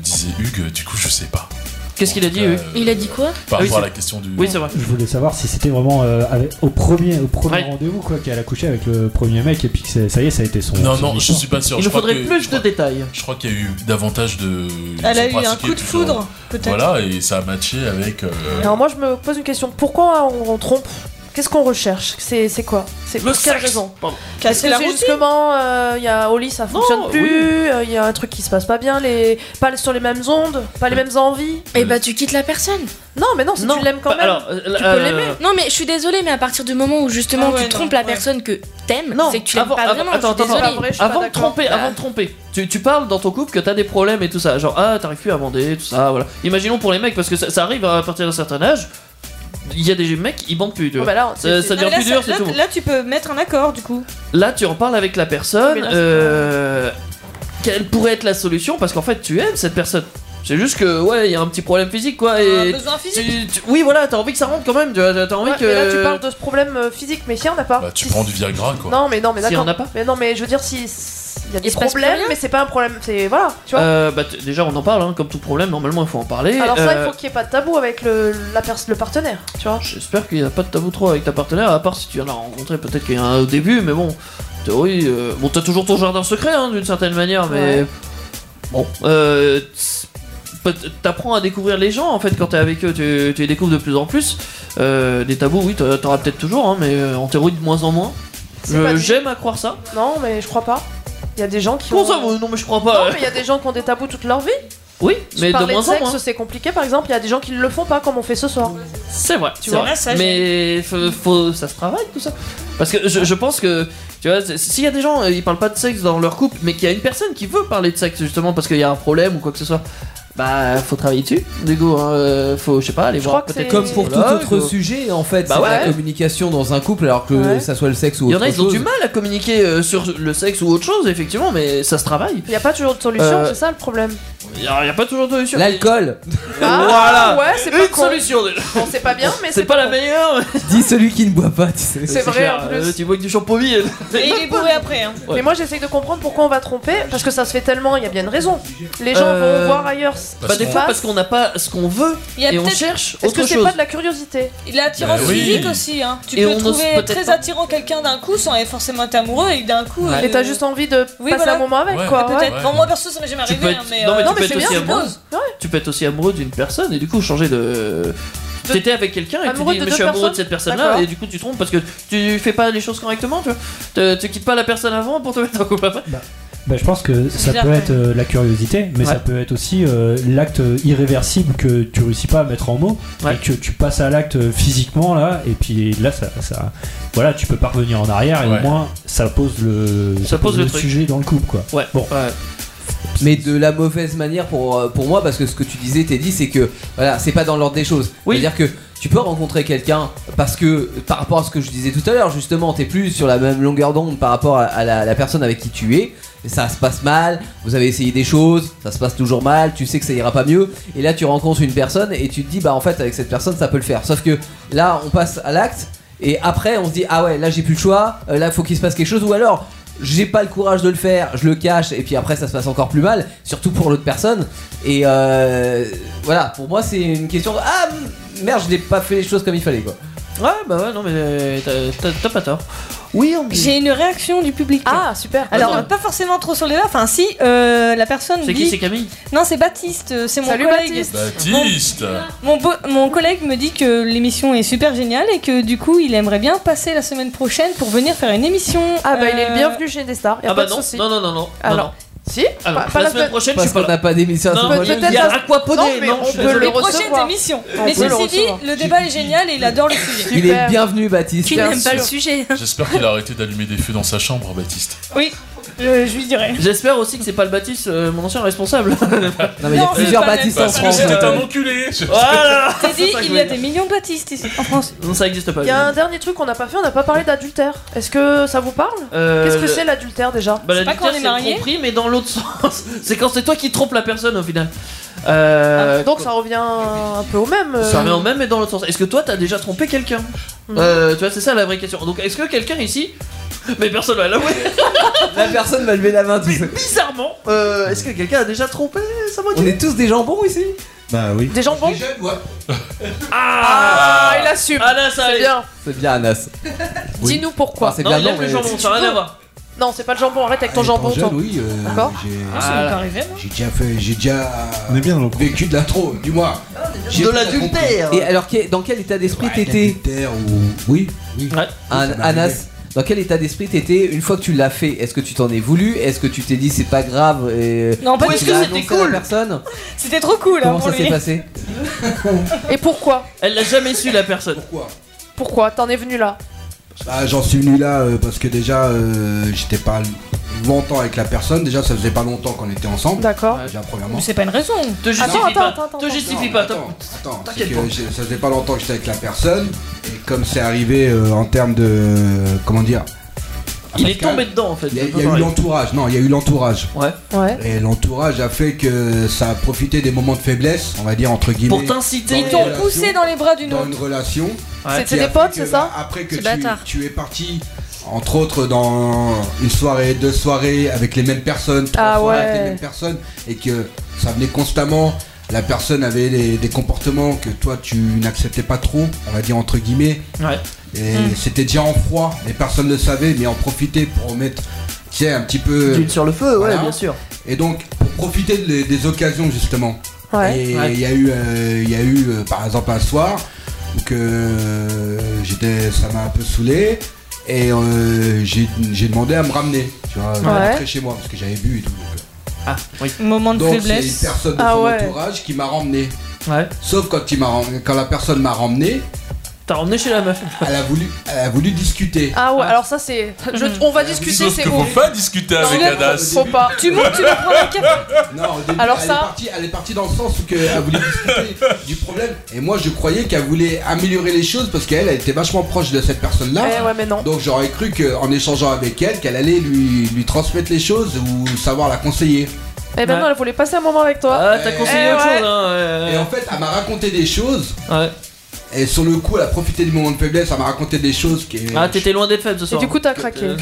disait Hugues, du coup, je sais pas.
Qu'est-ce qu'il a dit,
Hugues
Il a dit quoi
Par
Ah oui,
rapport à
c'est-
la question du.
Oui, c'est vrai.
Je voulais savoir si c'était vraiment euh, avec- au premier, au premier rendez-vous quoi qu'elle a couché avec le premier mec et puis que c'est- ça y est, ça a été son.
Non,
son
non, je
histoire.
suis pas sûr.
Il
Je
nous
crois
faudrait
que-
plus
je
de détails.
Je crois qu'il y a eu davantage de. ils
Elle a
ont
eu un
pratiqué
coup de
plusieurs-
foudre, peut-être.
Voilà, et ça a matché avec. euh,
Alors, moi, je me pose une question. Pourquoi on, on trompe Qu'est-ce qu'on recherche C'est c'est quoi C'est pour quelle raison Est-ce
Casser
que
la
c'est
routine.
justement, euh, y a, au lit ça fonctionne
Non,
plus, il y a un truc qui se passe pas bien, les, pas sur les mêmes ondes, pas les mêmes envies.
Et bah, tu quittes la personne.
Non, mais non, si tu l'aimes quand même, tu peux l'aimer.
Non, mais je suis désolée, mais à partir du moment où justement
Ah ouais,
tu trompes la personne que t'aimes, c'est que tu l'aimes
Avant,
pas
avant-
vraiment.
attends,
je suis
attends,
désolée.
attends. avant de tromper, avant de tromper, tu, tu parles dans ton couple que t'as des problèmes et tout ça, genre ah t'arrives plus à bander, tout ça, voilà. Imaginons pour les mecs parce que ça, ça arrive à partir d'un certain âge, il y a des mecs ils bandent
Ah
plus, tu vois.
bah là,
ça, ça devient
Non, mais là,
plus dur, c'est
là-
tout.
Là, tu peux mettre un accord du coup.
Là, tu en parles avec la personne. euh, quelle pourrait être la solution Parce qu'en fait, tu aimes cette personne. C'est juste que, ouais, il y a un petit problème physique, quoi. Et
besoin
physique. oui, voilà, t'as envie que ça rentre quand même. tu vois, T'as envie
Ouais,
que.
mais là tu parles de ce problème euh, physique, mais si on n'a pas.
Bah, tu prends du Viagra, quoi.
Non mais non mais
Si
d'accord.
on n'a pas.
Mais non mais je veux dire si. si- Il y a des
Il se passe plus
problèmes,
rien
mais c'est pas un problème. C'est voilà, tu vois.
Euh, bah, t- déjà, on en parle, hein, comme tout problème, normalement, il faut en parler.
Alors ça, il
Euh,
faut qu'il n'y ait pas de tabou avec le, la pers- le partenaire, tu vois.
J'espère qu'il n'y a pas de tabou trop avec ta partenaire, à part si tu viens de la rencontrer, peut-être qu'il y en a un au début, mais bon, en théorie, euh, bon, t'as toujours ton jardin secret, hein, d'une certaine manière, mais bon, euh, t's- peut- t'apprends à découvrir les gens, en fait, quand t'es avec eux, tu, tu les découvres de plus en plus. Euh, des tabous, oui, t'en- t'auras peut-être toujours, hein, mais euh, en théorie, de moins en moins.
C'est
Euh,
pas dit.
J'aime à croire ça.
Non, mais je crois pas. Il y a des gens qui.
Comment
ont-
ça, moi Non, mais je crois pas.
Non, mais il y a des gens qui ont des tabous toute leur vie.
Oui,
Tu
mais de
parlais
moins en
sexe,
moins.
c'est compliqué, par exemple. Il y a des gens qui ne le font pas comme on fait ce soir.
C'est vrai,
Tu
c'est
vois,
vrai.
ça,
mais faut, faut- ça se travaille tout ça. Parce que je, je pense que, tu vois, c'est- s'il y a des gens, euh, ils parlent pas de sexe dans leur couple, mais qu'il y a une personne qui veut parler de sexe justement parce qu'il y a un problème ou quoi que ce soit, bah faut travailler dessus. Du coup, hein, euh, faut, je sais pas, aller voir peut-être
comme pour tout
psychologue
autre
ou-
sujet en fait,
Bah
c'est
ouais.
la communication dans un couple alors que
Ouais.
ça soit le sexe ou
Il y
autre
en a, ils ont
chose.
du mal à communiquer euh, sur le sexe ou autre chose, effectivement, mais ça se travaille.
Il n'y a pas toujours de solution,
Euh,
c'est ça le problème.
Il y a il y a pas toujours de solution. [laughs]
L'alcool.
Ah,
voilà.
ouais, c'est pas
une
con.
solution déjà.
Bon, c'est
[laughs]
pas bien, mais
C'est pas la meilleure.
Dis celui qui ne boit pas, tu sais.
C'est vrai,
clair,
en plus.
euh, tu bois que du shampoing. et- [laughs]
Et il est bourré après. Hein.
Mais moi j'essaye de comprendre pourquoi on va tromper, parce que ça se fait tellement, il y a bien une raison. Les gens
Euh,
vont voir ailleurs.
Bah, des fois, parce qu'on n'a pas ce qu'on veut
Il y a
et on
peut-être-
cherche
Est-ce
autre
que c'est
chose.
pas de la curiosité
Il est attirant
Bah oui.
physique aussi. Hein. Tu
Et on
peux
n'ose
trouver
peut-être
très
pas.
attirant quelqu'un d'un coup sans être forcément être amoureux et d'un coup. euh,
Ouais. Et t'as juste envie de passer un moment avec, Ouais. quoi,
Ah, Peut-être.
ouais.
Bon, moi perso, ça m'est jamais
Tu peux
arrivé.
être-
hein, mais,
non, mais
euh,
tu peux être aussi
bien,
amoureux.
suppose.
Tu peux être aussi amoureux d'une personne et du coup changer de. T'étais avec quelqu'un et tu
Amoureux
dis
de
mais je
deux
suis amoureux de cette
personnes
personne-là
D'accord.
et du coup tu trompes parce que tu fais pas les choses correctement tu vois. Te- Tu quittes pas la personne avant pour te mettre en couple après.
Bah, je pense que ça
bizarre,
peut
ouais.
être euh, la curiosité, mais ça peut être aussi euh, l'acte irréversible que tu réussis pas à mettre en mots, et que tu passes à l'acte euh, physiquement là, et puis là ça, ça- voilà, tu peux pas revenir en arrière et
Ouais.
au moins ça pose le, ça
pose le truc.
sujet dans le couple quoi.
Ouais.
Bon.
Mais de la mauvaise manière pour, euh, pour moi, parce que ce que tu disais, t'es dit, c'est que voilà, c'est pas dans l'ordre des choses. C'est-à-dire que tu peux rencontrer quelqu'un parce que par rapport à ce que je disais tout à l'heure, justement, t'es plus sur la même longueur d'onde par rapport à, à la, la personne avec qui tu es. Et ça se passe mal, vous avez essayé des choses, ça se passe toujours mal, tu sais que ça ira pas mieux. Et là, tu rencontres une personne et tu te dis, bah en fait, avec cette personne, ça peut le faire. Sauf que là, on passe à l'acte. Et après, on se dit, ah ouais, là j'ai plus le choix, euh, là faut qu'il se passe quelque chose, ou alors j'ai pas le courage de le faire, je le cache, et puis après ça se passe encore plus mal, surtout pour l'autre personne. Et euh, voilà, pour moi c'est une question de, ah merde, je n'ai pas fait les choses comme il fallait quoi.
Ouais bah ouais non mais euh, t'as- t'as t'as pas tort. Oui on
J'ai une réaction du public.
Ah, super.
Alors,
Ouais.
pas forcément trop sur les lèvres. Enfin, si, euh, la personne.
C'est qui,
dit-
c'est Camille
Non, c'est Baptiste. euh, C'est mon
Salut,
collègue.
Baptiste
Mon, beau- mon collègue me dit que l'émission est super géniale et que du coup il aimerait bien passer la semaine prochaine pour venir faire une émission. Euh,
Ah bah il est le bienvenu chez des stars, y a
Ah
pas
bah
de
non,
soucis.
non non non non.
Alors, si
Ah non,
pas,
la
pas la
semaine prochaine, je
Parce
suis pas
qu'on
là.
n'a pas d'émission à ce
Non,
moment-là.
peut-être la- Aquaponé,
Non, mais
non,
on
je suis
peut
désolé.
le
Les prochaines
recevoir.
Prochaine émission.
On
Mais
peut le
ceci dit,
recevoir.
le débat est génial et il adore le sujet.
Il est bienvenu Baptiste.
Tu n'aimes pas le
sujet.
J'espère qu'il a arrêté d'allumer des feux dans sa chambre, Baptiste.
Oui, je, je lui dirai.
J'espère aussi que c'est pas le Baptiste, euh, mon ancien responsable.
Non, mais il y a Non, c'est plusieurs pas le Baptiste en
Parce que
France,
c'était
euh,
un enculé
Voilà
C'est dit,
ça que je
il y a
voulais
des millions de Baptistes ici en France.
Non, ça existe pas.
Il y a un dernier truc qu'on n'a pas fait, on n'a pas parlé d'adultère. Est-ce que ça vous parle
Euh,
Qu'est-ce que
le-
c'est l'adultère déjà
Bah, l'adultère, c'est le tromperie, mais dans l'autre [laughs] sens. C'est quand c'est toi qui trompes la personne au final. Euh,
Donc ça revient un peu au même. euh.
Ça revient au même mais dans l'autre sens. Est-ce que toi t'as déjà trompé quelqu'un
Mm.
Euh, Tu vois, c'est ça la vraie question. Donc est-ce que quelqu'un ici. [laughs] Mais personne va l'avouer
La personne va lever la main. tout seul.
Bizarrement, euh, est-ce que quelqu'un a déjà trompé sa voiture
On est tous des jambons ici
Bah oui.
Des jambons
Ah,
il assume
Ah là, ça
C'est
allait [laughs]
bien
C'est bien Anas. Oui.
Dis-nous pourquoi
Ah, c'est Non, bien, il non, aime le mais- jambon, ça a rien à voir.
Non, c'est pas le jambon, arrête avec ton
Ah,
jambon.
étant jeune,
toi.
oui, euh,
D'accord
j'ai-
Ah, ça m'est pas arrivé, moi.
J'ai déjà fait, j'ai déjà vécu de l'intro, dis-moi. J'ai
De
tout
l'adultère
compris.
Et alors, que- dans quel état d'esprit t'étais
L'adultère ou... Oui, oui.
An-
ça m'est arrivé.
Anas, dans quel état d'esprit t'étais une fois que tu l'as fait Est-ce que tu t'en es voulu Est-ce que tu t'es dit c'est pas grave et...
Non, pas
Ou
du
est-ce
tout.
que
C'était
c'était cool personne
C'était trop cool. hein,
Comment
pour
ça s'est
lui.
passé
[laughs] Et pourquoi
Elle l'a jamais su la personne.
Pourquoi
Pourquoi T'en es venu là
Bah, j'en suis venu là euh, parce que déjà, euh, j'étais pas longtemps avec la personne. Déjà, ça faisait pas longtemps qu'on était ensemble.
D'accord.
Déjà, premièrement.
Mais c'est pas une raison.
Te justifie
attends,
pas.
attends, attends,
te
attends.
justifie pas. Attends,
C'est
t'inquiète
que
pas.
j'ai- ça faisait pas longtemps que j'étais avec la personne. Et comme c'est arrivé euh, en termes de. comment dire
Il est tombé dedans en fait.
Il y a- il y, a eu l'entourage, non, il y a eu l'entourage.
Ouais.
Ouais.
Et l'entourage a fait que ça a profité des moments de faiblesse, on va dire entre guillemets.
Pour t'inciter.
Dans
Ils
une
t'ont
relation-
poussé dans les bras d'une
Dans
autre.
une relation.
Ouais.
qui
C'était
a
des
fait
potes,
que,
c'est ça
bah, Après que
C'est
tu,
bâtard.
tu es parti entre autres dans une soirée, deux soirées avec les mêmes personnes, trois
Ah
soirées
ouais.
avec les mêmes personnes, et que ça venait constamment. La personne avait des, des comportements que toi tu n'acceptais pas trop, on va dire entre guillemets.
Ouais.
Et c'était déjà en froid, et personne ne le savait, mais en profiter pour remettre, tu sais, un petit peu.
D'huile sur le feu, ouais, bien sûr.
Et donc, pour profiter de- des occasions, justement.
Ouais.
Et il
Ouais.
y a eu, euh, il y a eu euh, par exemple, un soir où que j'étais, ça m'a un peu saoulé. Et euh, j'ai j'ai demandé à me ramener, tu vois, de
Ouais.
rentrer chez moi parce que j'avais bu et tout. donc, euh.
Ah, oui.
Moment de
Donc, c'est une
faiblesse.
personne de
Ah
son entourage qui m'a ramené. Sauf quand, il m'a ram- quand la personne m'a ramené.
T'as ramené chez la meuf
Elle a voulu, elle a voulu discuter.
Ah ouais, alors ça c'est.
[laughs]
je- On va discuter,
Sauf
c'est
que
bon.
faut pas discuter
Non,
avec
non,
Adas.
Faut pas.
Tu montes, tu me prends
la
Non, au début,
Alors
elle,
ça-
est partie, elle est partie dans le sens où que euh, elle voulait discuter du problème. Et moi, je croyais qu'elle voulait améliorer les choses parce qu'elle elle était vachement proche de cette personne-là.
Eh ouais, mais non.
Donc j'aurais cru qu'en échangeant avec elle, qu'elle allait lui, lui transmettre les choses ou savoir la conseiller.
Eh ben non, elle voulait passer un moment avec toi.
Ah, t'as conseillé
Eh
autre
ouais.
chose, hein.
Et en fait, elle m'a raconté des choses. Et sur le coup, elle a profité du moment de faiblesse, elle m'a raconté des choses qui.
Ah, t'étais loin d'être faible ce soir.
du coup,
t'as
craqué.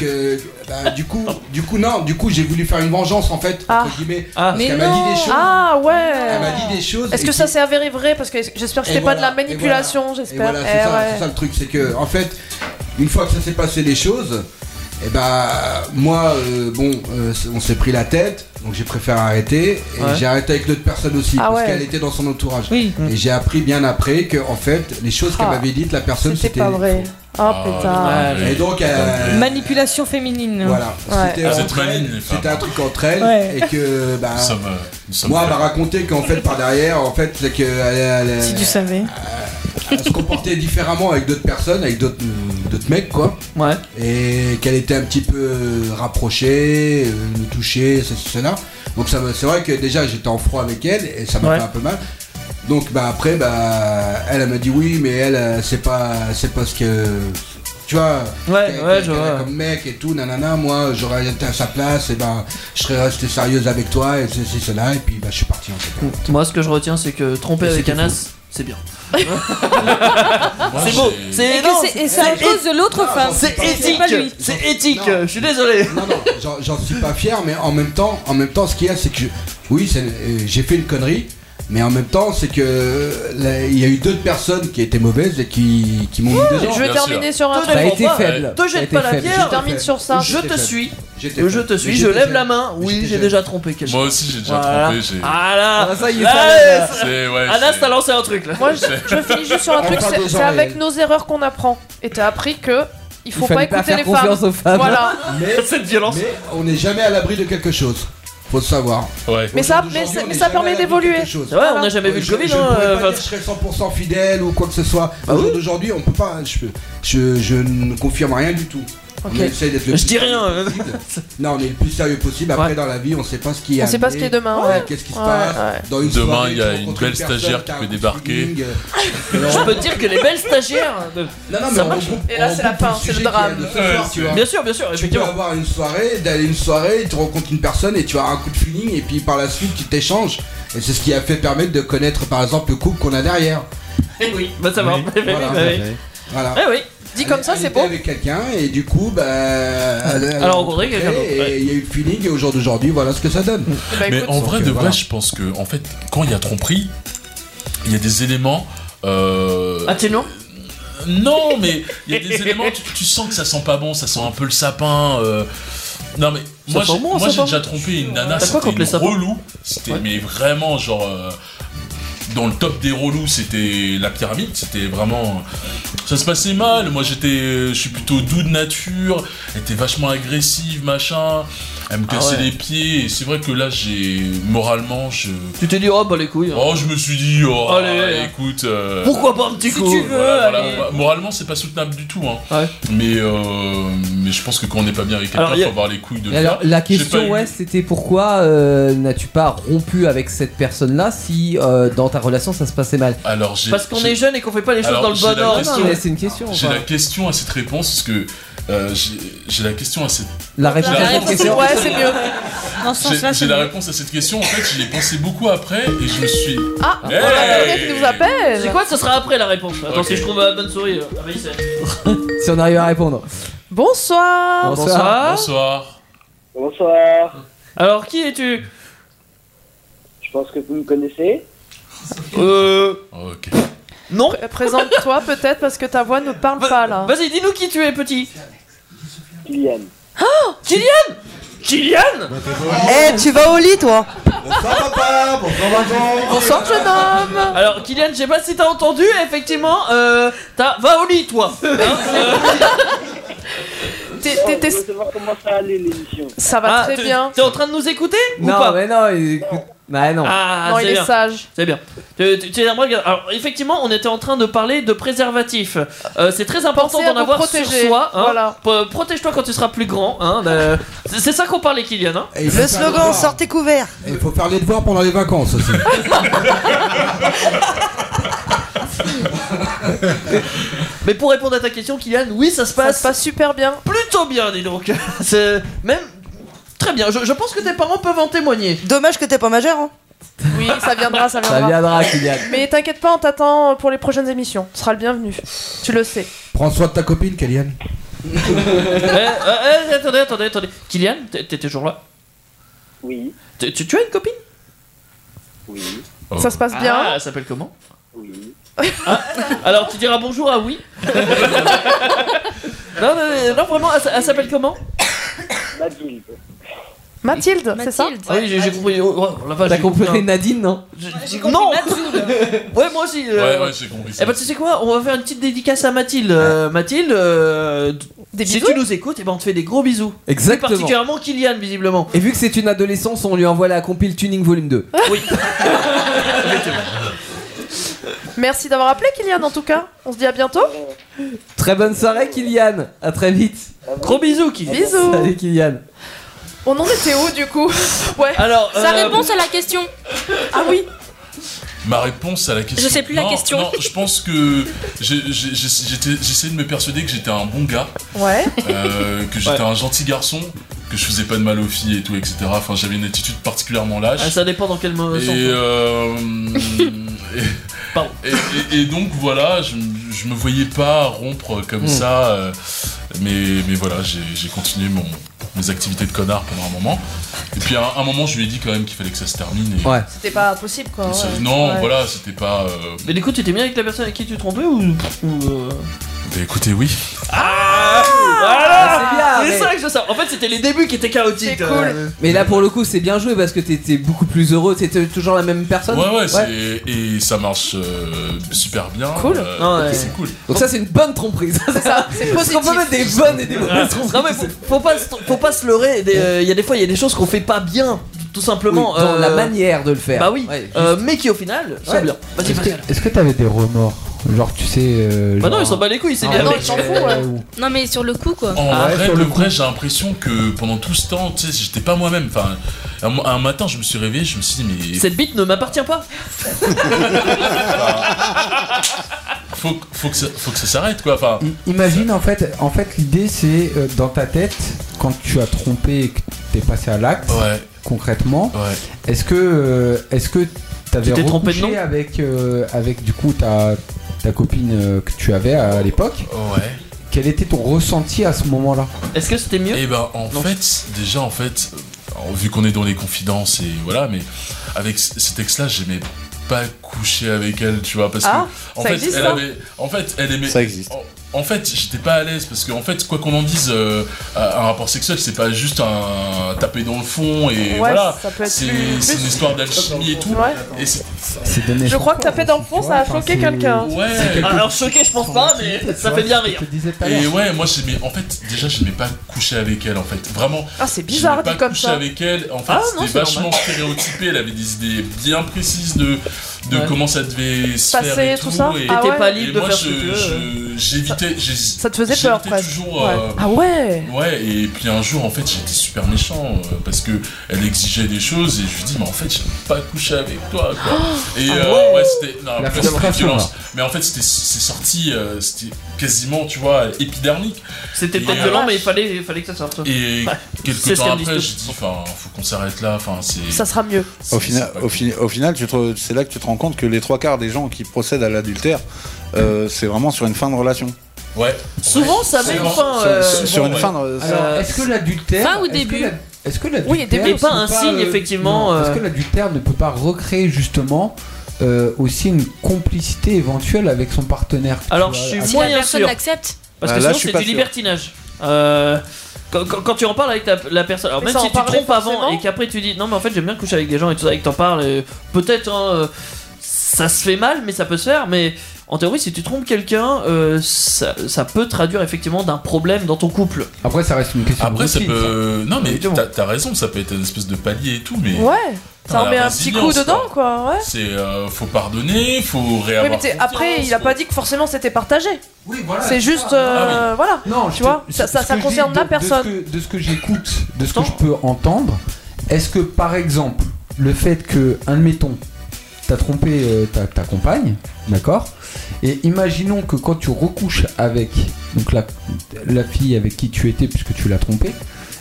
bah, du coup, du coup, non, du coup, j'ai voulu faire une vengeance en fait, entre guillemets,
Ah.
parce
Ah. Mais
qu'elle m'a dit
non.
des choses.
Ah ouais.
Elle m'a dit des choses.
Est-ce
et
que ça s'est avéré vrai Parce que j'espère que
Et
c'était pas de la
voilà, et
manipulation,
voilà, et
j'espère.
voilà,
Eh
c'est ça,
ouais.
c'est ça le truc, c'est que en fait, une fois que ça s'est passé les choses, et bah moi, euh, bon, euh, on s'est pris la tête, donc j'ai préféré arrêter, et
Ouais.
j'ai arrêté avec l'autre personne aussi,
Ah
parce
ouais.
qu'elle était dans son entourage. Et j'ai appris bien après que en fait, les choses qu'elle
Ah.
m'avait dites, la personne c'était.
C'était pas vrai.
Oh
Ah,
Ouais, Et donc, euh,
Manipulation féminine.
voilà, c'était
Vous
entre
êtes
elles, c'était un truc entre elles
Ouais.
et que bah,
Nous sommes, euh, nous sommes
moi elle
faibles.
m'a raconté qu'en fait par derrière en fait c'est que elle- elle-
Si tu savais.
elle se comportait différemment avec d'autres personnes, avec d'autres euh, d'autres mecs quoi.
Ouais.
Et qu'elle était un petit peu euh, rapprochée, euh, nous touchée, ceci, cela. Donc ça me- c'est vrai que déjà j'étais en froid avec elle et ça m'a
Ouais.
fait un peu mal. Donc bah après bah elle, elle m'a dit oui mais elle euh, c'est pas c'est parce que tu vois
Ouais,
qu'elle-
ouais,
qu'elle
je
a
vois.
comme mec et tout nanana moi j'aurais été à sa place et ben je serais resté sérieuse avec toi et ceci cela et puis bah je suis parti en fait.
Moi, ce que je retiens, c'est que tromper
Et
avec
c'était
un
faux.
as, c'est bien. c'est beau, c'est
Et que
non,
c'est- et c'est à cause de l'autre
Non,
femme.
C'est
C'est pas lui.
éthique, c'est éthique.
Non.
Je suis désolé.
Non, non, j'en- j'en suis pas fier, mais en même temps, en même temps, ce qu'il y a, c'est que je- oui, c'est- euh, j'ai fait une connerie, mais en même temps, c'est que euh, là, il y a eu d'autres personnes qui étaient mauvaises et qui, qui m'ont mis dedans.
Je vais terminer sur un
Te
truc.
Ça a été
défends pas.
faible.
Te
Ça a
jette
été
pas la
faible.
pierre.
Je termine sur ça.
Je te
faible.
suis.
J'étais
Je
faible.
te suis.
Mais
Je
j'étais
lève
faible.
la main. Oui, j'ai déjà trompé quelqu'un.
Moi aussi, j'ai déjà
Voilà.
trompé. j'ai-
Ah là
Ah, ça y est,
là,
ça y est,
ça-
là. C'est- ouais,
Anas,
c'est-
t'as lancé un truc là.
Moi, je, je finis juste sur un
On
truc.
parle
C'est
des
c'est
gens
avec
réels.
nos erreurs qu'on apprend. Et t'as appris que il faut
Il fallait
pas
pas
écouter
faire
les
confiance
femmes.
aux femmes.
Voilà.
[laughs]
Mais-
Cette violence.
Mais on n'est jamais à l'abri de quelque chose. Faut le savoir.
Mais ça, mais, ça- mais ça permet d'évoluer.
Ouais, on n'a jamais vu le
Je,
Covid.
je
hein,
pourrais
euh, Ah
pas
enfin,
dire que je serais 100% fidèle ou quoi que ce soit. Au jour d'aujourd'hui, on peut pas. hein, Je, je, je ne confirme rien du tout.
Ok.
On essaie d'être le
Je
plus
dis rien,
sérieux
euh.
possible. Non, on est le plus sérieux possible. Après, dans la vie, on sait pas ce qui est.
On sait pas ce qui est demain, ouais.
Qu'est-ce qui se
Ouais,
passe dans une
Demain,
soirée,
il y a
tu
une
rencontres
belle
personne,
stagiaire qui
t'as un
peut
petit
débarquer.
feeling,
Bah, je peux te dire que les belles stagiaires. de-
Non, non, mais
ça
on
marche.
regroupe-
Et là, c'est la fin, c'est le drame.
Bien sûr, bien sûr,
Tu peux
effectivement.
avoir une soirée, d'aller une soirée, tu rencontres une personne et tu as un coup de feeling et puis par la suite tu t'échanges. Et c'est ce qui a fait permettre de connaître par exemple le couple qu'on a derrière.
Eh oui, bah ça va. Eh oui,
Voilà.
bah oui.
Voilà.
Eh oui.
Dit comme ça,
c'est bon. avec quelqu'un et du coup,
[laughs]
bah. Elle, elle
Alors,
a
rencontrer quelqu'un d'autre,
Et il y a eu le feeling et au jour d'aujourd'hui, voilà ce que ça donne.
Mais en vrai,
Donc,
de vrai,
euh, voilà.
je pense que en fait, quand il y a tromperie, il y a des éléments. Euh...
Atténuant
Non, mais il y a
[laughs]
des éléments. Tu, tu sens que ça sent pas bon, ça sent un peu le sapin. euh, Non mais
Ça
moi
sent
j'ai
bon,
moi,
ça
j'ai
sent
déjà
bon.
trompé une nana,
T'as quoi
c'était
contre les
une
sapins
relou, c'était
Ouais.
mais vraiment genre euh, dans le top des relous c'était la pyramide, c'était vraiment ça se passait mal. Moi j'étais je suis plutôt doux de nature, elle était vachement agressive machin, elle me
Ah
cassait
ouais.
les pieds et c'est vrai que là j'ai moralement je
Tu t'es dit, oh bah les couilles. hein.
Oh, je me suis dit, oh,
Allez, allez.
écoute. euh,
Pourquoi pas un petit
si
coup
tu veux, voilà, voilà.
allez.
Bah, Moralement, c'est pas soutenable du tout. Hein. Mais, euh, mais je pense que quand on n'est pas bien avec
Alors,
quelqu'un,
y a-
faut avoir les couilles de
Et
le
alors
faire.
la
J'ai pas
question
eu-
ouais c'était pourquoi euh, n'as-tu pas rompu avec cette personne là si euh, dans ta relation ça se passait mal
Alors j'ai
Parce qu'on est jeune et qu'on fait pas les choses
Alors,
dans le
j'ai
bon
la
ordre.
question-
mais c'est une question,
J'ai
enfin.
la question à cette réponse parce que euh, j'ai- j'ai la question à cette.
La réponse
J'ai
à cette question. Ouais, c'est mieux.
J'ai-
Dans ce sens-là,
J'ai
c'est
la
mieux.
réponse à cette question. En fait, j'y ai pensé beaucoup après et je me suis.
Ah,
Hey
voilà quelqu'un qui nous appelle.
C'est quoi Ce sera après la réponse. Attends,
Ok.
si je trouve la bonne souris. euh, Ah bah, il sait.
si on arrive à répondre
Ah,
Bonsoir.
Bonsoir.
Bonsoir.
Alors, qui es-tu
Je pense que vous me connaissez.
Euh.
Non. Présente-toi peut-être parce que ta voix ne parle pas là.
Vas-y, dis-nous qui tu es, petit.
Kylian.
Oh
Kylian Kylian
Bah,
Eh, tu vas au lit, toi
Bonsoir, papa Bonsoir, maman Bonsoir, jeune homme Alors, Kylian, je sais pas si t'as entendu, effectivement, euh. t'as- Va au lit, toi Hein, euh,
T'es- t'es- t'es- Ça va
Ah,
très
t'es-
bien.
T'es en train de nous écouter ou
Non,
pas
mais non, il écoute- Bah non.
Ah,
Non,
c'est
il est
bien.
sage.
C'est bien. Tu, tu- tu es un bras- Alors, effectivement, on était en train de parler de préservatif. Euh, c'est très important
Pensez à
d'en
vous
avoir sur
protéger.
soi. hein.
Voilà.
P- Protège-toi quand tu seras plus grand. hein, de- C'est c'est ça qu'on parlait, Kylian. hein.
Le slogan sortez couverts.
Il faut faire les devoirs pendant les vacances aussi.
Mais pour répondre à ta question, Kylian, oui, ça se passe.
Ça se passe super bien.
Plutôt bien, dis donc. [laughs] C'est même très bien. Je, je pense que tes parents peuvent en témoigner.
Dommage que t'es pas majeur, hein
Oui, ça viendra, ça viendra.
Ça viendra, Kylian.
Mais t'inquiète pas, on t'attend pour les prochaines émissions. Tu seras le bienvenu. Tu le sais.
Prends soin de ta copine, Kéliane.
Eh, eh, eh, attendez, attendez, attendez. Kylian, t'es t'es toujours là
Oui.
Tu, tu- tu as une copine
Oui.
Oh. Ça se passe bien hein
Ah, elle s'appelle comment Ah,
Oui.
Alors tu diras bonjour à
[laughs]
oui. non, non, non, non, vraiment, elle, s- elle s'appelle comment
Mathilde.
Mathilde, c'est ça
Ah oui, j'ai j'ai compris. Oh, oh, la vache,
T'as
j'ai
compris
compris un-
Nadine, non
J'ai compris non [laughs] Ouais, moi aussi. euh,
Ouais, ouais, j'ai compris.
Eh ben tu sais quoi, on va faire une petite dédicace à Mathilde. Euh, Mathilde, euh, si tu nous écoutes, eh ben on te fait des gros bisous.
Exactement.
Plus particulièrement Kylian, visiblement.
Et vu que c'est une adolescence, on lui envoie la compile Tuning Volume 2. [laughs]
Merci d'avoir appelé, Kylian, en tout cas. On se dit à bientôt.
Très bonne soirée, Kylian. À très vite.
Gros bisous, Kylian.
Bisous.
Salut, Kylian.
On en était où, du coup [laughs] Ouais.
Alors, euh,
Sa réponse à la question.
Ah oui.
Ma réponse à la question.
Je sais plus la
Non,
question.
Non, je pense que j'ai- j'ai- j'ai- j'étais- j'essayais de me persuader que j'étais un bon gars,
Ouais.
euh, que j'étais
Ouais.
un gentil garçon, que je faisais pas de mal aux filles et tout, etc. Enfin, j'avais une attitude particulièrement lâche.
Ah, ça dépend dans quel moment.
Et, euh, et, et- et donc voilà, je, je me voyais pas rompre comme
Mm.
ça, euh, mais, mais voilà, j'ai j'ai continué mon, mes activités de connard pendant un moment. Et puis à un, un moment, je lui ai dit quand même qu'il fallait que ça se termine. et-
C'était pas possible, quoi.
Ça-
ouais.
non,
Ouais.
voilà, c'était pas. euh,
Mais du coup, tu étais bien avec la personne avec qui tu te trompais ou. ou, euh,
Bah écoutez, oui.
Voilà
c'est bien,
C'est
mais-
ça que je sors. En fait, c'était les débuts qui étaient chaotiques. euh.
Mais là, pour le coup, c'est bien joué parce que t'étais beaucoup plus heureux. T'étais toujours la même personne.
Ouais, ouais, c'est- et ça marche euh, super bien.
Cool.
Euh,
Ouais.
C'est cool.
Donc, ça, c'est une bonne tromperie. Ça, c'est [laughs]
ça.
C'est
Parce qu'on peut mettre
positif.
des bonnes et des mauvaises tromperies.
Non mais faut, faut pas se, faut pas se leurrer. Des- euh, Il y a des fois il y a des choses qu'on fait pas bien, tout simplement. euh,
Oui, dans la
manière
de le faire.
Bah oui.
Ouais, juste.
Euh, mais qui au final sont
Ouais.
bien. Vas-y,
Est-ce
vas-y.
que- est-ce que t'avais des remords Genre, tu sais. euh,
Bah non,
genre-
ils s'en bat les couilles, c'est
Ah
bien.
ouais,
avec-
Non, mais Ah, sur le coup, quoi.
En vrai, Ah, le vrai, j'ai l'impression que pendant tout ce temps, tu sais, j'étais pas moi-même. Enfin, un, un matin, je me suis réveillé, je me suis dit, mais
Cette bite ne m'appartient [laughs] pas.
faut, faut que ça, faut que ça s'arrête, quoi. Enfin,
Imagine en fait, en fait l'idée c'est euh, dans ta tête quand tu as trompé et que t'es passé à l'acte. Concrètement, est-ce que euh, est-ce que t'avais
Tu t'es trompé de
recouché
nom
avec euh, avec du coup ta ta copine euh, que tu avais à l'époque
Ouais.
Quel était ton ressenti à ce moment-là
Est-ce que c'était mieux
Eh ben, en fait, déjà, en fait, euh, vu qu'on est dans les confidences et voilà, mais avec c- cet ex-là, j'aimais pas coucher avec elle, tu vois, parce
Ah,
que en
ça
fait,
existe,
elle
ça
avait, en fait, elle aimait.
Ça existe.
En, en fait, j'étais pas à l'aise parce que en fait, quoi qu'on en dise, euh, un rapport sexuel, c'est pas juste un taper dans le fond et
Ouais,
voilà,
ça peut être
c'est
plus-
c'est une histoire d'alchimie et tout. Et c'est-
Je crois que t'as fait dans le fond, ça a
enfin,
choqué
c'est-
quelqu'un.
Ouais. C'est
Ah,
quelque-
Alors choqué, je pense pas, mais ça fait bien rire.
Et ouais, moi j'aimais. En fait, déjà, j'aimais pas coucher avec elle, en fait. Vraiment.
Ah, c'est bizarre
j'aimais
dit
pas
comme
coucher
ça.
avec elle. En fait,
Ah, non, c'est
c'était vachement
normal.
stéréotypé. Elle avait des idées bien précises de, de
Ouais.
comment ça devait se
Passer,
faire. Et
tout ça.
Et
Ah T'étais ouais. pas
libre
Et
de
moi,
faire ce
je,
que tu veux.
je- J'évitais. j'ai-
Ça te faisait peur,
j'évitais
presque.
toujours, euh,
Ouais. Ah ouais
Ouais, et puis un jour, en fait, j'étais super méchant euh, parce que elle exigeait des choses et je lui dis, mais en fait, j'aime pas coucher avec toi. Quoi.
Oh
et
Ah
euh,
ouais
ouais, c'était. Non,
La
après, c'était
frustration,
violence.
là.
Mais en fait, c'était- c'est sorti, euh, c'était quasiment, tu vois, épidermique.
C'était
Et,
peut-être
euh,
violent, mais il fallait, il fallait que ça sorte.
Et
Ouais.
quelques
C'est ce
temps
qu'elle
après,
dit,
j'ai dit, enfin, faut qu'on s'arrête là. Enfin, c'est.
Ça sera mieux.
Au final, au, fi- au final, tu te re- c'est là que tu te rends compte que les trois quarts des gens qui procèdent à l'adultère, euh, c'est vraiment sur une fin de relation.
Ouais.
Souvent, ça met une fin, euh, Sur- sur une fin, euh,
Alors,
ça-
est-ce que l'adultère.
Fin ou
est-ce que
début
la- Est-ce que l'adultère.
Oui, début,
ne
pas
peut
un signe,
euh,
effectivement,
non, Est-ce
euh,
que l'adultère ne peut pas recréer justement. euh, aussi une complicité éventuelle avec son partenaire. tu
Alors,
vois,
je suis
avec-
moyen sûr. Parce que
Ah, là, je suis
sinon,
pas
c'est du
sûr.
libertinage. Euh, quand, quand- quand tu en parles avec ta- la personne, alors
Mais
même
sans
si
en
tu
parler
trompes avant
forcément.
et qu'après tu dis non, mais en fait, j'aime bien coucher avec des gens et tout ça, et que t'en parles, euh, peut-être hein, euh, ça se fait mal, mais ça peut se faire. Mais en théorie, si tu trompes quelqu'un, euh, ça, ça peut traduire effectivement d'un problème dans ton couple.
Après, ça reste une question
Après, ça peut. Non, mais t'as t'as raison, ça peut être une espèce de palier et tout, mais.
Ouais, ça
Ah,
en
la
met un petit coup
résilience,
dedans, quoi. Ouais.
C'est. euh, faut pardonner, faut
Oui,
réavoir.
mais t'es- après, il a pas dit que forcément c'était partagé. C'est
Ah
juste,
Ah
euh, voilà.
Non,
tu vois, ça, ça,
ce
ça
que je
concerne
dis, de-
la personne.
De ce que, de ce que j'écoute, de ce que je peux entendre, est-ce que par exemple, le fait que, admettons, t'as trompé euh, ta, ta compagne, d'accord Et imaginons que quand tu recouches avec donc la, la fille avec qui tu étais, puisque tu l'as trompée,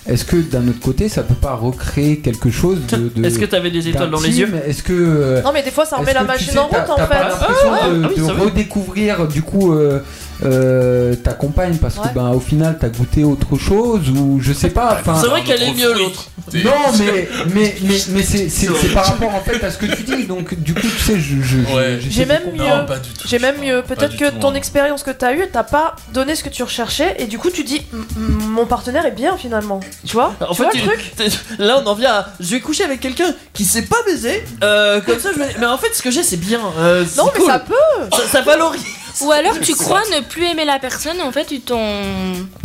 est-ce que d'un autre côté, ça peut pas recréer quelque chose de. de-
Est-ce que t'avais des étoiles dans les
d'intime
yeux
Est-ce que. euh,
Non, mais des fois, ça
est-ce
remet la
que tu
machine
sais,
en
t'as-
route, en
t'as
fait.
pas l'impression
Ah, ouais.
de,
Ah oui,
de
ça veut-
redécouvrir du coup euh, euh, ta compagne parce que ben au final t'as goûté autre chose ou je sais pas. enfin-
C'est vrai qu'elle est mieux l'autre.
Non mais mais mais, mais c'est c'est- c'est par rapport en fait à ce que tu dis donc du coup tu sais je je- je- j'essaie
J'ai
de
même mieux.
comprendre.
J'ai même mieux. Peut-être
du
que
tout,
ton
hein.
expérience que t'as eue, t'as pas donné ce que tu recherchais, et du coup, tu dis, M- m- mon partenaire est bien finalement. Tu vois
En
Tu
fait,
vois le
tu-
truc
t'es- là on en vient à je vais coucher avec quelqu'un qui sait pas baiser, euh, comme ça je vais- Mais en fait, ce que j'ai, c'est bien. euh, c'est
Non, mais
cool.
ça peut
Ça, ça valorise
Ou alors tu crois ne plus aimer la personne et en fait tu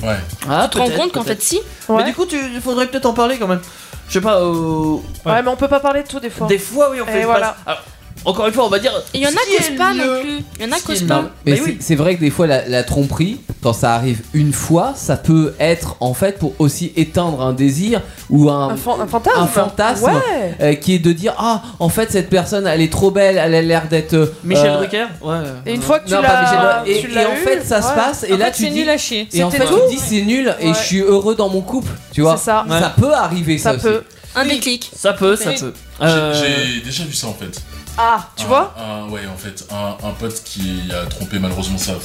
t'en.
Ouais.
Tu te rends compte qu'en fait, si.
Ah, Mais du coup, tu- il faudrait peut-être en parler quand même. Je sais pas. euh,
Ouais. mais on peut pas parler de tout des fois.
Des fois, oui, on fait.
Et
pas-
voilà.
Alors, encore une fois, on va dire.
Il y en a
ce
qui osent pas
est
non
le-
plus. Il y en a qui
qui est
osent
mal.
pas.
Non.
Mais
Bah
c'est-
oui.
c'est vrai que des fois la, la tromperie, quand ça arrive une fois, ça peut être en fait pour aussi éteindre un désir ou un,
Un fan- un fantasme.
un fantasme,
Ouais.
euh, qui est de dire ah en fait cette personne elle est trop belle, elle a l'air d'être euh,
Michel Drucker Ouais.
Et une fois que tu
non, pas
l'as.
Michel Drucker. Et-
tu
et
l'as
en
eu,
fait, ça se
ouais.
passe, et En là, fait, tu c'est dis- nul à chier. et en
C'était
fait
tout.
tu dis c'est nul et
Ouais.
je suis heureux dans mon couple, tu vois.
C'est ça.
Ça peut arriver ça, aussi.
Un déclic.
Ça peut, ça
Oui.
peut.
J'ai-
Euh,
J'ai déjà vu ça en fait.
Ah, tu
Un-
vois
un- Ouais, en fait, un, un pote qui a trompé malheureusement sa f-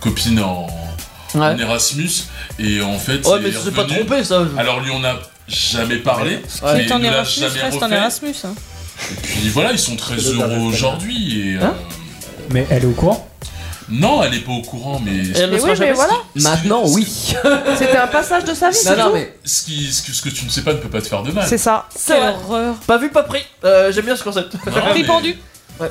copine en, en Erasmus et en fait.
Ouais,
il
mais
est
c'est pas
revenu.
trompé, ça.
Alors lui, on n'a jamais parlé. mais
Mais
il
t'en
ne
es
l'a
Erasmus,
jamais
reste en
refait.
Erasmus. hein.
Et puis voilà, ils sont très heureux aujourd'hui. et, euh,
Hein
Mais elle est au courant
Non, elle n'est pas au courant, mais.
Elle ne Mais sera oui, mais jamais- voilà.
Maintenant, oui.
C'était un passage de sa
Bah
vie. c'est tout.
Ce, qui, ce, que, ce que tu ne sais pas ne peut pas te faire de mal.
C'est ça.
C'est horreur. Pas vu, pas pris. Euh, J'aime bien ce concept.
Pris, mais- pendu.
Ouais.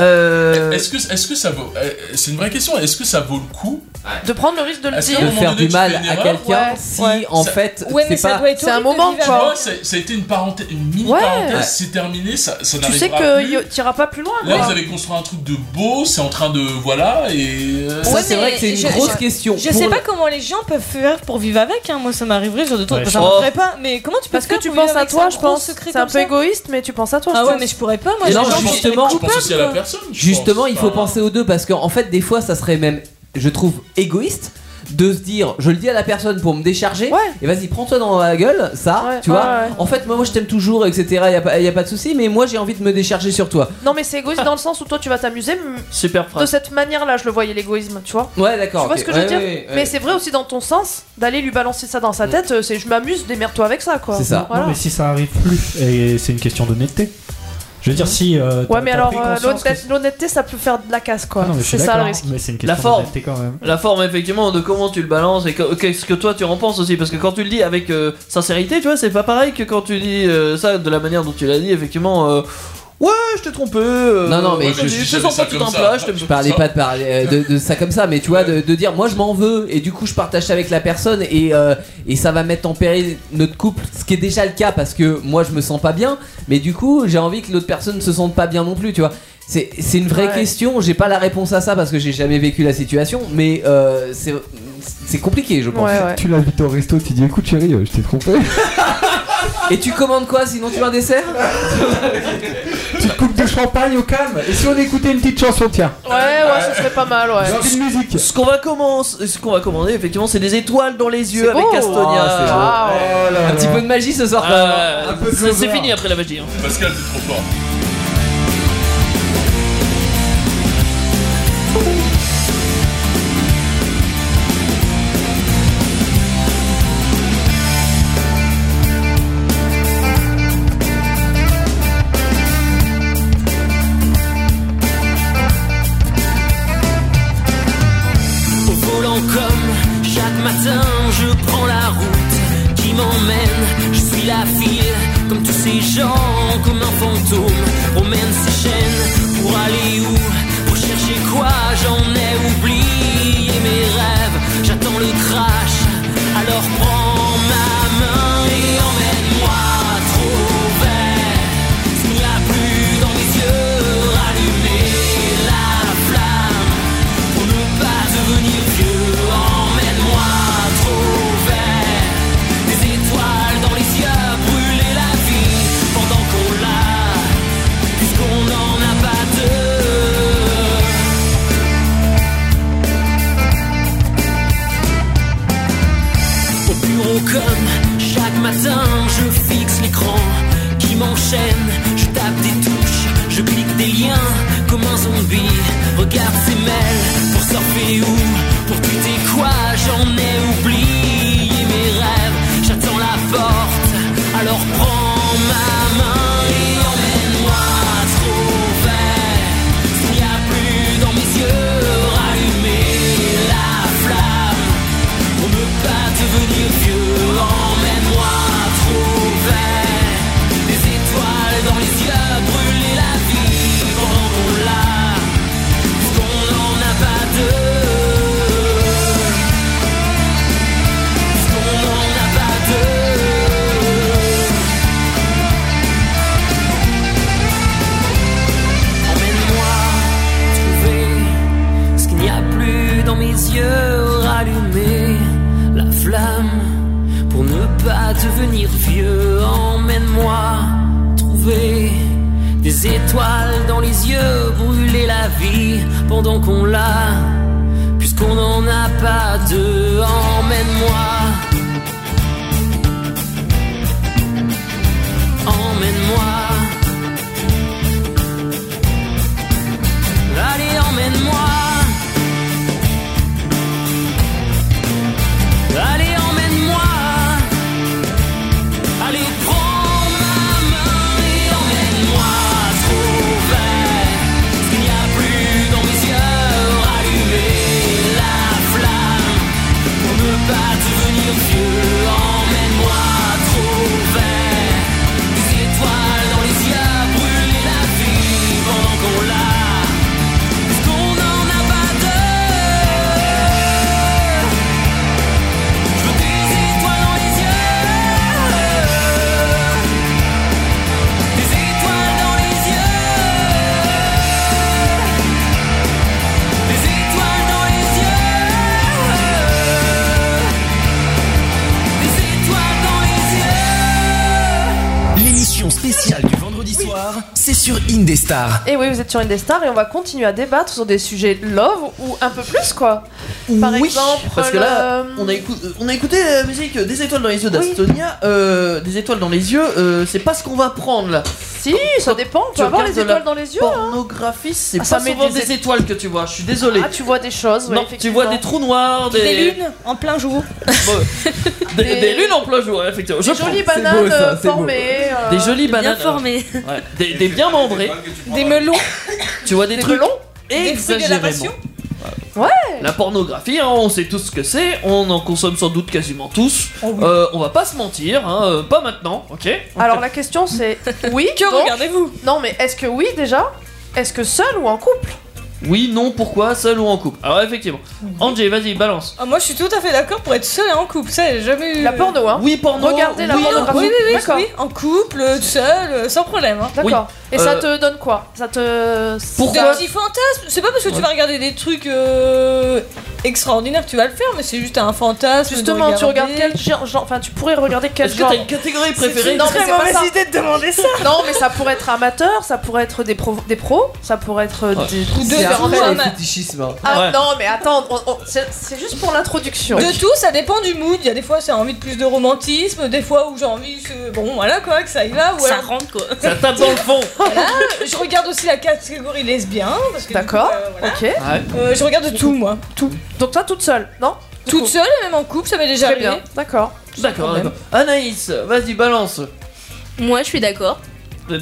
Est-ce que, est que ça vaut. euh, C'est une vraie question, est-ce que ça vaut le coup
De prendre le risque de le
Est-ce qu'à
dire.
un moment donné, tu fais une erreur Ouais, ouais. Ça- Oh, Ouais, mais ça doit être
C'est un
horrible
moment,
Tu vois,
quoi.
c'est- ça a été une, parenthèse, une mini
Ouais. Ouais.
parenthèse, c'est terminé, ça, ça
Tu sais
n'arrivera
que
plus.
y- t'iras pas plus loin. hein.
Là,
quoi.
vous avez construit un truc de beau, c'est en train de. Voilà, et. euh,
Ouais, mais je- je- Je sais pas comment les gens peuvent faire pour vivre avec. hein. Moi, ça m'arriverait ce genre de truc.
Ouais,
J'en
je-
ferais pas. Mais comment tu peux
Parce que
faire
tu
pour vivre
penses à
avec
toi,
un
je
gros
pense.
secret
C'est un
comme
peu
ça
égoïste, mais tu penses à toi.
Ah
je
ouais,
pense.
mais je pourrais pas. Moi,
Et non,
j'ai-
justement,
je pense aussi à la personne. je
Justement,
pense.
il faut
Enfin,
penser aux deux parce qu'en fait, des fois, ça serait même, je trouve, égoïste de se dire, je le dis à la personne pour me décharger, et vas-y, prends-toi dans la gueule, ça, tu
ouais,
vois.
ouais.
En fait, moi, moi, je t'aime toujours, etc. Il y a, pas- y a pas de souci, mais moi, j'ai envie de me décharger sur toi.
Non, mais c'est égoïste dans le sens où toi, tu vas t'amuser. mais
Super
De
phrase.
cette manière-là, je le voyais l'égoïsme, tu vois.
Ouais, d'accord.
Tu vois
ok.
ce que je veux
Ouais,
dire
ouais, ouais,
Mais
ouais.
c'est vrai aussi dans ton sens d'aller lui balancer ça dans sa
Mm.
tête. euh, C'est je m'amuse, démerde-toi avec ça, quoi. Voilà.
Non, mais si ça arrive plus, et c'est une question d'honnêteté. Je veux dire, si. euh, t'as-
Ouais, mais
t'as
alors
pris
euh,
conscience que-
l'honnêteté- l'honnêteté, ça peut faire de la casse, quoi.
Ah non, mais je suis
c'est ça le
d'accord,
risque.
Mais c'est une
La
question
forme.
d'honnêteté quand même.
La forme, effectivement, de comment tu le balances et que- qu'est-ce que toi tu en penses aussi. Parce que quand tu le dis avec euh, sincérité, tu vois, c'est pas pareil que quand tu dis euh, ça de la manière dont tu l'as dit, effectivement. euh, ouais, je t'ai trompé. euh,
Non, non, mais
je te sens pas tout un plat. Je te
Je parlais pas de, parler, euh, de, de ça comme ça, mais tu vois, de, de dire moi je m'en veux et du coup je partage ça avec la personne et, euh, et ça va mettre en péril notre couple, ce qui est déjà le cas parce que moi je me sens pas bien, mais du coup j'ai envie que l'autre personne ne se sente pas bien non plus, tu vois. C'est c'est une vraie
Ouais.
question, j'ai pas la réponse à ça parce que j'ai jamais vécu la situation, mais euh, c'est c'est compliqué, je pense.
Tu l'invites au resto, tu dis écoute chérie, euh, je t'ai trompé.
Et tu commandes quoi sinon tu veux un dessert
[laughs] tu te coupes de champagne au calme. Et si on écoutait une petite chanson, tiens.
Ouais, ouais, ce serait pas mal, ouais.
musique.
Ce qu'on va commencer, ce qu'on va commander, effectivement, c'est des étoiles dans les yeux
C'est
avec
beau.
Castonia.
Ah, c'est beau. Oh là
Un
là.
petit peu de
magie ce soir.
quand même. c'est c'est fini après la magie. hein.
Pascal, c'est trop fort.
Thank
comme tous ces gens, comme un fantôme, promène ses chaînes pour aller où, pour chercher quoi, j'en ai oublié mes rêves, j'attends le crash, alors prends ma main et emmène-moi trop vert, s'il n'y a plus dans mes yeux, rallumer la flamme. Pour ne pas devenir vieux, emmène-moi trop vert. Des étoiles dans les yeux, brûler la vie pendant qu'on l'a, puisqu'on n'en a pas deux. Au bureau comme chaque matin, je fixe l'écran qui m'enchaîne. Je tape des touches, je clique des liens comme un zombie. Regarde ces mails pour surfer ou pour quitter quoi. J'en ai oublié mes rêves. J'attends la porte, alors prends ma main et emmène-moi trop vert. S'il n'y a plus dans mes yeux, rallumer la flamme. Pour ne pas devenir vieux, emmène-moi trop vert. Des étoiles dans les yeux, brûler la vie pendant qu'on l'a, qu'on n'en a pas deux. Qu'on n'en a pas deux. Emmène-moi trouver ce qu'il n'y a plus dans mes yeux, rallumer la flamme pour ne pas devenir vieux. Emmène-moi trouver des étoiles dans les yeux, brûler la vie pendant qu'on l'a, puisqu'on n'en a pas deux. Emmène-moi, emmène-moi. Allez, emmène-moi. Allez, emmène-moi. Allez, prends ma main et emmène-moi trop vert. Ce qu'il n'y a plus dans mes yeux, rallumer la flamme. Pour ne pas devenir vieux, emmène-moi trop vert. Des étoiles dans les yeux, brûler la vie pendant qu'on l'a. Parce qu'on n'en a pas deux Je veux des étoiles dans les yeux Des étoiles dans les yeux Des étoiles dans les yeux Des étoiles dans les yeux
L'émission spéciale du vendredi soir, c'est sur Indestar.
Et oui, vous êtes sur Indestar et on va continuer à débattre sur des sujets love ou un peu plus quoi. Par exemple,
Parce que
le-
là, on a, écou- euh, on a écouté la musique euh, des étoiles dans les yeux d'Astonia. euh, des étoiles dans les yeux, euh, c'est pas ce qu'on va prendre là.
Si, ça dépend. On peut avoir les étoiles dans les yeux. hein.
Pornographie, c'est
Ah,
pas
ça met
souvent
des
des,
é-
étoiles que tu vois. Je suis désolé.
Ah, tu vois des choses. ouais,
non, tu vois des trous noirs, des,
Des lunes en plein jour.
des,
Des-
des lunes en plein jour, effectivement. Je
Des jolies
prends. C'est
bananes,
beau, ça,
euh,
c'est beau.
formées, euh,
des jolies
bien
bananes hein.
formées.
Ouais, des, des bien membrées,
Des melons.
tu vois des,
Des
trucs
melons. Des fruits de la
exagérément.
passion.
Ouais.
La pornographie, hein, on sait tous ce que c'est, on en consomme sans doute quasiment tous.
Oh
Euh, on va pas se mentir, hein, euh, pas maintenant, ok
Alors la
[laughs]
question c'est oui.
Que
donc-
regardez-vous
Non mais est-ce que oui déjà Est-ce que seul ou en couple
Oui, non, pourquoi, seul ou en couple Alors effectivement, Angé, vas-y, balance.
Ah, [laughs] moi, je suis tout à fait d'accord pour être seul et en couple. Ça, j'ai jamais eu.
La porno hein
Oui porno.
Regardez la
oui,
pornographie.
Oui, oui, oui,
D'accord.
oui, en couple, euh, seul, euh, sans problème. hein.
D'accord. Et ça
Euh,
te donne quoi Ça te
Des petits fantasmes. C'est pas parce que tu
Ouais.
vas regarder des trucs euh, extraordinaires que tu vas le faire, mais c'est juste un fantasme. de
Justement, tu
regarder.
regardes quel genre, genre- Enfin, tu pourrais regarder quel
Est-ce que
genre.
t'as une catégorie préférée
C'est une
Non, mais
très
c'est pas
mauvaise
ça.
idée de demander
[laughs]
ça. non, mais ça pourrait être amateur, ça pourrait être des, pro- des pros, ça pourrait être euh, des.
Ou
des différents hommes.
fétichisme. hein.
Ah
Ouais.
non, mais attends, on- on- c'est c'est juste pour l'introduction.
De tout, ça dépend du mood. Il y a des fois, j'ai envie de plus de romantisme, des fois où j'ai envie que. Bon, voilà quoi, que ça y va. Ou
Ça
alors-
rentre quoi.
Ça tape dans le fond.
[laughs] Voilà, je regarde aussi la catégorie lesbien. parce que du
D'accord,
coup, euh, voilà.
ok.
Euh, je regarde tout, moi.
Tout. Donc toi, toute seule, non Du
Toute
coup.
seule, même en couple, ça m'est déjà
Très
arrivé.
bien, d'accord.
D'accord,
Problème.
d'accord. Anaïs, vas-y, balance.
Moi, je suis d'accord.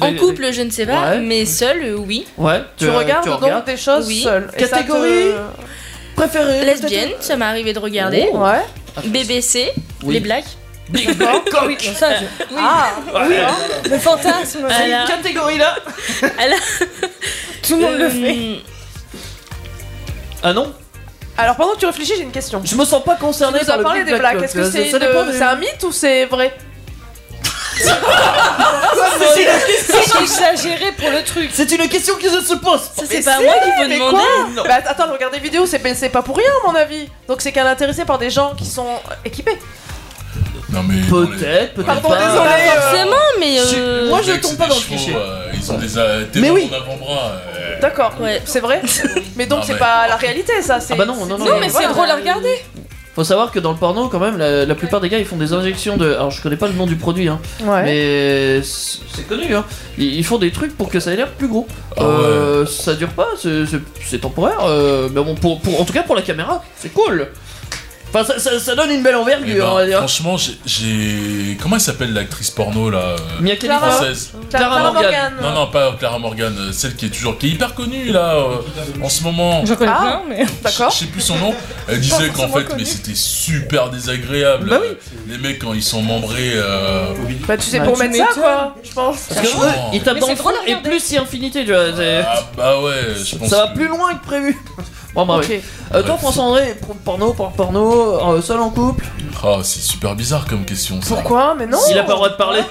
En couple, je ne sais pas,
Eh ben, Ouais.
mais seul, euh, oui.
Ouais,
Tu, regardes, donc des choses
Oui.
euh,
seules. Et ça te-
Catégorie
préférée
Lesbienne, ça m'est arrivé de regarder.
Ouais.
BBC,
Oui.
les blacks.
D'accord. Oui, non,
[laughs]
ça, je... oui.
Ah,
oui,
ouais.
hein. le fantasme.
C'est une
catégorie là. Tout le monde le fait.
Ah non
Alors pendant que tu réfléchis, j'ai une question.
Je me sens pas concerné
Tu nous
par
as
le
parlé
Big
des
Black Bloc.
blagues. Est-ce que
Ça-
c'est
ça dépend
une-
de-
c'est un mythe ou c'est vrai
c'est-
C'est exagéré pour le truc.
C'est une question que je se pose.
Ça, c'est pas moi qui
faut
peux demander.
Bah, attends, je regarde des vidéos, c'est pas- c'est pas pour rien à mon avis. Donc c'est qu'elle est intéressée par des gens qui sont équipés.
Non mais.
Peut-être, peut-être.
Pardon,
pas.
désolé.
Pas
euh,
forcément,
mais, euh,
Moi je
Les mecs,
tombe
c'est
pas
des
dans le
chevaux,
cliché.
euh, ils ont des, euh, des
Mais
dents
oui.
en avant-bras. euh,
D'accord, c'est
[laughs]
vrai. Mais donc
Ah,
c'est
mais-
pas la réalité ça. c'est-
Ah bah non, non,
c'est-
non, Non, mais
voilà.
c'est drôle à regarder. Faut savoir que dans le porno, quand même, la, la plupart des gars ils font des injections de. Alors je connais pas le nom du produit, hein.
Ouais.
Mais c'est c'est connu, hein. Ils, ils font des trucs pour que ça ait l'air plus gros.
Ah
Euh, Ça dure pas, c'est- c'est c'est temporaire. euh, mais bon, pour, pour- en tout cas pour la caméra, c'est cool. Enfin, ça, ça- ça donne une belle
eh
envergure,
ben,
on va dire.
franchement, j'ai- j'ai. Comment elle s'appelle l'actrice porno là euh,
Mia Khalifa. Clara-
Française.
Clara Clara Morgan. Morgan.
Non, non, pas Clara Morgan, euh, celle qui est toujours. qui est hyper connue là euh, en ce moment.
Je connais
Ah.
plein, mais.
Je sais plus son nom. Elle
Pas
disait qu'en
forcément
fait,
connu.
mais c'était super désagréable. euh, Les mecs quand ils sont membrés. euh,
Bah tu sais pour
Bah tu
mettre ça
m'étonnes.
quoi, je pense.
Parce que eux, ils tapent
Mais
dans
c'est
le fond
drôle à
et plus c'est infinité, tu vois. c'est-
Ah bah ouais, je pense.
Ça va
que-
plus loin que prévu. Bon, bah,
Ok.
ouais. Euh, toi,
Ouais.
François-André, pour- porno, por-
Oh,
porno, euh, seul en couple.
Ah, c'est super bizarre comme question. ça.
Mais
non Il a pas le droit de parler.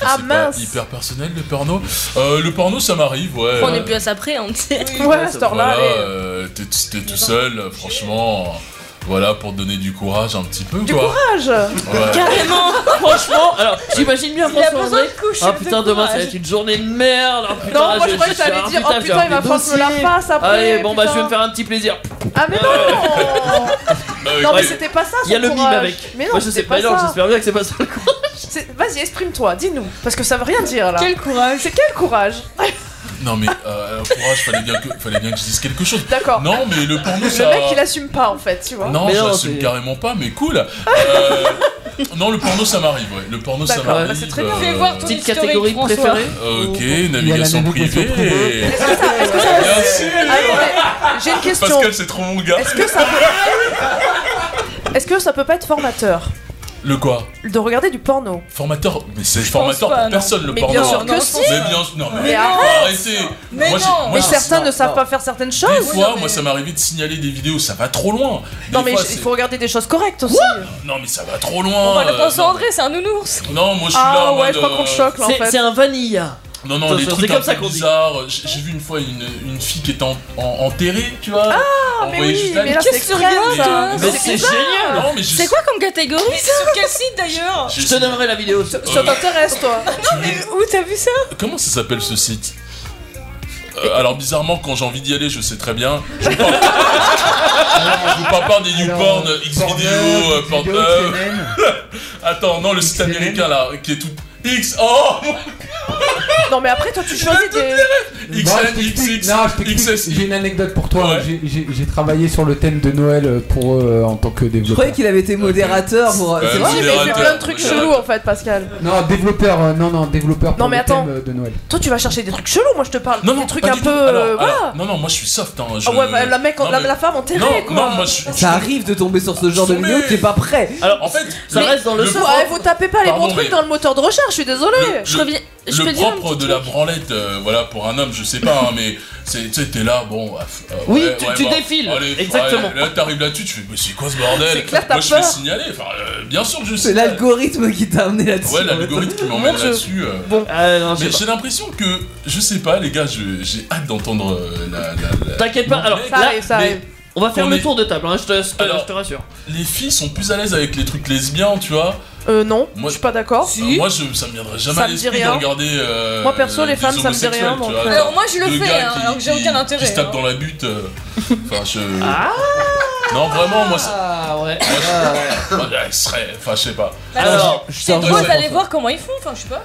ah mince Hyper personnel le porno. Euh, le porno, ça m'arrive, ouais.
On est plus à ça près, hein. on sait. [laughs]
Voilà, euh, t'es t'es tout seul, euh, franchement. Voilà, pour te donner du courage un petit peu,
Du
quoi.
courage
Ouais.
[laughs]
Carrément Franchement, alors j'imagine bien
Il a
François-André.
besoin de couches,
Ah
de
putain, demain
courage.
ça va être une journée de merde. Ah, putain,
Non, moi, je croyais que
vais-
t'allais
ah,
dire, oh,
j'ai
putain, il
un
va falloir que je me la
dossier.
refasse après,
Allez, bon, bah
putain.
je vais me faire un petit plaisir.
Ah
[laughs]
mais non
Bah,
Non mais c'était pas ça.
Il y a
son
le mime
courage.
avec.
Mais non,
Moi je sais
c'était
pas,
pas
non,
ça.
j'espère bien que c'est pas ça.
C'est- Vas-y, exprime-toi, dis-nous, parce que ça veut rien dire là. Quel
courage
C'est quel courage
Ah, Non, mais euh, courage, fallait bien, que, fallait bien que je dise quelque chose.
D'accord.
Non, mais le porno,
Le
ça.
mec il assume pas en fait, tu vois.
Non, je l'assume carrément pas, mais cool. Euh, non, le porno, ça m'arrive, ouais. Le porno, ça
D'accord,
m'arrive.
bah, c'est très bien.
euh,
Fais voir ton Petite historique,
catégorie François. préférée.
Ok, navigation privée.
Est-ce que ça va Allez, J'ai une question.
Pascal, c'est trop mon gars.
Est-ce que ça peut... Est-ce que ça peut pas être formateur
Le quoi
de regarder du porno
Formateur Mais c'est formateur
pas,
pour
non.
personne, le
Mais
porno.
bien sûr que
Mais
si.
bien Non, mais,
Mais
arrêtez
Mais
Moi, j'ai- moi,
Mais
j'ai-
certains
non,
ne savent
non.
pas faire certaines
Des
choses.
fois, moi, ça m'est arrivé de signaler des vidéos, ça va trop loin. Des
Non mais
fois,
il
c'est-
faut regarder des choses correctes aussi.
Non, mais ça va trop loin.
bah,
On va le
euh,
concentrer, c'est un nounours.
Non, moi je suis
Ah
là. en
ouais,
mode,
je crois qu'on
euh,
choque, là, en C'est- fait. c'est un
vanilla.
Non, non,
Attention,
les
c'est
trucs
comme
comme
ça
ça
qu'on dit.
bizarres. J'ai j'ai vu une fois une, une fille qui était en- en- enterrée, tu vois.
Ah,
On
mais
voyait
oui,
juste la
mais là,
tête.
c'est extrême, toi.
Mais c'est génial. Non, mais je-
C'est quoi comme catégorie ça
Sur quel site d'ailleurs
je-
Je te donnerai la vidéo. Ça
ça
t'intéresse toi
Non mais où t'as vu ça
Comment ça s'appelle ce site Euh, alors bizarrement quand j'ai envie d'y aller je sais très bien je vous parle, je vous parle pas des YouPorn, Xvideo, euh, Pornhub. [laughs] Attends non le site américain là qui est tout X oh
Non mais après toi tu choisis des...
XN,
Non, je t'explique. Non, je t'explique. J'ai une anecdote pour toi. J'ai- J'ai j'ai travaillé sur le thème de Noël euh, pour eux euh, en tant que
Je
développeur.
croyais qu'il avait été modérateur
Euh,
pour.
Ouais,
c'est
Oui, mais il fait
modérateur.
plein de trucs chelous en fait Pascal.
Non, développeur, euh, non, non, développeur pour
Non, mais
le
attends.
thème euh, de Noël.
Toi tu vas chercher des trucs chelous, moi je te parle.
non non
des trucs
pas
un
du
peu...
tout. Alors,
euh,
alors,
voilà.
Ah, non non moi je suis soft hein, je-
Ah ouais, bah, la, mec,
Non,
la,
mais-
la femme enterrée
non,
quoi.
non, moi je,
Ça arrive de tomber sur ce genre de vidéo, t'es pas prêt.
Alors en fait, ça
Mais-
reste dans le
Ouais,
sens.
vous tapez pas les
Pardon,
bons trucs
mais-
dans le moteur de recherche, je suis désolé.
le, le propre de la branlette, euh, voilà, pour un homme, je sais pas, hein, mais c'est- tu sais, t'es là, bon. ah, f- euh,
Oui, tu- tu défiles,
allez,
exactement.
ouais, là, t'arrives là-dessus, tu fais, mais c'est quoi ce bordel
clair, t'as
Moi, je fais
peur.
signaler, enfin, euh, bien sûr que je sais.
C'est l'algorithme qui t'a amené là-dessus.
Ouais, l'algorithme qui m'emmène là-dessus. euh.
Bon, Ah, je sais
mais
pas.
j'ai l'impression que, je sais pas, les gars, je- j'ai hâte d'entendre euh, la. la- la-
T'inquiète pas,
Non,
alors
mais-
là, mais on va faire
qu'on
le
est-
tour de table, hein, je, te, je te-
Alors,
je te rassure.
Les filles sont plus à l'aise avec les trucs lesbiens, tu vois.
Euh, non,
Moi,
je suis pas d'accord.
Euh, moi, je, ça me viendrait jamais
Ça
à
me dit
l'esprit de
rien.
regarder. euh,
Moi, perso, les
des
femmes, ça me dit rien,
homosexuels, tu
donc,
vois,
euh. Alors,
genre,
moi, je le
deux
fais,
gars
hein,
qui-
alors que j'ai aucun
qui-
intérêt,
Qui se tapent dans la butte. euh, Enfin, je. non, vraiment, moi. Ah
Ah. ouais.
Moi, je serais. Enfin, je sais pas.
Alors,
je
C'est drôle d'aller voir comment ils font, enfin je sais pas.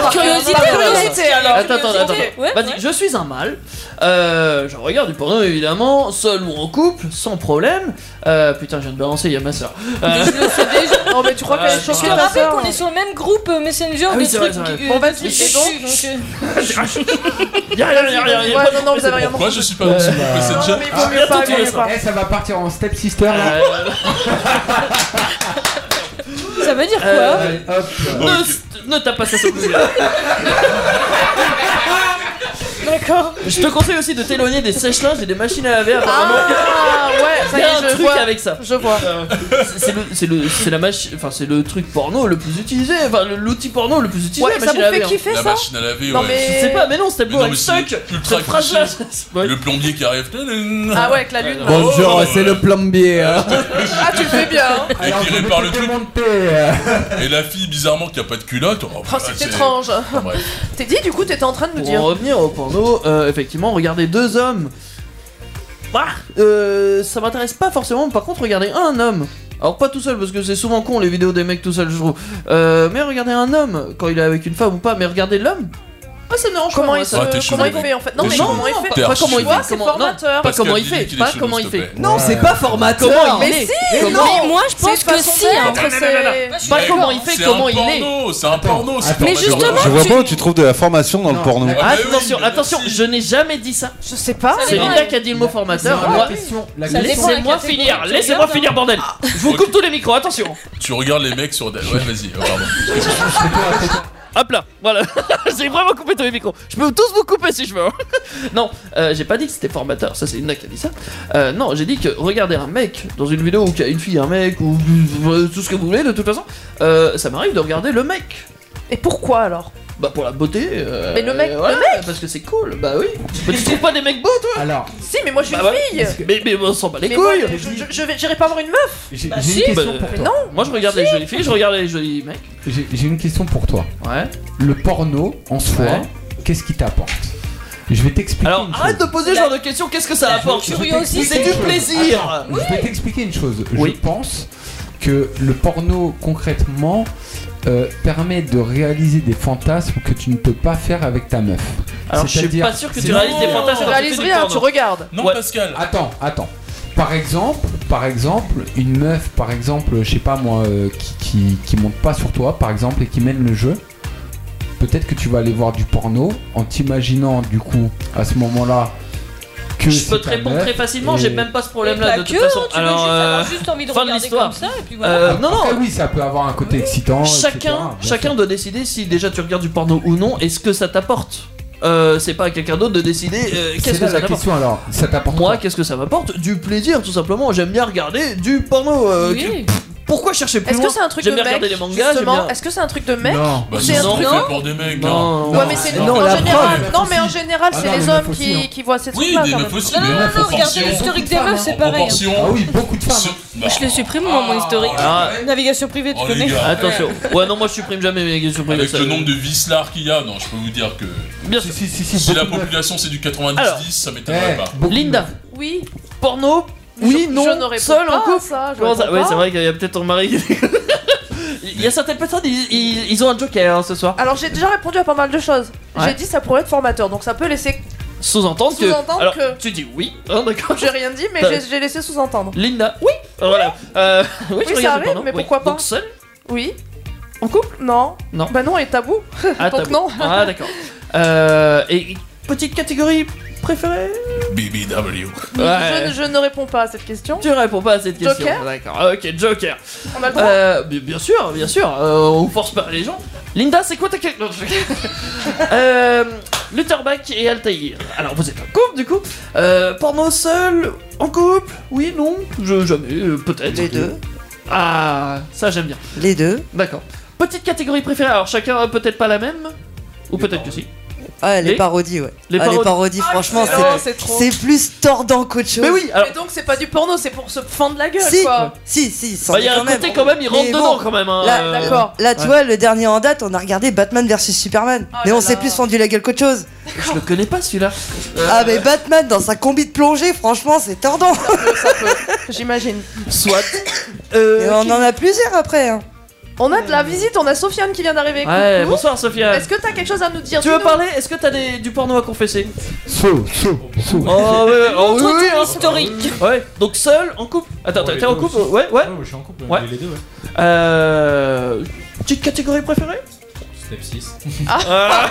par curiosité,
par
alors.
curiosité, alors. Attends, attends, attends.
Curiosité. Ouais,
Vas-y, je suis un mâle. Euh, je regarde du porno évidemment, seul ou en couple, sans problème. Euh, putain, je viens de balancer, il y a ma Euh, soeur.
Non mais tu crois qu'elle est
Je te
choquée ta
rappelle
sœur hein.
qu'on est sur le même groupe euh, Messenger
Ah oui,
de
c'est vrai,
trucs.
c'est vrai.
euh,
Bon, vas-y,
de trucs
et donc
déchus,
Y'a rien, y'a rien, y'a
Ouais,
pas de-
non, non, vous avez rien
Moi, je suis pas dans
Euh,
ce
bah,
groupe Messenger.
il vaut mieux pas, il vaut mieux pas. [laughs]
Eh, ça va partir en step sister là.
Euh,
donc, euh, ça veut dire quoi
ne, st- ne tape pas ça sur Google.
D'accord.
Je te conseille aussi de t'éloigner des sèches-linges et des machines à laver apparemment.
Ah, ouais, ça
Il
y
y a
est,
un
je
truc
vois.
avec ça.
Je vois.
C'est- C'est le, c'est le, c'est la machine, enfin c'est le truc porno le plus utilisé, enfin le- l'outil porno le plus utilisé.
Ouais,
la
ça
machine
vous
à
fait
laver, hein.
kiffer,
La ça machine à laver,
Non
ouais.
mais je sais pas, mais non, c'était
Mais
beau
non,
avec
mais c'est
stock.
ultra
Cette phrase là. [laughs]
cliché. Le plombier qui arrive.
Ah ouais, avec la lune.
Bonjour,
Oh,
c'est le plombier. hein.
Ah, tu le fais bien. hein.
Éclairé par le truc. Et la fille, bizarrement, qui a pas de culotte. Oh,
Oh,
bah,
c'est
c'est-
étrange.
Enfin, bref.
T'es dit, du coup, t'étais en train de nous
Pour en
dire.
revenir au porno, euh, effectivement, regarder deux hommes, bah, euh, ça m'intéresse pas forcément. mais Par contre, regarder un homme. Alors pas tout seul parce que c'est souvent con les vidéos des mecs tout seuls je trouve. Euh, mais regarder un homme quand il est avec une femme ou pas, mais regarder l'homme. Ah ça me dérange
Comment
pas,
il
moi,
se-
ça.
Ah, t'es comment il chelou. fait, en fait Non, mais comment il fait
pas-
T'es
pas
archi
comment il
chelou.
fait
C'est
comment-
formateur.
non, Pas
Pascal,
comment il
dis-lui
fait
qu'il est
Pas
chelou,
comment
s'il
il
te
fait
plaît. Non, c'est pas
formateur.
Mais si
mais moi, je pense que si, entre
ces- Pas
Mais
comment il fait,
c'est
comment
un
il est.
porno, C'est un porno. c'est
Oh, Mais
pas-
justement,
Je-
Je vois pas où tu trouves de la formation dans le porno.
Ah,
Ah,
Attention, attention, je n'ai jamais dit ça.
Je sais pas.
C'est
Ça
Linda
dépend.
qui a dit le mot formateur.
Non,
Moi-
la question-
la
question-
Laissez-moi
Ça dépend la
finir,
catégorie que tu
laissez-moi
regardes,
finir, bordel. Je vous coupe tous les micros, attention.
Tu regardes les mecs sur. des- Ouais, vas-y. oh, pardon.
Hop là, voilà. [laughs] j'ai vraiment coupé tous les micros. Je peux tous vous couper si je veux. hein. [laughs] non, euh, j'ai pas dit que c'était formateur. Ça, c'est Linda qui a dit ça. Euh, non, j'ai dit que regarder un mec dans une vidéo où il y a une fille, un mec ou euh, tout ce que vous voulez, de toute façon, euh, ça m'arrive de regarder le mec.
Et pourquoi alors
Bah pour la beauté. euh,
Mais le mec- le
voilà,
mec
Parce que c'est cool. Bah oui. Mais tu trouves pas des mecs beaux toi
Alors.
Si, mais moi, je suis
Bah
une
ouais.
fille.
Mais, mais on s'en bat les
Mais moi,
couilles.
je- je- je vais- J'irai pas voir une meuf.
J'ai
Bah
j'ai
si,
une question
bah,
pour
mais
toi.
non. Moi je regarde les jolies filles, je regarde les jolis mecs.
J'ai j'ai une question pour toi.
Ouais.
Le porno en soi,
Ouais.
qu'est-ce qui t'apporte Je vais t'expliquer.
Alors
une
arrête de
chose.
poser ce genre de questions, qu'est-ce que ça apporte
Je vais t'expliquer
c'est
une
du
chose.
plaisir
Attends, Ah, Je vais t'expliquer une chose. Je pense que le porno concrètement euh, permet de réaliser des fantasmes que tu ne peux pas faire avec ta meuf.
Alors, je suis
C'est-à-dire-
pas sûr que tu
c'est-
réalises des
Non.
fantasmes.
Tu réalises
du
rien,
porno.
tu regardes.
Non, Pascal.
Attends, attends. Par exemple, par exemple, une meuf, par exemple, je sais pas moi, euh, qui, qui, qui monte pas sur toi, par exemple, et qui mène le jeu. Peut-être que tu vas aller voir du porno en t'imaginant du coup à ce moment-là que
Je peux te répondre très facilement, j'ai même pas ce problème-là
pas
de
que,
toute façon.
tu veux
Alors,
juste avoir
euh,
juste envie de
fin de
regarder
l'histoire.
comme ça, et puis voilà.
Euh, non, non.
Ah, oui, ça peut avoir un côté excitant. etc.,
Chacun,
bien sûr.
chacun doit décider si déjà tu regardes du porno ou non et ce que ça t'apporte. Euh, c'est pas à quelqu'un d'autre de décider euh,
C'est
qu'est-ce que
là
ça
la
t'apporte.
question alors. Ça t'apporte
Moi, qu'est-ce que ça m'apporte Du plaisir, tout simplement. J'aime bien regarder du porno. euh,
Oui.
que- Pourquoi chercher plus
Est-ce
loin
que c'est un truc de
J'aime bien
mec
regarder les mangas. j'aime
Justement,
bien-
est-ce que c'est un truc de mec
Non.
Bah,
Ou
c'est
c'est un
non,
truc
fait pour des mecs. Non.
Ouais, mais c'est
Non,
en
la
général.
preuve.
Non, mais en général,
Ah
c'est
non,
les
les meufs
hommes
aussi,
qui,
hein.
qui voient ces
Oui,
trucs-là.
des
quand
meufs
même.
aussi, mais en proportion.
l'historique des meufs, c'est
En
pareil.
proportion.
Ah oui, beaucoup de femmes.
hein.
Bah,
Je le supprime, moi, mon historique.
Ah.
Navigation privée, tu
Oh, les
connais
gars.
Attention. Ouais, non, moi je supprime jamais mes questions privées.
Avec
ça,
le
je-
nombre de vislards qu'il y a, non, je peux vous dire que.
Bien sûr.
Si,
la population c'est du 90-10, ça m'étonnerait pas.
Linda,
Oui.
porno Oui, non,
je ne réponds
seul en
pas à
couple
ça, je
Comment ça
réponds
Ouais,
pas.
c'est vrai qu'il y a peut-être ton mari. [laughs] qui- il y a certaines personnes, ils, ils- ils ont un joker hein, ce soir.
Alors, j'ai déjà répondu à pas mal de choses.
Ouais.
J'ai dit ça pourrait être formateur, donc ça peut
[laughs]
laisser.
Sous-entendre que.
Sous-entendre
alors,
que-
Tu dis oui, hein, d'accord.
J'ai rien dit, mais
T'as-
j'ai- j'ai laissé sous-entendre.
Linda, oui Voilà. Euh, oui,
Oui,
je
ça
regarde le
arrive,
porno,
mais
oui.
pourquoi pas
Donc seul
Oui.
En couple
Non.
Non.
Bah non, et tabou.
Ah,
[laughs] Donc
t'as-
non.
Ah, d'accord. Euh, et petite catégorie préférée
BBW.
Ouais.
Je, je ne réponds pas à cette question.
Tu réponds pas à cette question.
Joker
D'accord, Ah, ok, Joker.
On a le droit
Euh, bi- bien sûr, bien sûr, euh, on force pas les gens. Linda, c'est quoi ta question
[laughs]
euh, Lutherback et Altaïr. Alors, vous êtes en couple du coup euh, Porno seul En couple Oui, non Je jamais, euh, peut-être. Les deux. Ah, ça j'aime bien.
Les deux.
D'accord. Petite catégorie préférée, alors chacun euh, peut-être pas la même Ou peut-être que si.
Ouais, les,
Les-
parodies, ouais.
les
Ah,
parodies.
parodies,
Ah,
franchement,
c'est-
c'est-
non, c'est trop.
c'est plus tordant qu'autre chose.
Mais oui, alors-
Mais donc, c'est pas du porno, c'est pour se fendre la gueule,
Si,
quoi.
si, si, sans
Bah, il y a
déconner,
un côté
bon.
quand même, il rentre
Mais
dedans
bon,
quand même. hein,
Là,
euh,
là, tu
ouais.
vois, le dernier en date, on a regardé Batman versus Superman.
Oh
mais on s'est plus fendu la gueule qu'autre chose.
Je le connais pas celui-là.
Ah, mais Batman dans sa combi de plongée, franchement, c'est tordant.
[laughs]
[laughs] J'imagine. Euh,
Soit.
Et on en a plusieurs après. hein.
On a de la visite, on a Sofiane qui vient d'arriver.
Ouais,
Écoute-nous.
bonsoir Sophia.
Est-ce que t'as quelque chose à nous dire
Tu veux
Dis-nous.
parler Est-ce que t'as des- du porno à confesser
Saut, saut, saut.
Oh, ouais, ouais, oh, oui,
Montre
oui, hein.
ton historique.
Ouais, donc seul, en couple. Attends, t'es t'es en couple Ouais, ouais.
je suis en couple.
Ouais.
Les deux, ouais.
Euh. Petite catégorie préférée Ah.
Stepsis.
Ah.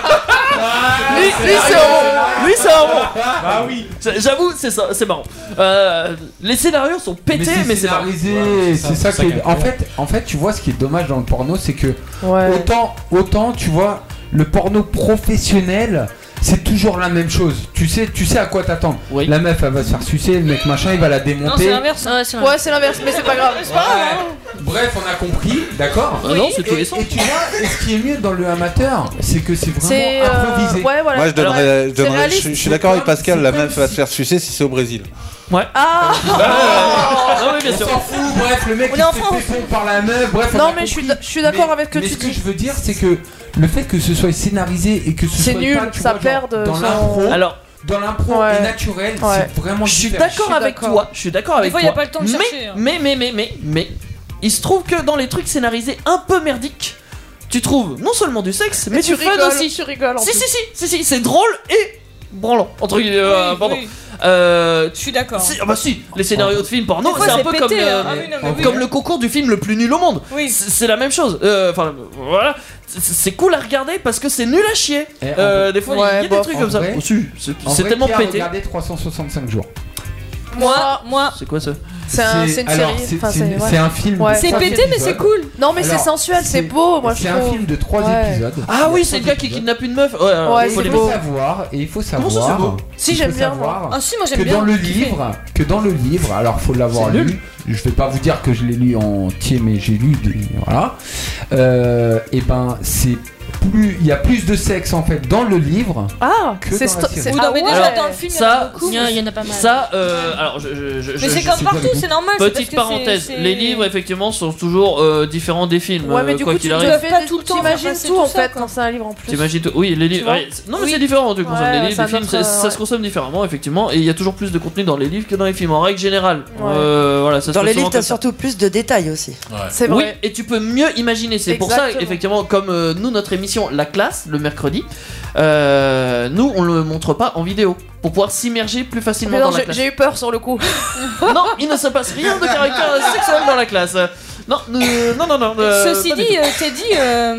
Lui, lui, Ah, c'est marrant. Lui, c'est marrant.
Bah oui.
J'a- J'avoue, c'est ça, c'est marrant. Euh, les scénarios sont pétés, mais c'est marrant.
Et c'est ça qui est- en fait en fait tu vois ce qui est dommage dans le porno c'est que
Ouais.
autant autant tu vois le porno professionnel c'est toujours la même chose. Tu sais, tu sais à quoi t'attendre. La meuf, elle va se faire sucer, le mec machin, il va la démonter.
Ouais, c'est l'inverse, mais c'est pas grave.
Ouais.
hein.
Bref, on a compris, d'accord
Ah non, c'est tous
et,
les sens.
et tu vois, et ce qui est mieux dans le amateur, c'est que c'est
C'est,
vraiment
euh,
improvisé.
ouais, voilà.
Moi, je donnerais,
Ouais.
je, donnerais-
C'est réaliste.
je- je suis d'accord avec Pascal, la meuf va se faire sucer si c'est au Brésil.
Ouais.
Ah
Non, mais Ah, bien
On s'en fout, bref, le mec
On
il
est en
se
France.
fait péfon par la meuf, bref. on
Non,
a
mais je
compris.
suis, je suis d'accord avec ce que
Mais
tu
ce que
dis.
je veux dire, c'est que le fait que ce soit scénarisé et que ce
C'est
soit
nul,
pas, tu
ça
vois, genre,
euh,
perd de
dans
son-
l'impro.
Alors-
dans l'impro
Ouais.
et naturel,
Ouais.
c'est vraiment.
Je suis
différent.
d'accord avec toi. Je suis d'accord
Des
avec
fois,
toi.
y a pas le temps de
mais,
chercher, hein.
mais, mais, mais, mais, mais, il se trouve que dans les trucs scénarisés un peu merdiques, tu trouves non seulement du sexe, mais
tu
du fun
rigoles,
aussi.
tu rigoles, en
Si,
plus.
si, si, si, si, c'est drôle et branlant. Entre guillemets, euh, pardon. Euh,
Je suis d'accord.
si, ah bah si, les scénarios de films porno,
Des fois,
c'est un
c'est
peu
pété,
comme, le,
hein. Ah oui, non, mais oui.
comme le concours du film le plus nul au monde. C'est c'est la même chose. Euh, Enfin, voilà, C'est- c'est cool à regarder parce que c'est nul à chier.
Eh, en
Euh,
vrai-
des fois, il
Ouais,
y a
bof.
des trucs
En
comme ça.
vrai-
Oh, si, c'est-
En
C'est
vrai,
tellement
qui a
pété.
regardé 365 jours.
Ah,
Moi, moi.
C'est quoi ça
C'est un- c'est une
alors,
série,
c'est-
enfin,
c'est-
c'est- ouais.
c'est un film.
Ouais.
de trois épisodes.
Non, mais c'est
Alors,
sensuel, c'est beau, moi je
C'est un
trouve.
film de 3
Ouais.
épisodes.
Ah oui, c'est le gars qui kidnappe une meuf. Ouais, alors,
Ouais,
faut
il
les-
faut savoir et il faut savoir.
Comment ça, c'est beau Si,
il faut
j'aime bien,
savoir
hein.
moi. Ah, si, moi, j'aime
que
bien,
dans le
j'ai kiffé.
livre, que dans le livre, alors faut l'avoir
C'est
lu.
nul.
Je vais pas vous dire que je l'ai lu en entier, mais j'ai lu des voilà. Euh, et ben c'est plus, il y a plus de sexe en fait dans le livre.
Ah,
Que
c'est
dans la
sto-
série.
c'est-
Vous
ah
l'avez
ouais.
déjà dans le film, il y en a
Ça,
beaucoup. Il y en a- il y en a pas mal.
Ça, euh, alors je, je, je-
Mais
je-
c'est
je-
comme
je-
partout, c'est normal, c'est parce que
Petite
c'est-
parenthèse,
c'est-
les livres effectivement sont toujours euh, différents des films,
Ouais, mais
euh,
du
quoi
coup, tu
qu'il
te
arrive.
fais
Pas
des-
tout le temps,
T'imagines
on va passer
tout
tout
en
ça,
fait quand c'est un livre en plus.
T'imagines tout- Oui, les
Tu
livres.
vois
ouais, c'est- non, mais
Oui.
c'est différent, tu consommes
Ouais,
les
c'est
livres, les
un
films,
autre,
c'est-
euh,
ça se consomme différemment, effectivement, et il y a toujours plus de contenu dans les livres que dans les films, en règle générale.
Ouais.
Euh, voilà, ça se
Dans les
fait souvent
livres, t'as
comme ça.
surtout plus de détails aussi.
C'est vrai.
Oui, et tu peux mieux imaginer. C'est pour ça,
Exactement.
effectivement, comme euh, nous, notre émission La Classe, le mercredi, euh, nous, on le montre pas en vidéo pour pouvoir s'immerger plus facilement
Mais
dans
non,
la
j'ai
classe.
j'ai eu peur sur le coup.
non, il ne se passe rien de caractère [laughs] sexuel dans la classe. Non, nous- non, non, non. euh,
Ceci
pas du
dit,
tout.
euh, Teddy, euh,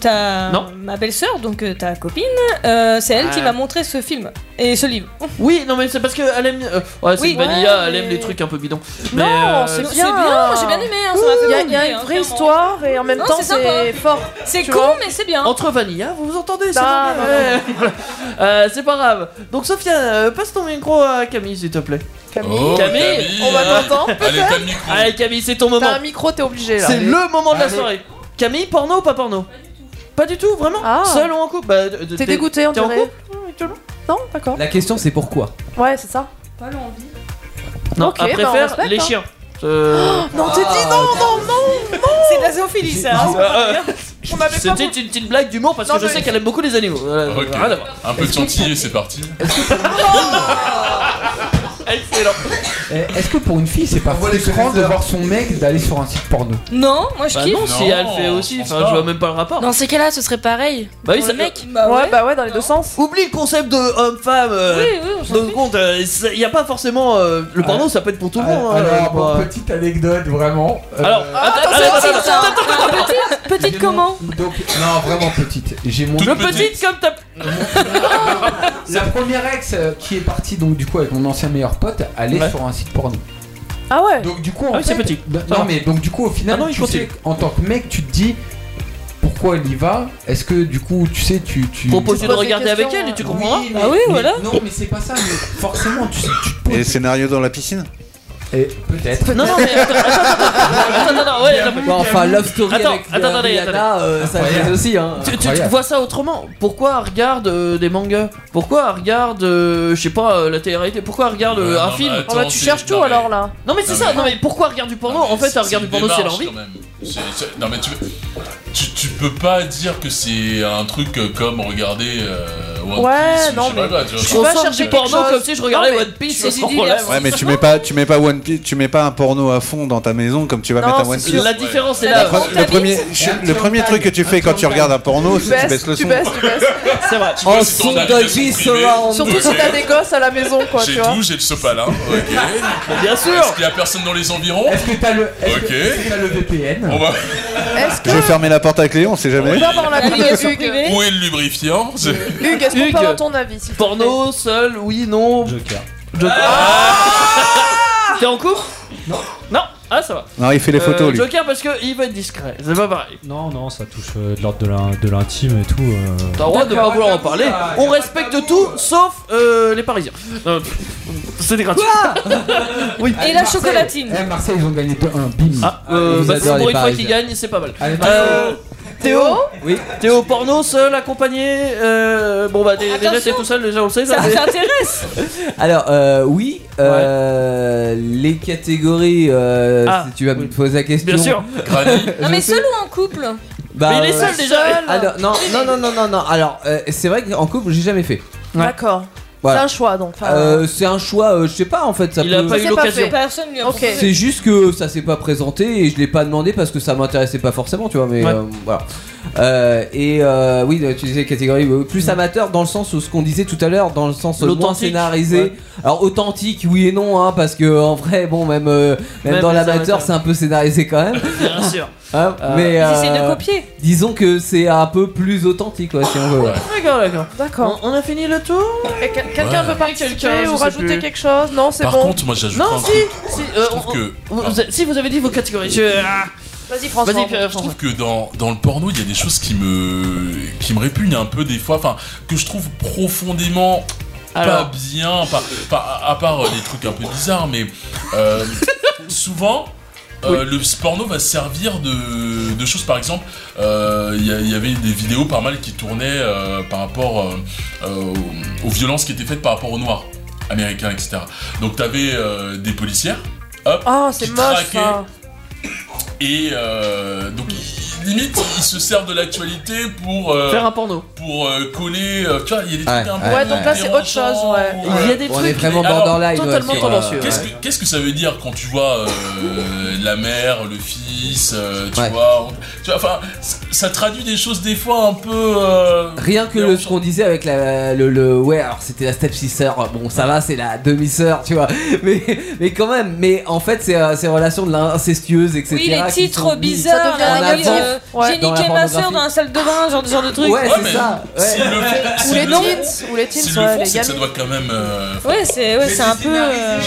ta
Non.
ma belle-sœur, donc euh, ta copine, euh, c'est elle qui
Ah.
m'a montré ce film Eh et ce livre.
Oui, non, mais c'est parce qu'elle aime. euh, ouais, c'est
Oui.
une vanilla,
Ouais,
elle aime
mais-
les trucs un peu bidons. mais,
Non,
euh,
c'est bien.
bien, j'ai bien aimé, hein, ça m'a fait
Ah. Il y a-
beaucoup
Il y a
aimer,
une
hein,
vraie histoire et en même
Non,
temps
c'est sympa.
c'est fort.
C'est
tu
con,
vois.
mais c'est bien.
Entre vanilla, vous vous entendez C'est normal,
Bah,
ouais. Voilà. [laughs] Euh, C'est pas grave. Donc, Sophia, euh, passe ton micro à Camille, s'il te plaît. Camille,
Oh, Camille, on va t'entendre,
Allez, Camille, c'est ton moment.
T'as un micro, t'es obligé là.
C'est
Allez.
le moment de la
Allez.
soirée. Camille, porno ou pas porno Pas du tout, vraiment
Ah.
Seul ou en couple Bah, de- de-
T'es dégoûté, on
t'es en
dirait. Ah,
couple
Non, d'accord.
La question c'est pourquoi
Ouais, c'est ça.
Pas l'envie.
Non,
Ok,
elle
bah, on
préfère
respecte,
les
hein. [gasps]
chiens. Euh,
Non, t'es dit non, non, non, non
C'est de la zoophilie ça.
Ah,
hein, c'est pas
euh, [laughs]
bien. On m'avait pas
C'était une petite blague d'humour parce que je sais qu'elle aime beaucoup les animaux. Euh, Voilà,
Ok.
rien à voir.
Un peu de chantilly, c'est parti.
Excellent.
Eh, Est-ce que pour une fille, c'est pas
voit les
frustrant de
connaisseurs.
voir son mec d'aller sur un site porno
Non, moi je
Bah
kiffe.
non, si elle fait aussi, enfin, je vois même pas le rapport.
Dans ces cas-là, ce serait pareil.
Bah oui,
Pour
ça-
le mec.
Bah
ouais, bah ouais, dans les deux sens.
Oublie le concept de homme-femme. euh,
Oui, oui, on s'en
de compte, il n'y a pas forcément. euh, le porno, ça peut être pour tout le monde. hein,
Ah, Alors,
euh, bah.
petite anecdote, vraiment. euh,
Alors, attends,
Attention,
attends, attends,
petite, hein.
attends, attends, attends.
Petite, petite comment
donc, non, vraiment petite. J'ai mon
Le petite comme ta.
[laughs] La première ex euh, qui est partie donc du coup avec mon ancien meilleur pote, elle est
Ouais.
sur un site porno.
Ah ouais
Donc du coup, en
Ah oui, c'est
fait-
petit.
Bah,
Ça
non
va.
mais donc du coup au final,
Ah non, il
tu
continue.
sais, en tant que mec, tu te dis pourquoi elle y va Est-ce que du coup, tu sais, tu tu
Propose de
tu-
le regarder avec elle et tu comprendras. Ah oui,
mais-
voilà.
Non mais c'est pas ça. Mais forcément, tu, tu
Et scénario dans la piscine
Et peut-être.
Non, non, mais attends, attends, attends, attends, attends, ouais, attends.
Bon, enfin, love story
Attends,
avec
attends, attendez,
Rihanna,
attendez.
euh, ça
Incroyable.
gêne aussi. Hein.
Tu, tu- tu vois ça autrement Pourquoi elle regarde euh, des mangas Pourquoi elle regarde, euh, je sais pas, euh, la télé-réalité Pourquoi elle regarde euh,
Ouais,
un
non,
film
mais attends, Oh, bah, tu c'est- cherches tout, non, mais-
alors, là.
Non mais c'est
Non,
ça,
mais-
non mais pourquoi elle regarde du porno En fait elle regarde du porno si elle a envie.
C'est- c'est- Non mais tu, tu, tu peux pas dire que c'est un truc euh, comme regarder euh, One
Ouais,
Piece,
non,
je sais
mais
pas, tu vois.
je sais pas, chercher quelque chose. Non, mais tu vas dire,
Ouais, mais tu mets pas, tu mets pas One Piece, tu mets pas un porno à fond dans ta maison comme tu vas
Non,
mettre un
c'est
One
sûr.
Piece.
La différence est là.
Le pre- Le premier, je- le premier truc que tu fais quand tu regardes un porno, c'est que tu baisses le son.
[laughs]
C'est vrai.
Oh, son doggy surround.
Surtout si t'as des gosses à la maison, quoi,
J'ai
tu vois.
tout, j'ai le sopalin, ok. Bien sûr Est-ce qu'il y a personne dans les environs Est-ce
que t'as le,
Ok.
VPN
On va...
Je vais fermer la porte à clé, on sait jamais.
Où est le lubrifiant C'est-
Hugues, est-ce qu'on peut avoir ton avis s'il te plaît
Porno, seul, oui, non Joker.
Ah
T'es en cours Non. Non Ah, ça va.
Non, il fait les
Euh,
photos, lui.
Joker parce qu'il veut être discret. C'est pas pareil.
Non, non, ça touche euh, de l'ordre de l'in- de l'intime et tout. euh.
T'as le droit de pas vouloir en parler. On respecte tout sauf euh, les Parisiens. Euh, pff, C'était gratuit. [laughs] oui.
Et la chocolatine.
Eh, Marseille, ils ont gagné 2-1, bim.
Ah, Euh, bah, c'est pour une fois qu'il gagne, c'est pas mal. Euh, Théo
Oui.
Théo porno, seul, accompagné. euh, bon bah dé- déjà t'es tout seul, déjà on le sait.
Ça
mais-
t'intéresse
Alors, euh, oui, euh, les catégories, euh,
Ah,
si tu vas me poser la question.
Bien sûr.
Non mais seul ou en couple
[laughs] Bah,
Mais il est seul, déjà.
Alors, non, non, non, non, non, non. Alors, euh, c'est vrai qu'en couple, j'ai jamais fait.
D'accord.
Voilà.
C'est un choix donc. enfin,
Euh, c'est un choix, euh, je sais pas en fait. Ça
Il a
peut-
pas eu l'occasion.
Personne lui a
Ok.
C'est juste que ça s'est pas présenté et je l'ai pas demandé parce que ça m'intéressait pas forcément, tu vois. Mais
Ouais.
euh, voilà. Euh, et euh, oui, tu disais catégorie euh, plus amateur dans le sens où ce qu'on disait tout à l'heure, dans le sens euh, moins
L'authentique,
scénarisé.
ouais.
Alors authentique, oui et non, hein, parce que en vrai, bon, même euh, même,
Même
dans
les
l'amateur,
amateurs.
c'est un peu scénarisé quand
[laughs]
même.
Bien sûr.
Hein,
Euh,
mais
ils essaient de
euh,
copier.
Disons que c'est un peu plus authentique, ouais, si on veut. ouais.
D'accord, d'accord.
D'accord.
On, on a fini le tour
Et quel-
Ouais.
Quelqu'un veut
Quelqu'un,
participer
je
ou
sais
rajouter
plus.
quelque chose Non, c'est bon.
Par contre, moi, j'ajoute
Non,
un
si,
truc.
si, euh, on-
que-
on- vous- si vous avez dit vos catégories, je. ah.
Vas-y, François.
Vas-y, Pierre,
Je trouve
François.
que dans, dans le porno, il y a des choses qui me, qui me répugnent un peu des fois, enfin, que je trouve profondément
Alors.
pas bien, pas, pas- à part euh, des trucs un peu bizarres, mais
[laughs]
euh, souvent. euh, le porno va se servir de, de choses, par exemple, euh, il y a- il y, avait des vidéos pas mal qui tournaient euh, par rapport euh, euh, aux, aux violences qui étaient faites par rapport aux noirs américains, etc. Donc t'avais avais des policières, hop,
Oh, c'est
qui
moche
traquaient
ça.
et euh, donc, ils- limite, ils se servent de l'actualité pour. euh,
Faire un porno.
Pour euh, coller. euh, tu vois, il y a des
Ouais,
trucs un
ouais,
peu.
Ouais, donc là, c'est
autre chose, ouais.
Il y a des
On est
trucs-
vraiment
Alors,
borderline. ouais,
totalement
sur,
tendancieux,
euh,
Qu'est-ce que, qu'est-ce que ça veut dire quand tu vois euh, la mère, le fils, euh, tu vois, on- tu vois, enfin, c- ça traduit des choses des fois un peu. euh,
Rien que le, ce qu'on disait avec la, le, le- ouais alors c'était la step sister bon ça va c'est la demi sœur tu vois [laughs] mais mais quand même mais en fait c'est euh, ces relations de l'incestueuse etc
Oui, les
qui
titres
sont mises
bizarres.
en
là,
avant
euh, J'ai
dans la
niqué ma soeur
pornographie.
dans un salle de bain, genre, genre de truc.
Ouais, c'est ça. Ouais.
Ou les teens, ou les teens,
S'ils
ouais,
le font,
les
c'est que ça
gamins.
doit quand même. euh,
Ouais, c'est ouais,
Mais
c'est un
c'est
peu. euh,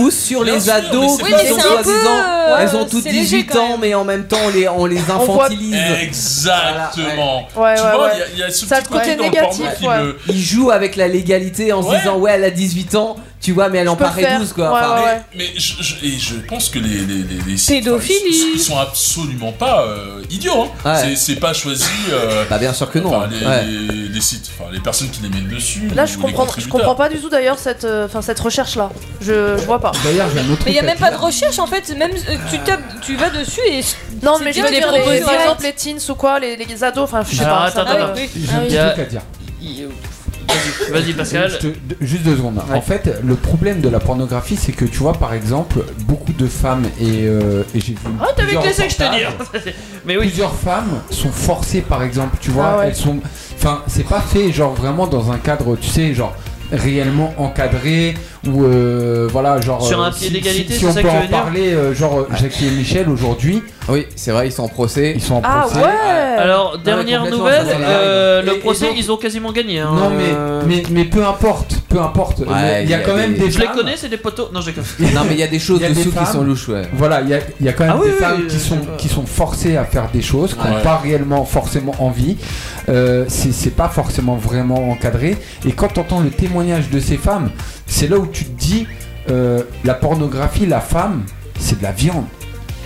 ou sur
Bien
les
sûr,
ados
mais
qui
c'est pas
sont
non plus-
soi-disant,
euh,
elles ont toutes
c'est léger
18
quand
ans mais en même temps on les on les
On voit-
infantilise
Exactement.
Voilà, ouais.
tu
Ouais, ouais,
vois,
ouais.
il y a- il y, a ce
Ça a
petit
le
côté,
côté
dans le
négatif,
porno qui
ouais.
me.
ils jouent avec la légalité en se disant ouais elle a 18 ans tu vois mais elle en
peux
paraît
faire.
12 quoi
Ouais,
Enfin,
ouais, ouais. Mais je, je- et je pense que les, les, les, les sites,
Pédophilie.
enfin, Ils, sont- ils sont absolument pas euh, idiots. hein.
Ouais.
C'est- C'est pas choisi. euh,
Bah, bien sûr que non,
enfin,
hein.
les,
Ouais.
les- les sites, enfin, les personnes qui les mettent dessus.
Là,
ou
je
les
comprends, je
contributeurs.
comprends pas du tout d'ailleurs cette, euh, enfin cette recherche là. Je, je vois pas.
D'ailleurs, j'ai un autre
Mais il
truc
a
à
même
dire.
pas de recherche en fait, même euh, tu tapes, tu vas dessus et.
Non,
c'est
mais je
bien
veux dire, les-
des
par
propositions.
exemple, les teens ou quoi, les, les ados, enfin, je sais
Alors,
pas.
attends,
ça me-
attends, attends.
J'ai un
Il y a-
truc à dire.
il- Vas-y, vas-y, Pascal.
Je te- juste deux secondes. En fait, le problème de la pornographie, c'est que tu vois, par exemple, beaucoup de femmes et, euh, et j'ai vu.
Ah, t'as vu
plusieurs
que les secs, je te dis.
reportages, Plusieurs femmes sont forcées, par exemple, tu vois,
Ah ouais.
elles sont. Enfin, c'est pas fait, genre vraiment dans un cadre, tu sais, genre réellement encadré ou euh, voilà genre
Sur
euh,
un pied
si-
d'égalité,
si,
c'est
on
ça
peut
que tu
en
veux dire
parler euh, genre Jackie et Michel aujourd'hui
oui c'est vrai ils sont en procès
ils sont en
Ah
procès
ouais
Alors, dernière
complètement,
nouvelle,
ça, ça
euh,
arrive. Et-
le
et
procès,
donc-
ils ont quasiment gagné. hein.
non mais,
Euh,
mais mais peu importe peu importe mais il y a quand même des
Je les
femmes-
connais, c'est des poteaux. Non, je les connais.
Non, mais il y a des choses
Il y a des
dessous qui
femmes-
sont louches, ouais.
Voilà, il y a, il y a quand même
Ah oui,
des
oui,
femmes
oui,
qui,
oui,
sont, qui sont forcées à faire des choses, qui n'ont
Ouais.
pas réellement forcément envie. Euh, c'est c'est pas forcément vraiment encadré. Et quand tu entends le témoignage de ces femmes, c'est là où tu te dis euh, la pornographie, la femme, c'est de la viande.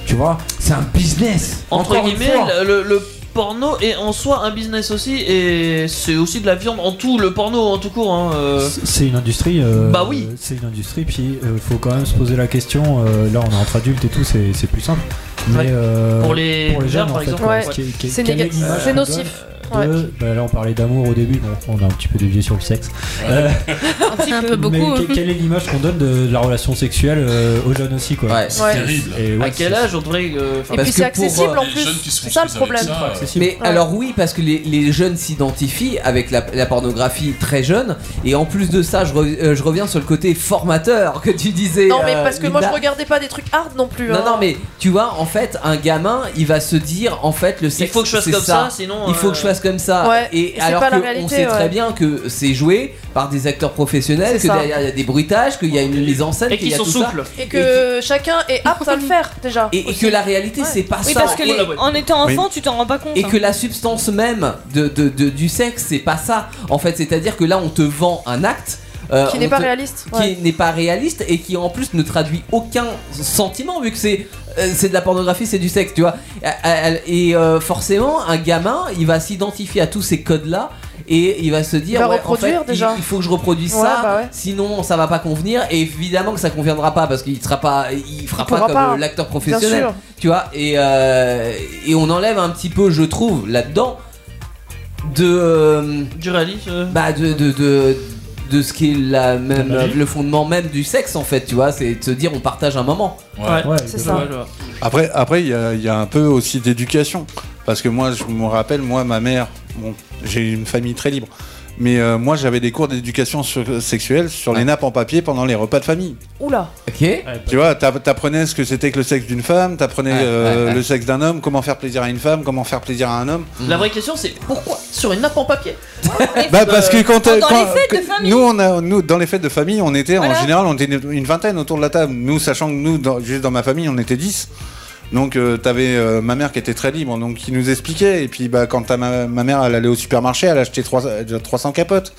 Tu vois, c'est un business.
Entre
Encore une
guillemets,
fois.
le, le porno est en soi un business aussi, et c'est aussi de la viande en tout, le porno en tout court. hein, euh.
C'est une industrie. euh,
Bah oui.
C'est une industrie, puis euh, faut quand même se poser la question. euh, là, on est entre adultes et tout, c'est c'est plus simple. Mais euh,
Pour les mineurs,
jeunes,
par
en fait,
exemple.
quoi.
Ouais.
Quelle- quelle-
C'est
quelle
néga-
est l'image
c'est
qu'on
nocif.
donne euh, de- bah, là, on parlait d'amour au début, bon, on a un petit peu dévié sur le sexe. Euh,
Un petit peu
[laughs] mais
beaucoup.
que- quelle est l'image qu'on donne de la relation sexuelle euh, aux jeunes aussi quoi
Ouais, c'est Ouais. terrible.
Et
À
ouais,
quel
c'est-
âge on devrait. euh, enfin,
Et puis,
parce
c'est
que
accessible,
pour, euh,
en
les
plus.
jeunes qui se
C'est
construisent
ça, le
avec
problème.
ça, euh,
Mais alors oui, parce que les, les jeunes s'identifient avec la, la pornographie très jeune, et en plus de ça, je, re- euh, je reviens sur le côté formateur que tu disais.
Non, mais
euh,
parce que moi je
Linda.
regardais pas des trucs hard non plus. hein.
Non, non, mais tu vois, en fait, un gamin, il va se dire, en fait, le sexe,
faut que je fasse
c'est
comme ça, sinon,
Il faut
euh,
que je fasse comme ça.
Ouais,
et
c'est
alors
pas la
qu'on
réalité,
sait très
ouais.
bien que c'est joué par des acteurs professionnels, que
C'est ça.
derrière il y a des bruitages, qu'il y a une mise en scène,
Oh, Et
qu'il y
qu'ils
a
sont
tout ça.
souples.
Et que chacun est apte à le faire déjà.
Et, et que la réalité, c'est pas
Oui,
ça.
parce que
Oh
les- en étant enfant, tu t'en rends pas compte.
Et
hein.
que la substance même de, de- de- du sexe, c'est pas ça. En fait, c'est-à-dire que là, on te vend un acte. euh,
Qui n'est
on
pas
te-
réaliste,
Qui
ouais.
n'est pas réaliste et qui en plus ne traduit aucun sentiment vu que c'est euh, c'est de la pornographie, c'est du sexe, tu vois. Et euh, forcément, un gamin, il va s'identifier à tous ces codes-là et il va se dire
va
ouais, en
reproduire
fait,
déjà.
Il, il faut que je reproduise
Ouais,
ça,
bah ouais.
sinon ça va pas convenir et évidemment que ça conviendra pas parce qu'il sera pas, il fera pas
Il pourra
comme
pas,
euh, l'acteur
bien
professionnel
sûr.
tu vois et, euh, et on enlève un petit peu je trouve là dedans de euh,
du réalisme
bah de de, de de ce qui est la même,
la vie.
le fondement même du sexe en fait tu vois c'est de se dire on partage un moment
Ouais, Ouais, c'est ça.
Après, après, il y, a- il y a un peu aussi d'éducation, parce que moi, je me rappelle, moi, ma mère, bon, j'ai une famille très libre, mais euh, moi, j'avais des cours d'éducation sur- sexuelle sur les nappes en papier pendant les repas de famille.
Oula.
Ok.
Tu vois, t'app- t'apprenais ce que c'était que le sexe d'une femme, t'apprenais euh,
ouais, Mmh. ouais.
le sexe d'un homme, comment faire plaisir à une femme, comment faire plaisir à un homme.
La vraie question, c'est pourquoi sur une nappe en papier
[laughs]
Bah parce que quand,
Dans
quand-
euh, les fêtes de
quand-
famille.
nous on a nous dans les fêtes de famille on était en
Voilà.
général on était une, une vingtaine autour de la table nous sachant que nous dans- juste dans ma famille on était 10 donc euh, t'avais euh, ma mère qui était très libre donc qui nous expliquait et puis bah quand ta ma, ma mère elle allait au supermarché elle achetait trois- euh, 300 capotes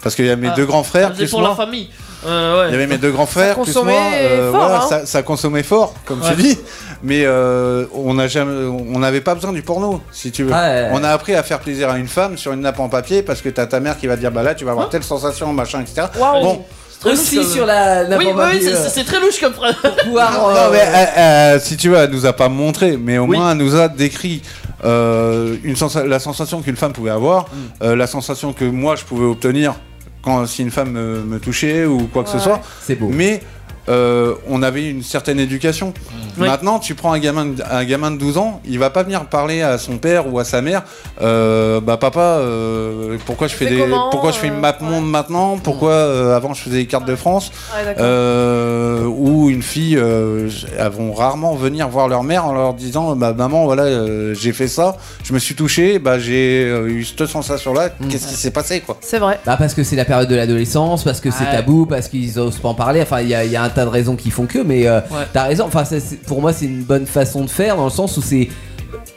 parce qu'il y a mes
Ah,
deux grands frères
ça faisait
plus
pour
moi.
la famille. Euh, ouais.
Il y avait mes deux grands frères, plus moi, euh, voilà,
hein.
hein.
ça, ça consommait fort, comme
Ouais.
tu dis, mais euh, on n'a jamais, on n'avait pas besoin du porno, si tu veux.
Ah, ouais, ouais.
On a appris à faire plaisir à une femme sur une nappe en papier parce que t'as ta mère qui va dire bah là tu vas avoir telle sensation, machin, etc. Bon,
aussi sur la, la
Oui, bah
bande à
oui,
vie,
c'est-
euh,
c'est c'est très louche comme phrase. [laughs]
pouvoir, euh,
Non, mais, euh, euh, si tu veux, elle nous a pas montré, mais au
Oui.
moins elle nous a décrit euh, une sensa- la sensation qu'une femme pouvait avoir, euh, la sensation que moi je pouvais obtenir quand si une femme me, me touchait ou quoi que
Ouais.
ce soit.
C'est beau.
Mais euh, on avait une certaine éducation.
Oui.
Maintenant, tu prends un gamin, de- un gamin de 12 ans, il va pas venir parler à son père ou à sa mère. euh, bah papa, euh, pourquoi je fais, des,
comment,
pourquoi je fais une map monde maintenant Pourquoi euh, avant je faisais les cartes de France
Ouais, Ah, d'accord.
euh, où une fille, euh, j- elles vont rarement venir voir leur mère en leur disant bah, Maman, voilà, euh, j'ai fait ça, je me suis touché, bah, j'ai euh, eu cette sensation-là, qu'est-ce qui s'est passé quoi
Mm. C'est vrai.
Bah parce que c'est la période de l'adolescence, parce que c'est
Ouais.
tabou, parce qu'ils osent pas en parler. Enfin, il y, a- il y a un tas de raisons qui font que, mais euh, t'as raison. Enfin, ça, c'est- pour moi, c'est une bonne façon de faire dans le sens où c'est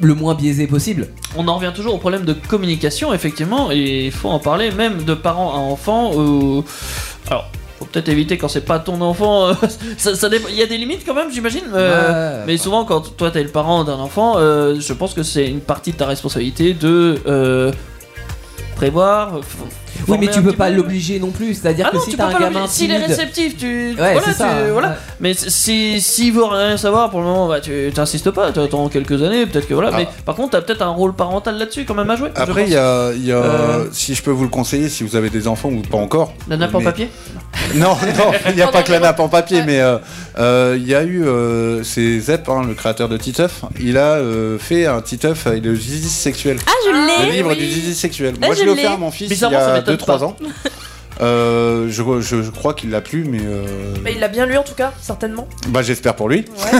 le moins biaisé possible.
On en revient toujours au problème de communication, effectivement, et il faut en parler, même de parents à enfants. euh, Alors, faut peut-être éviter quand c'est pas ton enfant. euh, ça, ça dépend- Il y a des limites quand même, j'imagine. euh,
Ouais,
mais souvent, quand toi t'es le parent d'un enfant, euh, je pense que c'est une partie de ta responsabilité de euh, prévoir. euh, f-
Oui,
former
mais tu
un
peux
petit
pas
peu.
l'obliger non plus. C'est-à-dire
Ah
que
non,
si
tu
t'as
peux
un
pas
gamin
l'obliger. S'il est
timide-
réceptif, tu.
Ouais,
voilà,
c'est ça, hein.
tu-
ouais.
voilà. Mais si- si- s'il veut rien savoir pour le moment, bah, tu t'insistes pas, tu attends quelques années, peut-être que voilà.
Ah.
Mais par contre, t'as peut-être un rôle parental là-dessus quand même à jouer. je
Après,
pense.
il y a, il y a-
Euh.
si je peux vous le conseiller, si vous avez des enfants ou pas encore. Euh,
La nappe en
mais-
papier
[laughs] Non, non, il n'y a pas que la nappe en papier, mais euh, euh, il y a eu, euh, c'est Zep, hein, le créateur de Titeuf, il a euh, fait un Titeuf avec le zizi sexuel. Ah,
je l'ai,
Le livre
oui.
du zizi sexuel.
Ah,
Moi,
je
je l'ai offert
l'ai.
à mon fils il y
Bizarrement,
a
ça m'étonne
2-3
pas.
ans. Euh, je, je- je crois qu'il l'a plus, mais euh,
Bah,
Mais il l'a bien lu en tout cas, certainement.
bah, j'espère pour lui. [laughs]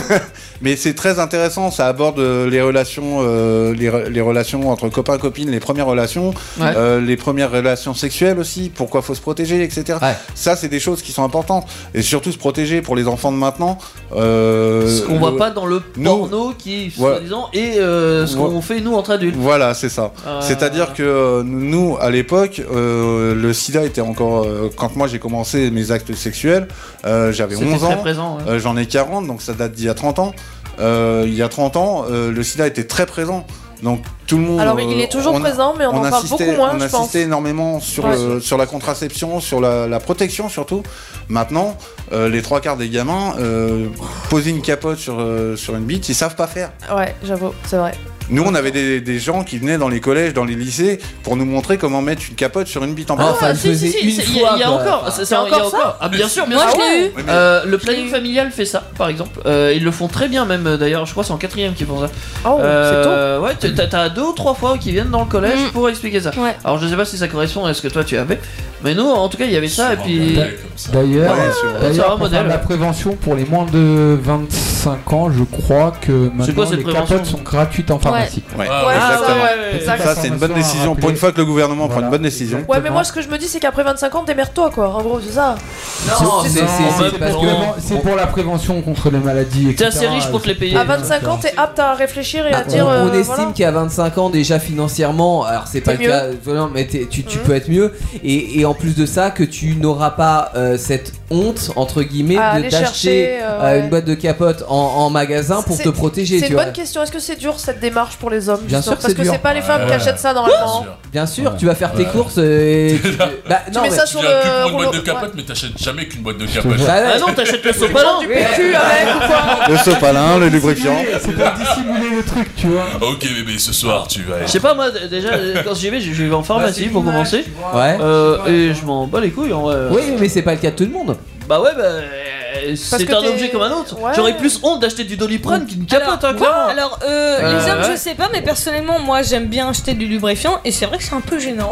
Mais c'est très intéressant, ça aborde euh, les relations, euh, les, re- les relations entre copains copines, les premières relations,
Ouais.
euh, les premières relations sexuelles aussi, pourquoi faut se protéger, etc. Ça, c'est des choses qui sont importantes et surtout se protéger pour les enfants de maintenant. euh,
Ce qu'on voit
le-
pas dans le porno qui, soi-disant, est euh, ce qu'on fait nous entre adultes.
Voilà, c'est ça.
Euh.
C'est-à-dire que euh, nous, à l'époque, euh, le sida était encore. euh, quand moi j'ai commencé mes actes sexuels, euh, j'avais
C'était
11 ans.
très présent, ouais.
Euh, J'en ai 40, donc ça date d'il y a 30 ans. Euh, il y a 30 ans, euh, le sida était très présent. Donc tout le monde.
Alors, il est toujours
on a-
présent, mais on en parle
insistait-
beaucoup moins,
On
je
insistait
pense.
énormément sur,
Ouais.
le- sur la contraception, sur la, la protection surtout. Maintenant, euh, les trois quarts des gamins, euh, poser une capote sur, euh, sur une bite, ils savent pas faire.
Ouais, j'avoue, c'est vrai.
Nous, on avait des, des gens qui venaient dans les collèges, dans les lycées, pour nous montrer comment mettre une capote sur une bite en
Ah,
plastique.
enfin, si, si, si, c'est- il y a- il y a encore, c'est- c'est- il y a encore. Ah, bien sûr, bien sûr. Euh, le planning familial fait ça, par exemple. Euh, ils le font très bien, même euh, d'ailleurs. Je crois que c'est en quatrième qu'ils font ça.
Oh,
Euh, Ouais, t'as- t'as- t'as deux ou trois fois qui viennent dans le collège pour expliquer ça. Alors, je sais pas si ça correspond à ce que toi tu avais, mais nous, en tout cas, il y avait ça. Et puis,
D'ailleurs,
Ouais,
euh,
c'est
d'ailleurs,
un
pour faire
modèle.
de la prévention pour les moins de 25 ans, je crois que maintenant
cette
les
prévention
capotes sont gratuites en pharmacie.
Ouais,
Ah, ouais,
exactement.
ouais, ouais, ouais,
Ça,
exact.
c'est une bonne décision. Pour une fois que le gouvernement prend une bonne décision.
Ouais, mais moi, ce que je me dis, c'est qu'après 25 ans, démerde-toi, quoi. En gros, c'est ça.
Non,
C'est-
Oh, c'est-
c'est-
c'est-
c'est-
c'est
c'est
parce
parce
que-
que c'est pour la prévention contre les maladies.
T'es
etc.
assez riche pour te les payer.
À 25 ans, t'es apte à réfléchir et à
Bah, On-
dire.
on,
euh,
estime
voilà.
qu'à 25 ans déjà financièrement, alors c'est pas
T'es Mmh.
le cas, non, mais t'es- tu, tu peux être mieux. Et, et en plus de ça, que tu n'auras pas euh, cette honte entre guillemets
À
de-
aller
d'acheter
chercher, euh,
euh,
ouais.
une boîte de capote en, en magasin pour
C'est-
te protéger.
C'est
tu
une
vois.
bonne question. Est-ce que c'est dur cette démarche pour les hommes
Bien
justement
sûr que
Parce
c'est
que
dur.
c'est pas les femmes qui
Ouais.
achètes ça normalement. Bah,
Bien sûr, tu vas faire tes courses. euh,
[laughs]
et tu- bah,
Tu mets ça sur
viens
le
plus pour une boîte de
rouleau-
capote, mais t'achètes jamais qu'une boîte de capote.
jure. Ah
non, t'achètes le sopalin.
Du PQ avec ou quoi
[laughs]
Le sopalin, le lubrifiant.
dissimuler le truc, tu vois.
[laughs] Ok, bébé, ce soir, tu vas.
Je sais pas, moi d- déjà, euh, quand j'y vais, j'y vais en
Ah, bah,
pharmacie pour commencer. Euh,
Ouais.
et je m'en bats les couilles en vrai.
Oui, mais c'est pas le cas de tout le monde.
Bah ouais, bah. euh, C'est
que
un
t'es-
objet comme un autre.
Ouais.
J'aurais plus honte d'acheter du doliprane qu'une capote, hein,
Quoi
clairement.
Alors, euh,
Euh,
les hommes,
ouais.
je sais pas, mais personnellement, moi, j'aime bien acheter du lubrifiant et c'est vrai que c'est un peu
[laughs]
gênant.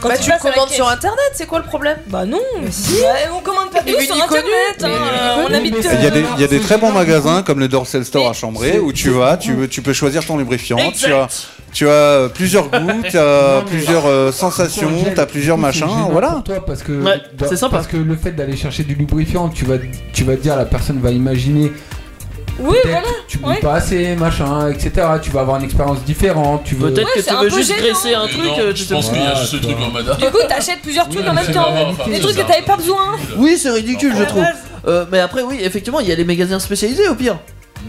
Quand
Bah,
tu
tu
passes à la
commandes
caisse.
sur internet, c'est quoi le problème
Bah non
si
Ouais, On commande pas
Les
tout sur
Uniconnu,
internet,
mais-
hein, euh, on habite.
Il y, a des, il y a des très bons magasins comme le Dorsel Store à Chambray où tu vas, tu, veux- tu peux choisir ton lubrifiant, tu as, tu as euh,
[laughs]
plusieurs goûts, tu as plusieurs euh, sensations, tu as plusieurs machins, voilà.
Pour toi, parce que
Ouais,
bah,
c'est sympa.
Parce que le fait d'aller chercher du lubrifiant, tu vas, tu vas te dire la personne va imaginer.
Oui,
peut-être
voilà.
Tu mets pas assez, machin, etc. Tu vas avoir une expérience différente. Tu veux.
Peut-être que tu veux juste graisser un
Mais
truc.
non,
euh,
je
tu te-
pense qu'il y a juste ce truc en mode.
Du coup, t'achètes plusieurs trucs
Oui,
en même
c'est
temps.
marrant, enfin,
Des
c'est
trucs que
ça.
t'avais pas besoin.
Oui, c'est ridicule, je trouve. Euh, mais après, oui, effectivement, il y a les magasins spécialisés au pire.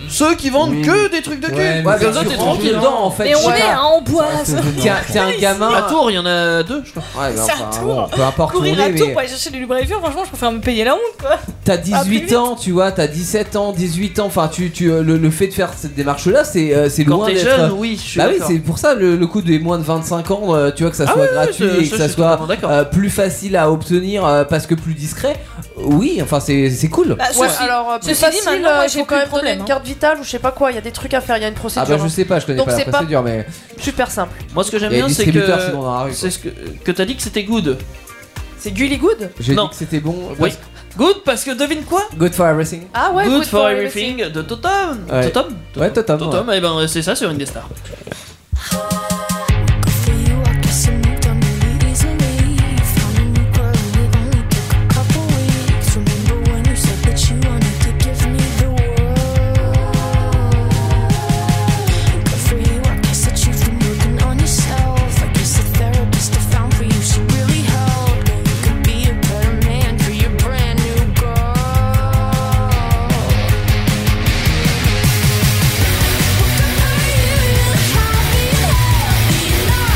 Ceux qui vendent que des trucs de cul.
Ouais, mais
comme
c'est
ça, t'es
sûr.
tranquille dedans en fait.
Et on
Voilà.
est hein, en boise.
Tiens, t'es un gamin.
À Tours, il y en a deux, je crois.
Ouais, mais
C'est
enfin,
un tour.
bon, peu importe où on
Courir à
est,
tout
mais-
pour aller chercher du lubrifiant, franchement, je préfère me payer la honte quoi.
T'as
plus
18 ans, tu vois, t'as 17 ans, 18 ans, enfin tu, tu euh, le, le fait de faire cette démarche là, c'est euh, c'est
Quand
loin
t'es
d'être
jeune, oui, je suis
Bah oui,
d'accord.
c'est pour ça le, le coup des moins de 25 ans, euh, tu vois que ça
Ah
soit
oui, oui,
gratuit
je-
et
je
que ça
suis
soit
totalement d'accord.
euh, plus facile à obtenir euh, parce que plus discret. Oui, enfin c'est c'est cool.
ouais, alors euh, plus
bah, ceci dit,
facile,
maintenant, moi,
euh, il
j'ai
faut quand
plus
même donner
de problème,
une
hein.
carte vitale ou je sais pas quoi, il y a des trucs à faire, il y a une procédure. hein.
Ah bah,
hein.
je sais pas, je connais
Donc
pas la
c'est pas
procédure, mais-
super simple.
Moi, ce que j'aime
Il y a
bien,
des
c'est que.
distributeurs, sinon, dans la rue,
C'est ce que, que t'as dit que c'était good.
C'est Gully Good
J'ai
Non.
dit que c'était bon.
Oui. Good parce que devine quoi
Good for everything.
Ah ouais,
Good, for, everything, de Totem.
Ouais.
Totem
Ouais, Totem. ouais.
Totem, eh ben c'est ça sur une des stars.
Brand new girl. What the hell are you happy?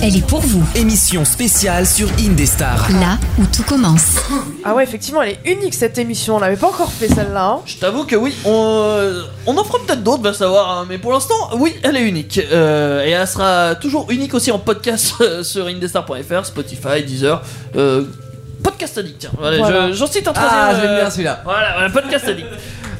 elle est pour vous.
Émission spéciale sur Indestar.
Là où tout commence.
Ah ouais, effectivement, elle est unique cette émission. On l'avait pas encore fait celle-là. hein.
Je t'avoue que oui, on, euh, on en fera peut-être d'autres, va savoir, hein, mais pour l'instant, oui, elle est unique. Euh, et elle sera toujours unique aussi en podcast [laughs] euh, sur indestar.fr, Spotify, Deezer. euh, podcast Addict, tiens. Voilà,
Voilà.
je- J'en cite un
Ah,
troisième. euh,
je l'aime bien, celui-là.
Voilà, voilà, Podcast Addict.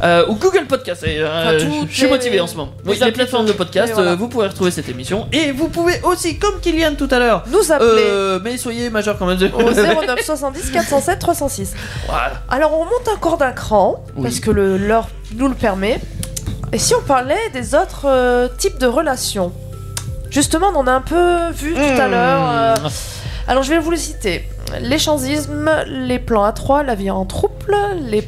Euh, ou Google Podcast, et, euh,
Enfin,
je-
toutes
je suis
les-
motivé en ce moment.
les
Oui, les plateformes de podcast,
et voilà.
euh, vous pourrez retrouver cette émission. Et vous pouvez aussi, comme Kylian tout à l'heure, euh, nous
appeler.
mais soyez majeur quand même.
Au 09 70 407 306.
[laughs] Voilà.
Alors on monte encore d'un cran,
Oui.
parce que le- l'heure nous le permet. Et si on parlait des autres euh, types de relations Justement, on en a un peu vu tout
Hmm.
à l'heure. euh, alors je vais vous les citer. L'échangisme, les plans à trois, la vie en trouble, les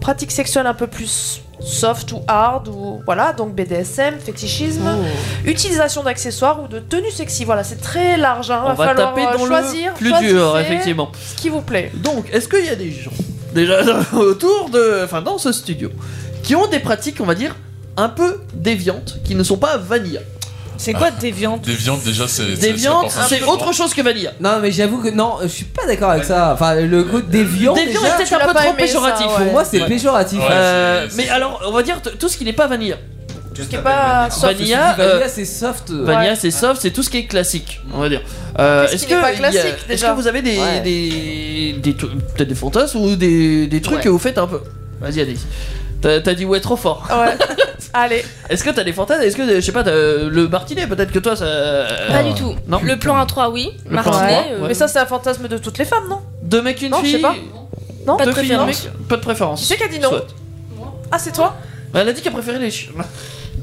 pratiques sexuelles un peu plus soft ou hard ou voilà donc BDSM fétichisme
Hmm.
utilisation d'accessoires ou de tenues sexy voilà c'est très large hein.
On va
falloir
taper
euh,
dans le
choisir
plus dur,
choisissez
effectivement.
ce qui vous plaît
donc est-ce qu'il y a des gens déjà [laughs] autour de, enfin dans ce studio, qui ont des pratiques, on va dire, un peu déviantes, qui ne sont pas vanilla. C'est quoi déviante
ah, Des viandes, déjà, c'est. c'est- Ah,
Déviante,
c'est pas
c'est
forcément-
autre chose que vanilla.
Non, mais j'avoue que non, je suis pas d'accord avec ça. Enfin, le côté déviant.
Déviant
déjà,
est peut-être un peu trop péjoratif.
Pour moi, c'est péjoratif.
Euh, mais alors, on va dire t- tout ce qui n'est pas vanilla. Tout ce qui n'est
pas
soft.
Vanilla,
Vanilla,
euh,
c'est soft.
Vanilla,
Ouais.
c'est soft, c'est tout ce qui est classique, on va dire. Euh,
Qu'est-ce qui n'est pas
il y a-
classique,
Est-ce
déjà
que vous avez des,
Ouais.
des, des tru- peut-être des fantasmes ou des, des trucs
Ouais.
que vous faites un peu Vas-y, allez. T'as t'as dit ouais trop fort. [laughs]
Ouais. Allez.
Est-ce que t'as des fantasmes Est-ce que je sais pas t'as, euh, le martinet peut-être que toi ça
Pas du tout.
Euh, Non.
Le plan A3, oui. euh,
Le plan A
Martinet.
trois, ouais.
Mais ça, c'est un fantasme de toutes les femmes, non
Deux mecs une
Non, je
fille.
sais pas. Non,
Deux
pas de
filles,
préférence.
un mec, Pas de préférence.
Qui c'est qui a dit non
Soit. Bah,
Ah, c'est toi
Elle a dit qu'elle préférait les chiens.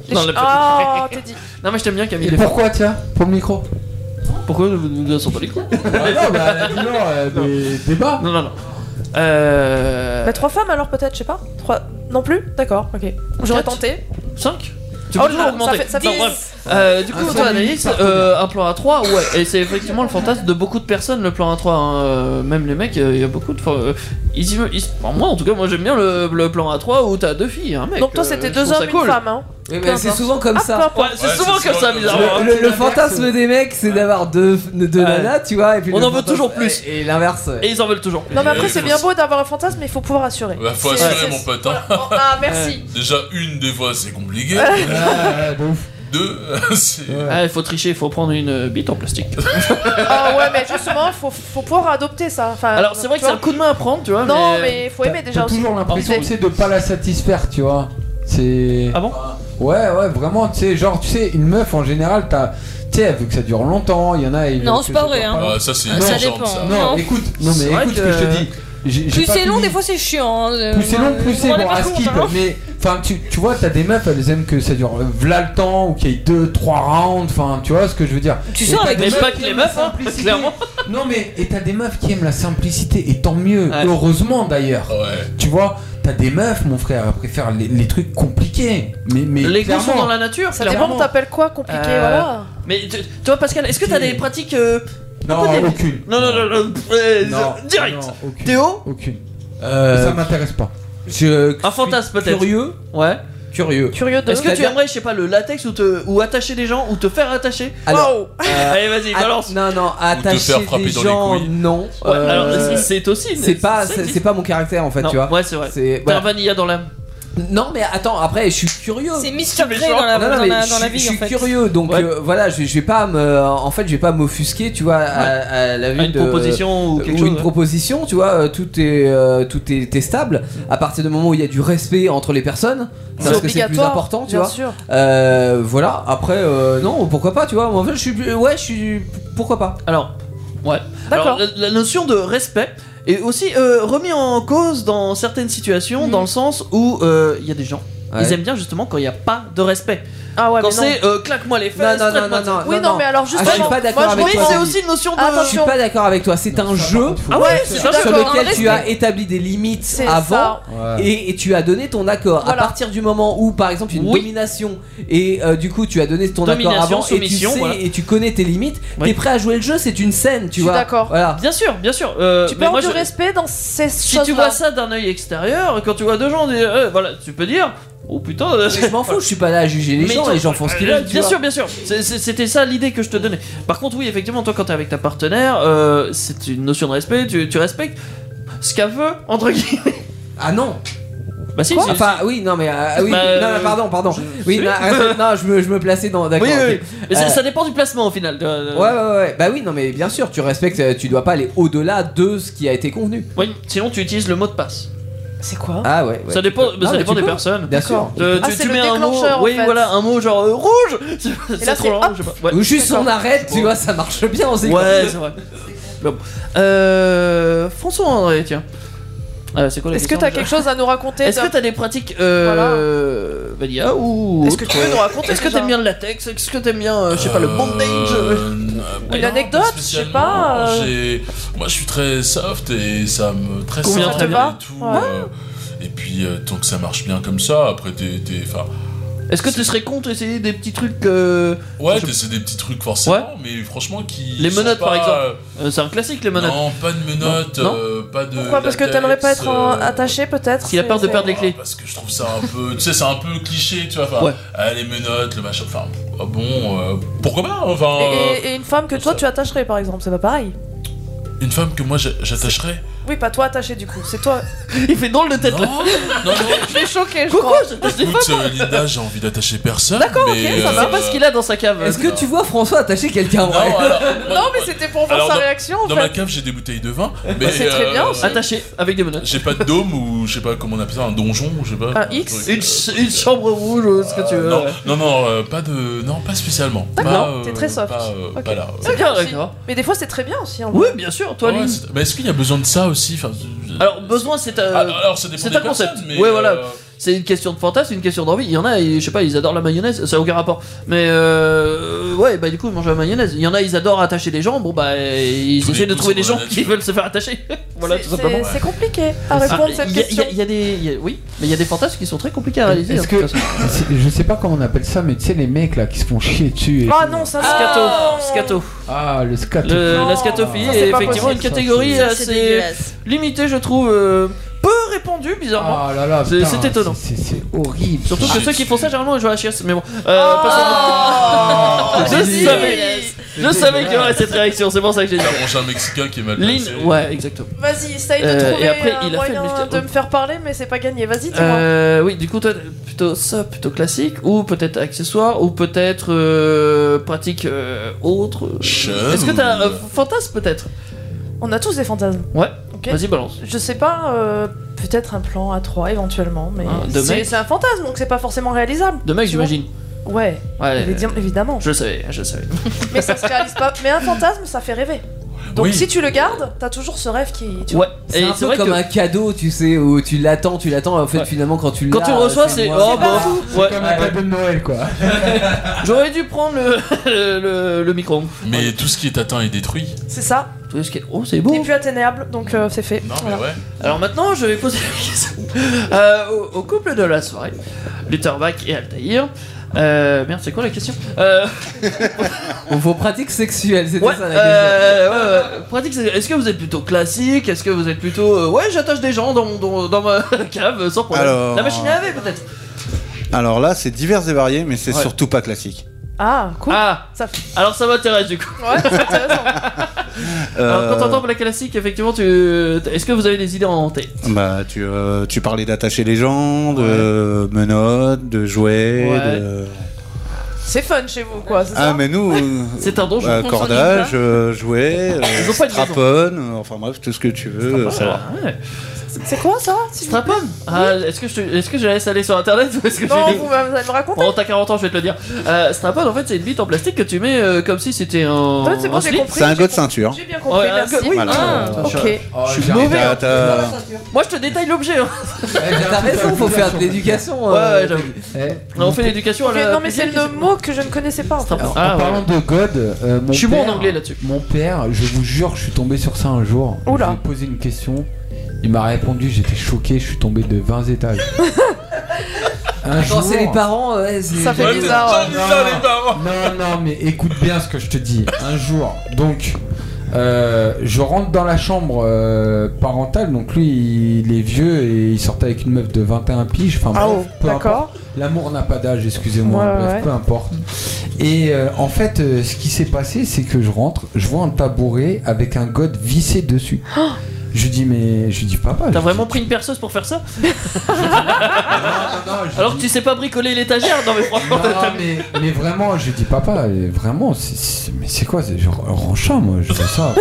Les
[laughs] Non,
chi-
elle a
Ah,
pas dit.
t'as dit.
Non mais je t'aime bien Camille.
Et pourquoi, tiens Pour le micro
Pourquoi nous nous dansons pas les couilles
non, bah, la douleur, euh, des débats.
Non, non, non. Euh.
Bah, trois femmes alors, peut-être, je sais pas. Trois. Non plus D'accord, ok. J'aurais
Quatre.
tenté.
5 Tu
Oh
peux
là,
toujours
ça
augmenter.
fait- ça fait
Non,
dix.
bref. Euh, du coup,
Ah,
Un
toi,
seul
Anaïs,
minute
euh, un plan A3, ouais, et c'est effectivement le fantasme de beaucoup de personnes, le plan A3. hein. Euh, Même les mecs, euh, il y a beaucoup de. enfin, euh, ils y- ils- enfin, moi, en tout cas, moi j'aime bien le, le plan A3 où t'as deux filles, un mec.
Donc, toi,
euh,
c'était
je
deux
trouve ça
hommes,
cool.
une femme, hein.
Oui,
Peu
mais c'est
importe.
souvent comme
Ah, peu
ça.
importe. Ouais, c'est souvent
comme ça, bizarrement.
Le, le- le fantasme des mecs, c'est d'avoir deux, deux nanas, tu vois. Et puis
On
le
en veut
fantasme-
toujours plus.
Et, et l'inverse.
Et ils en veulent toujours.
Non, mais après, c'est bien beau d'avoir un fantasme, mais il faut pouvoir assurer.
[laughs] Bah, faut
C'est-
assurer
c'est-
mon pote. hein.
Ah, merci.
[laughs] Déjà une des fois c'est compliqué.
[laughs]
Deux, c'est.
Ah, il faut tricher, il faut prendre une euh, bite en plastique.
Ah, ouais, mais justement, faut, faut pouvoir adopter ça. Enfin,
Alors, c'est vrai que
tu
c'est un
vois.
coup de main à prendre, tu vois.
Non, mais faut aimer
euh, T'as
déjà aussi.
toujours l'impression tu sais, de pas la satisfaire, tu vois. C'est.
Ah bon
Ouais, ouais, vraiment, tu sais, genre, tu sais, une meuf en général, t'as. Tu sais, elle veut que ça dure longtemps, il y en a. ils veulent
Non,
que
c'est pas
ça
vrai.
dure
Hein.
Ah, ça, c'est
Non,
ça
genre,
dépend. hein.
ça. Non, écoute, non, mais
C'est vrai
écoute ce que je te dis. J'ai- j'ai
Plus
pas
c'est long,
fini.
des fois c'est chiant. hein.
Plus c'est long,
Euh,
plus c'est
on en est
bon,
pas
à
compte,
skip,
hein.
mais enfin, tu, tu vois, t'as des meufs, elles aiment que ça dure euh, v'là le temps, ou qu'il y ait 2, 3 rounds, enfin, tu vois ce que je veux dire.
Tu
Et
sors
t'as
avec
des
des
meufs
mecs
qui
qui les
aiment la
meufs, hein,
simplicité.
clairement.
[laughs] Non, mais, et t'as des meufs qui aiment la simplicité, et tant mieux, heureusement d'ailleurs. Tu vois, t'as des meufs, mon frère, elles préfèrent les, les trucs compliqués. Mais, mais
Les goûts
clairement.
sont dans la nature,
Ça
clairement.
dépend, t'appelles quoi compliqué,
Euh,
voilà.
Mais tu- toi, Pascal, est-ce que t'as des pratiques. euh,
Non,
un peu débiles
aucune.
Non, non, non, non, pff, euh,
Non,
direct.
non, aucune.
Théo
Aucune.
Euh,
Ça m'intéresse pas.
Un fantasme peut-être.
Curieux
Ouais.
Curieux.
Curieux
de-
Est-ce que tu
C'est-à-dire-
aimerais, je sais pas, le latex ou, te, ou attacher des gens ou te faire attacher
Alors,
Wow.
euh,
[laughs] Allez, vas-y,
att-
balance.
Non, non, attacher des gens, non.
Ouais,
Euh,
alors, c'est- c'est aussi. une-
C'est pas,
ça
c'est
existe.
c'est pas mon caractère en fait,
Non,
tu vois.
Ouais, c'est vrai.
C'est-
T'as
voilà.
un vanilla dans l'âme.
Non, mais attends, après, je suis curieux.
C'est Mr. Grey
méchant.
dans la,
Non, non,
dans
mais
la-
je
dans la
suis-
vie
je
en
suis
fait.
curieux, donc euh, voilà, je, je vais pas me, en fait, je vais pas m'offusquer, tu vois, à, à la vue
une
de- euh,
proposition ou quelque chose,
une
ouais.
proposition, tu vois, euh, tout est, euh, tout est testable. À partir du moment où il y a du respect entre les personnes,
C'est
parce que c'est plus
obligatoire,
important, tu
bien
vois.
sûr.
Euh, voilà. Après, euh, non, pourquoi pas, tu vois. Moi, en fait, je suis, euh, ouais, je suis, pourquoi pas.
Alors, ouais. Alors, la, la notion de respect est aussi euh, remis en cause dans certaines situations, dans le sens où euh, il y a des gens,
Mhm. Ouais.
ils aiment bien justement quand il n'y a pas de respect.
Ah ouais,
quand
mais non.
c'est euh, claque-moi les fesses,
Non, non, non,
traite-moi
non,
de-
non,
Oui, non, mais alors justement,
Ah, je suis pas d'accord
moi, je
avec
trouve
toi.
que c'est
David.
aussi une notion de-
Je suis pas d'accord avec toi. C'est un jeu.
Ah ouais, c'est ça,
sur
d'accord.
lequel
Un
tu as
respect.
établi des limites
C'est
avant
ça.
Ouais.
et, et tu as donné ton accord. À partir du moment où, par exemple, une domination et euh, du coup tu as donné ton accord
Domination,
avant et tu
soumission,
sais
voilà.
et tu connais tes limites,
Oui.
t'es prêt à jouer le jeu. C'est une scène, tu
Je suis
vois.
d'accord.
Voilà.
Ah, Bien sûr, bien sûr. euh,
Tu peux
mais moi,
avoir du
je-
respect dans ces
Si tu
choses-là.
vois ça d'un œil extérieur, quand tu vois deux gens, des- euh, voilà, tu peux dire Oh putain, euh,
Mais je
[laughs]
m'en fous, je suis pas là à juger les
Mais
gens,
toi-
les gens font ce qu'ils
euh,
veulent. tu
Bien
vois.
sûr, bien sûr. C'est- c'est- C'était ça l'idée que je te donnais. Par contre, oui, effectivement, toi, quand t'es avec ta partenaire, euh, c'est une notion de respect. Tu, tu respectes ce qu'elle veut, entre guillemets.
Ah non.
Bah si.
Quoi
c'est-
Enfin, oui, non, mais ah, oui,
Bah,
non,
euh,
mais pardon, pardon.
je-
Oui,
je-
non,
[laughs]
arrête, non, je me, je me plaçais dans. D'accord.
Oui, oui,
ok.
oui. Mais ça-
Euh,
ça dépend du placement au final. Euh,
Ouais, ouais, ouais. Bah oui, non, mais bien sûr, tu respectes, euh, tu dois pas aller au-delà de ce qui a été convenu.
Oui, sinon tu utilises le mot de passe.
C'est quoi
Ah ouais. ouais.
ça dépend,
Non,
bah, ça
mais
dépend
tu
des
peux.
personnes.
Bien sûr.
Euh,
Ah,
tu
c'est
tu
le
mets un mot,
déclencheur, en
oui,
fait.
voilà, un mot genre euh, rouge. [laughs] C'est-
là,
C'est
c'est
trop lent, je sais pas. Ouais.
Ou juste on arrête, tu vois, ça marche bien. On sait
Ouais,
qu'on-
c'est vrai. Mais bon. Euh, François André, tiens. Ah, c'est quoi la
Est-ce que
question,
t'as
déjà
quelque chose à nous raconter
Est-ce que t'as des pratiques euh, Valia ou
Est-ce que tu
autre
peux nous raconter
Est-ce que
déjà
t'aimes bien le latex Est-ce que t'aimes bien, euh, je sais pas, le bondage
Euh,
Une anecdote, je sais pas. euh,
J'ai- Moi, je suis très soft et ça me très
Combien
simple
ça te va
et tout.
Ouais.
euh, et puis euh, tant que ça marche bien comme ça, après t'es, t'es- enfin.
Est-ce que tu serais contre essayer des petits trucs euh,
Ouais,
je-
t'es- c'est des petits trucs forcément, mais franchement qui.
Les
sont
menottes, par
pas,
exemple. Euh, C'est un classique, les menottes.
Non, pas de menottes,
Non.
euh, pas de.
Pourquoi Parce que
latex,
t'aimerais pas être en-
euh,
attaché peut-être
S'il a peur de perdre les clés.
Parce que je trouve ça un peu. Tu sais, c'est un peu cliché, tu vois. Enfin,
Ouais.
ah, les menottes, le machin. Enfin, ah bon, euh, pourquoi pas Enfin.
Et,
euh,
et- et une femme que toi tu attacherais par exemple, c'est pas pareil.
Une femme que moi j'a- j'attacherais
Oui, pas toi attaché du coup, c'est toi.
[laughs] Il fait drôle de tête
là.
[laughs]
Non,
Je l'ai choqué, je
Pourquoi
Écoute, euh, Linda, j'ai envie d'attacher personne.
D'accord, ok,
mais,
ça
euh,
va pas ce qu'il a dans sa cave.
Est-ce que tu vois François attacher quelqu'un en vrai
Non, mais c'était pour voir
Alors,
sa
dans-
réaction en
Dans
fait. Bah,
ma cave, j'ai des bouteilles de vin. Mais euh,
C'est très bien aussi.
Attaché avec des menottes.
J'ai pas de dôme ou je sais pas comment on appelle ça, un donjon ou je sais pas.
Un X
truc,
Une, ch- une chambre rouge, ou ce que tu veux.
Non,
ouais.
non, non, euh, pas de. Non, pas spécialement.
D'accord,
Pas, euh,
t'es très soft.
Pas, euh,
Ok.
pas là.
C'est bien
D'accord,
aussi.
d'accord.
Mais des fois c'est très bien aussi hein. en
Oui,
vrai.
bien sûr, toi,
Ouais,
Lynn.
c'est- mais est-ce qu'il y a besoin de ça aussi Enfin, je-
Alors, besoin, c'est euh,
Alors, alors, ça dépend
c'est
des
un concept.
personnes, mais,
ouais, voilà.
euh,
C'est une question de fantasme, une question d'envie. Il y en a, ils- je sais pas, ils adorent la mayonnaise, ça a aucun rapport. Mais euh, ouais, bah du coup, ils mangent la mayonnaise. Il y en a, ils adorent attacher des gens. Bon, bah, ils
Tous les
essaient de
goûts
trouver
sont
des gens
relatifs.
qui veulent se faire attacher. [laughs] voilà, tout
C'est-
simplement.
C'est compliqué à répondre à
Ah,
cette
il y a-
question.
il y a- il y a des. il y a- oui, mais il y a des fantasmes qui sont très compliqués à réaliser.
Est-ce
hein,
que-
de toute façon.
C'est- Je sais pas comment on appelle ça, mais tu sais, les mecs là qui se font chier dessus. et-
Ah non, ça c'est
Scato, scato.
Ah, le scato.
Le-
Non.
la scatophilie
Ça,
est,
c'est pas
effectivement
possible,
une
ça,
catégorie
c'est-
c'est
assez
dégueulasse.
limitée, je trouve, euh, peu répandue, bizarrement.
Ah là là,
C'est-
putain,
c'est étonnant.
C'est c'est horrible.
Surtout que
Ah,
ceux qui font ça, généralement, ils jouent à la chiasse. Mais bon, euh,
[laughs]
passons. Oh, [laughs] je
Ah, c'est
savais,
dégueulasse.
je savais qu'il y aurait cette réaction, c'est pour ça que j'ai dit.
T'as mangé Ah, un Mexicain qui est mal
Lynn,
placé.
ouais, exactement.
Vas-y, essaye de
Euh, et
trouver
après,
un
il a fait le
moyen
mystère.
de me faire parler, mais c'est pas gagné. Vas-y, dis-moi.
Euh, oui, du coup, toi, plutôt ça, plutôt classique, ou peut-être accessoire, ou peut-être euh, pratique euh, autre. euh,
Chelou.
Est-ce que t'as un fantasme peut-être
On a tous des fantasmes.
Ouais,
Ok.
vas-y, balance.
Je sais pas, euh, peut-être un plan à 3 éventuellement, mais
Ah, de
c'est
mec.
c'est un fantasme, donc c'est pas forcément réalisable.
De mec,
tu vois.
j'imagine.
Ouais,
Ouais,
évi- évidemment.
Je le savais, je le savais.
[laughs] mais ça se réalise pas. Mais un fantasme, ça fait rêver. Donc
Oui.
si tu le gardes, t'as toujours ce rêve qui. Tu
Ouais,
vois.
C'est un
c'est
peu
vrai
comme
que-
un cadeau, tu sais, où tu l'attends, tu l'attends, et en fait, finalement, quand tu
Quand
l'as, euh,
tu le reçois, c'est.
moi.
Oh, bon. Ouais.
Comme un cadeau de Noël quoi.
J'aurais dû prendre le, le, [laughs] le, le micro-ondes.
Mais tout ce qui est atteint est détruit.
C'est ça.
Tout ce qui est- Oh, c'est beau.
Et plus atteignable, donc euh, c'est fait.
Non, mais
Voilà.
ouais.
Alors maintenant, je vais poser la question euh, au, au couple de la soirée, Lutherback et Altaïr. Euh, merde, c'est quoi la question euh,
[laughs] Vos pratiques sexuelles, c'était
ouais,
ça la question.
euh, ouais, ouais, pratique, c'est- Est-ce que vous êtes plutôt classique Est-ce que vous êtes plutôt euh, ouais, j'attache des gens dans, mon- dans, dans ma [laughs] cave sans problème.
Alors-
La machine à laver peut-être.
Alors là, c'est divers et varié, mais c'est
Ouais.
surtout pas classique.
Ah, cool.
Ah,
Ça-
alors ça m'intéresse du coup.
Ouais, c'est intéressant.
Euh,
Alors quand t'entends la classique, effectivement, tu est-ce que vous avez des idées en tête
Bah, tu, euh, tu parlais d'attacher les gens, de menottes, de jouets.
Ouais.
de-
C'est fun chez vous, quoi. c'est
Ah,
ça
mais nous. euh,
C'est un donjon.
bah,
Ils ont
cordage,
pas de
euh, jouets,
Ils ont pas de maison.
strapone, enfin bref, tout ce que tu veux. euh, ça va.
C'est quoi ça s'il vous plaît
Strapon Ah, Est-ce que, je te- est-ce que je la laisse aller sur internet ou est-ce que
Non,
je l'ai-
vous, vous allez me raconter.
Oh, t'as 40 ans, je vais te le dire. Euh, strapon, en fait, c'est une bite en plastique que tu mets euh, comme si c'était un.
Ouais, c'est bon,
un
j'ai
slip.
compris.
C'est un god ceinture.
J'ai bien compris,
Ouais,
merci.
un go- oui.
Voilà.
Ah,
Euh,
Ok.
Oh,
Je suis
T'as-
mauvais. hein.
t'as-
Moi, je te détaille l'objet. hein.
T'as raison, faut faire de l'éducation.
Ouais,
euh,
ouais, j'avoue. Non, on fait l'éducation à
Eh. Ok,
la.
non mais c'est le mot que je ne connaissais pas en fait.
Strapon.
en
Ah, ouais.
parlant de God, euh, mon
Je suis
père,
bon en anglais là-dessus.
Mon père, je vous jure, je suis tombé sur ça un jour. Je lui
Oula.
ai posé une question. Il m'a répondu, j'étais choqué, je suis tombé de 20
[laughs]
étages. Un
Attends, c'est
jour-
les parents, ouais, c'est-
Ça fait
hein.
bizarre.
non, non, mais écoute bien ce que je te dis. Un jour, donc, Euh, je rentre dans la chambre euh, parentale, donc lui il est vieux et il sortait avec une meuf de 21 piges. Enfin,
Ah
bref,
oh,
peu importe.
d'accord.
L'amour n'a pas d'âge, excusez-moi.
Ouais,
bref,
ouais.
peu importe. Et euh, en fait, euh, ce qui s'est passé, c'est que je rentre, je vois un tabouret avec un god vissé dessus. Je dis, mais je dis,
[laughs]
papa,
T'as
je-
vraiment pris une perceuse pour faire
[laughs]
ça Alors que tu sais pas bricoler l'étagère Non mais franchement,
Non, Ah,
[laughs]
mais, mais vraiment, je dis papa, et vraiment, c'est- c'est- mais c'est quoi c'est genre renchin, moi, je fais ça.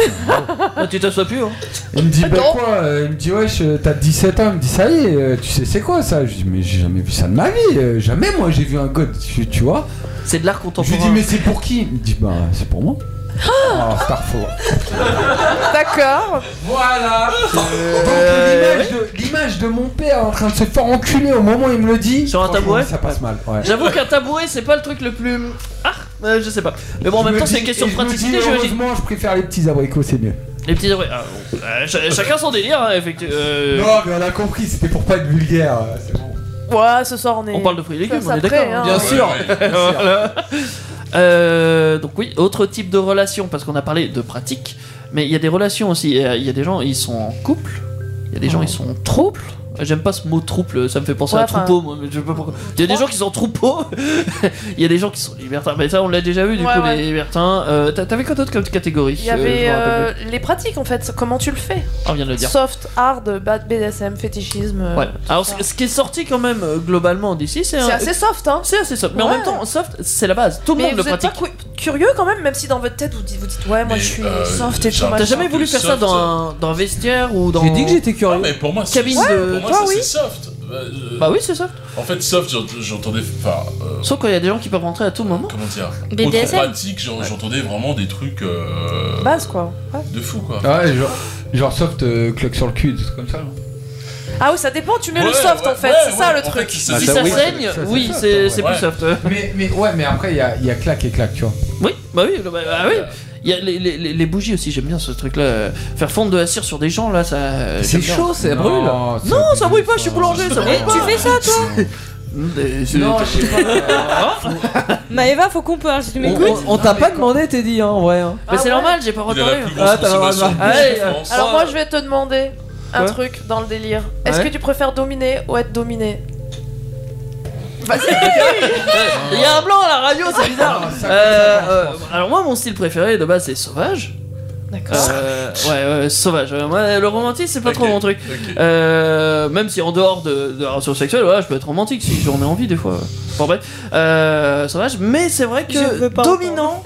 Ah, tu t'assois plus. Hein.
Il me dit, ben quoi euh, Il me dit, wesh, euh, t'as 17 ans. Il me dit, ça y est, euh, tu sais, c'est quoi ça Je dis, mais j'ai jamais vu ça de ma vie. euh, Jamais, moi, j'ai vu un god, tu, tu vois.
C'est de l'art contemporain.
Je lui dis, mais c'est pour qui Il me dit, bah, c'est pour moi. Ah, Starfall.
D'accord.
Voilà. Donc, l'image de- l'image de, mon père en train de se faire enculer au moment où il me le dit. Sur
un tabouret
Ça passe mal, ouais.
J'avoue qu'un tabouret c'est pas le truc le plus. Ah euh, Je sais pas. Mais bon en
Je
même
me
temps c'est
dis-
une question
et
de
je me dis,
praticité j'imagine.
Heureusement, je préfère les petits abricots, c'est mieux.
Les petits tabouret- ah, bon. Euh, ch- chacun son délire, hein, effectivement. Euh,
Non, mais on a compris, c'était pour pas être vulgaire. euh, c'est bon.
Ouais, ce soir on est.
On parle de fruits et légumes,
Ça,
on
ça
est d'accord.
plaît, hein.
Bien sûr. Voilà. Euh, donc oui, autre type de relation, parce qu'on a parlé de pratique, mais il y a des relations aussi. euh, Il y a des gens, ils sont en couple. Il y a des gens, ils sont en trouble. J'aime pas ce mot trouble, ça me fait penser
Ouais,
à
enfin,
troupeau. Moi, mais je sais pas pourquoi. Il y a des gens qui sont en troupeau. [laughs] il y a des gens qui sont libertins. Mais ça, on l'a déjà vu, du
Ouais,
coup,
ouais.
les libertins. Euh, t'a- T'avais quoi d'autre comme catégorie
Il y
Euh, je
avait
me rappelle
euh,
plus. Ah,
les pratiques en fait, comment tu le fais
On vient de le dire.
Soft, hard, bad, BDSM, fétichisme. euh,
Ouais.
tout
Alors,
ça.
ce ce qui est sorti quand même euh, globalement d'ici, c'est un-
C'est assez soft, hein
C'est assez soft, mais en même temps, soft, c'est la base. Tout le monde le
vous êtes
pratique.
pas cu- curieux quand même, même si dans votre tête vous dites, vous dites ouais, moi je suis
Euh,
soft et tout.
T'as
machin.
jamais voulu faire ça dans un, dans un vestiaire ou dans.
J'ai dit que j'étais
curieux.
mais pour moi, c'est-
Cabine de.
pour moi, ça, c'est soft.
Bah oui, c'est soft.
euh, En fait, soft, j'ent- j'entendais. Enfin, euh,
Sauf quand il y a des gens qui peuvent rentrer à tout moment.
comment dire Autre
BDSM.
pratique, j'en- j'entendais vraiment des trucs. euh,
Bah.
Base quoi. Ouais.
De fou, quoi.
Ouais, genre, genre soft, euh, cloque sur le cul, des trucs comme ça.
Ah oui, ça dépend, tu mets le
Ouais,
soft
ouais,
en fait,
ouais,
c'est ça
ouais,
le
en fait,
truc.
Bah,
c'est- Si ça saigne, oui,
soft,
c'est-
ouais.
c'est plus
Ouais.
soft,
Mais, mais, ouais, mais après, il y a, il y a claque et claque, tu vois.
Oui, bah oui, bah, bah oui. Il y a les, les- les- les bougies aussi, j'aime bien ce truc là. Faire fondre de la cire sur des gens là, ça.
C'est
j'aime bien.
chaud, ça
Non,
brûle.
Non, ça brûle pas, je suis boulanger, ça brûle
Eh,
pas.
tu fais ça toi
Non, je sais pas.
Maëva, Bah, faut qu'on parle si tu
On,
m'écoutes.
on- on t'a pas demandé, Teddy, hein, en vrai. hein.
Ah
Ah
Mais c'est normal, j'ai pas
Il a la
reparlé.
plus grosse Ah, t'as- consommation de
Allez,
bougies en
euh,
France.
Alors moi
[laughs]
je vais te demander un
Quoi
truc dans le délire. Est-ce
Ouais.
que tu préfères dominer ou être dominé Vas-y.
Il y a un blanc à la radio, c'est bizarre.
ça
Euh, euh, alors moi, mon style préféré de base, c'est sauvage.
D'accord.
Euh, ouais, ouais, sauvage. Euh, moi, le romantisme, c'est pas trop mon truc. Euh, même si en dehors de, de la relation sexuelle, voilà, je peux être romantique si j'en ai envie des fois. Bon bref, euh, sauvage. Mais c'est vrai que dominant,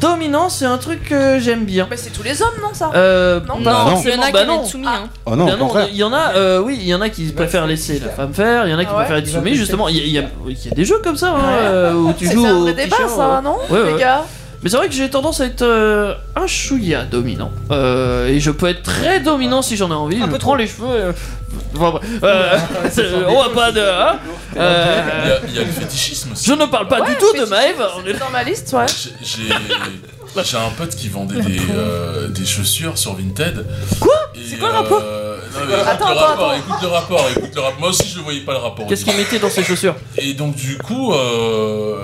dominant, c'est un truc que j'aime bien.
Mais c'est tous les hommes, non ça
Euh,
Non,
pas
non.
forcément,
Il y en a qui
bah
aiment
non.
être soumis, hein.
Oh non,
Bah
au contraire.
Il y en a, euh, oui, il y en a qui préfèrent laisser la femme faire, il y en a qui
Ah ouais
préfèrent être
Il va
soumis,
laisser.
justement. Il y, a- il y a- il y a des jeux comme ça hein, euh, où tu
[laughs] C'est
joues
un
au
vrai débat,
t-shirt,
ça,
euh.
non,
Ouais,
les
ouais.
gars
Mais c'est vrai que j'ai tendance à être euh, un chouïa dominant. Euh, et je peux être très dominant si j'en ai envie. je prends les cheveux. euh, enfin, bref. [laughs] Euh, c'est- on va pas de. hein.
Il y
Euh,
a- il y, a le fétichisme aussi.
je ne parle pas du tout de Maëve. on est-
Dans ma liste, ouais.
J'ai j'ai un pote qui vendait des, euh, des chaussures sur Vinted. euh,
Quoi
C'est
quoi le rapport
Attends, le rapport, écoute le rapport, écoute le rapport. Moi aussi je ne voyais pas le rapport.
Qu'est-ce qu'il mettait dans ses chaussures
Et donc du coup, euh,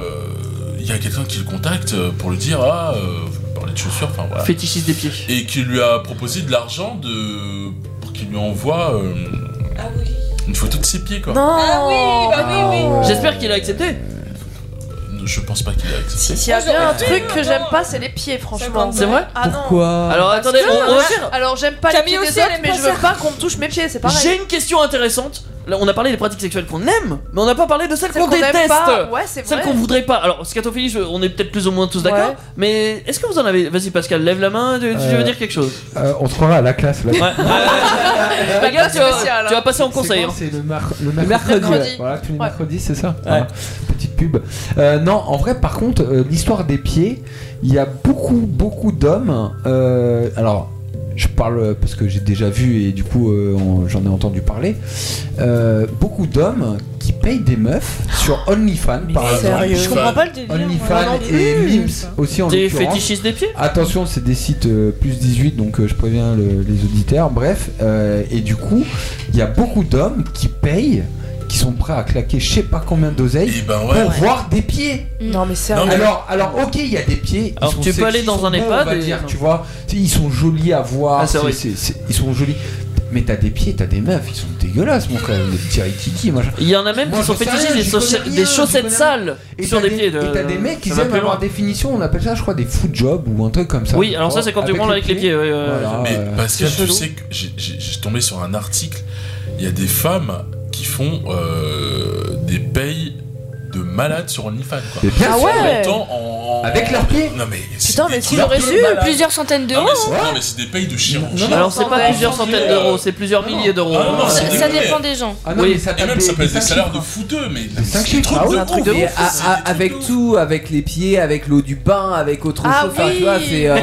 il y a quelqu'un qui le contacte pour lui dire ah, euh, vous parlez de chaussures, enfin voilà.
Fétichiste des pieds.
Et qui lui a proposé de l'argent de pour qu'il lui envoie euh, une photo de ses pieds quoi.
Non Ah oui, bah oui, oui.
Ah J'espère qu'il a accepté.
Je pense pas qu'il a accepté.
S'il y a bien un truc que j'aime pas, c'est les pieds, franchement.
C'est vrai
Ah non.
Pourquoi Alors,
Parce
attendez,
que-
on- on va faire-
Alors j'aime pas
Camille
les pieds
aussi,
des
elle
autres,
aime
mais
pas
je veux
ça.
pas qu'on me touche mes pieds, c'est pareil.
J'ai une question intéressante. Là, on a parlé des pratiques sexuelles qu'on aime, mais on n'a pas parlé de celles
Celles
qu'on
qu'on aime
déteste.
pas, ouais, c'est
celles
vrai.
qu'on voudrait pas. Alors, scatophilie, je- on est peut-être plus ou moins tous d'accord,
Ouais.
mais est-ce que vous en avez. Vas-y, Pascal, lève la main, tu, tu
Euh,
veux dire quelque chose
Euh, on se croira à la classe, là.
[laughs]
[laughs]
Bah, gars, tu, vas-
spécial, hein.
tu vas passer en conseil. hein.
C'est le, mar- le mercredi.
mercredi.
ouais. Voilà, tous les mercredis, c'est ça. Voilà. Petite pub. Euh, non, en vrai, par contre, euh, l'histoire des pieds, il y a beaucoup, beaucoup d'hommes. euh, alors, je parle euh, parce que j'ai déjà vu et du coup, euh, on- j'en ai entendu parler. Euh, beaucoup d'hommes qui payent des meufs sur OnlyFans, par exemple.
Je comprends pas le délire. moi.
OnlyFans
Moi non plus.
et Mims aussi en
Des
l'occurrence.
fétichistes des pieds
Attention, c'est des sites euh, plus 18, donc euh, je préviens le- les auditeurs. Bref, euh, et du coup, il y a beaucoup d'hommes qui payent, qui sont prêts à claquer je sais pas combien
Eh
d'oseilles
ben
pour voir des pieds.
Mm. Non mais sérieux.
alors, alors, ok, il y a des pieds. ils
Alors,
sont
tu peux
sexy,
aller dans
ils sont
un
beaux,
EHPAD
on va
et-
dire, tu vois. Tu sais, Ils sont jolis à voir.
Ah, c'est
c'est-
vrai.
c'est- c'est- ils sont jolis. Mais t'as des pieds, t'as des meufs, ils sont dégueulasses, mon frère. Des petits rikiki, machin.
Il y en a même qui sont fétichistes des, chaussette- des chaussettes sales
Et
sur
t'as
des
des-
pieds. de-
Et t'as des mecs qui
euh, ça va
aiment
plus
avoir
loin.
définition, on appelle ça, je crois, des food jobs ou un truc comme ça. Ah,
Oui, alors Ah ça, c'est quand tu branles avec les pieds. ouais, ouais, ouais.
Mais Pascal,
C'est
tu
chelou.
sais que j'ai- j'ai j'ai tombé sur un article. Il y a des femmes qui font euh, des payes de malades sur OnlyFans. Quoi.
Mais bien Ah sûr. ouais.
Pourtant, en-
Avec leurs pieds
Non mais. c'est
Putain,
des
mais
trucs
s'il aurait
de
su
malades.
plusieurs centaines d'euros.
Non, mais c'est-
hein.
non, mais c'est des payes de chirurgie.
Alors, c'est pas plusieurs centaines d'euros, c'est plusieurs milliers d'euros.
Ah non, non, c'est
Ça- ça
dégueu,
dépend
mais-
des gens.
Ah non,
Oui.
mais ça
et
tape
même
des-
ça peut
des
être des
cinq
salaires de
chiffres.
fouteux, mais
cinq
c'est des
chiffres,
trucs
ah ouais,
de
un truc de
ouf.
Mais à- à- avec tout, avec les pieds, avec l'eau du bain, avec autre
Ah
chose. enfin,
oui.
tu vois, c'est. euh,
[laughs]
Ouais,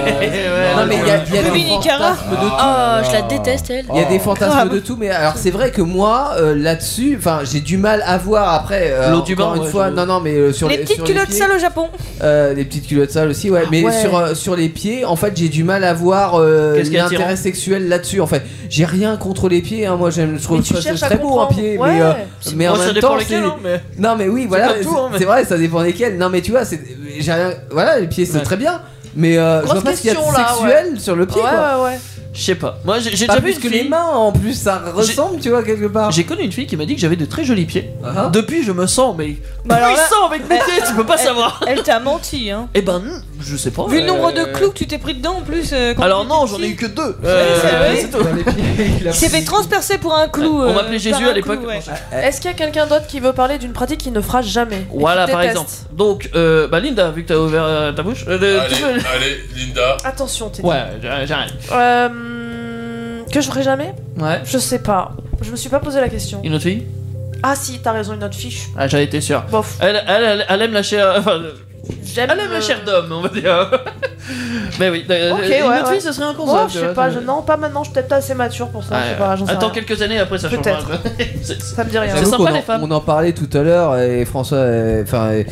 non, mais il y a, il y a des
Dominique Cara.
fantasmes de tout.
Oh, je la déteste, elle.
Il y a
Oh.
des fantasmes
Grave.
de tout, mais alors c'est vrai que moi, euh, là-dessus, enfin, j'ai du mal à voir après. euh,
L'eau du
encore
bain,
une
ouais,
fois,
je-
non, non, mais euh, sur les,
les petites
sur
culottes
pieds,
sales au Japon.
euh, les petites culottes sales aussi, ouais. Mais
ouais.
sur euh, sur les pieds, en fait, j'ai du mal à voir euh,
Qu'est-ce qui est attirant
l'intérêt sexuel là-dessus. En fait, j'ai rien contre les pieds. hein, Moi, j'aime, je trouve
Mais tu
ça
cherches
très
à
beau un
comprendre.
pied,
Ouais.
mais euh,
C'est-
mais en
moi, ça
même
dépend
temps,
lesquels,
c'est-
hein, mais-
non, mais oui, voilà,
comme
c'est
tout, hein, mais-
c'est vrai, ça dépend desquels. Non, mais tu vois, c'est j'ai rien. Voilà, les pieds, c'est très bien. Mais euh, je
Grosse
vois pas ce qu'il y a de
question, là,
sexuel
ouais.
sur le pied.
Ouais,
quoi.
ouais, ouais. Je sais pas. Moi, j'ai j'ai
Pas
déjà
plus
vu une
que les
fille-
mains, en plus, ça ressemble, tu vois, quelque part. Ah
J'ai connu une fille qui m'a dit que j'avais de très jolis pieds. Depuis, je me sens, mais.
Bah alors là-
puissant avec mes pieds, tu peux pas
Elle-
savoir.
Elle t'a menti, hein.
Eh ben, non, je sais pas.
Vu le
euh,
nombre de clous que tu t'es pris dedans en plus. euh, quand
Alors
tu
non,
étais
j'en ai
petit.
eu que deux.
Ouais,
Euh,
c'est vrai.
c'est tout. [laughs]
Il s'est fait transpercer pour un clou.
On
euh,
m'appelait Jésus
par un
à l'époque.
clou, ouais.
Est-ce qu'il y a quelqu'un d'autre qui veut parler d'une pratique qu'il ne fera jamais et
Voilà,
qu'il
par
déteste
exemple. Donc, euh, bah Linda, vu que t'as ouvert euh, ta bouche. euh, tu
Allez,
peux-
allez, Linda.
Attention, t'es
Ouais, j'a- j'arrête.
Euh, que je ferai jamais
Ouais.
Je sais pas. Je me suis pas posé la question.
Une autre fille
Ah si, t'as raison, une autre fiche.
Ah, j'en étais sûr.
Bof.
Elle, elle, elle, elle aime la chair. euh, Enfin,
J'aime. euh,
elle aime la chair d'homme, on va dire. [laughs] Mais oui, euh,
Ok,
une
ouais.
autre
ouais.
fille, ce serait un
Oh,
concept.
je sais pas, je- non, pas maintenant, je suis peut-être pas assez mature pour ça. je sais pas, j'en sais
Attends
rien.
quelques années après, ça changera.
Peut-être. Ça me dit rien.
J'avoue
[laughs] C'est hein.
qu'on
sympa,
en-
les femmes.
On en parlait tout à l'heure et François, euh, enfin, euh,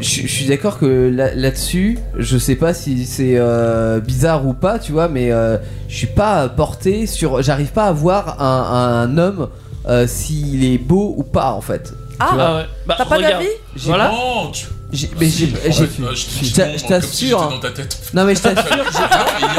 je je suis d'accord que là- là-dessus, je sais pas si c'est euh, bizarre ou pas, tu vois, mais euh, je suis pas porté sur, j'arrive pas à voir un, un homme euh, s'il est beau ou pas en fait.
Ah,
Tu vois.
ouais. Bah, T'as pas regarde. d'avis
J'ai-
Voilà.
Non, tu-
j'ai- mais j'ai-
en
j'ai-
fait, euh, je te
je
dis
t'a-
non,
je
moi, comme si
t'assure.
j'étais
hein.
dans ta tête.
Non mais
[laughs]
je t'assure.
Yann,
Je,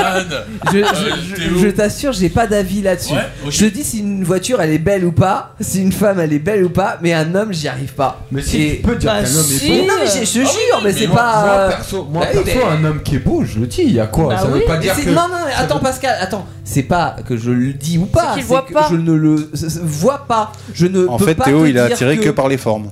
Ah,
euh,
je- je-
Théo.
je t'assure, j'ai pas d'avis là-dessus.
Ouais, ok.
Je te dis si une voiture elle est belle ou pas, si une femme elle est belle ou pas, mais un homme j'y arrive pas.
Mais si, tu peux dire Bah qu'un homme est si. beau.
Non mais je je te
Ah
jure,
oui,
mais,
mais
c'est
moi-
pas.
moi,
euh,
perso- moi,
bah oui,
perso, un homme qui est beau, je le dis, il y a quoi
Bah
Ça
oui,
veut pas
mais
dire
c'est-
que.
Non, non, mais attends, Pascal, attends. C'est pas que je le dis ou pas.
qu'il
c'est
voit
que
pas.
Je ne le s- s- vois pas. Je ne.
En
peux
fait,
pas
Théo,
te
il est
dire
attiré que...
que
par les formes.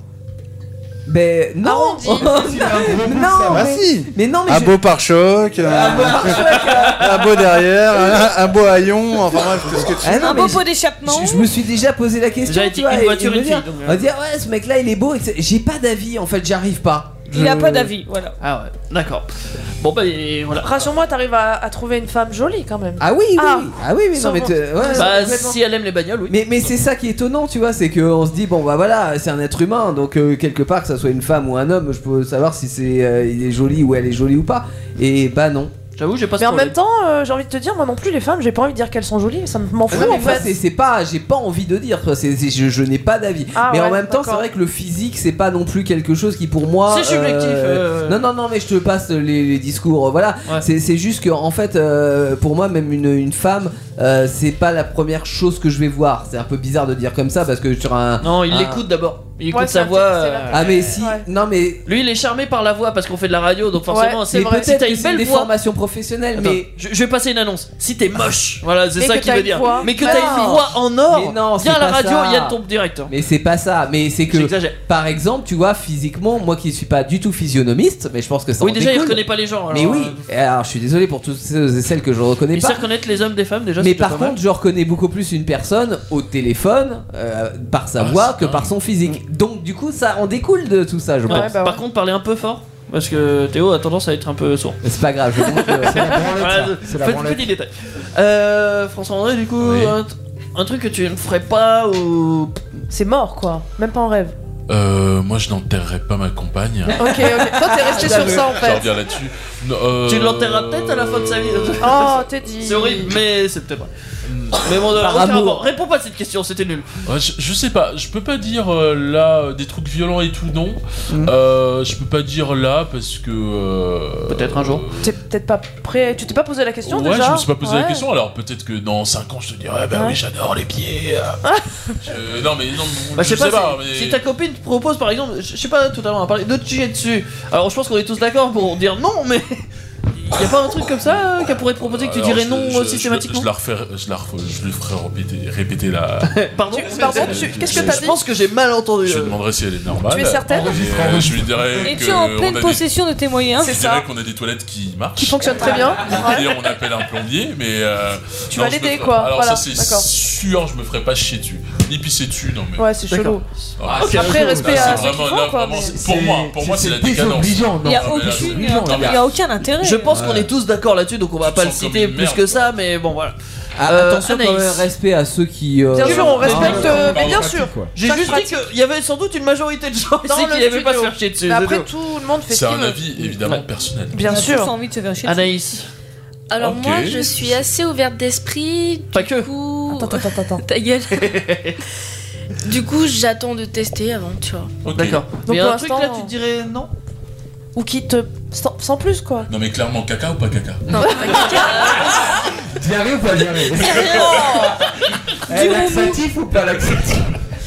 Ben non. [laughs] non.
Bah
mais-
si.
Mais non, mais
un
je-
beau pare-choc, un, [laughs] un beau derrière, un, un beau haillon, enfin bref, tout ce que tu
euh. Ah non,
Un
mais
beau
je-
pot d'échappement.
Je me suis déjà posé la question.
J'avais
tu
dit
vois,
une
et-
voiture,
et me
une
dire-
fille, donc, euh.
On va dire, ouais, ce mec-là, il est beau. etc. J'ai pas d'avis, en fait, j'y arrive pas.
Il
Je-
a pas d'avis, voilà.
Ah ouais, d'accord. Bon, bah, et voilà.
Rassure-moi, t'arrives à, à trouver une femme jolie quand même.
Ah oui, oui,
Ah.
oui. Ah oui, mais non, mais.
Sûrement.
te- ouais,
Bah,
complètement.
si elle aime les bagnoles, oui.
Mais, mais c'est ça qui est étonnant, tu vois, c'est qu'on se dit, bon bah voilà, c'est un être humain, donc euh, quelque part, que ça soit une femme ou un homme, je peux savoir si c'est euh, il est joli ou elle est jolie ou pas. Et bah non.
J'avoue, j'ai pas ce
Mais en
problème.
même temps, euh, j'ai envie de te dire, moi non plus, les femmes, j'ai pas envie de dire qu'elles sont jolies, ça m'en
Ah
fout
non, mais
en
moi, c'est-
fait.
c'est pas, j'ai pas envie de dire, quoi, c'est- c'est- je, je n'ai pas d'avis.
Ah
mais en
ouais,
même temps, c'est
d'accord.
vrai que le physique, c'est pas non plus quelque chose qui pour moi.
C'est subjectif, euh.
Non, non, non, mais je te passe les, les discours, euh, voilà.
Ouais.
C'est- C'est juste que, en fait, euh, pour moi, même une, une femme, euh, c'est pas la première chose que je vais voir. C'est un peu bizarre de dire comme ça parce que sur un.
Non, il
un-
l'écoute d'abord. Il écoute
Ouais,
sa
c'est
voix.
un petit- c'est
euh,
Ah, mais si, non, mais
Lui, il est charmé par la voix parce qu'on fait de la radio, donc forcément,
Ouais,
c'est
Mais
vrai. Si
peut-être
t'as
que
une
c'est
belle
des
voix.
formations professionnelles,
Attends,
mais.
je, je vais passer une annonce. Si t'es moche, voilà, c'est
Mais
ça
que
qu'il
t'as
veut
une
dire.
voix.
Mais que
Mais
t'as une
non.
voix en
Mais
or,
non,
viens
c'est
à la
pas
radio,
ça.
il y a ton directeur.
Mais c'est pas ça, mais c'est que
J'exagère.
par exemple, tu vois, physiquement, moi qui suis pas du tout physionomiste, mais je pense que ça
Oui,
en
déjà, il
découle.
reconnaît pas les gens. alors,
Mais oui,
euh,
alors je suis désolé pour tous ceux et celles que je reconnais
Il sait
pas.
reconnaître les hommes des femmes déjà.
Mais
c'est
par
pas mal.
contre, je reconnais beaucoup plus une personne au téléphone euh, par sa
Ah,
voix
c'est Mm.
que par son physique. Donc du coup, ça en découle de tout ça, je
Ouais,
pense.
bah ouais.
Par contre, parler un peu fort. Parce que Théo a tendance à être un peu sourd.
Mais [laughs] C'est pas grave, je montre, euh,
[laughs] Voilà,
ça. C'est la
petit-
branlette.
petit détail. Euh, François-André, du coup,
Oui.
un, un truc que tu ne ferais pas ou.
C'est mort quoi, même pas en rêve.
Euh, moi, je n'enterrerai pas ma compagne.
Ah,
Ok, ok. Toi, t'es resté sur ça en
Je
fait.
reviens là-dessus. euh,
Tu l'enterras peut-être à la fin de sa vie. [laughs]
Oh, t'es dit.
C'est horrible, mais c'est peut-être vrai. Mais bon,
Par
aucun
amour.
rapport. Réponds pas à cette question, c'était nul.
Hmm. Ouais, je, je sais pas, je peux pas dire euh, là euh, des trucs violents et tout, non.
Hmm.
Euh, je peux pas dire là parce que. euh,
peut-être un jour.
T'es peut-être pas prêt. Tu t'es pas posé la question
ouais,
déjà
je me suis pas posé la
Ouais.
question, alors peut-être que dans 5 ans je te dirais, bah
Ouais. Ah.
oui, j'adore les pieds. euh. Je- non, mais non,
Bah,
je sais pas.
si,
mais-
si ta copine te propose par exemple, je je sais pas, tout à l'heure on a parlé de tuer dessus. Alors je pense qu'on est tous d'accord pour dire non, mais [laughs] y a pas un truc comme ça euh, qu'elle pourrait te proposer que tu
Alors,
dirais
je-
non
je-
euh,
je-
systématiquement
Je, la referai- je, la referai- je lui ferai répéter,
[laughs]
répéter la.
Pardon,
pardon, tu- qu'est-ce que t'as
Je pense que j'ai mal entendu.
Je demanderai si elle est normale.
Tu es certaine
Et, euh, Je lui dirais
Et
que
tu es en
on
pleine
a
possession de tes
Des...
moyens.
je dirais qu'on a des toilettes qui marchent.
hein, Qui fonctionne très bien.
D'ailleurs, on appelle un plombier, mais. euh,
Tu
non,
vas
je me
l'aider,
ferai-
quoi.
Alors,
Voilà,
ça, c'est
d'accord.
sûr, je me ferai pas chier dessus. Ni pisser dessus, non, mais.
Ouais, c'est chelou.
Ah,
Après,
chelou.
respect
Ah,
à
c'est
ceux qui
vraiment-
font,
là,
quoi,
vraiment,
mais-
c'est- Pour moi, pour moi, c'est la décadence.
Il y a
euh,
Non, mais là, c'est
aucune-
obligeant, non, mais-
il y a aucun intérêt.
Je pense qu'on est tous d'accord là-dessus, donc on va pas le citer
une
plus
merde,
que ça, mais bon voilà.
Ah,
Euh,
attention, quand
Anaïs.
même, respect à ceux qui. euh,
Bien sûr, on respecte,
Ah,
euh, mais
pardon.
bien sûr. J'ai
Chaque
juste dit
pratique.
qu'il y avait sans doute une majorité de gens ici
Dans le
qui n'aimaient pas se
studio.
faire chier dessus.
Mais après,
c'est
tout le monde fait
C'est
ce qu'il
un
veut.
avis évidemment personnel.
Bien sûr.
envie de se faire chier
Anaïs.
Alors
Ok.
moi, je suis assez ouverte d'esprit.
Pas que.
Attends, attends, attends. [laughs] Ta gueule. du coup, j'attends de tester avant, tu vois.
D'accord.
Donc,
Mais
pour
un truc
l'instant,
là, tu dirais non
Ou qui te. Sans, sans plus, quoi.
Non, mais clairement, caca ou pas caca
Non,
[laughs] Diarrhée ou
[laughs]
pas Eh, diarrhée
Dirons-nous.
Laxatif ou pas laxatif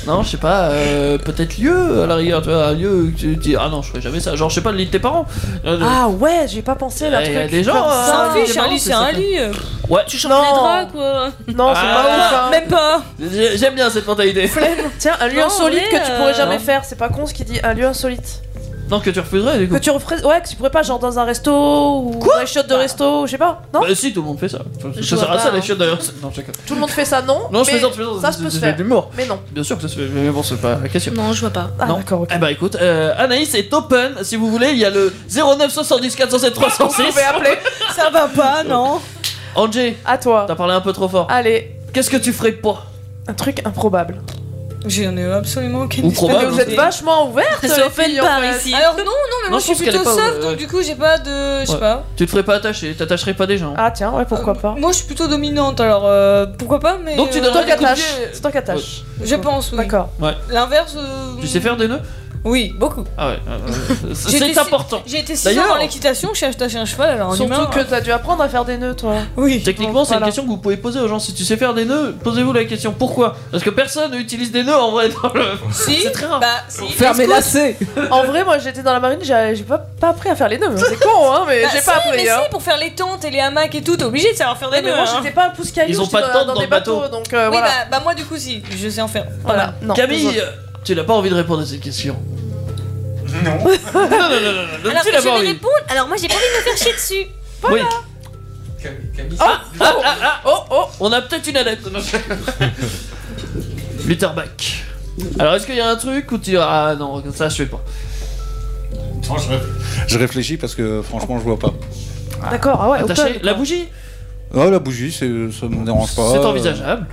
Non, je sais pas, euh, peut-être lieu à la rigueur, tu vois, un lieu où tu dis ah non, je ferais jamais ça. Genre, je sais pas, le lit de tes parents. Euh,
Ah ouais, j'ai pas pensé là.
Il y a des gens, euh,
S'en
des
fiche, un
parents,
lit, c'est un
certain.
lit. euh.
Ouais,
Tu changes les draps, quoi.
Non, c'est
Ah,
pas ouf. hein.
Même pas.
J'ai- J'aime bien cette mentalité.
Flemme. Tiens, un lieu
Non, en
insolite
vrai,
que tu pourrais
euh,
jamais
non.
faire. C'est pas con ce qui dit un lieu insolite.
Non, que tu refuserais du coup.
Que tu referais. Ouais, que tu pourrais pas, genre dans un resto ou dans les chiottes de resto, ou je sais pas. Non
Bah, si, tout le monde fait ça.
Je
Ça sert
vois
à
pas,
ça,
hein.
les chiottes d'ailleurs. Non, je déconne.
Tout le monde fait ça, non
Non, je
Mais
plaisante, je plaisante.
Ça, se peut
C'est-
se
c'est
faire.
de l'humour.
Mais non.
Bien sûr que ça se fait, mais bon, c'est pas la question.
Non, je vois pas.
Ah,
non. Eh bah écoute, euh, Anaïs est open, si vous voulez, il y a le 09 70
[laughs]
407 306.
Vous pouvez appeler.
ça va [laughs] pas, non Angé,
à toi.
T'as parlé un peu trop fort.
Allez.
Qu'est-ce que tu ferais pas
Un truc improbable.
J'en ai absolument aucune
Ou
idée.
probable,
Vous êtes vachement ouverte.
Ça
les
fait
filles,
une part
en fait.
ici. Alors non, non, mais
Non, je
moi je suis
pense qu'elle
plutôt
est pas,
soft,
euh,
donc du coup j'ai pas de, je sais
Ouais.
pas. Euh,
Tu te ferais pas attacher, t'attacherais pas des gens.
Ah tiens, ouais, pourquoi pas.
Moi je suis plutôt dominante, alors euh, pourquoi pas, mais.
Donc tu
euh,
donnerais
Tant
des coups de
qu'attache.
pied.
C'est tant qu'attache.
Je pense, oui.
D'accord.
Ouais.
L'inverse. euh,
Tu sais faire des nœuds
Oui, beaucoup.
Ah ouais. euh, euh,
[laughs] J'ai été
c'est
si-
important.
J'ai été 6 ans
D'ailleurs-
dans l'équitation, je suis attaché à un cheval, alors en humain.
Surtout que
euh,
t'as dû apprendre à faire des nœuds, toi.
Oui.
Techniquement, c'est
Voilà.
une question que vous pouvez poser aux gens. Si tu sais faire des nœuds, posez-vous la question. Pourquoi Parce que personne n'utilise des nœuds en vrai dans le.
[laughs] Si,
c'est très rare.
Bah, si.
lacets
En vrai, moi j'étais dans la marine, j'ai j'ai pas, pas appris à faire les nœuds. C'est con, hein, mais
Bah,
j'ai
si,
pas appris.
Mais
hein.
si, pour faire les tentes et les hamacs et tout, t'es obligé de savoir faire des
Mais
nœuds.
moi
hein.
j'étais pas un pouce caillou,
Ils ont
j'étais
pas de tente
dans,
dans
des
le bateau.
bateaux, donc euh,
Oui,
voilà.
bah, bah, moi du coup si, je sais en faire.
Voilà. Non,
Camille, euh, tu n'as pas envie de répondre à cette question. Non. non, non, non, non, non,
Alors
tu
que
n'as
je
pas
vais
envie.
répondre, alors moi j'ai pas envie de me faire chier dessus.
Oui. Ah, ah, ah, ah, oh, oh, on a peut-être une adepte. Lutherback. Alors, est-ce qu'il y a un truc où tu diras Ah non, ça je fais pas.
Je réfléchis parce que franchement, je vois pas.
D'accord, ah ouais,
Attaché la bougie
Oh, la bougie, c'est- ça me dérange pas.
C'est
euh,
envisageable.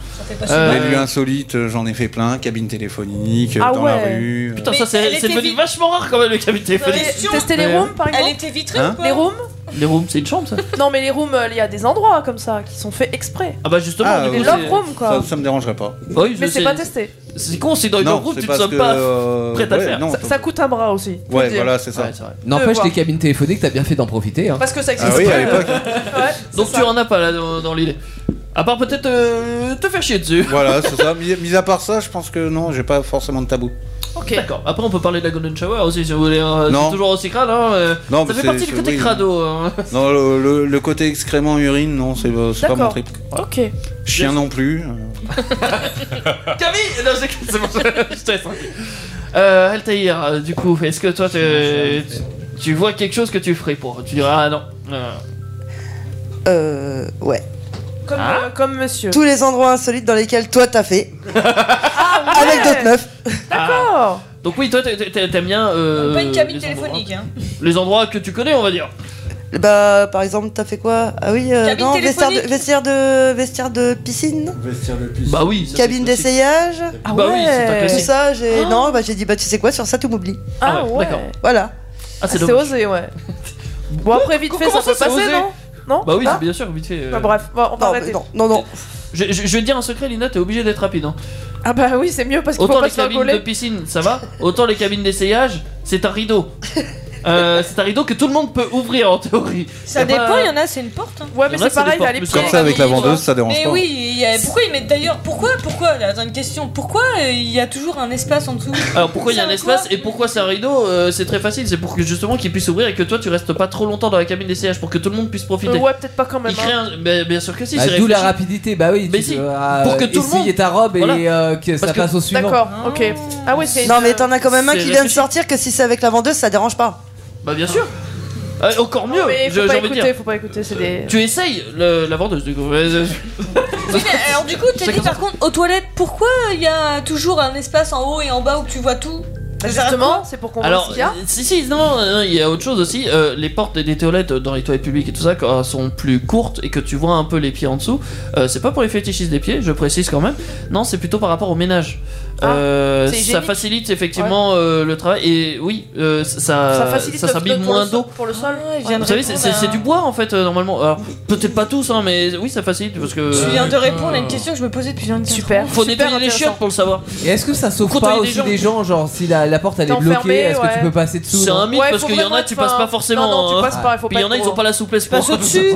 Les lieux insolites, euh, j'en ai fait plein. Cabine téléphonique, euh,
Ah
dans la
ouais.
rue. euh.
Putain,
Mais
ça
elle
c'est c'est
était
devenu
vi-
vachement rare quand même le cabinet téléphonique.
Tester les
Mais-
rooms par exemple
Elle était vitrée
Hein
ou pas
Les rooms
Les rooms, c'est une chambre ça
Non, mais les rooms, euh, il y a des endroits comme ça qui sont faits exprès.
Ah bah justement,
Ah,
du coup,
oui,
c'est- Bah
c'est-
room, quoi.
Ça, ça me dérangerait pas.
Oui,
Mais
je
c'est
sais.
pas testé.
C'est con, c'est dans une
Non,
room,
c'est
tu te
parce
sens
que,
pas
euh,
prête à
ouais,
faire.
non,
Ça, ça coûte un bras aussi. faut
Ouais,
le dire.
voilà, c'est ça.
De
N'empêche
voir.
les cabines téléphoniques, t'as bien fait d'en profiter. Hein.
Parce que ça existe.
Ah
Ah
oui, à
euh,
l'époque.
[laughs] Ouais,
Donc tu en as pas là dans, dans l'idée. À part peut-être euh, te faire chier dessus.
Voilà, c'est ça. Mis mis à part ça, je pense que non, j'ai pas forcément de tabou.
Ok.
D'accord. Après on peut parler de la Golden Shower aussi si vous voulez. hein.
Non.
C'est toujours aussi crade. Hein. euh,
Non,
ça
mais
fait
c'est-
partie du
c'est-
côté
oui,
crado. hein.
Non, le, le- le côté excrément urine, non, c'est euh, c'est pas mon
D'accord.
trip.
Ok.
Chien non plus. euh.
Camille Non, [laughs] c'est c'est bon, je te laisse. Euh, Altaïr, euh, du coup, est-ce que toi tu, tu vois quelque chose que tu ferais pour Tu diras ah non. non, non.
Euh. Ouais.
Comme,
Ah.
euh, comme monsieur.
Tous les endroits insolites dans lesquels toi t'as fait.
Ah,
Avec d'autres meufs.
Ah.
D'accord.
Donc oui, toi t'es- t'es- t'aimes bien. euh,
Pas une cabine
les endroits-
téléphonique. Hein.
Les endroits que tu connais, on va dire.
Bah, par exemple, t'as fait quoi Ah oui, euh,
Cabine
non, vestiaire de,
téléphonique.
vestiaire de, vestiaire de piscine,
Bah oui. ça, c'est
cabine
classique.
d'essayage.
Ah Bah oui, c'est un ouais. classique.
Tout ça, j'ai. Non, bah j'ai dit, bah tu sais quoi, sur ça, tu m'oublies.
Oh. Ah
ouais,
ouais.
d'accord.
Voilà.
Ah c'est
C'est
dommage.
osé, ouais. Bon, après, vite fait, ça
Comment
peut
ça, c'est
passer,
osé
non Non
Bah oui,
Ah.
c'est bien sûr, vite fait. euh.
Bah, bref, bah, on va arrêter.
non, non.
Je, je- je vais te dire un secret, Lina, t'es obligé d'être rapide. hein.
Ah bah oui, c'est mieux parce qu'il faut
Autant
pas
les
se faire
cabines de
gauler.
piscine, ça va Autant les cabines d'essayage, c'est un
[laughs]
rideau. Euh, c'est un rideau que tout le monde peut ouvrir en théorie.
Ça
Y a pas-
dépend, il y en a, c'est une porte. hein.
Ouais,
mais Il y en a, c'est c'est pareil, des portes, t'as les mais c'est
Comme ça, avec la vendeuse, ça dérange
Mais
pas.
oui, il y a- pourquoi ils mettent d'ailleurs Pourquoi Pourquoi Attends, une question. Pourquoi euh, il y a toujours un espace en dessous
Alors pourquoi il y a un
Ça,
espace et pourquoi c'est un rideau Euh, C'est très facile, c'est pour que justement qu'il puisse ouvrir et que toi tu restes pas trop longtemps dans la cabine d'essayage pour que tout le monde puisse profiter.
Euh, ouais, peut-être pas quand même.
Il crée
hein.
un- mais bien sûr que si,
Bah,
c'est
D'où la
réfléchi.
rapidité, bah oui,
Mais
tu
si,
dois,
pour que
euh,
tout le
essayer
monde-
ta robe
Voilà.
et euh, que ça
Parce que-
passe au suivant.
D'accord, ok. Ah ouais, c'est.
Non,
une-
mais t'en as quand même un
c'est
qui vient de
réfléchi.
sortir que si c'est avec la vendeuse, ça dérange pas.
Bah bien sûr. Euh, encore mieux.
Mais
je-
faut pas
j'ai envie de
écouter,
dire.
faut pas écouter, c'est des. Bah,
Tu essayes le- la vendeuse du [laughs] coup. Euh,
Oui, mais euh, alors du coup, t'as dit par contre aux toilettes, pourquoi il y a toujours un espace en haut et en bas où tu vois tout
Bah,
Ça sert à
Justement,
quoi
c'est pour qu'on voit ce
Alors,
qu'il y a.
euh, si, si, non, euh, il y a autre chose aussi. euh, les portes des, des toilettes euh, dans les toilettes publiques et tout ça, quand elles sont plus courtes et que tu vois un peu les pieds en dessous, euh, c'est pas pour les fétichistes des pieds, je précise quand même. Non, c'est plutôt par rapport au ménage. Euh,
Ah, c'est
ça
hygiénique.
facilite effectivement euh, le travail et oui, euh, ça,
Ça facilite
ça
le-
s'habille
le- pour
moins
le-
d'eau.
Pour le sol,
Vous savez, c'est- c'est c'est du bois en fait, euh, normalement. Alors, peut-être pas tous, hein, mais oui, ça facilite parce que.
Tu viens de répondre à une question que je me posais depuis 24 Super.
Faut nettoyer les chiottes pour le savoir.
Et est-ce que ça sauve
Quand on
pas
est
aussi
des gens-
des gens, genre si la, la porte elle
T'es
est
enfermé,
bloquée, est-ce que
ouais.
tu peux passer dessous
C'est
non
un mythe
Ouais,
parce
faut
qu'il y en
vraiment
a,
être
tu passes
fin.
pas forcément.
Non, non, tu
hein.
passes pas, il faut
Puis il y
pas
en a,
être
ils ont
gros.
pas la souplesse
Passe
pour.
au-dessus.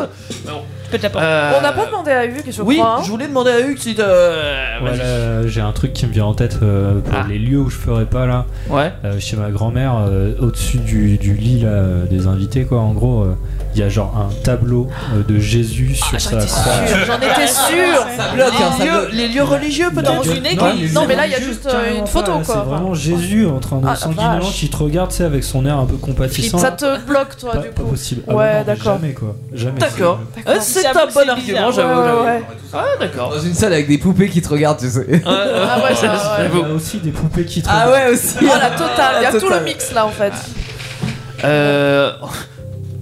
Euh,
On n'a pas demandé à Hugues, je
Oui,
crois. hein.
je voulais demander à Hugues si t'as. euh, vas-y.
Voilà, j'ai un truc qui me vient en tête euh, pour les lieux où je ferais pas là.
Ouais.
Euh, chez ma grand-mère, euh, au-dessus du, du lit là, euh, des invités, quoi. En gros, euh, il y a genre un tableau euh, de Jésus sur sa croix. Euh,
J'en étais sûr.
Ah, Ça bloque, hein, ça bloque. Les lieux religieux
Dans une église.
Non, mais là, il y a juste euh, une photo,
C'est
quoi.
vraiment Jésus en train de
Ah, la
sanguinolent
vache.
qui te regarde, tu sais, avec son air un peu compatissant.
Ça
là.
te bloque, toi,
pas,
du
pas
coup.
possible. Ah
Ouais,
non, mais
d'accord.
Jamais, quoi. Jamais.
D'accord. Euh, C'est un bon argument, j'avoue. j'avoue. Ah, d'accord.
Dans une salle avec des poupées qui te regardent, tu sais.
Ah [laughs] ouais, ça, c'est
Il y a aussi des poupées qui te
Ah
regardent.
ouais, aussi.
[laughs] Oh, la totale. Il y
La
a tout le
totale.
mix, là, en fait.
Euh.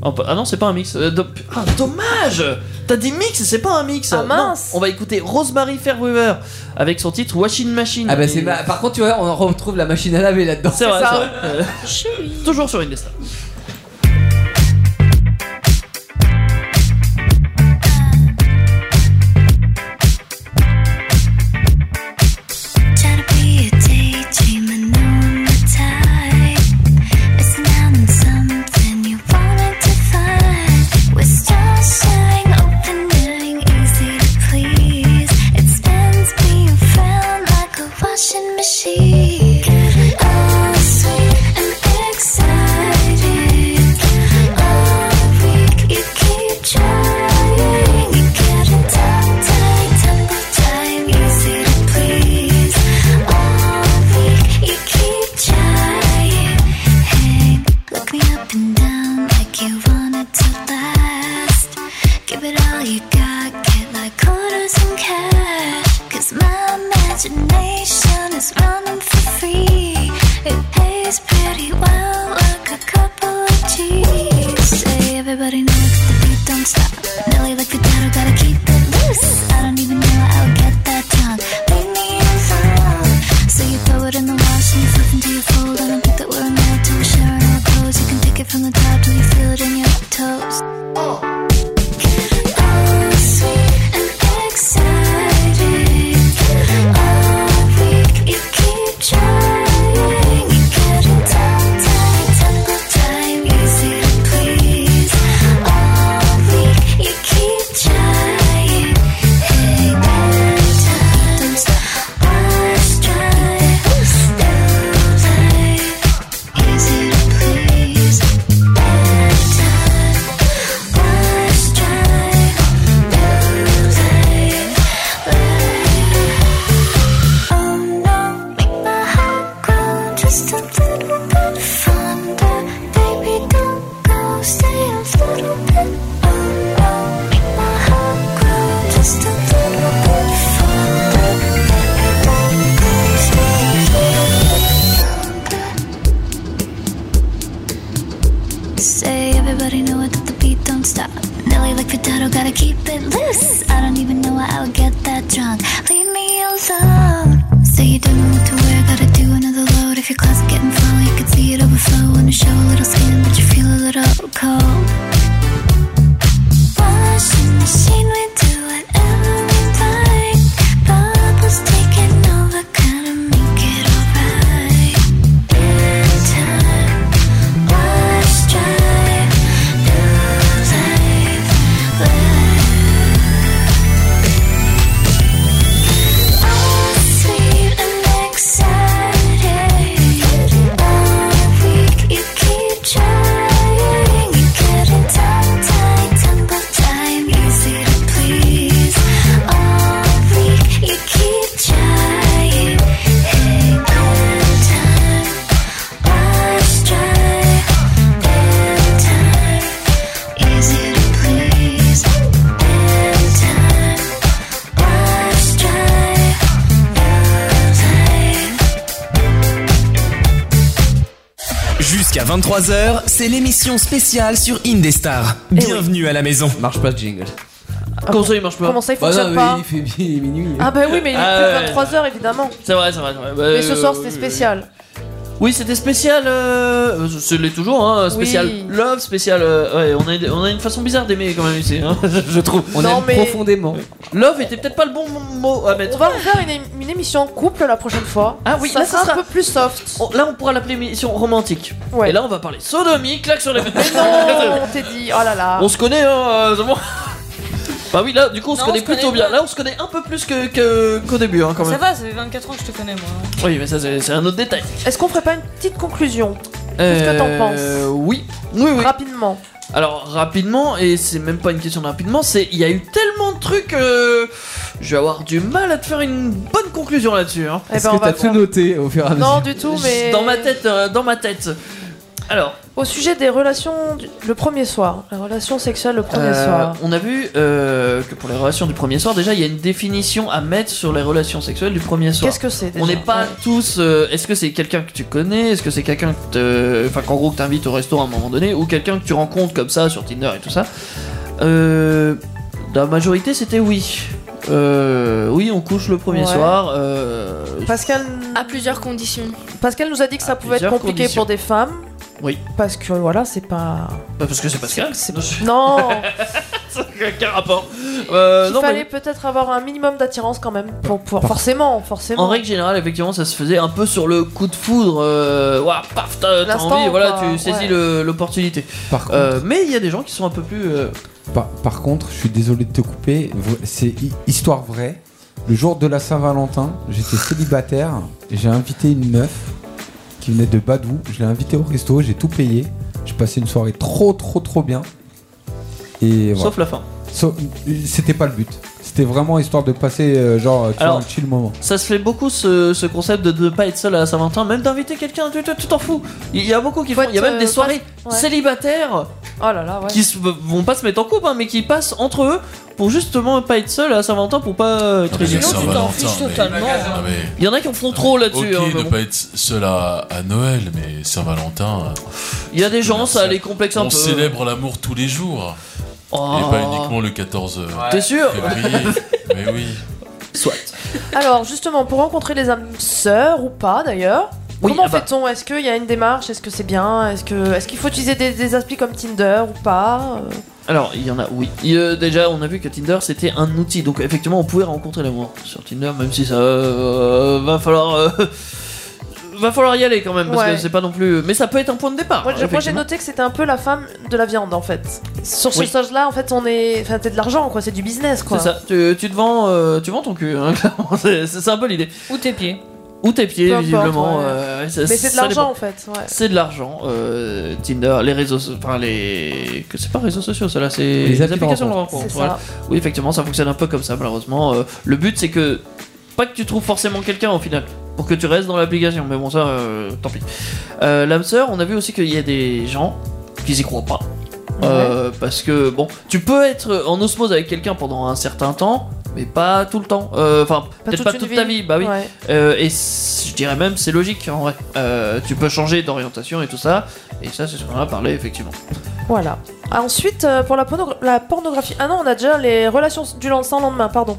oh, Ah non, c'est pas un mix. Euh, do- Ah, dommage T'as dit mix, c'est pas un mix.
Ah, mince.
Non, on va écouter Rosemary Fairweather avec son titre Washing Machine.
Ah bah c'est
Et-
ma- Par contre, tu vois, on retrouve la machine à laver là-dedans.
C'est vrai, c'est vrai. [laughs] Euh, Toujours sur Indestar.
Try to be a daydream, I know I'm the type. Missing out on something you wanted to find. With stars shining, opening, easy to please. It spins being found like a washing machine. Oh, sweet and exciting. All week you keep trying. You get it done, tight, tumble time, easy to please. All week you keep trying. Hey, look me up and down like you wanted to last. Give it all you got, get like quarters and cash. Cause my imagination is running for free. It pays pretty well, like a couple of G's. Say everybody knows that the beat don't stop. Nelly like the title, gotta keep it loose. I don't even know how I'll get that tongue. Leave me alone. So you throw it in the wash and you flip into your fold. I don't think that we're married till we share an old pose. You can pick it from the top till you feel it in your toes. Oh, sweet and exciting. All week you keep trying. You get it done, tight, tumble time, easy to show a little skin, but you feel a little cold. Wash in the machine, we do whatever we like. Bubbles taking over, gotta make it alright. In time, wash, dry, new life, live. All sweet and exciting, all week you keep trying. You're getting tongue tied, tumble time, easy to please. All week you keep trying. Hey, in time, wash dry. In time, easy to please. In time, wash dry.
Jusqu'à 23h, c'est l'émission spéciale sur Indestar. Bienvenue à la maison. Marche pas jingle.
Eh
Bah,
Comment ça il marche pas
Comment ça, il fonctionne pas
Il fait bien minuit.
Ah bah oui, mais il est
Ah ouais.
plus 23h évidemment.
C'est vrai, c'est vrai. c'est vrai. Bah,
Mais ce
euh,
soir c'était spécial.
Oui, c'était spécial. Euh... euh, C'est l'est toujours, hein. Spécial
Oui.
love, spécial. euh, Ouais, on a, on a une façon bizarre d'aimer quand même ici, hein, [laughs] je trouve.
On Non, aime mais- profondément.
Love était peut-être pas le bon mot à mettre.
On va vous faire une, é- une émission en couple la prochaine fois.
Ah oui,
ça
là, ce
sera un
sera-
peu plus soft.
On- là, on pourra l'appeler émission romantique. Et là, on va parler sodomie, claque sur les Mais
non, on t'est dit, oh là là.
On se connaît, hein. euh,
[laughs]
c'est bon. bah oui, là, du coup, on se
Non,
connaît
on se
plutôt
connaît
bien. Là, on se connaît un peu plus que- que- qu'au début, hein, quand
Ça
même.
va, ça fait 24 ans que je te connais, moi.
Oui, mais ça, c'est c'est un autre détail.
Est-ce qu'on ferait pas une petite conclusion Qu'est-ce que t'en
Euh,
penses
Oui, oui, oui.
Rapidement.
Alors rapidement, et c'est même pas une question de rapidement, c'est il y a eu tellement de trucs, euh, je vais avoir du mal à te faire une bonne conclusion là-dessus. Hein.
Eh Est-ce ben, que on va t'as tout voir.
noté au fur et à
Non, du tout, mais-
dans ma tête, euh, dans ma tête. Alors,
Au sujet des relations du- le premier soir, la relation sexuelle le premier
euh,
soir.
on a vu euh, que pour les relations du premier soir, déjà il y a une définition à mettre sur les relations sexuelles du premier soir.
Qu'est-ce que c'est déjà
On n'est pas
Ouais.
tous. euh, Est-ce que c'est quelqu'un que tu connais Est-ce que c'est quelqu'un que te- Enfin, qu'en gros, que t'invites au restaurant à un moment donné Ou quelqu'un que tu rencontres comme ça sur Tinder et tout ça Euh, La majorité, c'était oui. Euh, oui, on couche le premier
Ouais.
soir. euh,
Pascal.
À plusieurs conditions.
Pascal nous a dit que ça pouvait être
plusieurs
compliqué
conditions.
pour des femmes.
Oui.
Parce que voilà, c'est pas.
bah, parce que c'est Pascal. C'est [laughs]
Non
Quel rapport Euh,
Il
non, mais
fallait peut-être avoir un minimum d'attirance quand même. Pour, pour- forcément, forcément.
En règle générale, effectivement, ça se faisait un peu sur le coup de foudre. Euh, ouah, paf, t'as t'as
L'instant,
envie, voilà,
quoi,
tu saisis
ouais.
le- l'opportunité. Euh, mais il y a des gens qui sont un peu plus. euh,
Par, par contre, je suis désolé de te couper, v- c'est hi- histoire vraie. Le jour de la Saint-Valentin, j'étais célibataire, j'ai invité une meuf qui venait de Badou, je l'ai invitée au resto, j'ai tout payé, j'ai passé une soirée trop trop trop bien. Et voilà.
Sauf la fin.
Sauf- C'était pas le but. C'était vraiment histoire de passer euh, genre tu vois,
Alors,
un chill moment.
Ça se fait beaucoup ce, ce concept de ne pas être seul à la Saint-Valentin, même d'inviter quelqu'un, tu tu- tu t'en fous. Il y a beaucoup qui font, il y a même des
euh,
soirées célibataires
Oh là là, ouais.
qui se, vont pas se mettre en couple, hein, mais qui passent entre eux pour justement pas être seul à Saint-Valentin pour pas euh, être
Ah, mais
isolé.
Sinon, tu t'en Saint-Valentin, fiches mais- totalement. Ah, mais-
Il y en a qui en font trop là-dessus. hein,
Ok,
mais
ne
bon.
pas être seul à, à Noël, mais Saint-Valentin.
Il y a des gens, ça les complexe un
On
peu. hein.
célèbre l'amour tous les jours.
Oh.
Et pas uniquement le 14
T'es sûr [laughs]
février. mais oui.
Soit.
Alors justement, pour rencontrer les âmes sœurs ou pas d'ailleurs,
ah bah.
comment fait-on Est-ce qu'il y a une démarche Est-ce que c'est bien Est-ce que est-ce qu'il faut utiliser des, des applis comme Tinder ou pas Euh,
Alors, il y en a, oui. Il y a- déjà, on a vu que Tinder c'était un outil, donc effectivement, on pouvait rencontrer l'amour sur Tinder, même si ça euh, va falloir. euh, Va falloir y aller quand même parce
Ouais.
que c'est pas non plus. Mais ça peut être un point de départ.
Moi, je- moi, j'ai
effectivement.
noté que c'était un peu la femme de la viande en fait. Sur ce
Oui.
stage-là, en fait, on est, enfin, t'es de l'argent quoi, c'est du business quoi.
C'est ça. Tu, tu te vends, euh, tu vends ton cul. hein, [laughs] clairement. c'est c'est- c'est un peu l'idée.
Ou tes pieds.
Ou tes pieds,
Peu importe,
visiblement.
ouais.
euh, ça-
Mais c'est de
ça dépend.
l'argent en fait. ouais.
C'est de l'argent. euh, Tinder, les réseaux, so- enfin les, que c'est pas réseaux sociaux, ça là, c'est
Les applis de
applications de
rencontre.
rencontre.
C'est
voilà.
ça.
Oui, effectivement, ça fonctionne un peu comme ça, malheureusement. Euh, le but, c'est que pas que tu trouves forcément quelqu'un au final, pour que tu restes dans l'application. Mais bon, ça, euh, tant pis. Euh, L'âme sœur, on a vu aussi qu'il y a des gens qui y croient pas. Euh, parce que bon, tu peux être en osmose avec quelqu'un pendant un certain temps, mais pas tout le temps. Euh, Enfin, peut-être
toute
pas
une
toute ta vie,
vie.
bah oui.
Ouais.
Euh, et c- je dirais même c'est logique en vrai. Euh, tu peux changer d'orientation et tout ça. Et ça, c'est ce qu'on en a parlé effectivement.
Voilà. Ah, ensuite, euh, pour la, porno- la pornographie. Ah non, on a déjà les relations du lan- sans lendemain, pardon.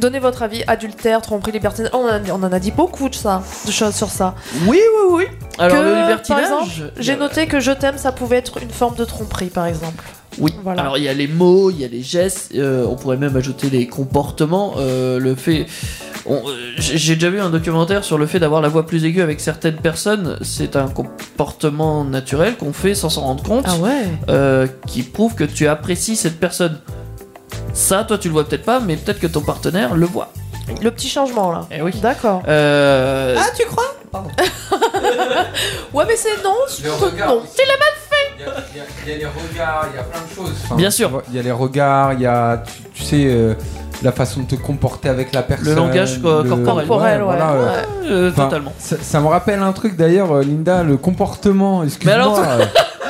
Donnez votre avis, adultère, tromperie, liberté. On, en a- on en a dit beaucoup de ça, de choses sur ça.
Oui, oui, oui. Alors,
que,
le
par
libertinage,
exemple, j'ai noté que je t'aime, ça pouvait être une forme de tromperie, par exemple.
Oui. Alors il y a les mots, il y a les gestes, euh, on pourrait même ajouter les comportements. euh, le fait, on, euh, j'ai j'ai déjà vu un documentaire sur le fait d'avoir la voix plus aiguë avec certaines personnes. C'est un comportement naturel qu'on fait sans s'en rendre compte,
Ah ouais.
euh, qui prouve que tu apprécies cette personne. Ça, toi, tu le vois peut-être pas, mais peut-être que ton partenaire le voit.
Le petit changement là.
Eh oui.
D'accord.
Euh,
Ah, tu crois [laughs] Ouais, mais c'est non, je
Le
trouve que
regard
non.
aussi.
Tu l'as mal
Il y a
Ah,
les regards, il y a plein de choses.
Enfin, Bien sûr.
Il y a les regards, il y a, tu, tu sais, euh, la façon de te comporter avec la personne.
langage, quoi, corporel. Corporel, ouais. Ouais, euh,
Enfin,
totalement.
Ça, ça me rappelle un truc d'ailleurs, euh, Linda, le comportement, excuse-moi.
alors, toi-
euh,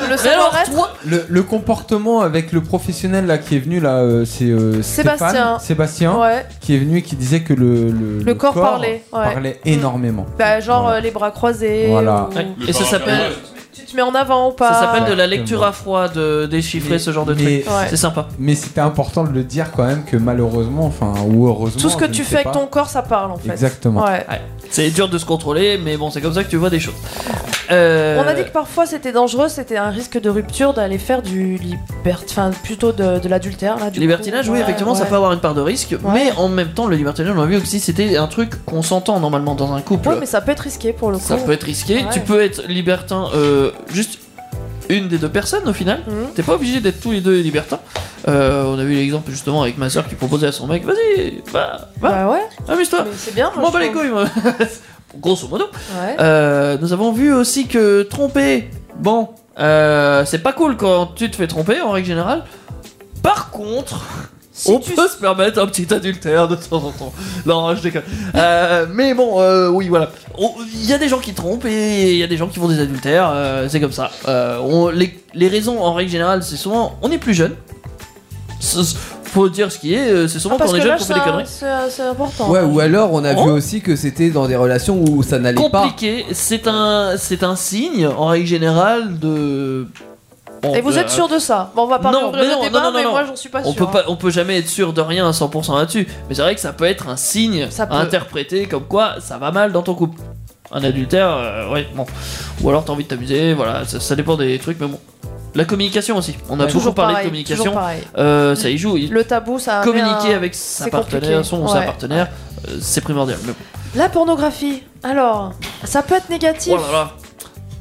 Le savoir-être
le, le comportement avec le professionnel là qui est venu là, euh, c'est euh, Stéphane,
Sébastien.
Sébastien,
Ouais.
qui est venu et qui disait que le, le,
Le corps parlait, ouais.
parlait énormément.
Bah, genre euh, les bras croisés.
Voilà.
ou-
Ouais.
Et ça s'appelle,
Tu te mets en avant ou pas
ça s'appelle de la lecture à froid, de déchiffrer ce genre de
Mais-
truc. C'est sympa.
Mais c'était important de le dire quand même que malheureusement, enfin ou heureusement,
Tout ce que
je
tu
ne
fais
sais
avec
pas.
ton corps, ça parle en fait.
Exactement.
Ouais.
Ouais. C'est dur de se contrôler, mais bon, c'est comme ça que tu vois des choses. Euh,
On a dit que parfois c'était dangereux, c'était un risque de rupture d'aller faire du libert... enfin plutôt de, de l'adultère là. Du
Libertinage,
coup.
oui,
Ouais,
effectivement, ça
ouais.
peut avoir une part de risque, mais en même temps, le libertinage, on a vu que si c'était un truc qu'on s'entend normalement dans un couple,
Ouais, mais ça peut être risqué pour le coup.
ça peut être risqué.
Ouais.
Tu peux être libertin, euh, juste une des deux personnes au final.
Mhm.
T'es pas obligé d'être tous les deux libertins. Euh, on a vu l'exemple justement avec ma soeur qui proposait à son mec, vas-y, va, va, amuse-toi.
Bah, C'est bien.
M'en bats bah, les couilles, moi. Grosso modo.
Ouais.
Euh, nous avons vu aussi que tromper, bon, euh, c'est pas cool quand tu te fais tromper en règle générale. Par contre, on peut se permettre un petit adultère de temps en temps. Non, je déconne. Euh, mais bon, euh, oui, voilà. On- Il y a des gens qui trompent et il y a des gens qui font des adultères. euh, c'est comme ça. Euh, on- les, les raisons, en règle générale, c'est souvent on est plus jeune. C'est- Faut dire ce qui est, euh, c'est souvent
Parce
quand on est
que
jeune
là,
qu'on fait des conneries.
c'est- c'est c'est important.
Ouais, ou alors on a
Oh.
vu aussi que c'était dans des relations où ça n'allait pas.
compliqué. C'est un, c'est un signe en règle générale de. Bon,
Et vous êtes sûr de ça Bon, on va pas
Non,
rouvrir
mais
le
non,
débat,
non, non,
mais
non.
moi j'en suis pas
on
sûr. hein.
peut pas, on peut jamais être sûr de rien à 100% là-dessus. Mais c'est vrai que ça peut être un signe
Ça peut.
à interpréter comme quoi ça va mal dans ton couple. Un adultère, euh, ouais, bon. Ou alors t'as envie de t'amuser, voilà, ça, ça dépend des trucs, mais bon. La communication aussi. On a
Ouais.
toujours
Toujours
parlé
pareil,
de communication.
toujours pareil.
Euh, ça y joue. il-
Le tabou, ça. met
communiquer
un-
avec sa
c'est
partenaire,
compliqué.
son ou sa
Ouais.
partenaire, euh, c'est primordial. mais bon.
La pornographie, alors, ça peut être négatif.
Oh là là.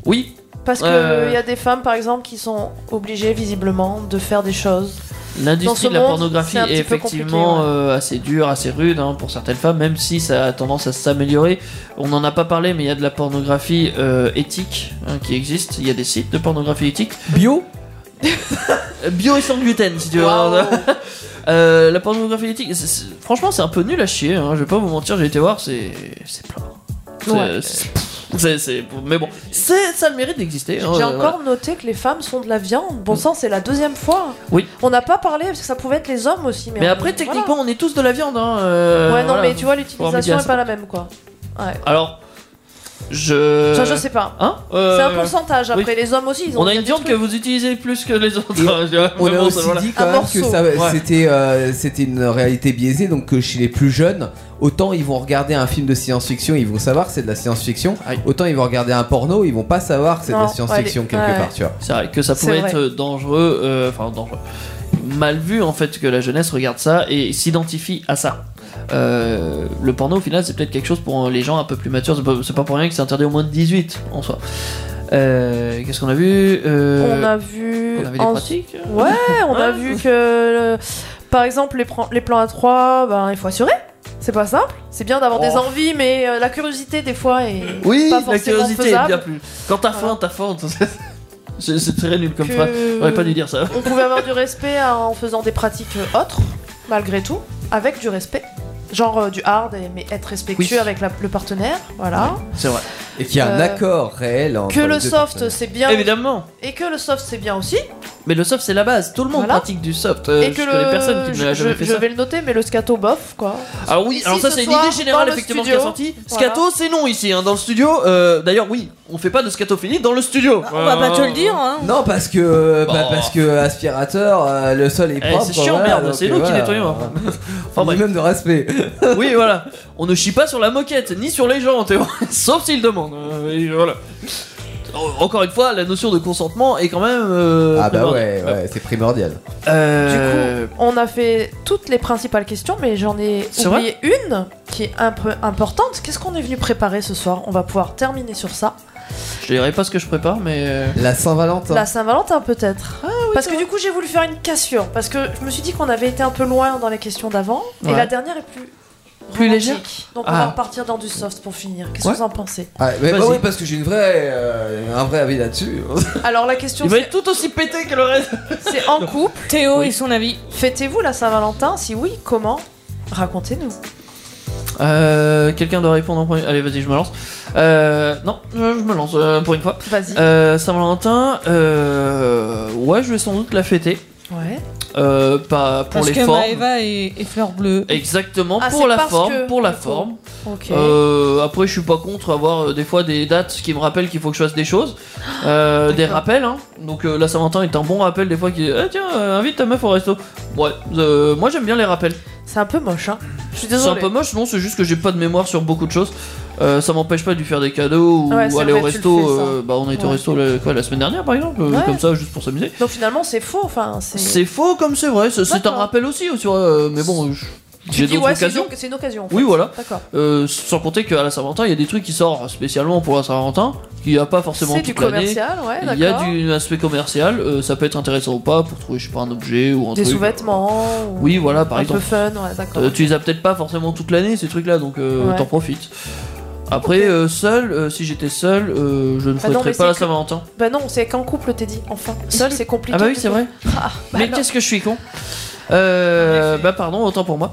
Oui.
Parce qu'il
Euh,
y a des femmes, par exemple, qui sont obligées visiblement de faire des choses. Dans ce
L'industrie de la
monde,
pornographie
c'est un
est,
petit peu
effectivement
compliqué, ouais.
euh, assez dure, assez rude hein, pour certaines femmes, même si ça a tendance à s'améliorer. On n'en a pas parlé, mais il y a de la pornographie euh, éthique hein, qui existe. Il y a des sites de pornographie éthique. Bio Bio et sans gluten, si tu veux. [laughs] Euh, la pornographie éthique, c'est- c'est- franchement, c'est un peu nul à chier. hein, je vais pas vous mentir, j'ai été voir, c'est c'est plein. C'est-
Ouais.
c'est- c'est- c'est- mais bon, c'est- ça a le mérite d'exister. hein,
J'ai
euh, voilà.
encore noté que les femmes sont de la viande.
Mm.
Bon sang, c'est la deuxième fois.
Oui.
On n'a pas parlé parce que ça pouvait être les hommes aussi. Mais,
Mais
on-
après,
voilà.
techniquement, on est tous de la viande. Hein, euh,
ouais, non,
voilà,
mais tu vois,
faut- faut remédier
l'utilisation
à
est
ça.
pas la même, quoi. Ouais.
Alors, je.
Ça, je sais pas.
Hein
c'est
Euh,
un pourcentage. Après,
oui.
les hommes aussi, ils ont.
On a une viande que vous utilisez plus que les [laughs] autres.
On a
Vraiment,
aussi
ça, voilà.
dit quand même que ça-
Ouais.
c'était euh, c'était une réalité biaisée, donc que chez les plus jeunes, autant ils vont regarder un film de science-fiction, ils vont savoir que c'est de la science-fiction, autant ils vont regarder un porno, ils vont pas savoir que c'est de
Non,
la science-fiction
ouais,
quelque
ouais.
part, tu vois.
C'est vrai que ça
C'est
pourrait
vrai.
être dangereux, euh, enfin dangereux, mal vu en fait que la jeunesse regarde ça et s'identifie à ça. Euh, le porno au final c'est peut-être quelque chose pour les gens un peu plus matures, c'est pas, c'est pas pour rien que c'est interdit au moins de 18 en soi. Euh, Qu'est-ce qu'on a vu Euh,
On a vu.
on avait des
en-
pratiques euh.
Ouais, on a vu que. euh, Par exemple, les, pran- les plans à trois, ben, il faut assurer. C'est pas simple. C'est bien d'avoir des
Oh.
envies, mais euh, la curiosité, des fois, est.
Oui,
pas
la
forcément
curiosité est
faisable.
bien plus. Quand t'as faim, t'as faim. [laughs] C'est c'est très nul comme
Que-
phrase. J'aurais pas dû dire ça.
On pouvait avoir du respect en faisant des pratiques euh, autres, malgré tout, avec du respect. Genre euh, du hard, et- mais être respectueux
Oui.
avec la- le partenaire, voilà.
[laughs] C'est vrai.
Et qu'il y a un
Euh,
accord réel entre
Que
les
le
deux
soft,
personnes.
c'est bien.
Évidemment.
Et que le soft, c'est bien aussi.
Mais le soft c'est la base. Tout le monde pratique du soft. Euh, je
et que
connais
le...
personne qui ne l'a
je,
jamais
je-
fait
je
ça.
vais le noter, mais le scato bof, quoi.
Alors Ah oui,
Ici,
alors ça
ce
c'est une
soir,
idée générale
dans le
effectivement qui est
studio.
sortie.
Voilà.
Scato c'est non ici, hein, dans le studio. Euh, D'ailleurs oui, on fait pas de scatophilie dans le studio.
Ah,
on va pas te le dire, hein.
Non, parce que, euh, bah, parce que aspirateur, euh, le sol est
Oh. Eh,
propre. euh,
c'est chiant, merde, c'est nous qui nettoyons.
même de respect.
[laughs] oui [laughs] Euh, voilà, on ne chie pas sur la moquette ni sur les gens, Théo. sauf s'ils demandent. Euh, et voilà. en- encore une fois, la notion de consentement est quand même. euh,
Ah bah
primordiale.
ouais, ouais, c'est primordial.
Euh,
On a fait toutes les principales questions, mais j'en ai
C'est
oublié une qui est un peu importante. Qu'est-ce qu'on est venu préparer ce soir On va pouvoir terminer sur ça.
Je dirais pas ce que je prépare, mais. euh,
La Saint-Valentin.
La Saint-Valentin
Ah
peut-être. parce que du coup j'ai voulu faire une cassure, parce que je me suis dit qu'on avait été un peu loin dans les questions d'avant, et
Ouais.
la dernière est plus...
Plus
romantique.
légère
Donc on
Ah.
va repartir dans du soft pour finir. Qu'est-ce
Ouais.
que vous en pensez
Ah, mais bah
Vas-y.
oui, parce que j'ai une vraie, euh, un vrai avis là-dessus.
Alors la question
Il va
c'est...
être tout aussi pété que le reste.
C'est en couple.
Théo et son avis.
Fêtez-vous la Saint-Valentin Si oui, comment Racontez-nous.
Euh, Quelqu'un doit répondre en premier. Allez, vas-y, je me lance. Euh, non, euh, je me lance euh, pour une fois.
Vas-y.
Euh, Saint-Valentin, euh, ouais, je vais sans doute la fêter.
Ouais.
Euh, pas pour
Parce
les
que
formes.
Maëva est, est fleur bleue.
Exactement,
Ah,
pour
c'est
la
parce
forme,
que-
pour la
d'accord.
forme.
Ok.
Euh, après, je suis pas contre avoir euh, des fois des dates qui me rappellent qu'il faut que je fasse des choses, Euh, des rappels. Hein. Donc euh, la Saint-Valentin est un bon rappel des fois qui, eh, tiens, euh, invite ta meuf au resto. Ouais, euh, moi j'aime bien les rappels.
C'est un peu moche, hein. Je suis
C'est un
désolée.
peu moche, non C'est juste que j'ai pas de mémoire sur beaucoup de choses. Euh, ça m'empêche pas de lui faire des cadeaux ou
Ouais, c'est
aller
vrai,
au
tu le
resto.
fais, ça.
euh, bah, on a été au
hein. Ouais.
resto la, quoi, la semaine dernière par exemple, euh,
Ouais.
comme ça juste pour s'amuser.
Donc finalement c'est faux, enfin c'est...
C'est faux comme c'est vrai, c'est- c'est un
D'accord.
rappel aussi, tu vois, euh, mais bon, je-
Tu
j'ai
dis,
d'autres
ouais, c'est une
occasions.
oc- C'est une occasion. en
Oui,
fait.
voilà.
D'accord.
Euh, sans compter qu'à la Saint-Valentin, il y a des trucs qui sortent spécialement pour la Saint-Valentin, qu'il n'y a pas forcément
C'est
toute
du
l'année.
commercial, ouais,
Il y a
d'accord.
du aspect commercial, euh, ça peut être intéressant ou pas pour trouver, je sais pas, un objet ou un
Des
truc.
sous-vêtements. ou
Oui, voilà, par
un
exemple.
peu fun, ouais, d'accord.
Euh, tu les as peut-être pas forcément toute l'année ces trucs-là, donc euh,
Ouais.
t'en profites. Après, euh, seul, euh, si j'étais seul, euh, je ne
Bah non,
fêterais
mais
pas la
c'est que-
Saint-Valentin.
Bah non, c'est qu'en couple, t'es dit. Enfin, seul, c'est compliqué.
Ah bah oui, c'est vrai.
[laughs] Ah, bah
mais
alors.
qu'est-ce que je suis con Euh, Bah pardon, autant pour moi.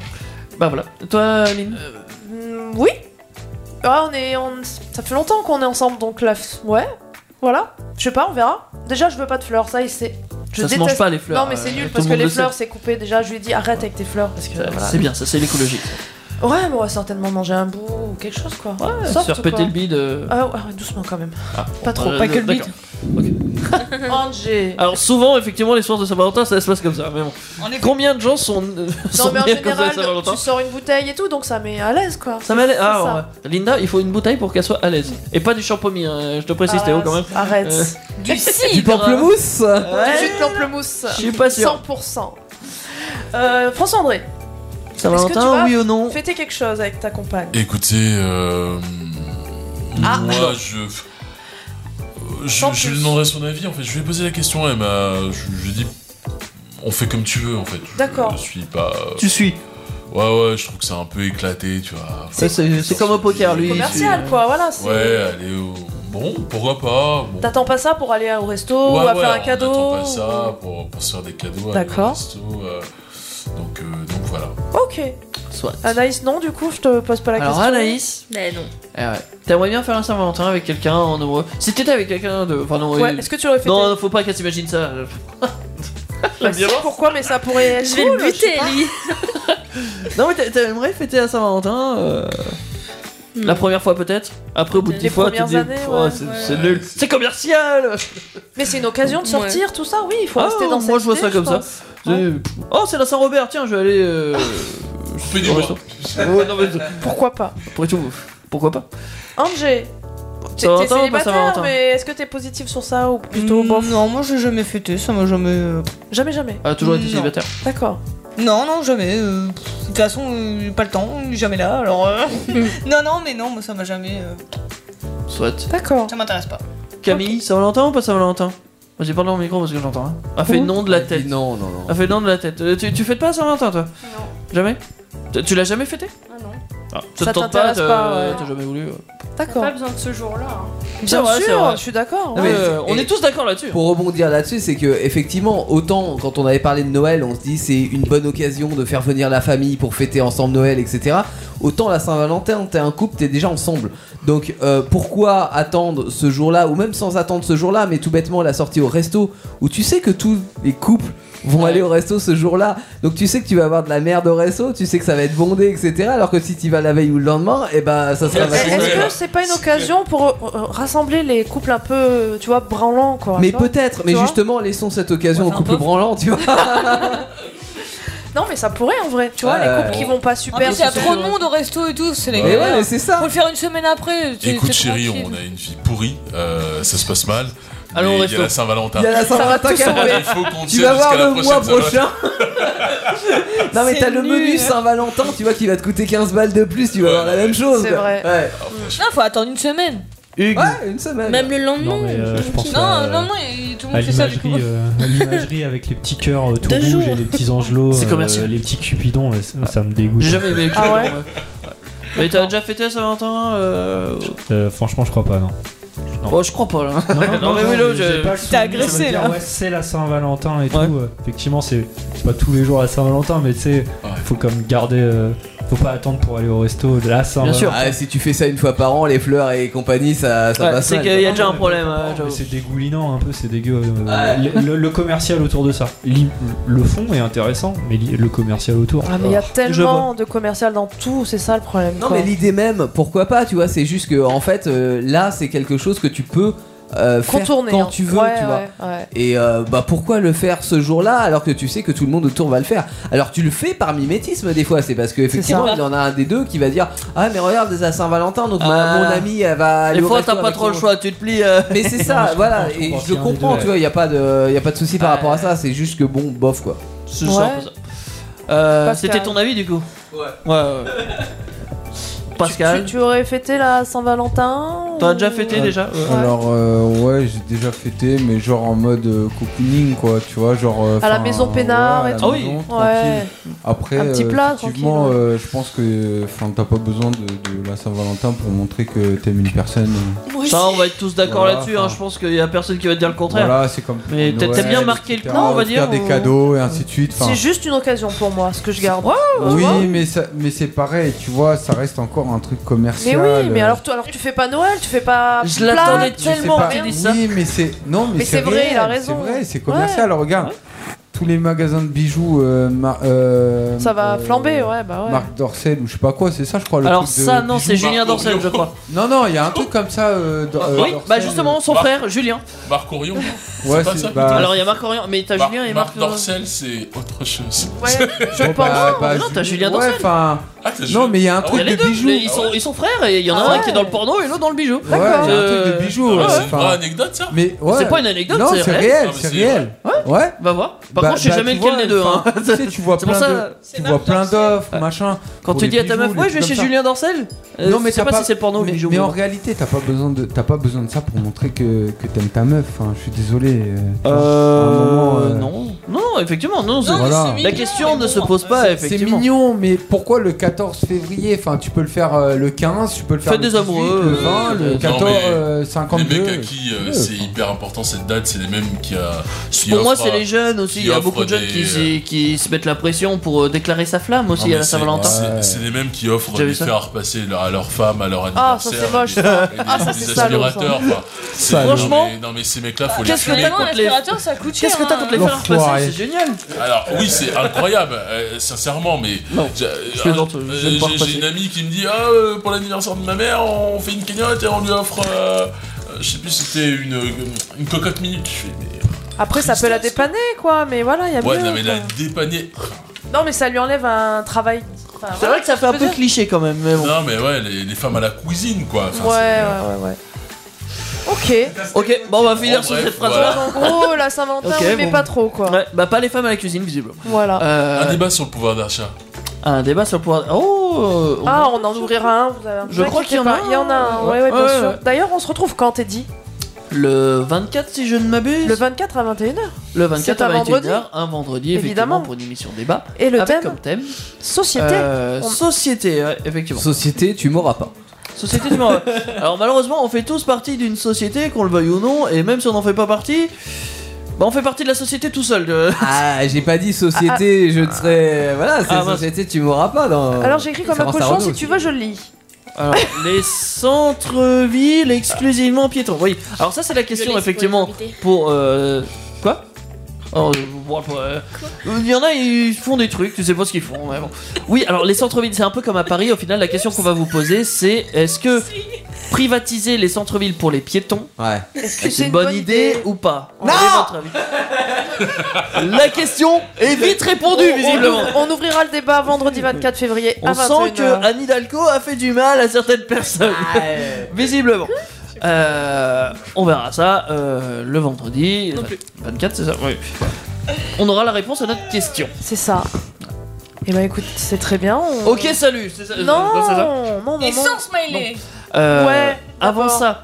Bah voilà. Toi, Lynn
Mm, Oui. Ah, on est, on- ça fait longtemps qu'on est ensemble, donc là, ouais, voilà. Je sais pas, on verra. Déjà, je veux pas de fleurs, ça, il sait. Je
Ça se
déteste.
mange pas, les fleurs,
Non, mais c'est
euh,
nul
tout
parce
le
que
monde
les
le sait.
fleurs, c'est coupé. Déjà, je lui ai dit arrête avec tes fleurs parce que.
Euh,
voilà.
C'est bien, ça c'est l'écologie.
Ouais, mais on va certainement manger un bout ou quelque chose, quoi. Ouais,
se répéter le bide, euh.
Ah, ouais, ouais, doucement quand même.
Ah,
Pas trop,
euh,
pas que le bide.
d'accord.
[laughs] Angers.
Alors souvent, effectivement, les soirs de Saint-Valentin, ça se passe comme ça. Mais bon. Combien de gens sont, euh,
Non,
sont
mais en
nés à cause de la
général,
Saint-Valentin
tu sors une bouteille et tout, donc ça met à l'aise, quoi.
Ça m'allait.
C'est ça.
Ah, ouais. Linda, il faut une bouteille pour qu'elle soit à l'aise. Et pas du champomis, hein, je te précise,
Ah,
Théo, quand même. Euh,
arrête. [laughs]
Du
cidre.
Du pamplemousse
Du
Ouais.
jus de pamplemousse.
Je suis pas sûr.
100%. Euh, François-André.
Saint-Valentin,
est-ce que tu vas
oui ou non
Fêter quelque chose avec ta compagne.
Écoutez, euh,
Ah.
moi je. euh, Je, je lui demanderai son avis en fait. Je lui ai posé la question, elle m'a. Je, je lui ai dit. On fait comme tu veux en fait. Je-
D'accord.
Je suis pas. euh,
Tu suis
Ouais, ouais, je trouve que c'est un peu éclaté, tu vois.
C'est- C'est c'est comme au poker, lui.
Commercial, quoi, voilà. c'est-
Ouais, allez, au... bon, pourquoi pas bon.
T'attends pas ça pour aller au resto
Ouais,
ou à
ouais,
Oh, faire un
on
cadeau
n'attend pas
ou-
ça pour, pour se faire des cadeaux. aller au
D'accord.
resto, euh, donc, euh, donc voilà.
Ok. Anaïs, non, du coup, je te pose pas la
Alors,
question.
Anaïs
Mais Ben non.
Eh ouais. T'aimerais bien faire un Saint-Valentin avec quelqu'un en amoureux Si t'étais avec quelqu'un de. Enfin, non,
Ouais,
euh,
est-ce que tu l'aurais fait
Non, faut pas qu'elle s'imagine ça.
Bah, si, pourquoi, mais ça pourrait être
Je vais le
cool, sais
buter,
pas.
lui.
non, mais t'a- t'aimerais fêter la Saint-Valentin euh, La première fois peut-être Après, au bout de
Hmm. Les
10 fois, tu
premières
te dis.
années,
Oh,
ouais.
c'est
Ouais.
c'est nul. C'est commercial
Mais c'est une occasion de sortir, tout ça, oui, il faut
Ah,
rester dans cette
Moi, je vois
idée,
ça comme ça.
pense.
C'est- Oh, c'est la Saint-Robert, tiens, je vais aller. Euh...
fais
du
Pourquoi pas
Pour tout, pourquoi pas
Angers, t'es
Ça va entendre
t'es
ou pas, ça va
célibataire,
entendre
mais est-ce que t'es positive sur ça ou plutôt
Mm,
bon
Non, moi j'ai jamais fêté, ça m'a jamais. euh,
Jamais, jamais.
Ah, toujours été
Non.
célibataire.
D'accord.
Non, non, jamais. euh, pff, De toute façon, euh, pas le temps, jamais là, alors. euh, [laughs] non, non, mais non, moi ça m'a jamais. euh,
Soit.
D'accord.
Ça m'intéresse pas.
Camille, Saint-Valentin ou pas Saint-Valentin Moi, j'ai pas dans le micro parce que j'entends. Hein. A fait
Mmh.
non de la tête.
Non, non, non.
A fait non de la tête. Euh, tu, tu fêtes pas Saint-Valentin, toi
Non.
Jamais Tu- Tu l'as jamais fêté
Ah non.
ah, Ça
Ça
te tente pas,
t'intéresse
t'as
pas, ouais.
t'as jamais voulu. euh.
D'accord.
Pas besoin de ce jour-là. hein.
Bien
C'est vrai, c'est
sûr,
vrai. euh,
je suis d'accord.
Non,
ouais.
mais c'est-
On
et-
est tous d'accord là-dessus.
Pour rebondir là-dessus, c'est que effectivement, autant quand on avait parlé de Noël, on se dit c'est une bonne occasion de faire venir la famille pour fêter ensemble Noël, etc. Autant la Saint-Valentin, t'es un couple, t'es déjà ensemble. Donc euh, pourquoi attendre ce jour-là, ou même sans attendre ce jour-là, mais tout bêtement la sortie au resto, où tu sais que tous les couples vont aller au resto ce jour-là, donc tu sais que tu vas avoir de la merde au resto, tu sais que ça va être bondé, etc. Alors que si tu vas la veille ou le lendemain, et ben ça sera. vachement
Est-ce
mieux.
que c'est pas une occasion pour euh, euh, rassembler les couples un peu, tu vois, branlants, quoi
Mais
tu vois
peut-être, mais
Tu vois
justement, laissons cette occasion au couple branlant, tu vois.
Non, mais ça pourrait en vrai. Tu vois,
Ouais.
les couples qui vont pas
En
super. hein.
plus, il y a
ce
trop de
genre-
monde au resto et tout, c'est les
Mais
galères.
ouais, mais c'est ça.
Faut le faire une semaine après. tu-
Écoute
t'es
chérie,
tranquille.
on a une fille pourrie, euh, ça se passe mal.
Allons
mais
au
il y a
resto.
la Saint-Valentin.
Il y a la Saint-Valentin
Il
qui arrive.
faut qu'on
Tu
tienne
vas voir
jusqu'à la
le mois
prochaine
prochain.
Saint-Valentin.
[laughs] non mais
C'est
t'as le
nul.
menu Saint-Valentin, tu vois, qui va te coûter 15 balles de plus, tu vas avoir la même chose.
C'est
quoi.
vrai.
Ouais.
Non, faut attendre une semaine.
Ouais, une semaine.
Même le lendemain.
Non, mais euh, je pense
Non,
à,
le lendemain, il- tout le
à
monde fait ça du coup.
l'imagerie, euh, à l'imagerie avec les petits cœurs euh, tout
Deux
rouges
jours.
et les petits angelots,
C'est
euh,
commercial.
les petits cupidons, euh, ça, ça me dégoûte.
J'ai jamais aimé le
Ah
cul,
ouais
non, Mais t'as déjà fêté Saint-Valentin euh...
Euh, franchement, je crois pas, non. Non.
Oh, je crois pas là. [laughs]
Non, non, non,
mais
non,
oui, là,
j'ai pas le
je.
souvenir, je veux dire, ouais, c'est la Saint-Valentin et tout. euh, Effectivement, c'est c'est pas tous les jours la Saint-Valentin, mais tu sais, faut comme garder. euh, faut pas attendre pour aller au resto de la Saint-Valentin.
Ah, si tu fais ça une fois par an, les fleurs et compagnie, ça, ça
Ouais,
passe.
c'est
mal,
qu'il
quoi.
y a déjà un
problème.
C'est dégoulinant un peu, c'est dégueu. euh, le, le- le commercial autour de ça. L'im- Le fond est intéressant, mais li- le commercial autour. Oh,
Ah, mais il y a
Je vois.
tellement de commercial dans tout, c'est ça le problème.
Non
quoi.
mais l'idée même, pourquoi pas, tu vois, c'est juste que en fait euh, là c'est quelque chose que tu peux euh, faire
Contourner,
quand
hein.
tu veux,
Ouais,
tu vois.
ouais, ouais.
Et euh, bah pourquoi le faire ce jour-là alors que tu sais que tout le monde autour va le faire Alors tu le fais par mimétisme des fois, c'est parce que effectivement
ça.
il y en a un des deux qui va dire ah mais regarde c'est à Saint-Valentin donc
Ah.
ma, mon amie elle va. aller
Des
au
fois,
resto
t'as pas
avec
trop
son-
le choix, tu te plies. euh.
Mais c'est
[laughs]
ça, voilà, et je le comprends, tu vois, il y a pas de, y a pas de souci par rapport à ça, c'est juste que bon, bof quoi.
C'est ça, c'est ça. Euh,
Pascal.
C'était ton avis du coup
Ouais.
Ouais, ouais.
Tu,
Pascal,
tu aurais fêté la Saint-Valentin
t'as
ou-
déjà fêté déjà Ouais.
Alors euh, ouais j'ai déjà fêté mais genre en mode euh, cocooning quoi tu vois genre euh,
À la
fin,
maison Pénard
ouais, à
et
la
tout.
maison,
Ouais.
tranquille. après
Un petit
euh,
plat,
effectivement
tranquille,
euh, je pense que enfin t'as pas besoin de, de la Saint Valentin pour montrer que t'aimes une personne
ça, on va être tous d'accord
Voilà,
là-dessus. hein, Je pense qu'il y a personne qui va te dire le contraire.
voilà c'est comme
Mais
pour
t'as- t'as
Noël,
bien marqué le
etc.,
coup, on va dire,
Ah, faire des
ou-
cadeaux et ainsi de suite enfin,
C'est juste une occasion pour moi, ce que je garde. Tu vois
oui mais ça- mais c'est pareil tu vois ça reste encore un truc
Mais
commercial
oui, mais
euh,
alors, tu- alors tu fais pas Noël, tu fais pas. plat, tu fais pas rien.
Oui, mais c'est non, mais,
Mais c'est vrai,
réel,
il a raison.
C'est vrai, c'est commercial. Alors regarde, tous les magasins de bijoux, euh, mar- euh,
Ça va
euh,
flamber, ouais, bah ouais.
Marc Dorcel ou je sais pas quoi, c'est ça, je crois. Le
Alors
truc de
ça, non,
bijoux.
c'est Julien Dorcel, je crois.
Non, non, il y a un truc comme ça. euh, dans- euh,
oui,
Dorcel,
bah justement, son
euh,
frère, Julien.
Marc Orion.
Ouais,
pas
c'est-
ça,
bah-
plutôt
Alors il y a Marc Orient, mais t'as
Marc-
Julien et
Marc
Marc.
Dorcel, c'est autre chose.
Bon, bah, bah,
non, t'as
Ju-
Julien
ouais,
Dorcel.
enfin,
Ah, t'as
non,
Julien-
mais il y a un
Ah
truc
ouais,
de
les deux,
bijoux.
Mais ils sont, ils sont frères et il y en a
Ah
un qui est dans le porno et l'autre dans le bijou.
Ouais, il y a un truc de bijoux.
Ah ouais.
euh,
C'est une vraie
enfin.
anecdote, ça
Mais ouais.
C'est pas une anecdote,
Non,
c'est
c'est
réel.
réel,
Ah, mais
c'est
c'est-
réel. Ouais.
Va voir. Par
Bah-
contre, je sais
bah,
jamais
tu
lequel
vois,
des deux. hein.
enfin, [laughs] tu sais, tu vois
C'est pour
plein
ça,
de- tu vois plein d'offres, machin.
Quand
pour
tu
les
dis à ta
bijoux,
meuf,
les
ouais,
trucs
je vais
comme
chez
ça.
Julien Dorcel. euh,
non mais
je sais
t'as
pas, si c'est le porno ou le
mais,
bijou.
mais en réalité t'as pas besoin de t'as pas besoin de ça pour montrer que, que t'aimes ta meuf. Enfin, je suis désolé. euh, à un moment, euh,
non. Non, effectivement, non. c'est-
Voilà.
La question ne se pose pas,
C'est
effectivement.
mignon, mais pourquoi le 14 février Enfin, tu peux le faire euh, le 15, tu peux le faire
Faites
le
des
18,
amoureux,
le 20,
Non,
le
mais
14, euh, 52.
Les mecs à qui euh,
Ouais.
c'est hyper important cette date, c'est les mêmes qui a. qui
Pour moi,
offrent
c'est
à-
les jeunes aussi. Il y a
offrent
beaucoup de jeunes
des-
qui, s'y- qui se mettent la pression pour euh, déclarer sa flamme
Non,
aussi
mais
à la
c'est-
Saint-Valentin.
c'est- C'est les mêmes qui offrent
J'avais
des
ça.
fers à repasser leur- à leur femme, à leur anniversaire.
Ah, ça, c'est moche,
des-
ça.
des-
Ah, ça,
des
c'est salaud, ça.
aspirateurs, enfin, c'est-
Ça, non.
Franchement. mais- Non, mais ces mecs-là, faut les
Qu'est-ce que
fumer.
t'as
quoi.
contre les ça coûte
Qu'est-ce que t'as contre les
hein.
faire repasser
L'enfoiré.
C'est génial.
Alors oui, c'est incroyable, euh, sincèrement, mais j'ai-
je plaisante,
euh,
j'aime pas
j'ai-
repasser.
j'ai une amie qui me dit ah euh, pour l'anniversaire de ma mère, on fait une cagnotte et on lui offre, euh, euh, je sais plus, c'était une, euh, une cocotte minute. Je fais, mais-
Après, ça peut la dépanner, quoi, mais voilà, il
Ah,
y a
Ouais,
mieux.
non mais la
quoi.
dépanner.
Non, mais ça lui enlève un travail.
C'est vrai que ça fait un peu cliché quand même. Mais bon.
Non mais ouais, les, les femmes à la cuisine quoi. Enfin,
Ouais,
c'est- euh,
ouais, ouais, ouais. Ok.
Ok, bon, on va finir
En
sur
bref,
cette phrase
voilà.
là.
En gros, la Saint-Valentin,
Ok,
oui, mais
bon.
pas trop, quoi.
Ouais, bah pas les femmes à la cuisine, visiblement.
Voilà.
Un
Euh,
débat sur le pouvoir d'achat.
un débat sur le pouvoir. Oh on-
Ah, on en ouvrira un. vous avez un
Je
vous
crois qu'il y en a
inquiétez pas, Il y en a
un.
un, ouais, ouais, bien
Ouais,
sûr.
ouais.
D'ailleurs, on se retrouve quand, Teddy
Le 24, si je ne m'abuse.
Le 24 à 21h.
Ah, bah Le 24
C'est un
à 21h,
vendredi.
un vendredi,
Évidemment.
évidemment, pour une émission débat.
Et le
avec
thème
Ah, bah, comme thème
Société.
euh,
On-
Société, ouais, effectivement.
Société, tu m'auras pas.
Société du
[laughs]
Maroc. Alors malheureusement, on fait tous partie d'une société, qu'on le veuille ou non, et même si on n'en fait pas partie, bah on fait partie de la société tout seul. euh.
Ah, j'ai pas dit société, je te serais. Voilà, c'est
Ah, mince.
société, tu m'auras pas dans.
Ah, Alors, j'écris comme un
Florence
cochon,
Arnaud
si tu veux, je le lis.
Alors, les centres-villes exclusivement piétons. Oui. Alors ça, c'est la question
laisse
effectivement
pour éviter.
pour euh, quoi Oh, je vois pas, euh. Il y en a, ils font des trucs, tu sais pas ce qu'ils font. mais bon. Oui, alors les centres-villes, c'est un peu comme à Paris. Au final, la question qu'on va vous poser, c'est est-ce que privatiser les centres-villes pour les piétons.
Ouais.
Est-ce que c'est une bonne idée, ou pas
Non
Quel est votre [laughs] avis La question est vite répondue,
On- on-
visiblement.
On ouvrira le débat vendredi 24 février à
On sent
21h.
que Anne Hidalgo a fait du mal à certaines personnes.
Ah,
[laughs] Visiblement. Euh, on verra ça euh, le vendredi. le 24, c'est ça oui. On aura la réponse à notre question.
C'est ça. Eh ben écoute, c'est très bien. on-
Ok, salut. c'est ça-
Non,
c'est ça.
non, non,
Et
non.
sans smiley
Euh,
Ouais,
Avant ça.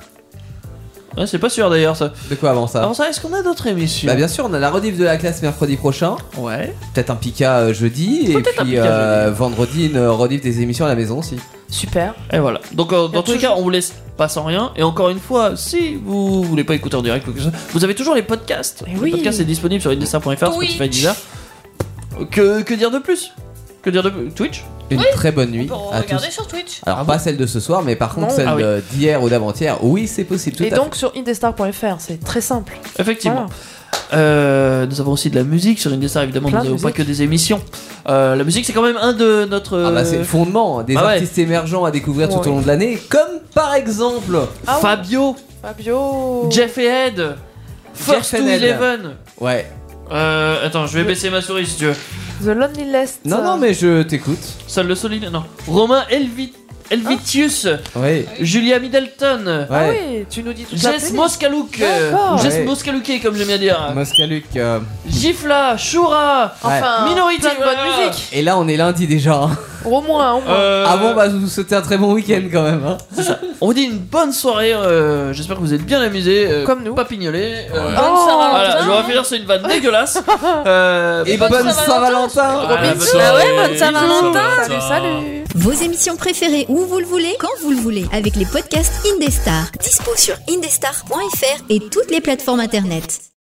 Ouais, c'est pas sûr d'ailleurs ça.
De quoi avant ça
Avant ça, est-ce qu'on a d'autres émissions
Bah bien sûr, on a la rediff de la classe mercredi prochain.
Ouais.
Peut-être un pica euh, jeudi et
Peut-être un
puis
Pika
euh, vendredi une rediff des émissions à la maison aussi.
Super.
Et voilà. Donc euh, dans tous les cas, on vous laisse pas sans rien. Et encore une fois, si vous voulez pas écouter en direct, ou quelque chose, vous avez toujours les podcasts. le
Eh oui.
podcast est disponible sur indestin.fr, Spotify, Deezer. Que, que dire de plus Que dire de plus Twitch
Une
Oui,
très bonne nuit
on peut
à
regarder
tous.
sur Twitch.
Alors pas celle de ce soir, mais par contre
Non.
celle
Ah oui.
de- d'hier ou d'avant-hier. Oui, c'est possible. Tout
Et
à
donc sur indestar.fr, c'est très simple.
Effectivement.
Voilà.
Euh, nous avons aussi de la musique sur Indestar, évidemment.
Plein de
nous n'avons pas
musique.
que des émissions. Euh, la musique, c'est quand même un de notre.
Ah bah, c'est le fondement des
Ah ouais.
artistes émergents à découvrir tout
Ouais.
au long de l'année, comme par exemple
Ah ouais.
Fabio,
Fabio.
Jeff et Ed,
Jeff
First to
and Ed.
Eleven.
Ouais.
Euh, attends, je vais baisser ma souris si tu veux.
The Lonely Lest.
Non, non, mais je t'écoute.
Seul le solide, non. Romain Elvi- Elvitius,
Oui.
Julia Middleton,
Ah oui, tu nous dis tout ça.
Jess Moscalouk, euh,
D'accord.
Jess
Ouais.
Moscalouquet, comme j'aime bien dire,
Moscaluc. euh,
Gifla, Shura,
Enfin,
Minority,
plein de bonne
voilà.
Et là, on est lundi déjà. hein.
Au moins, au moins.
Euh,
Ah bon, bah, je vous souhaite un très bon week-end quand même. hein.
On vous dit une bonne soirée, euh, j'espère que vous êtes bien amusés. euh,
Comme nous.
Pas pignolés. euh,
Ouais.
bonne
Oh,
Saint-Valentin. Voilà,
putain.
je vais finir sur une vanne dégueulasse.
[laughs]
Euh,
Et bonne Saint-Valentin.
Voilà, bonne
Bisous.
soirée.
Ah ouais, bonne Saint-Valentin.
Salut, salut.
Vos émissions préférées où vous le voulez, quand vous le voulez, avec les podcasts Indestar. Dispo sur indestar.fr et toutes les plateformes internet.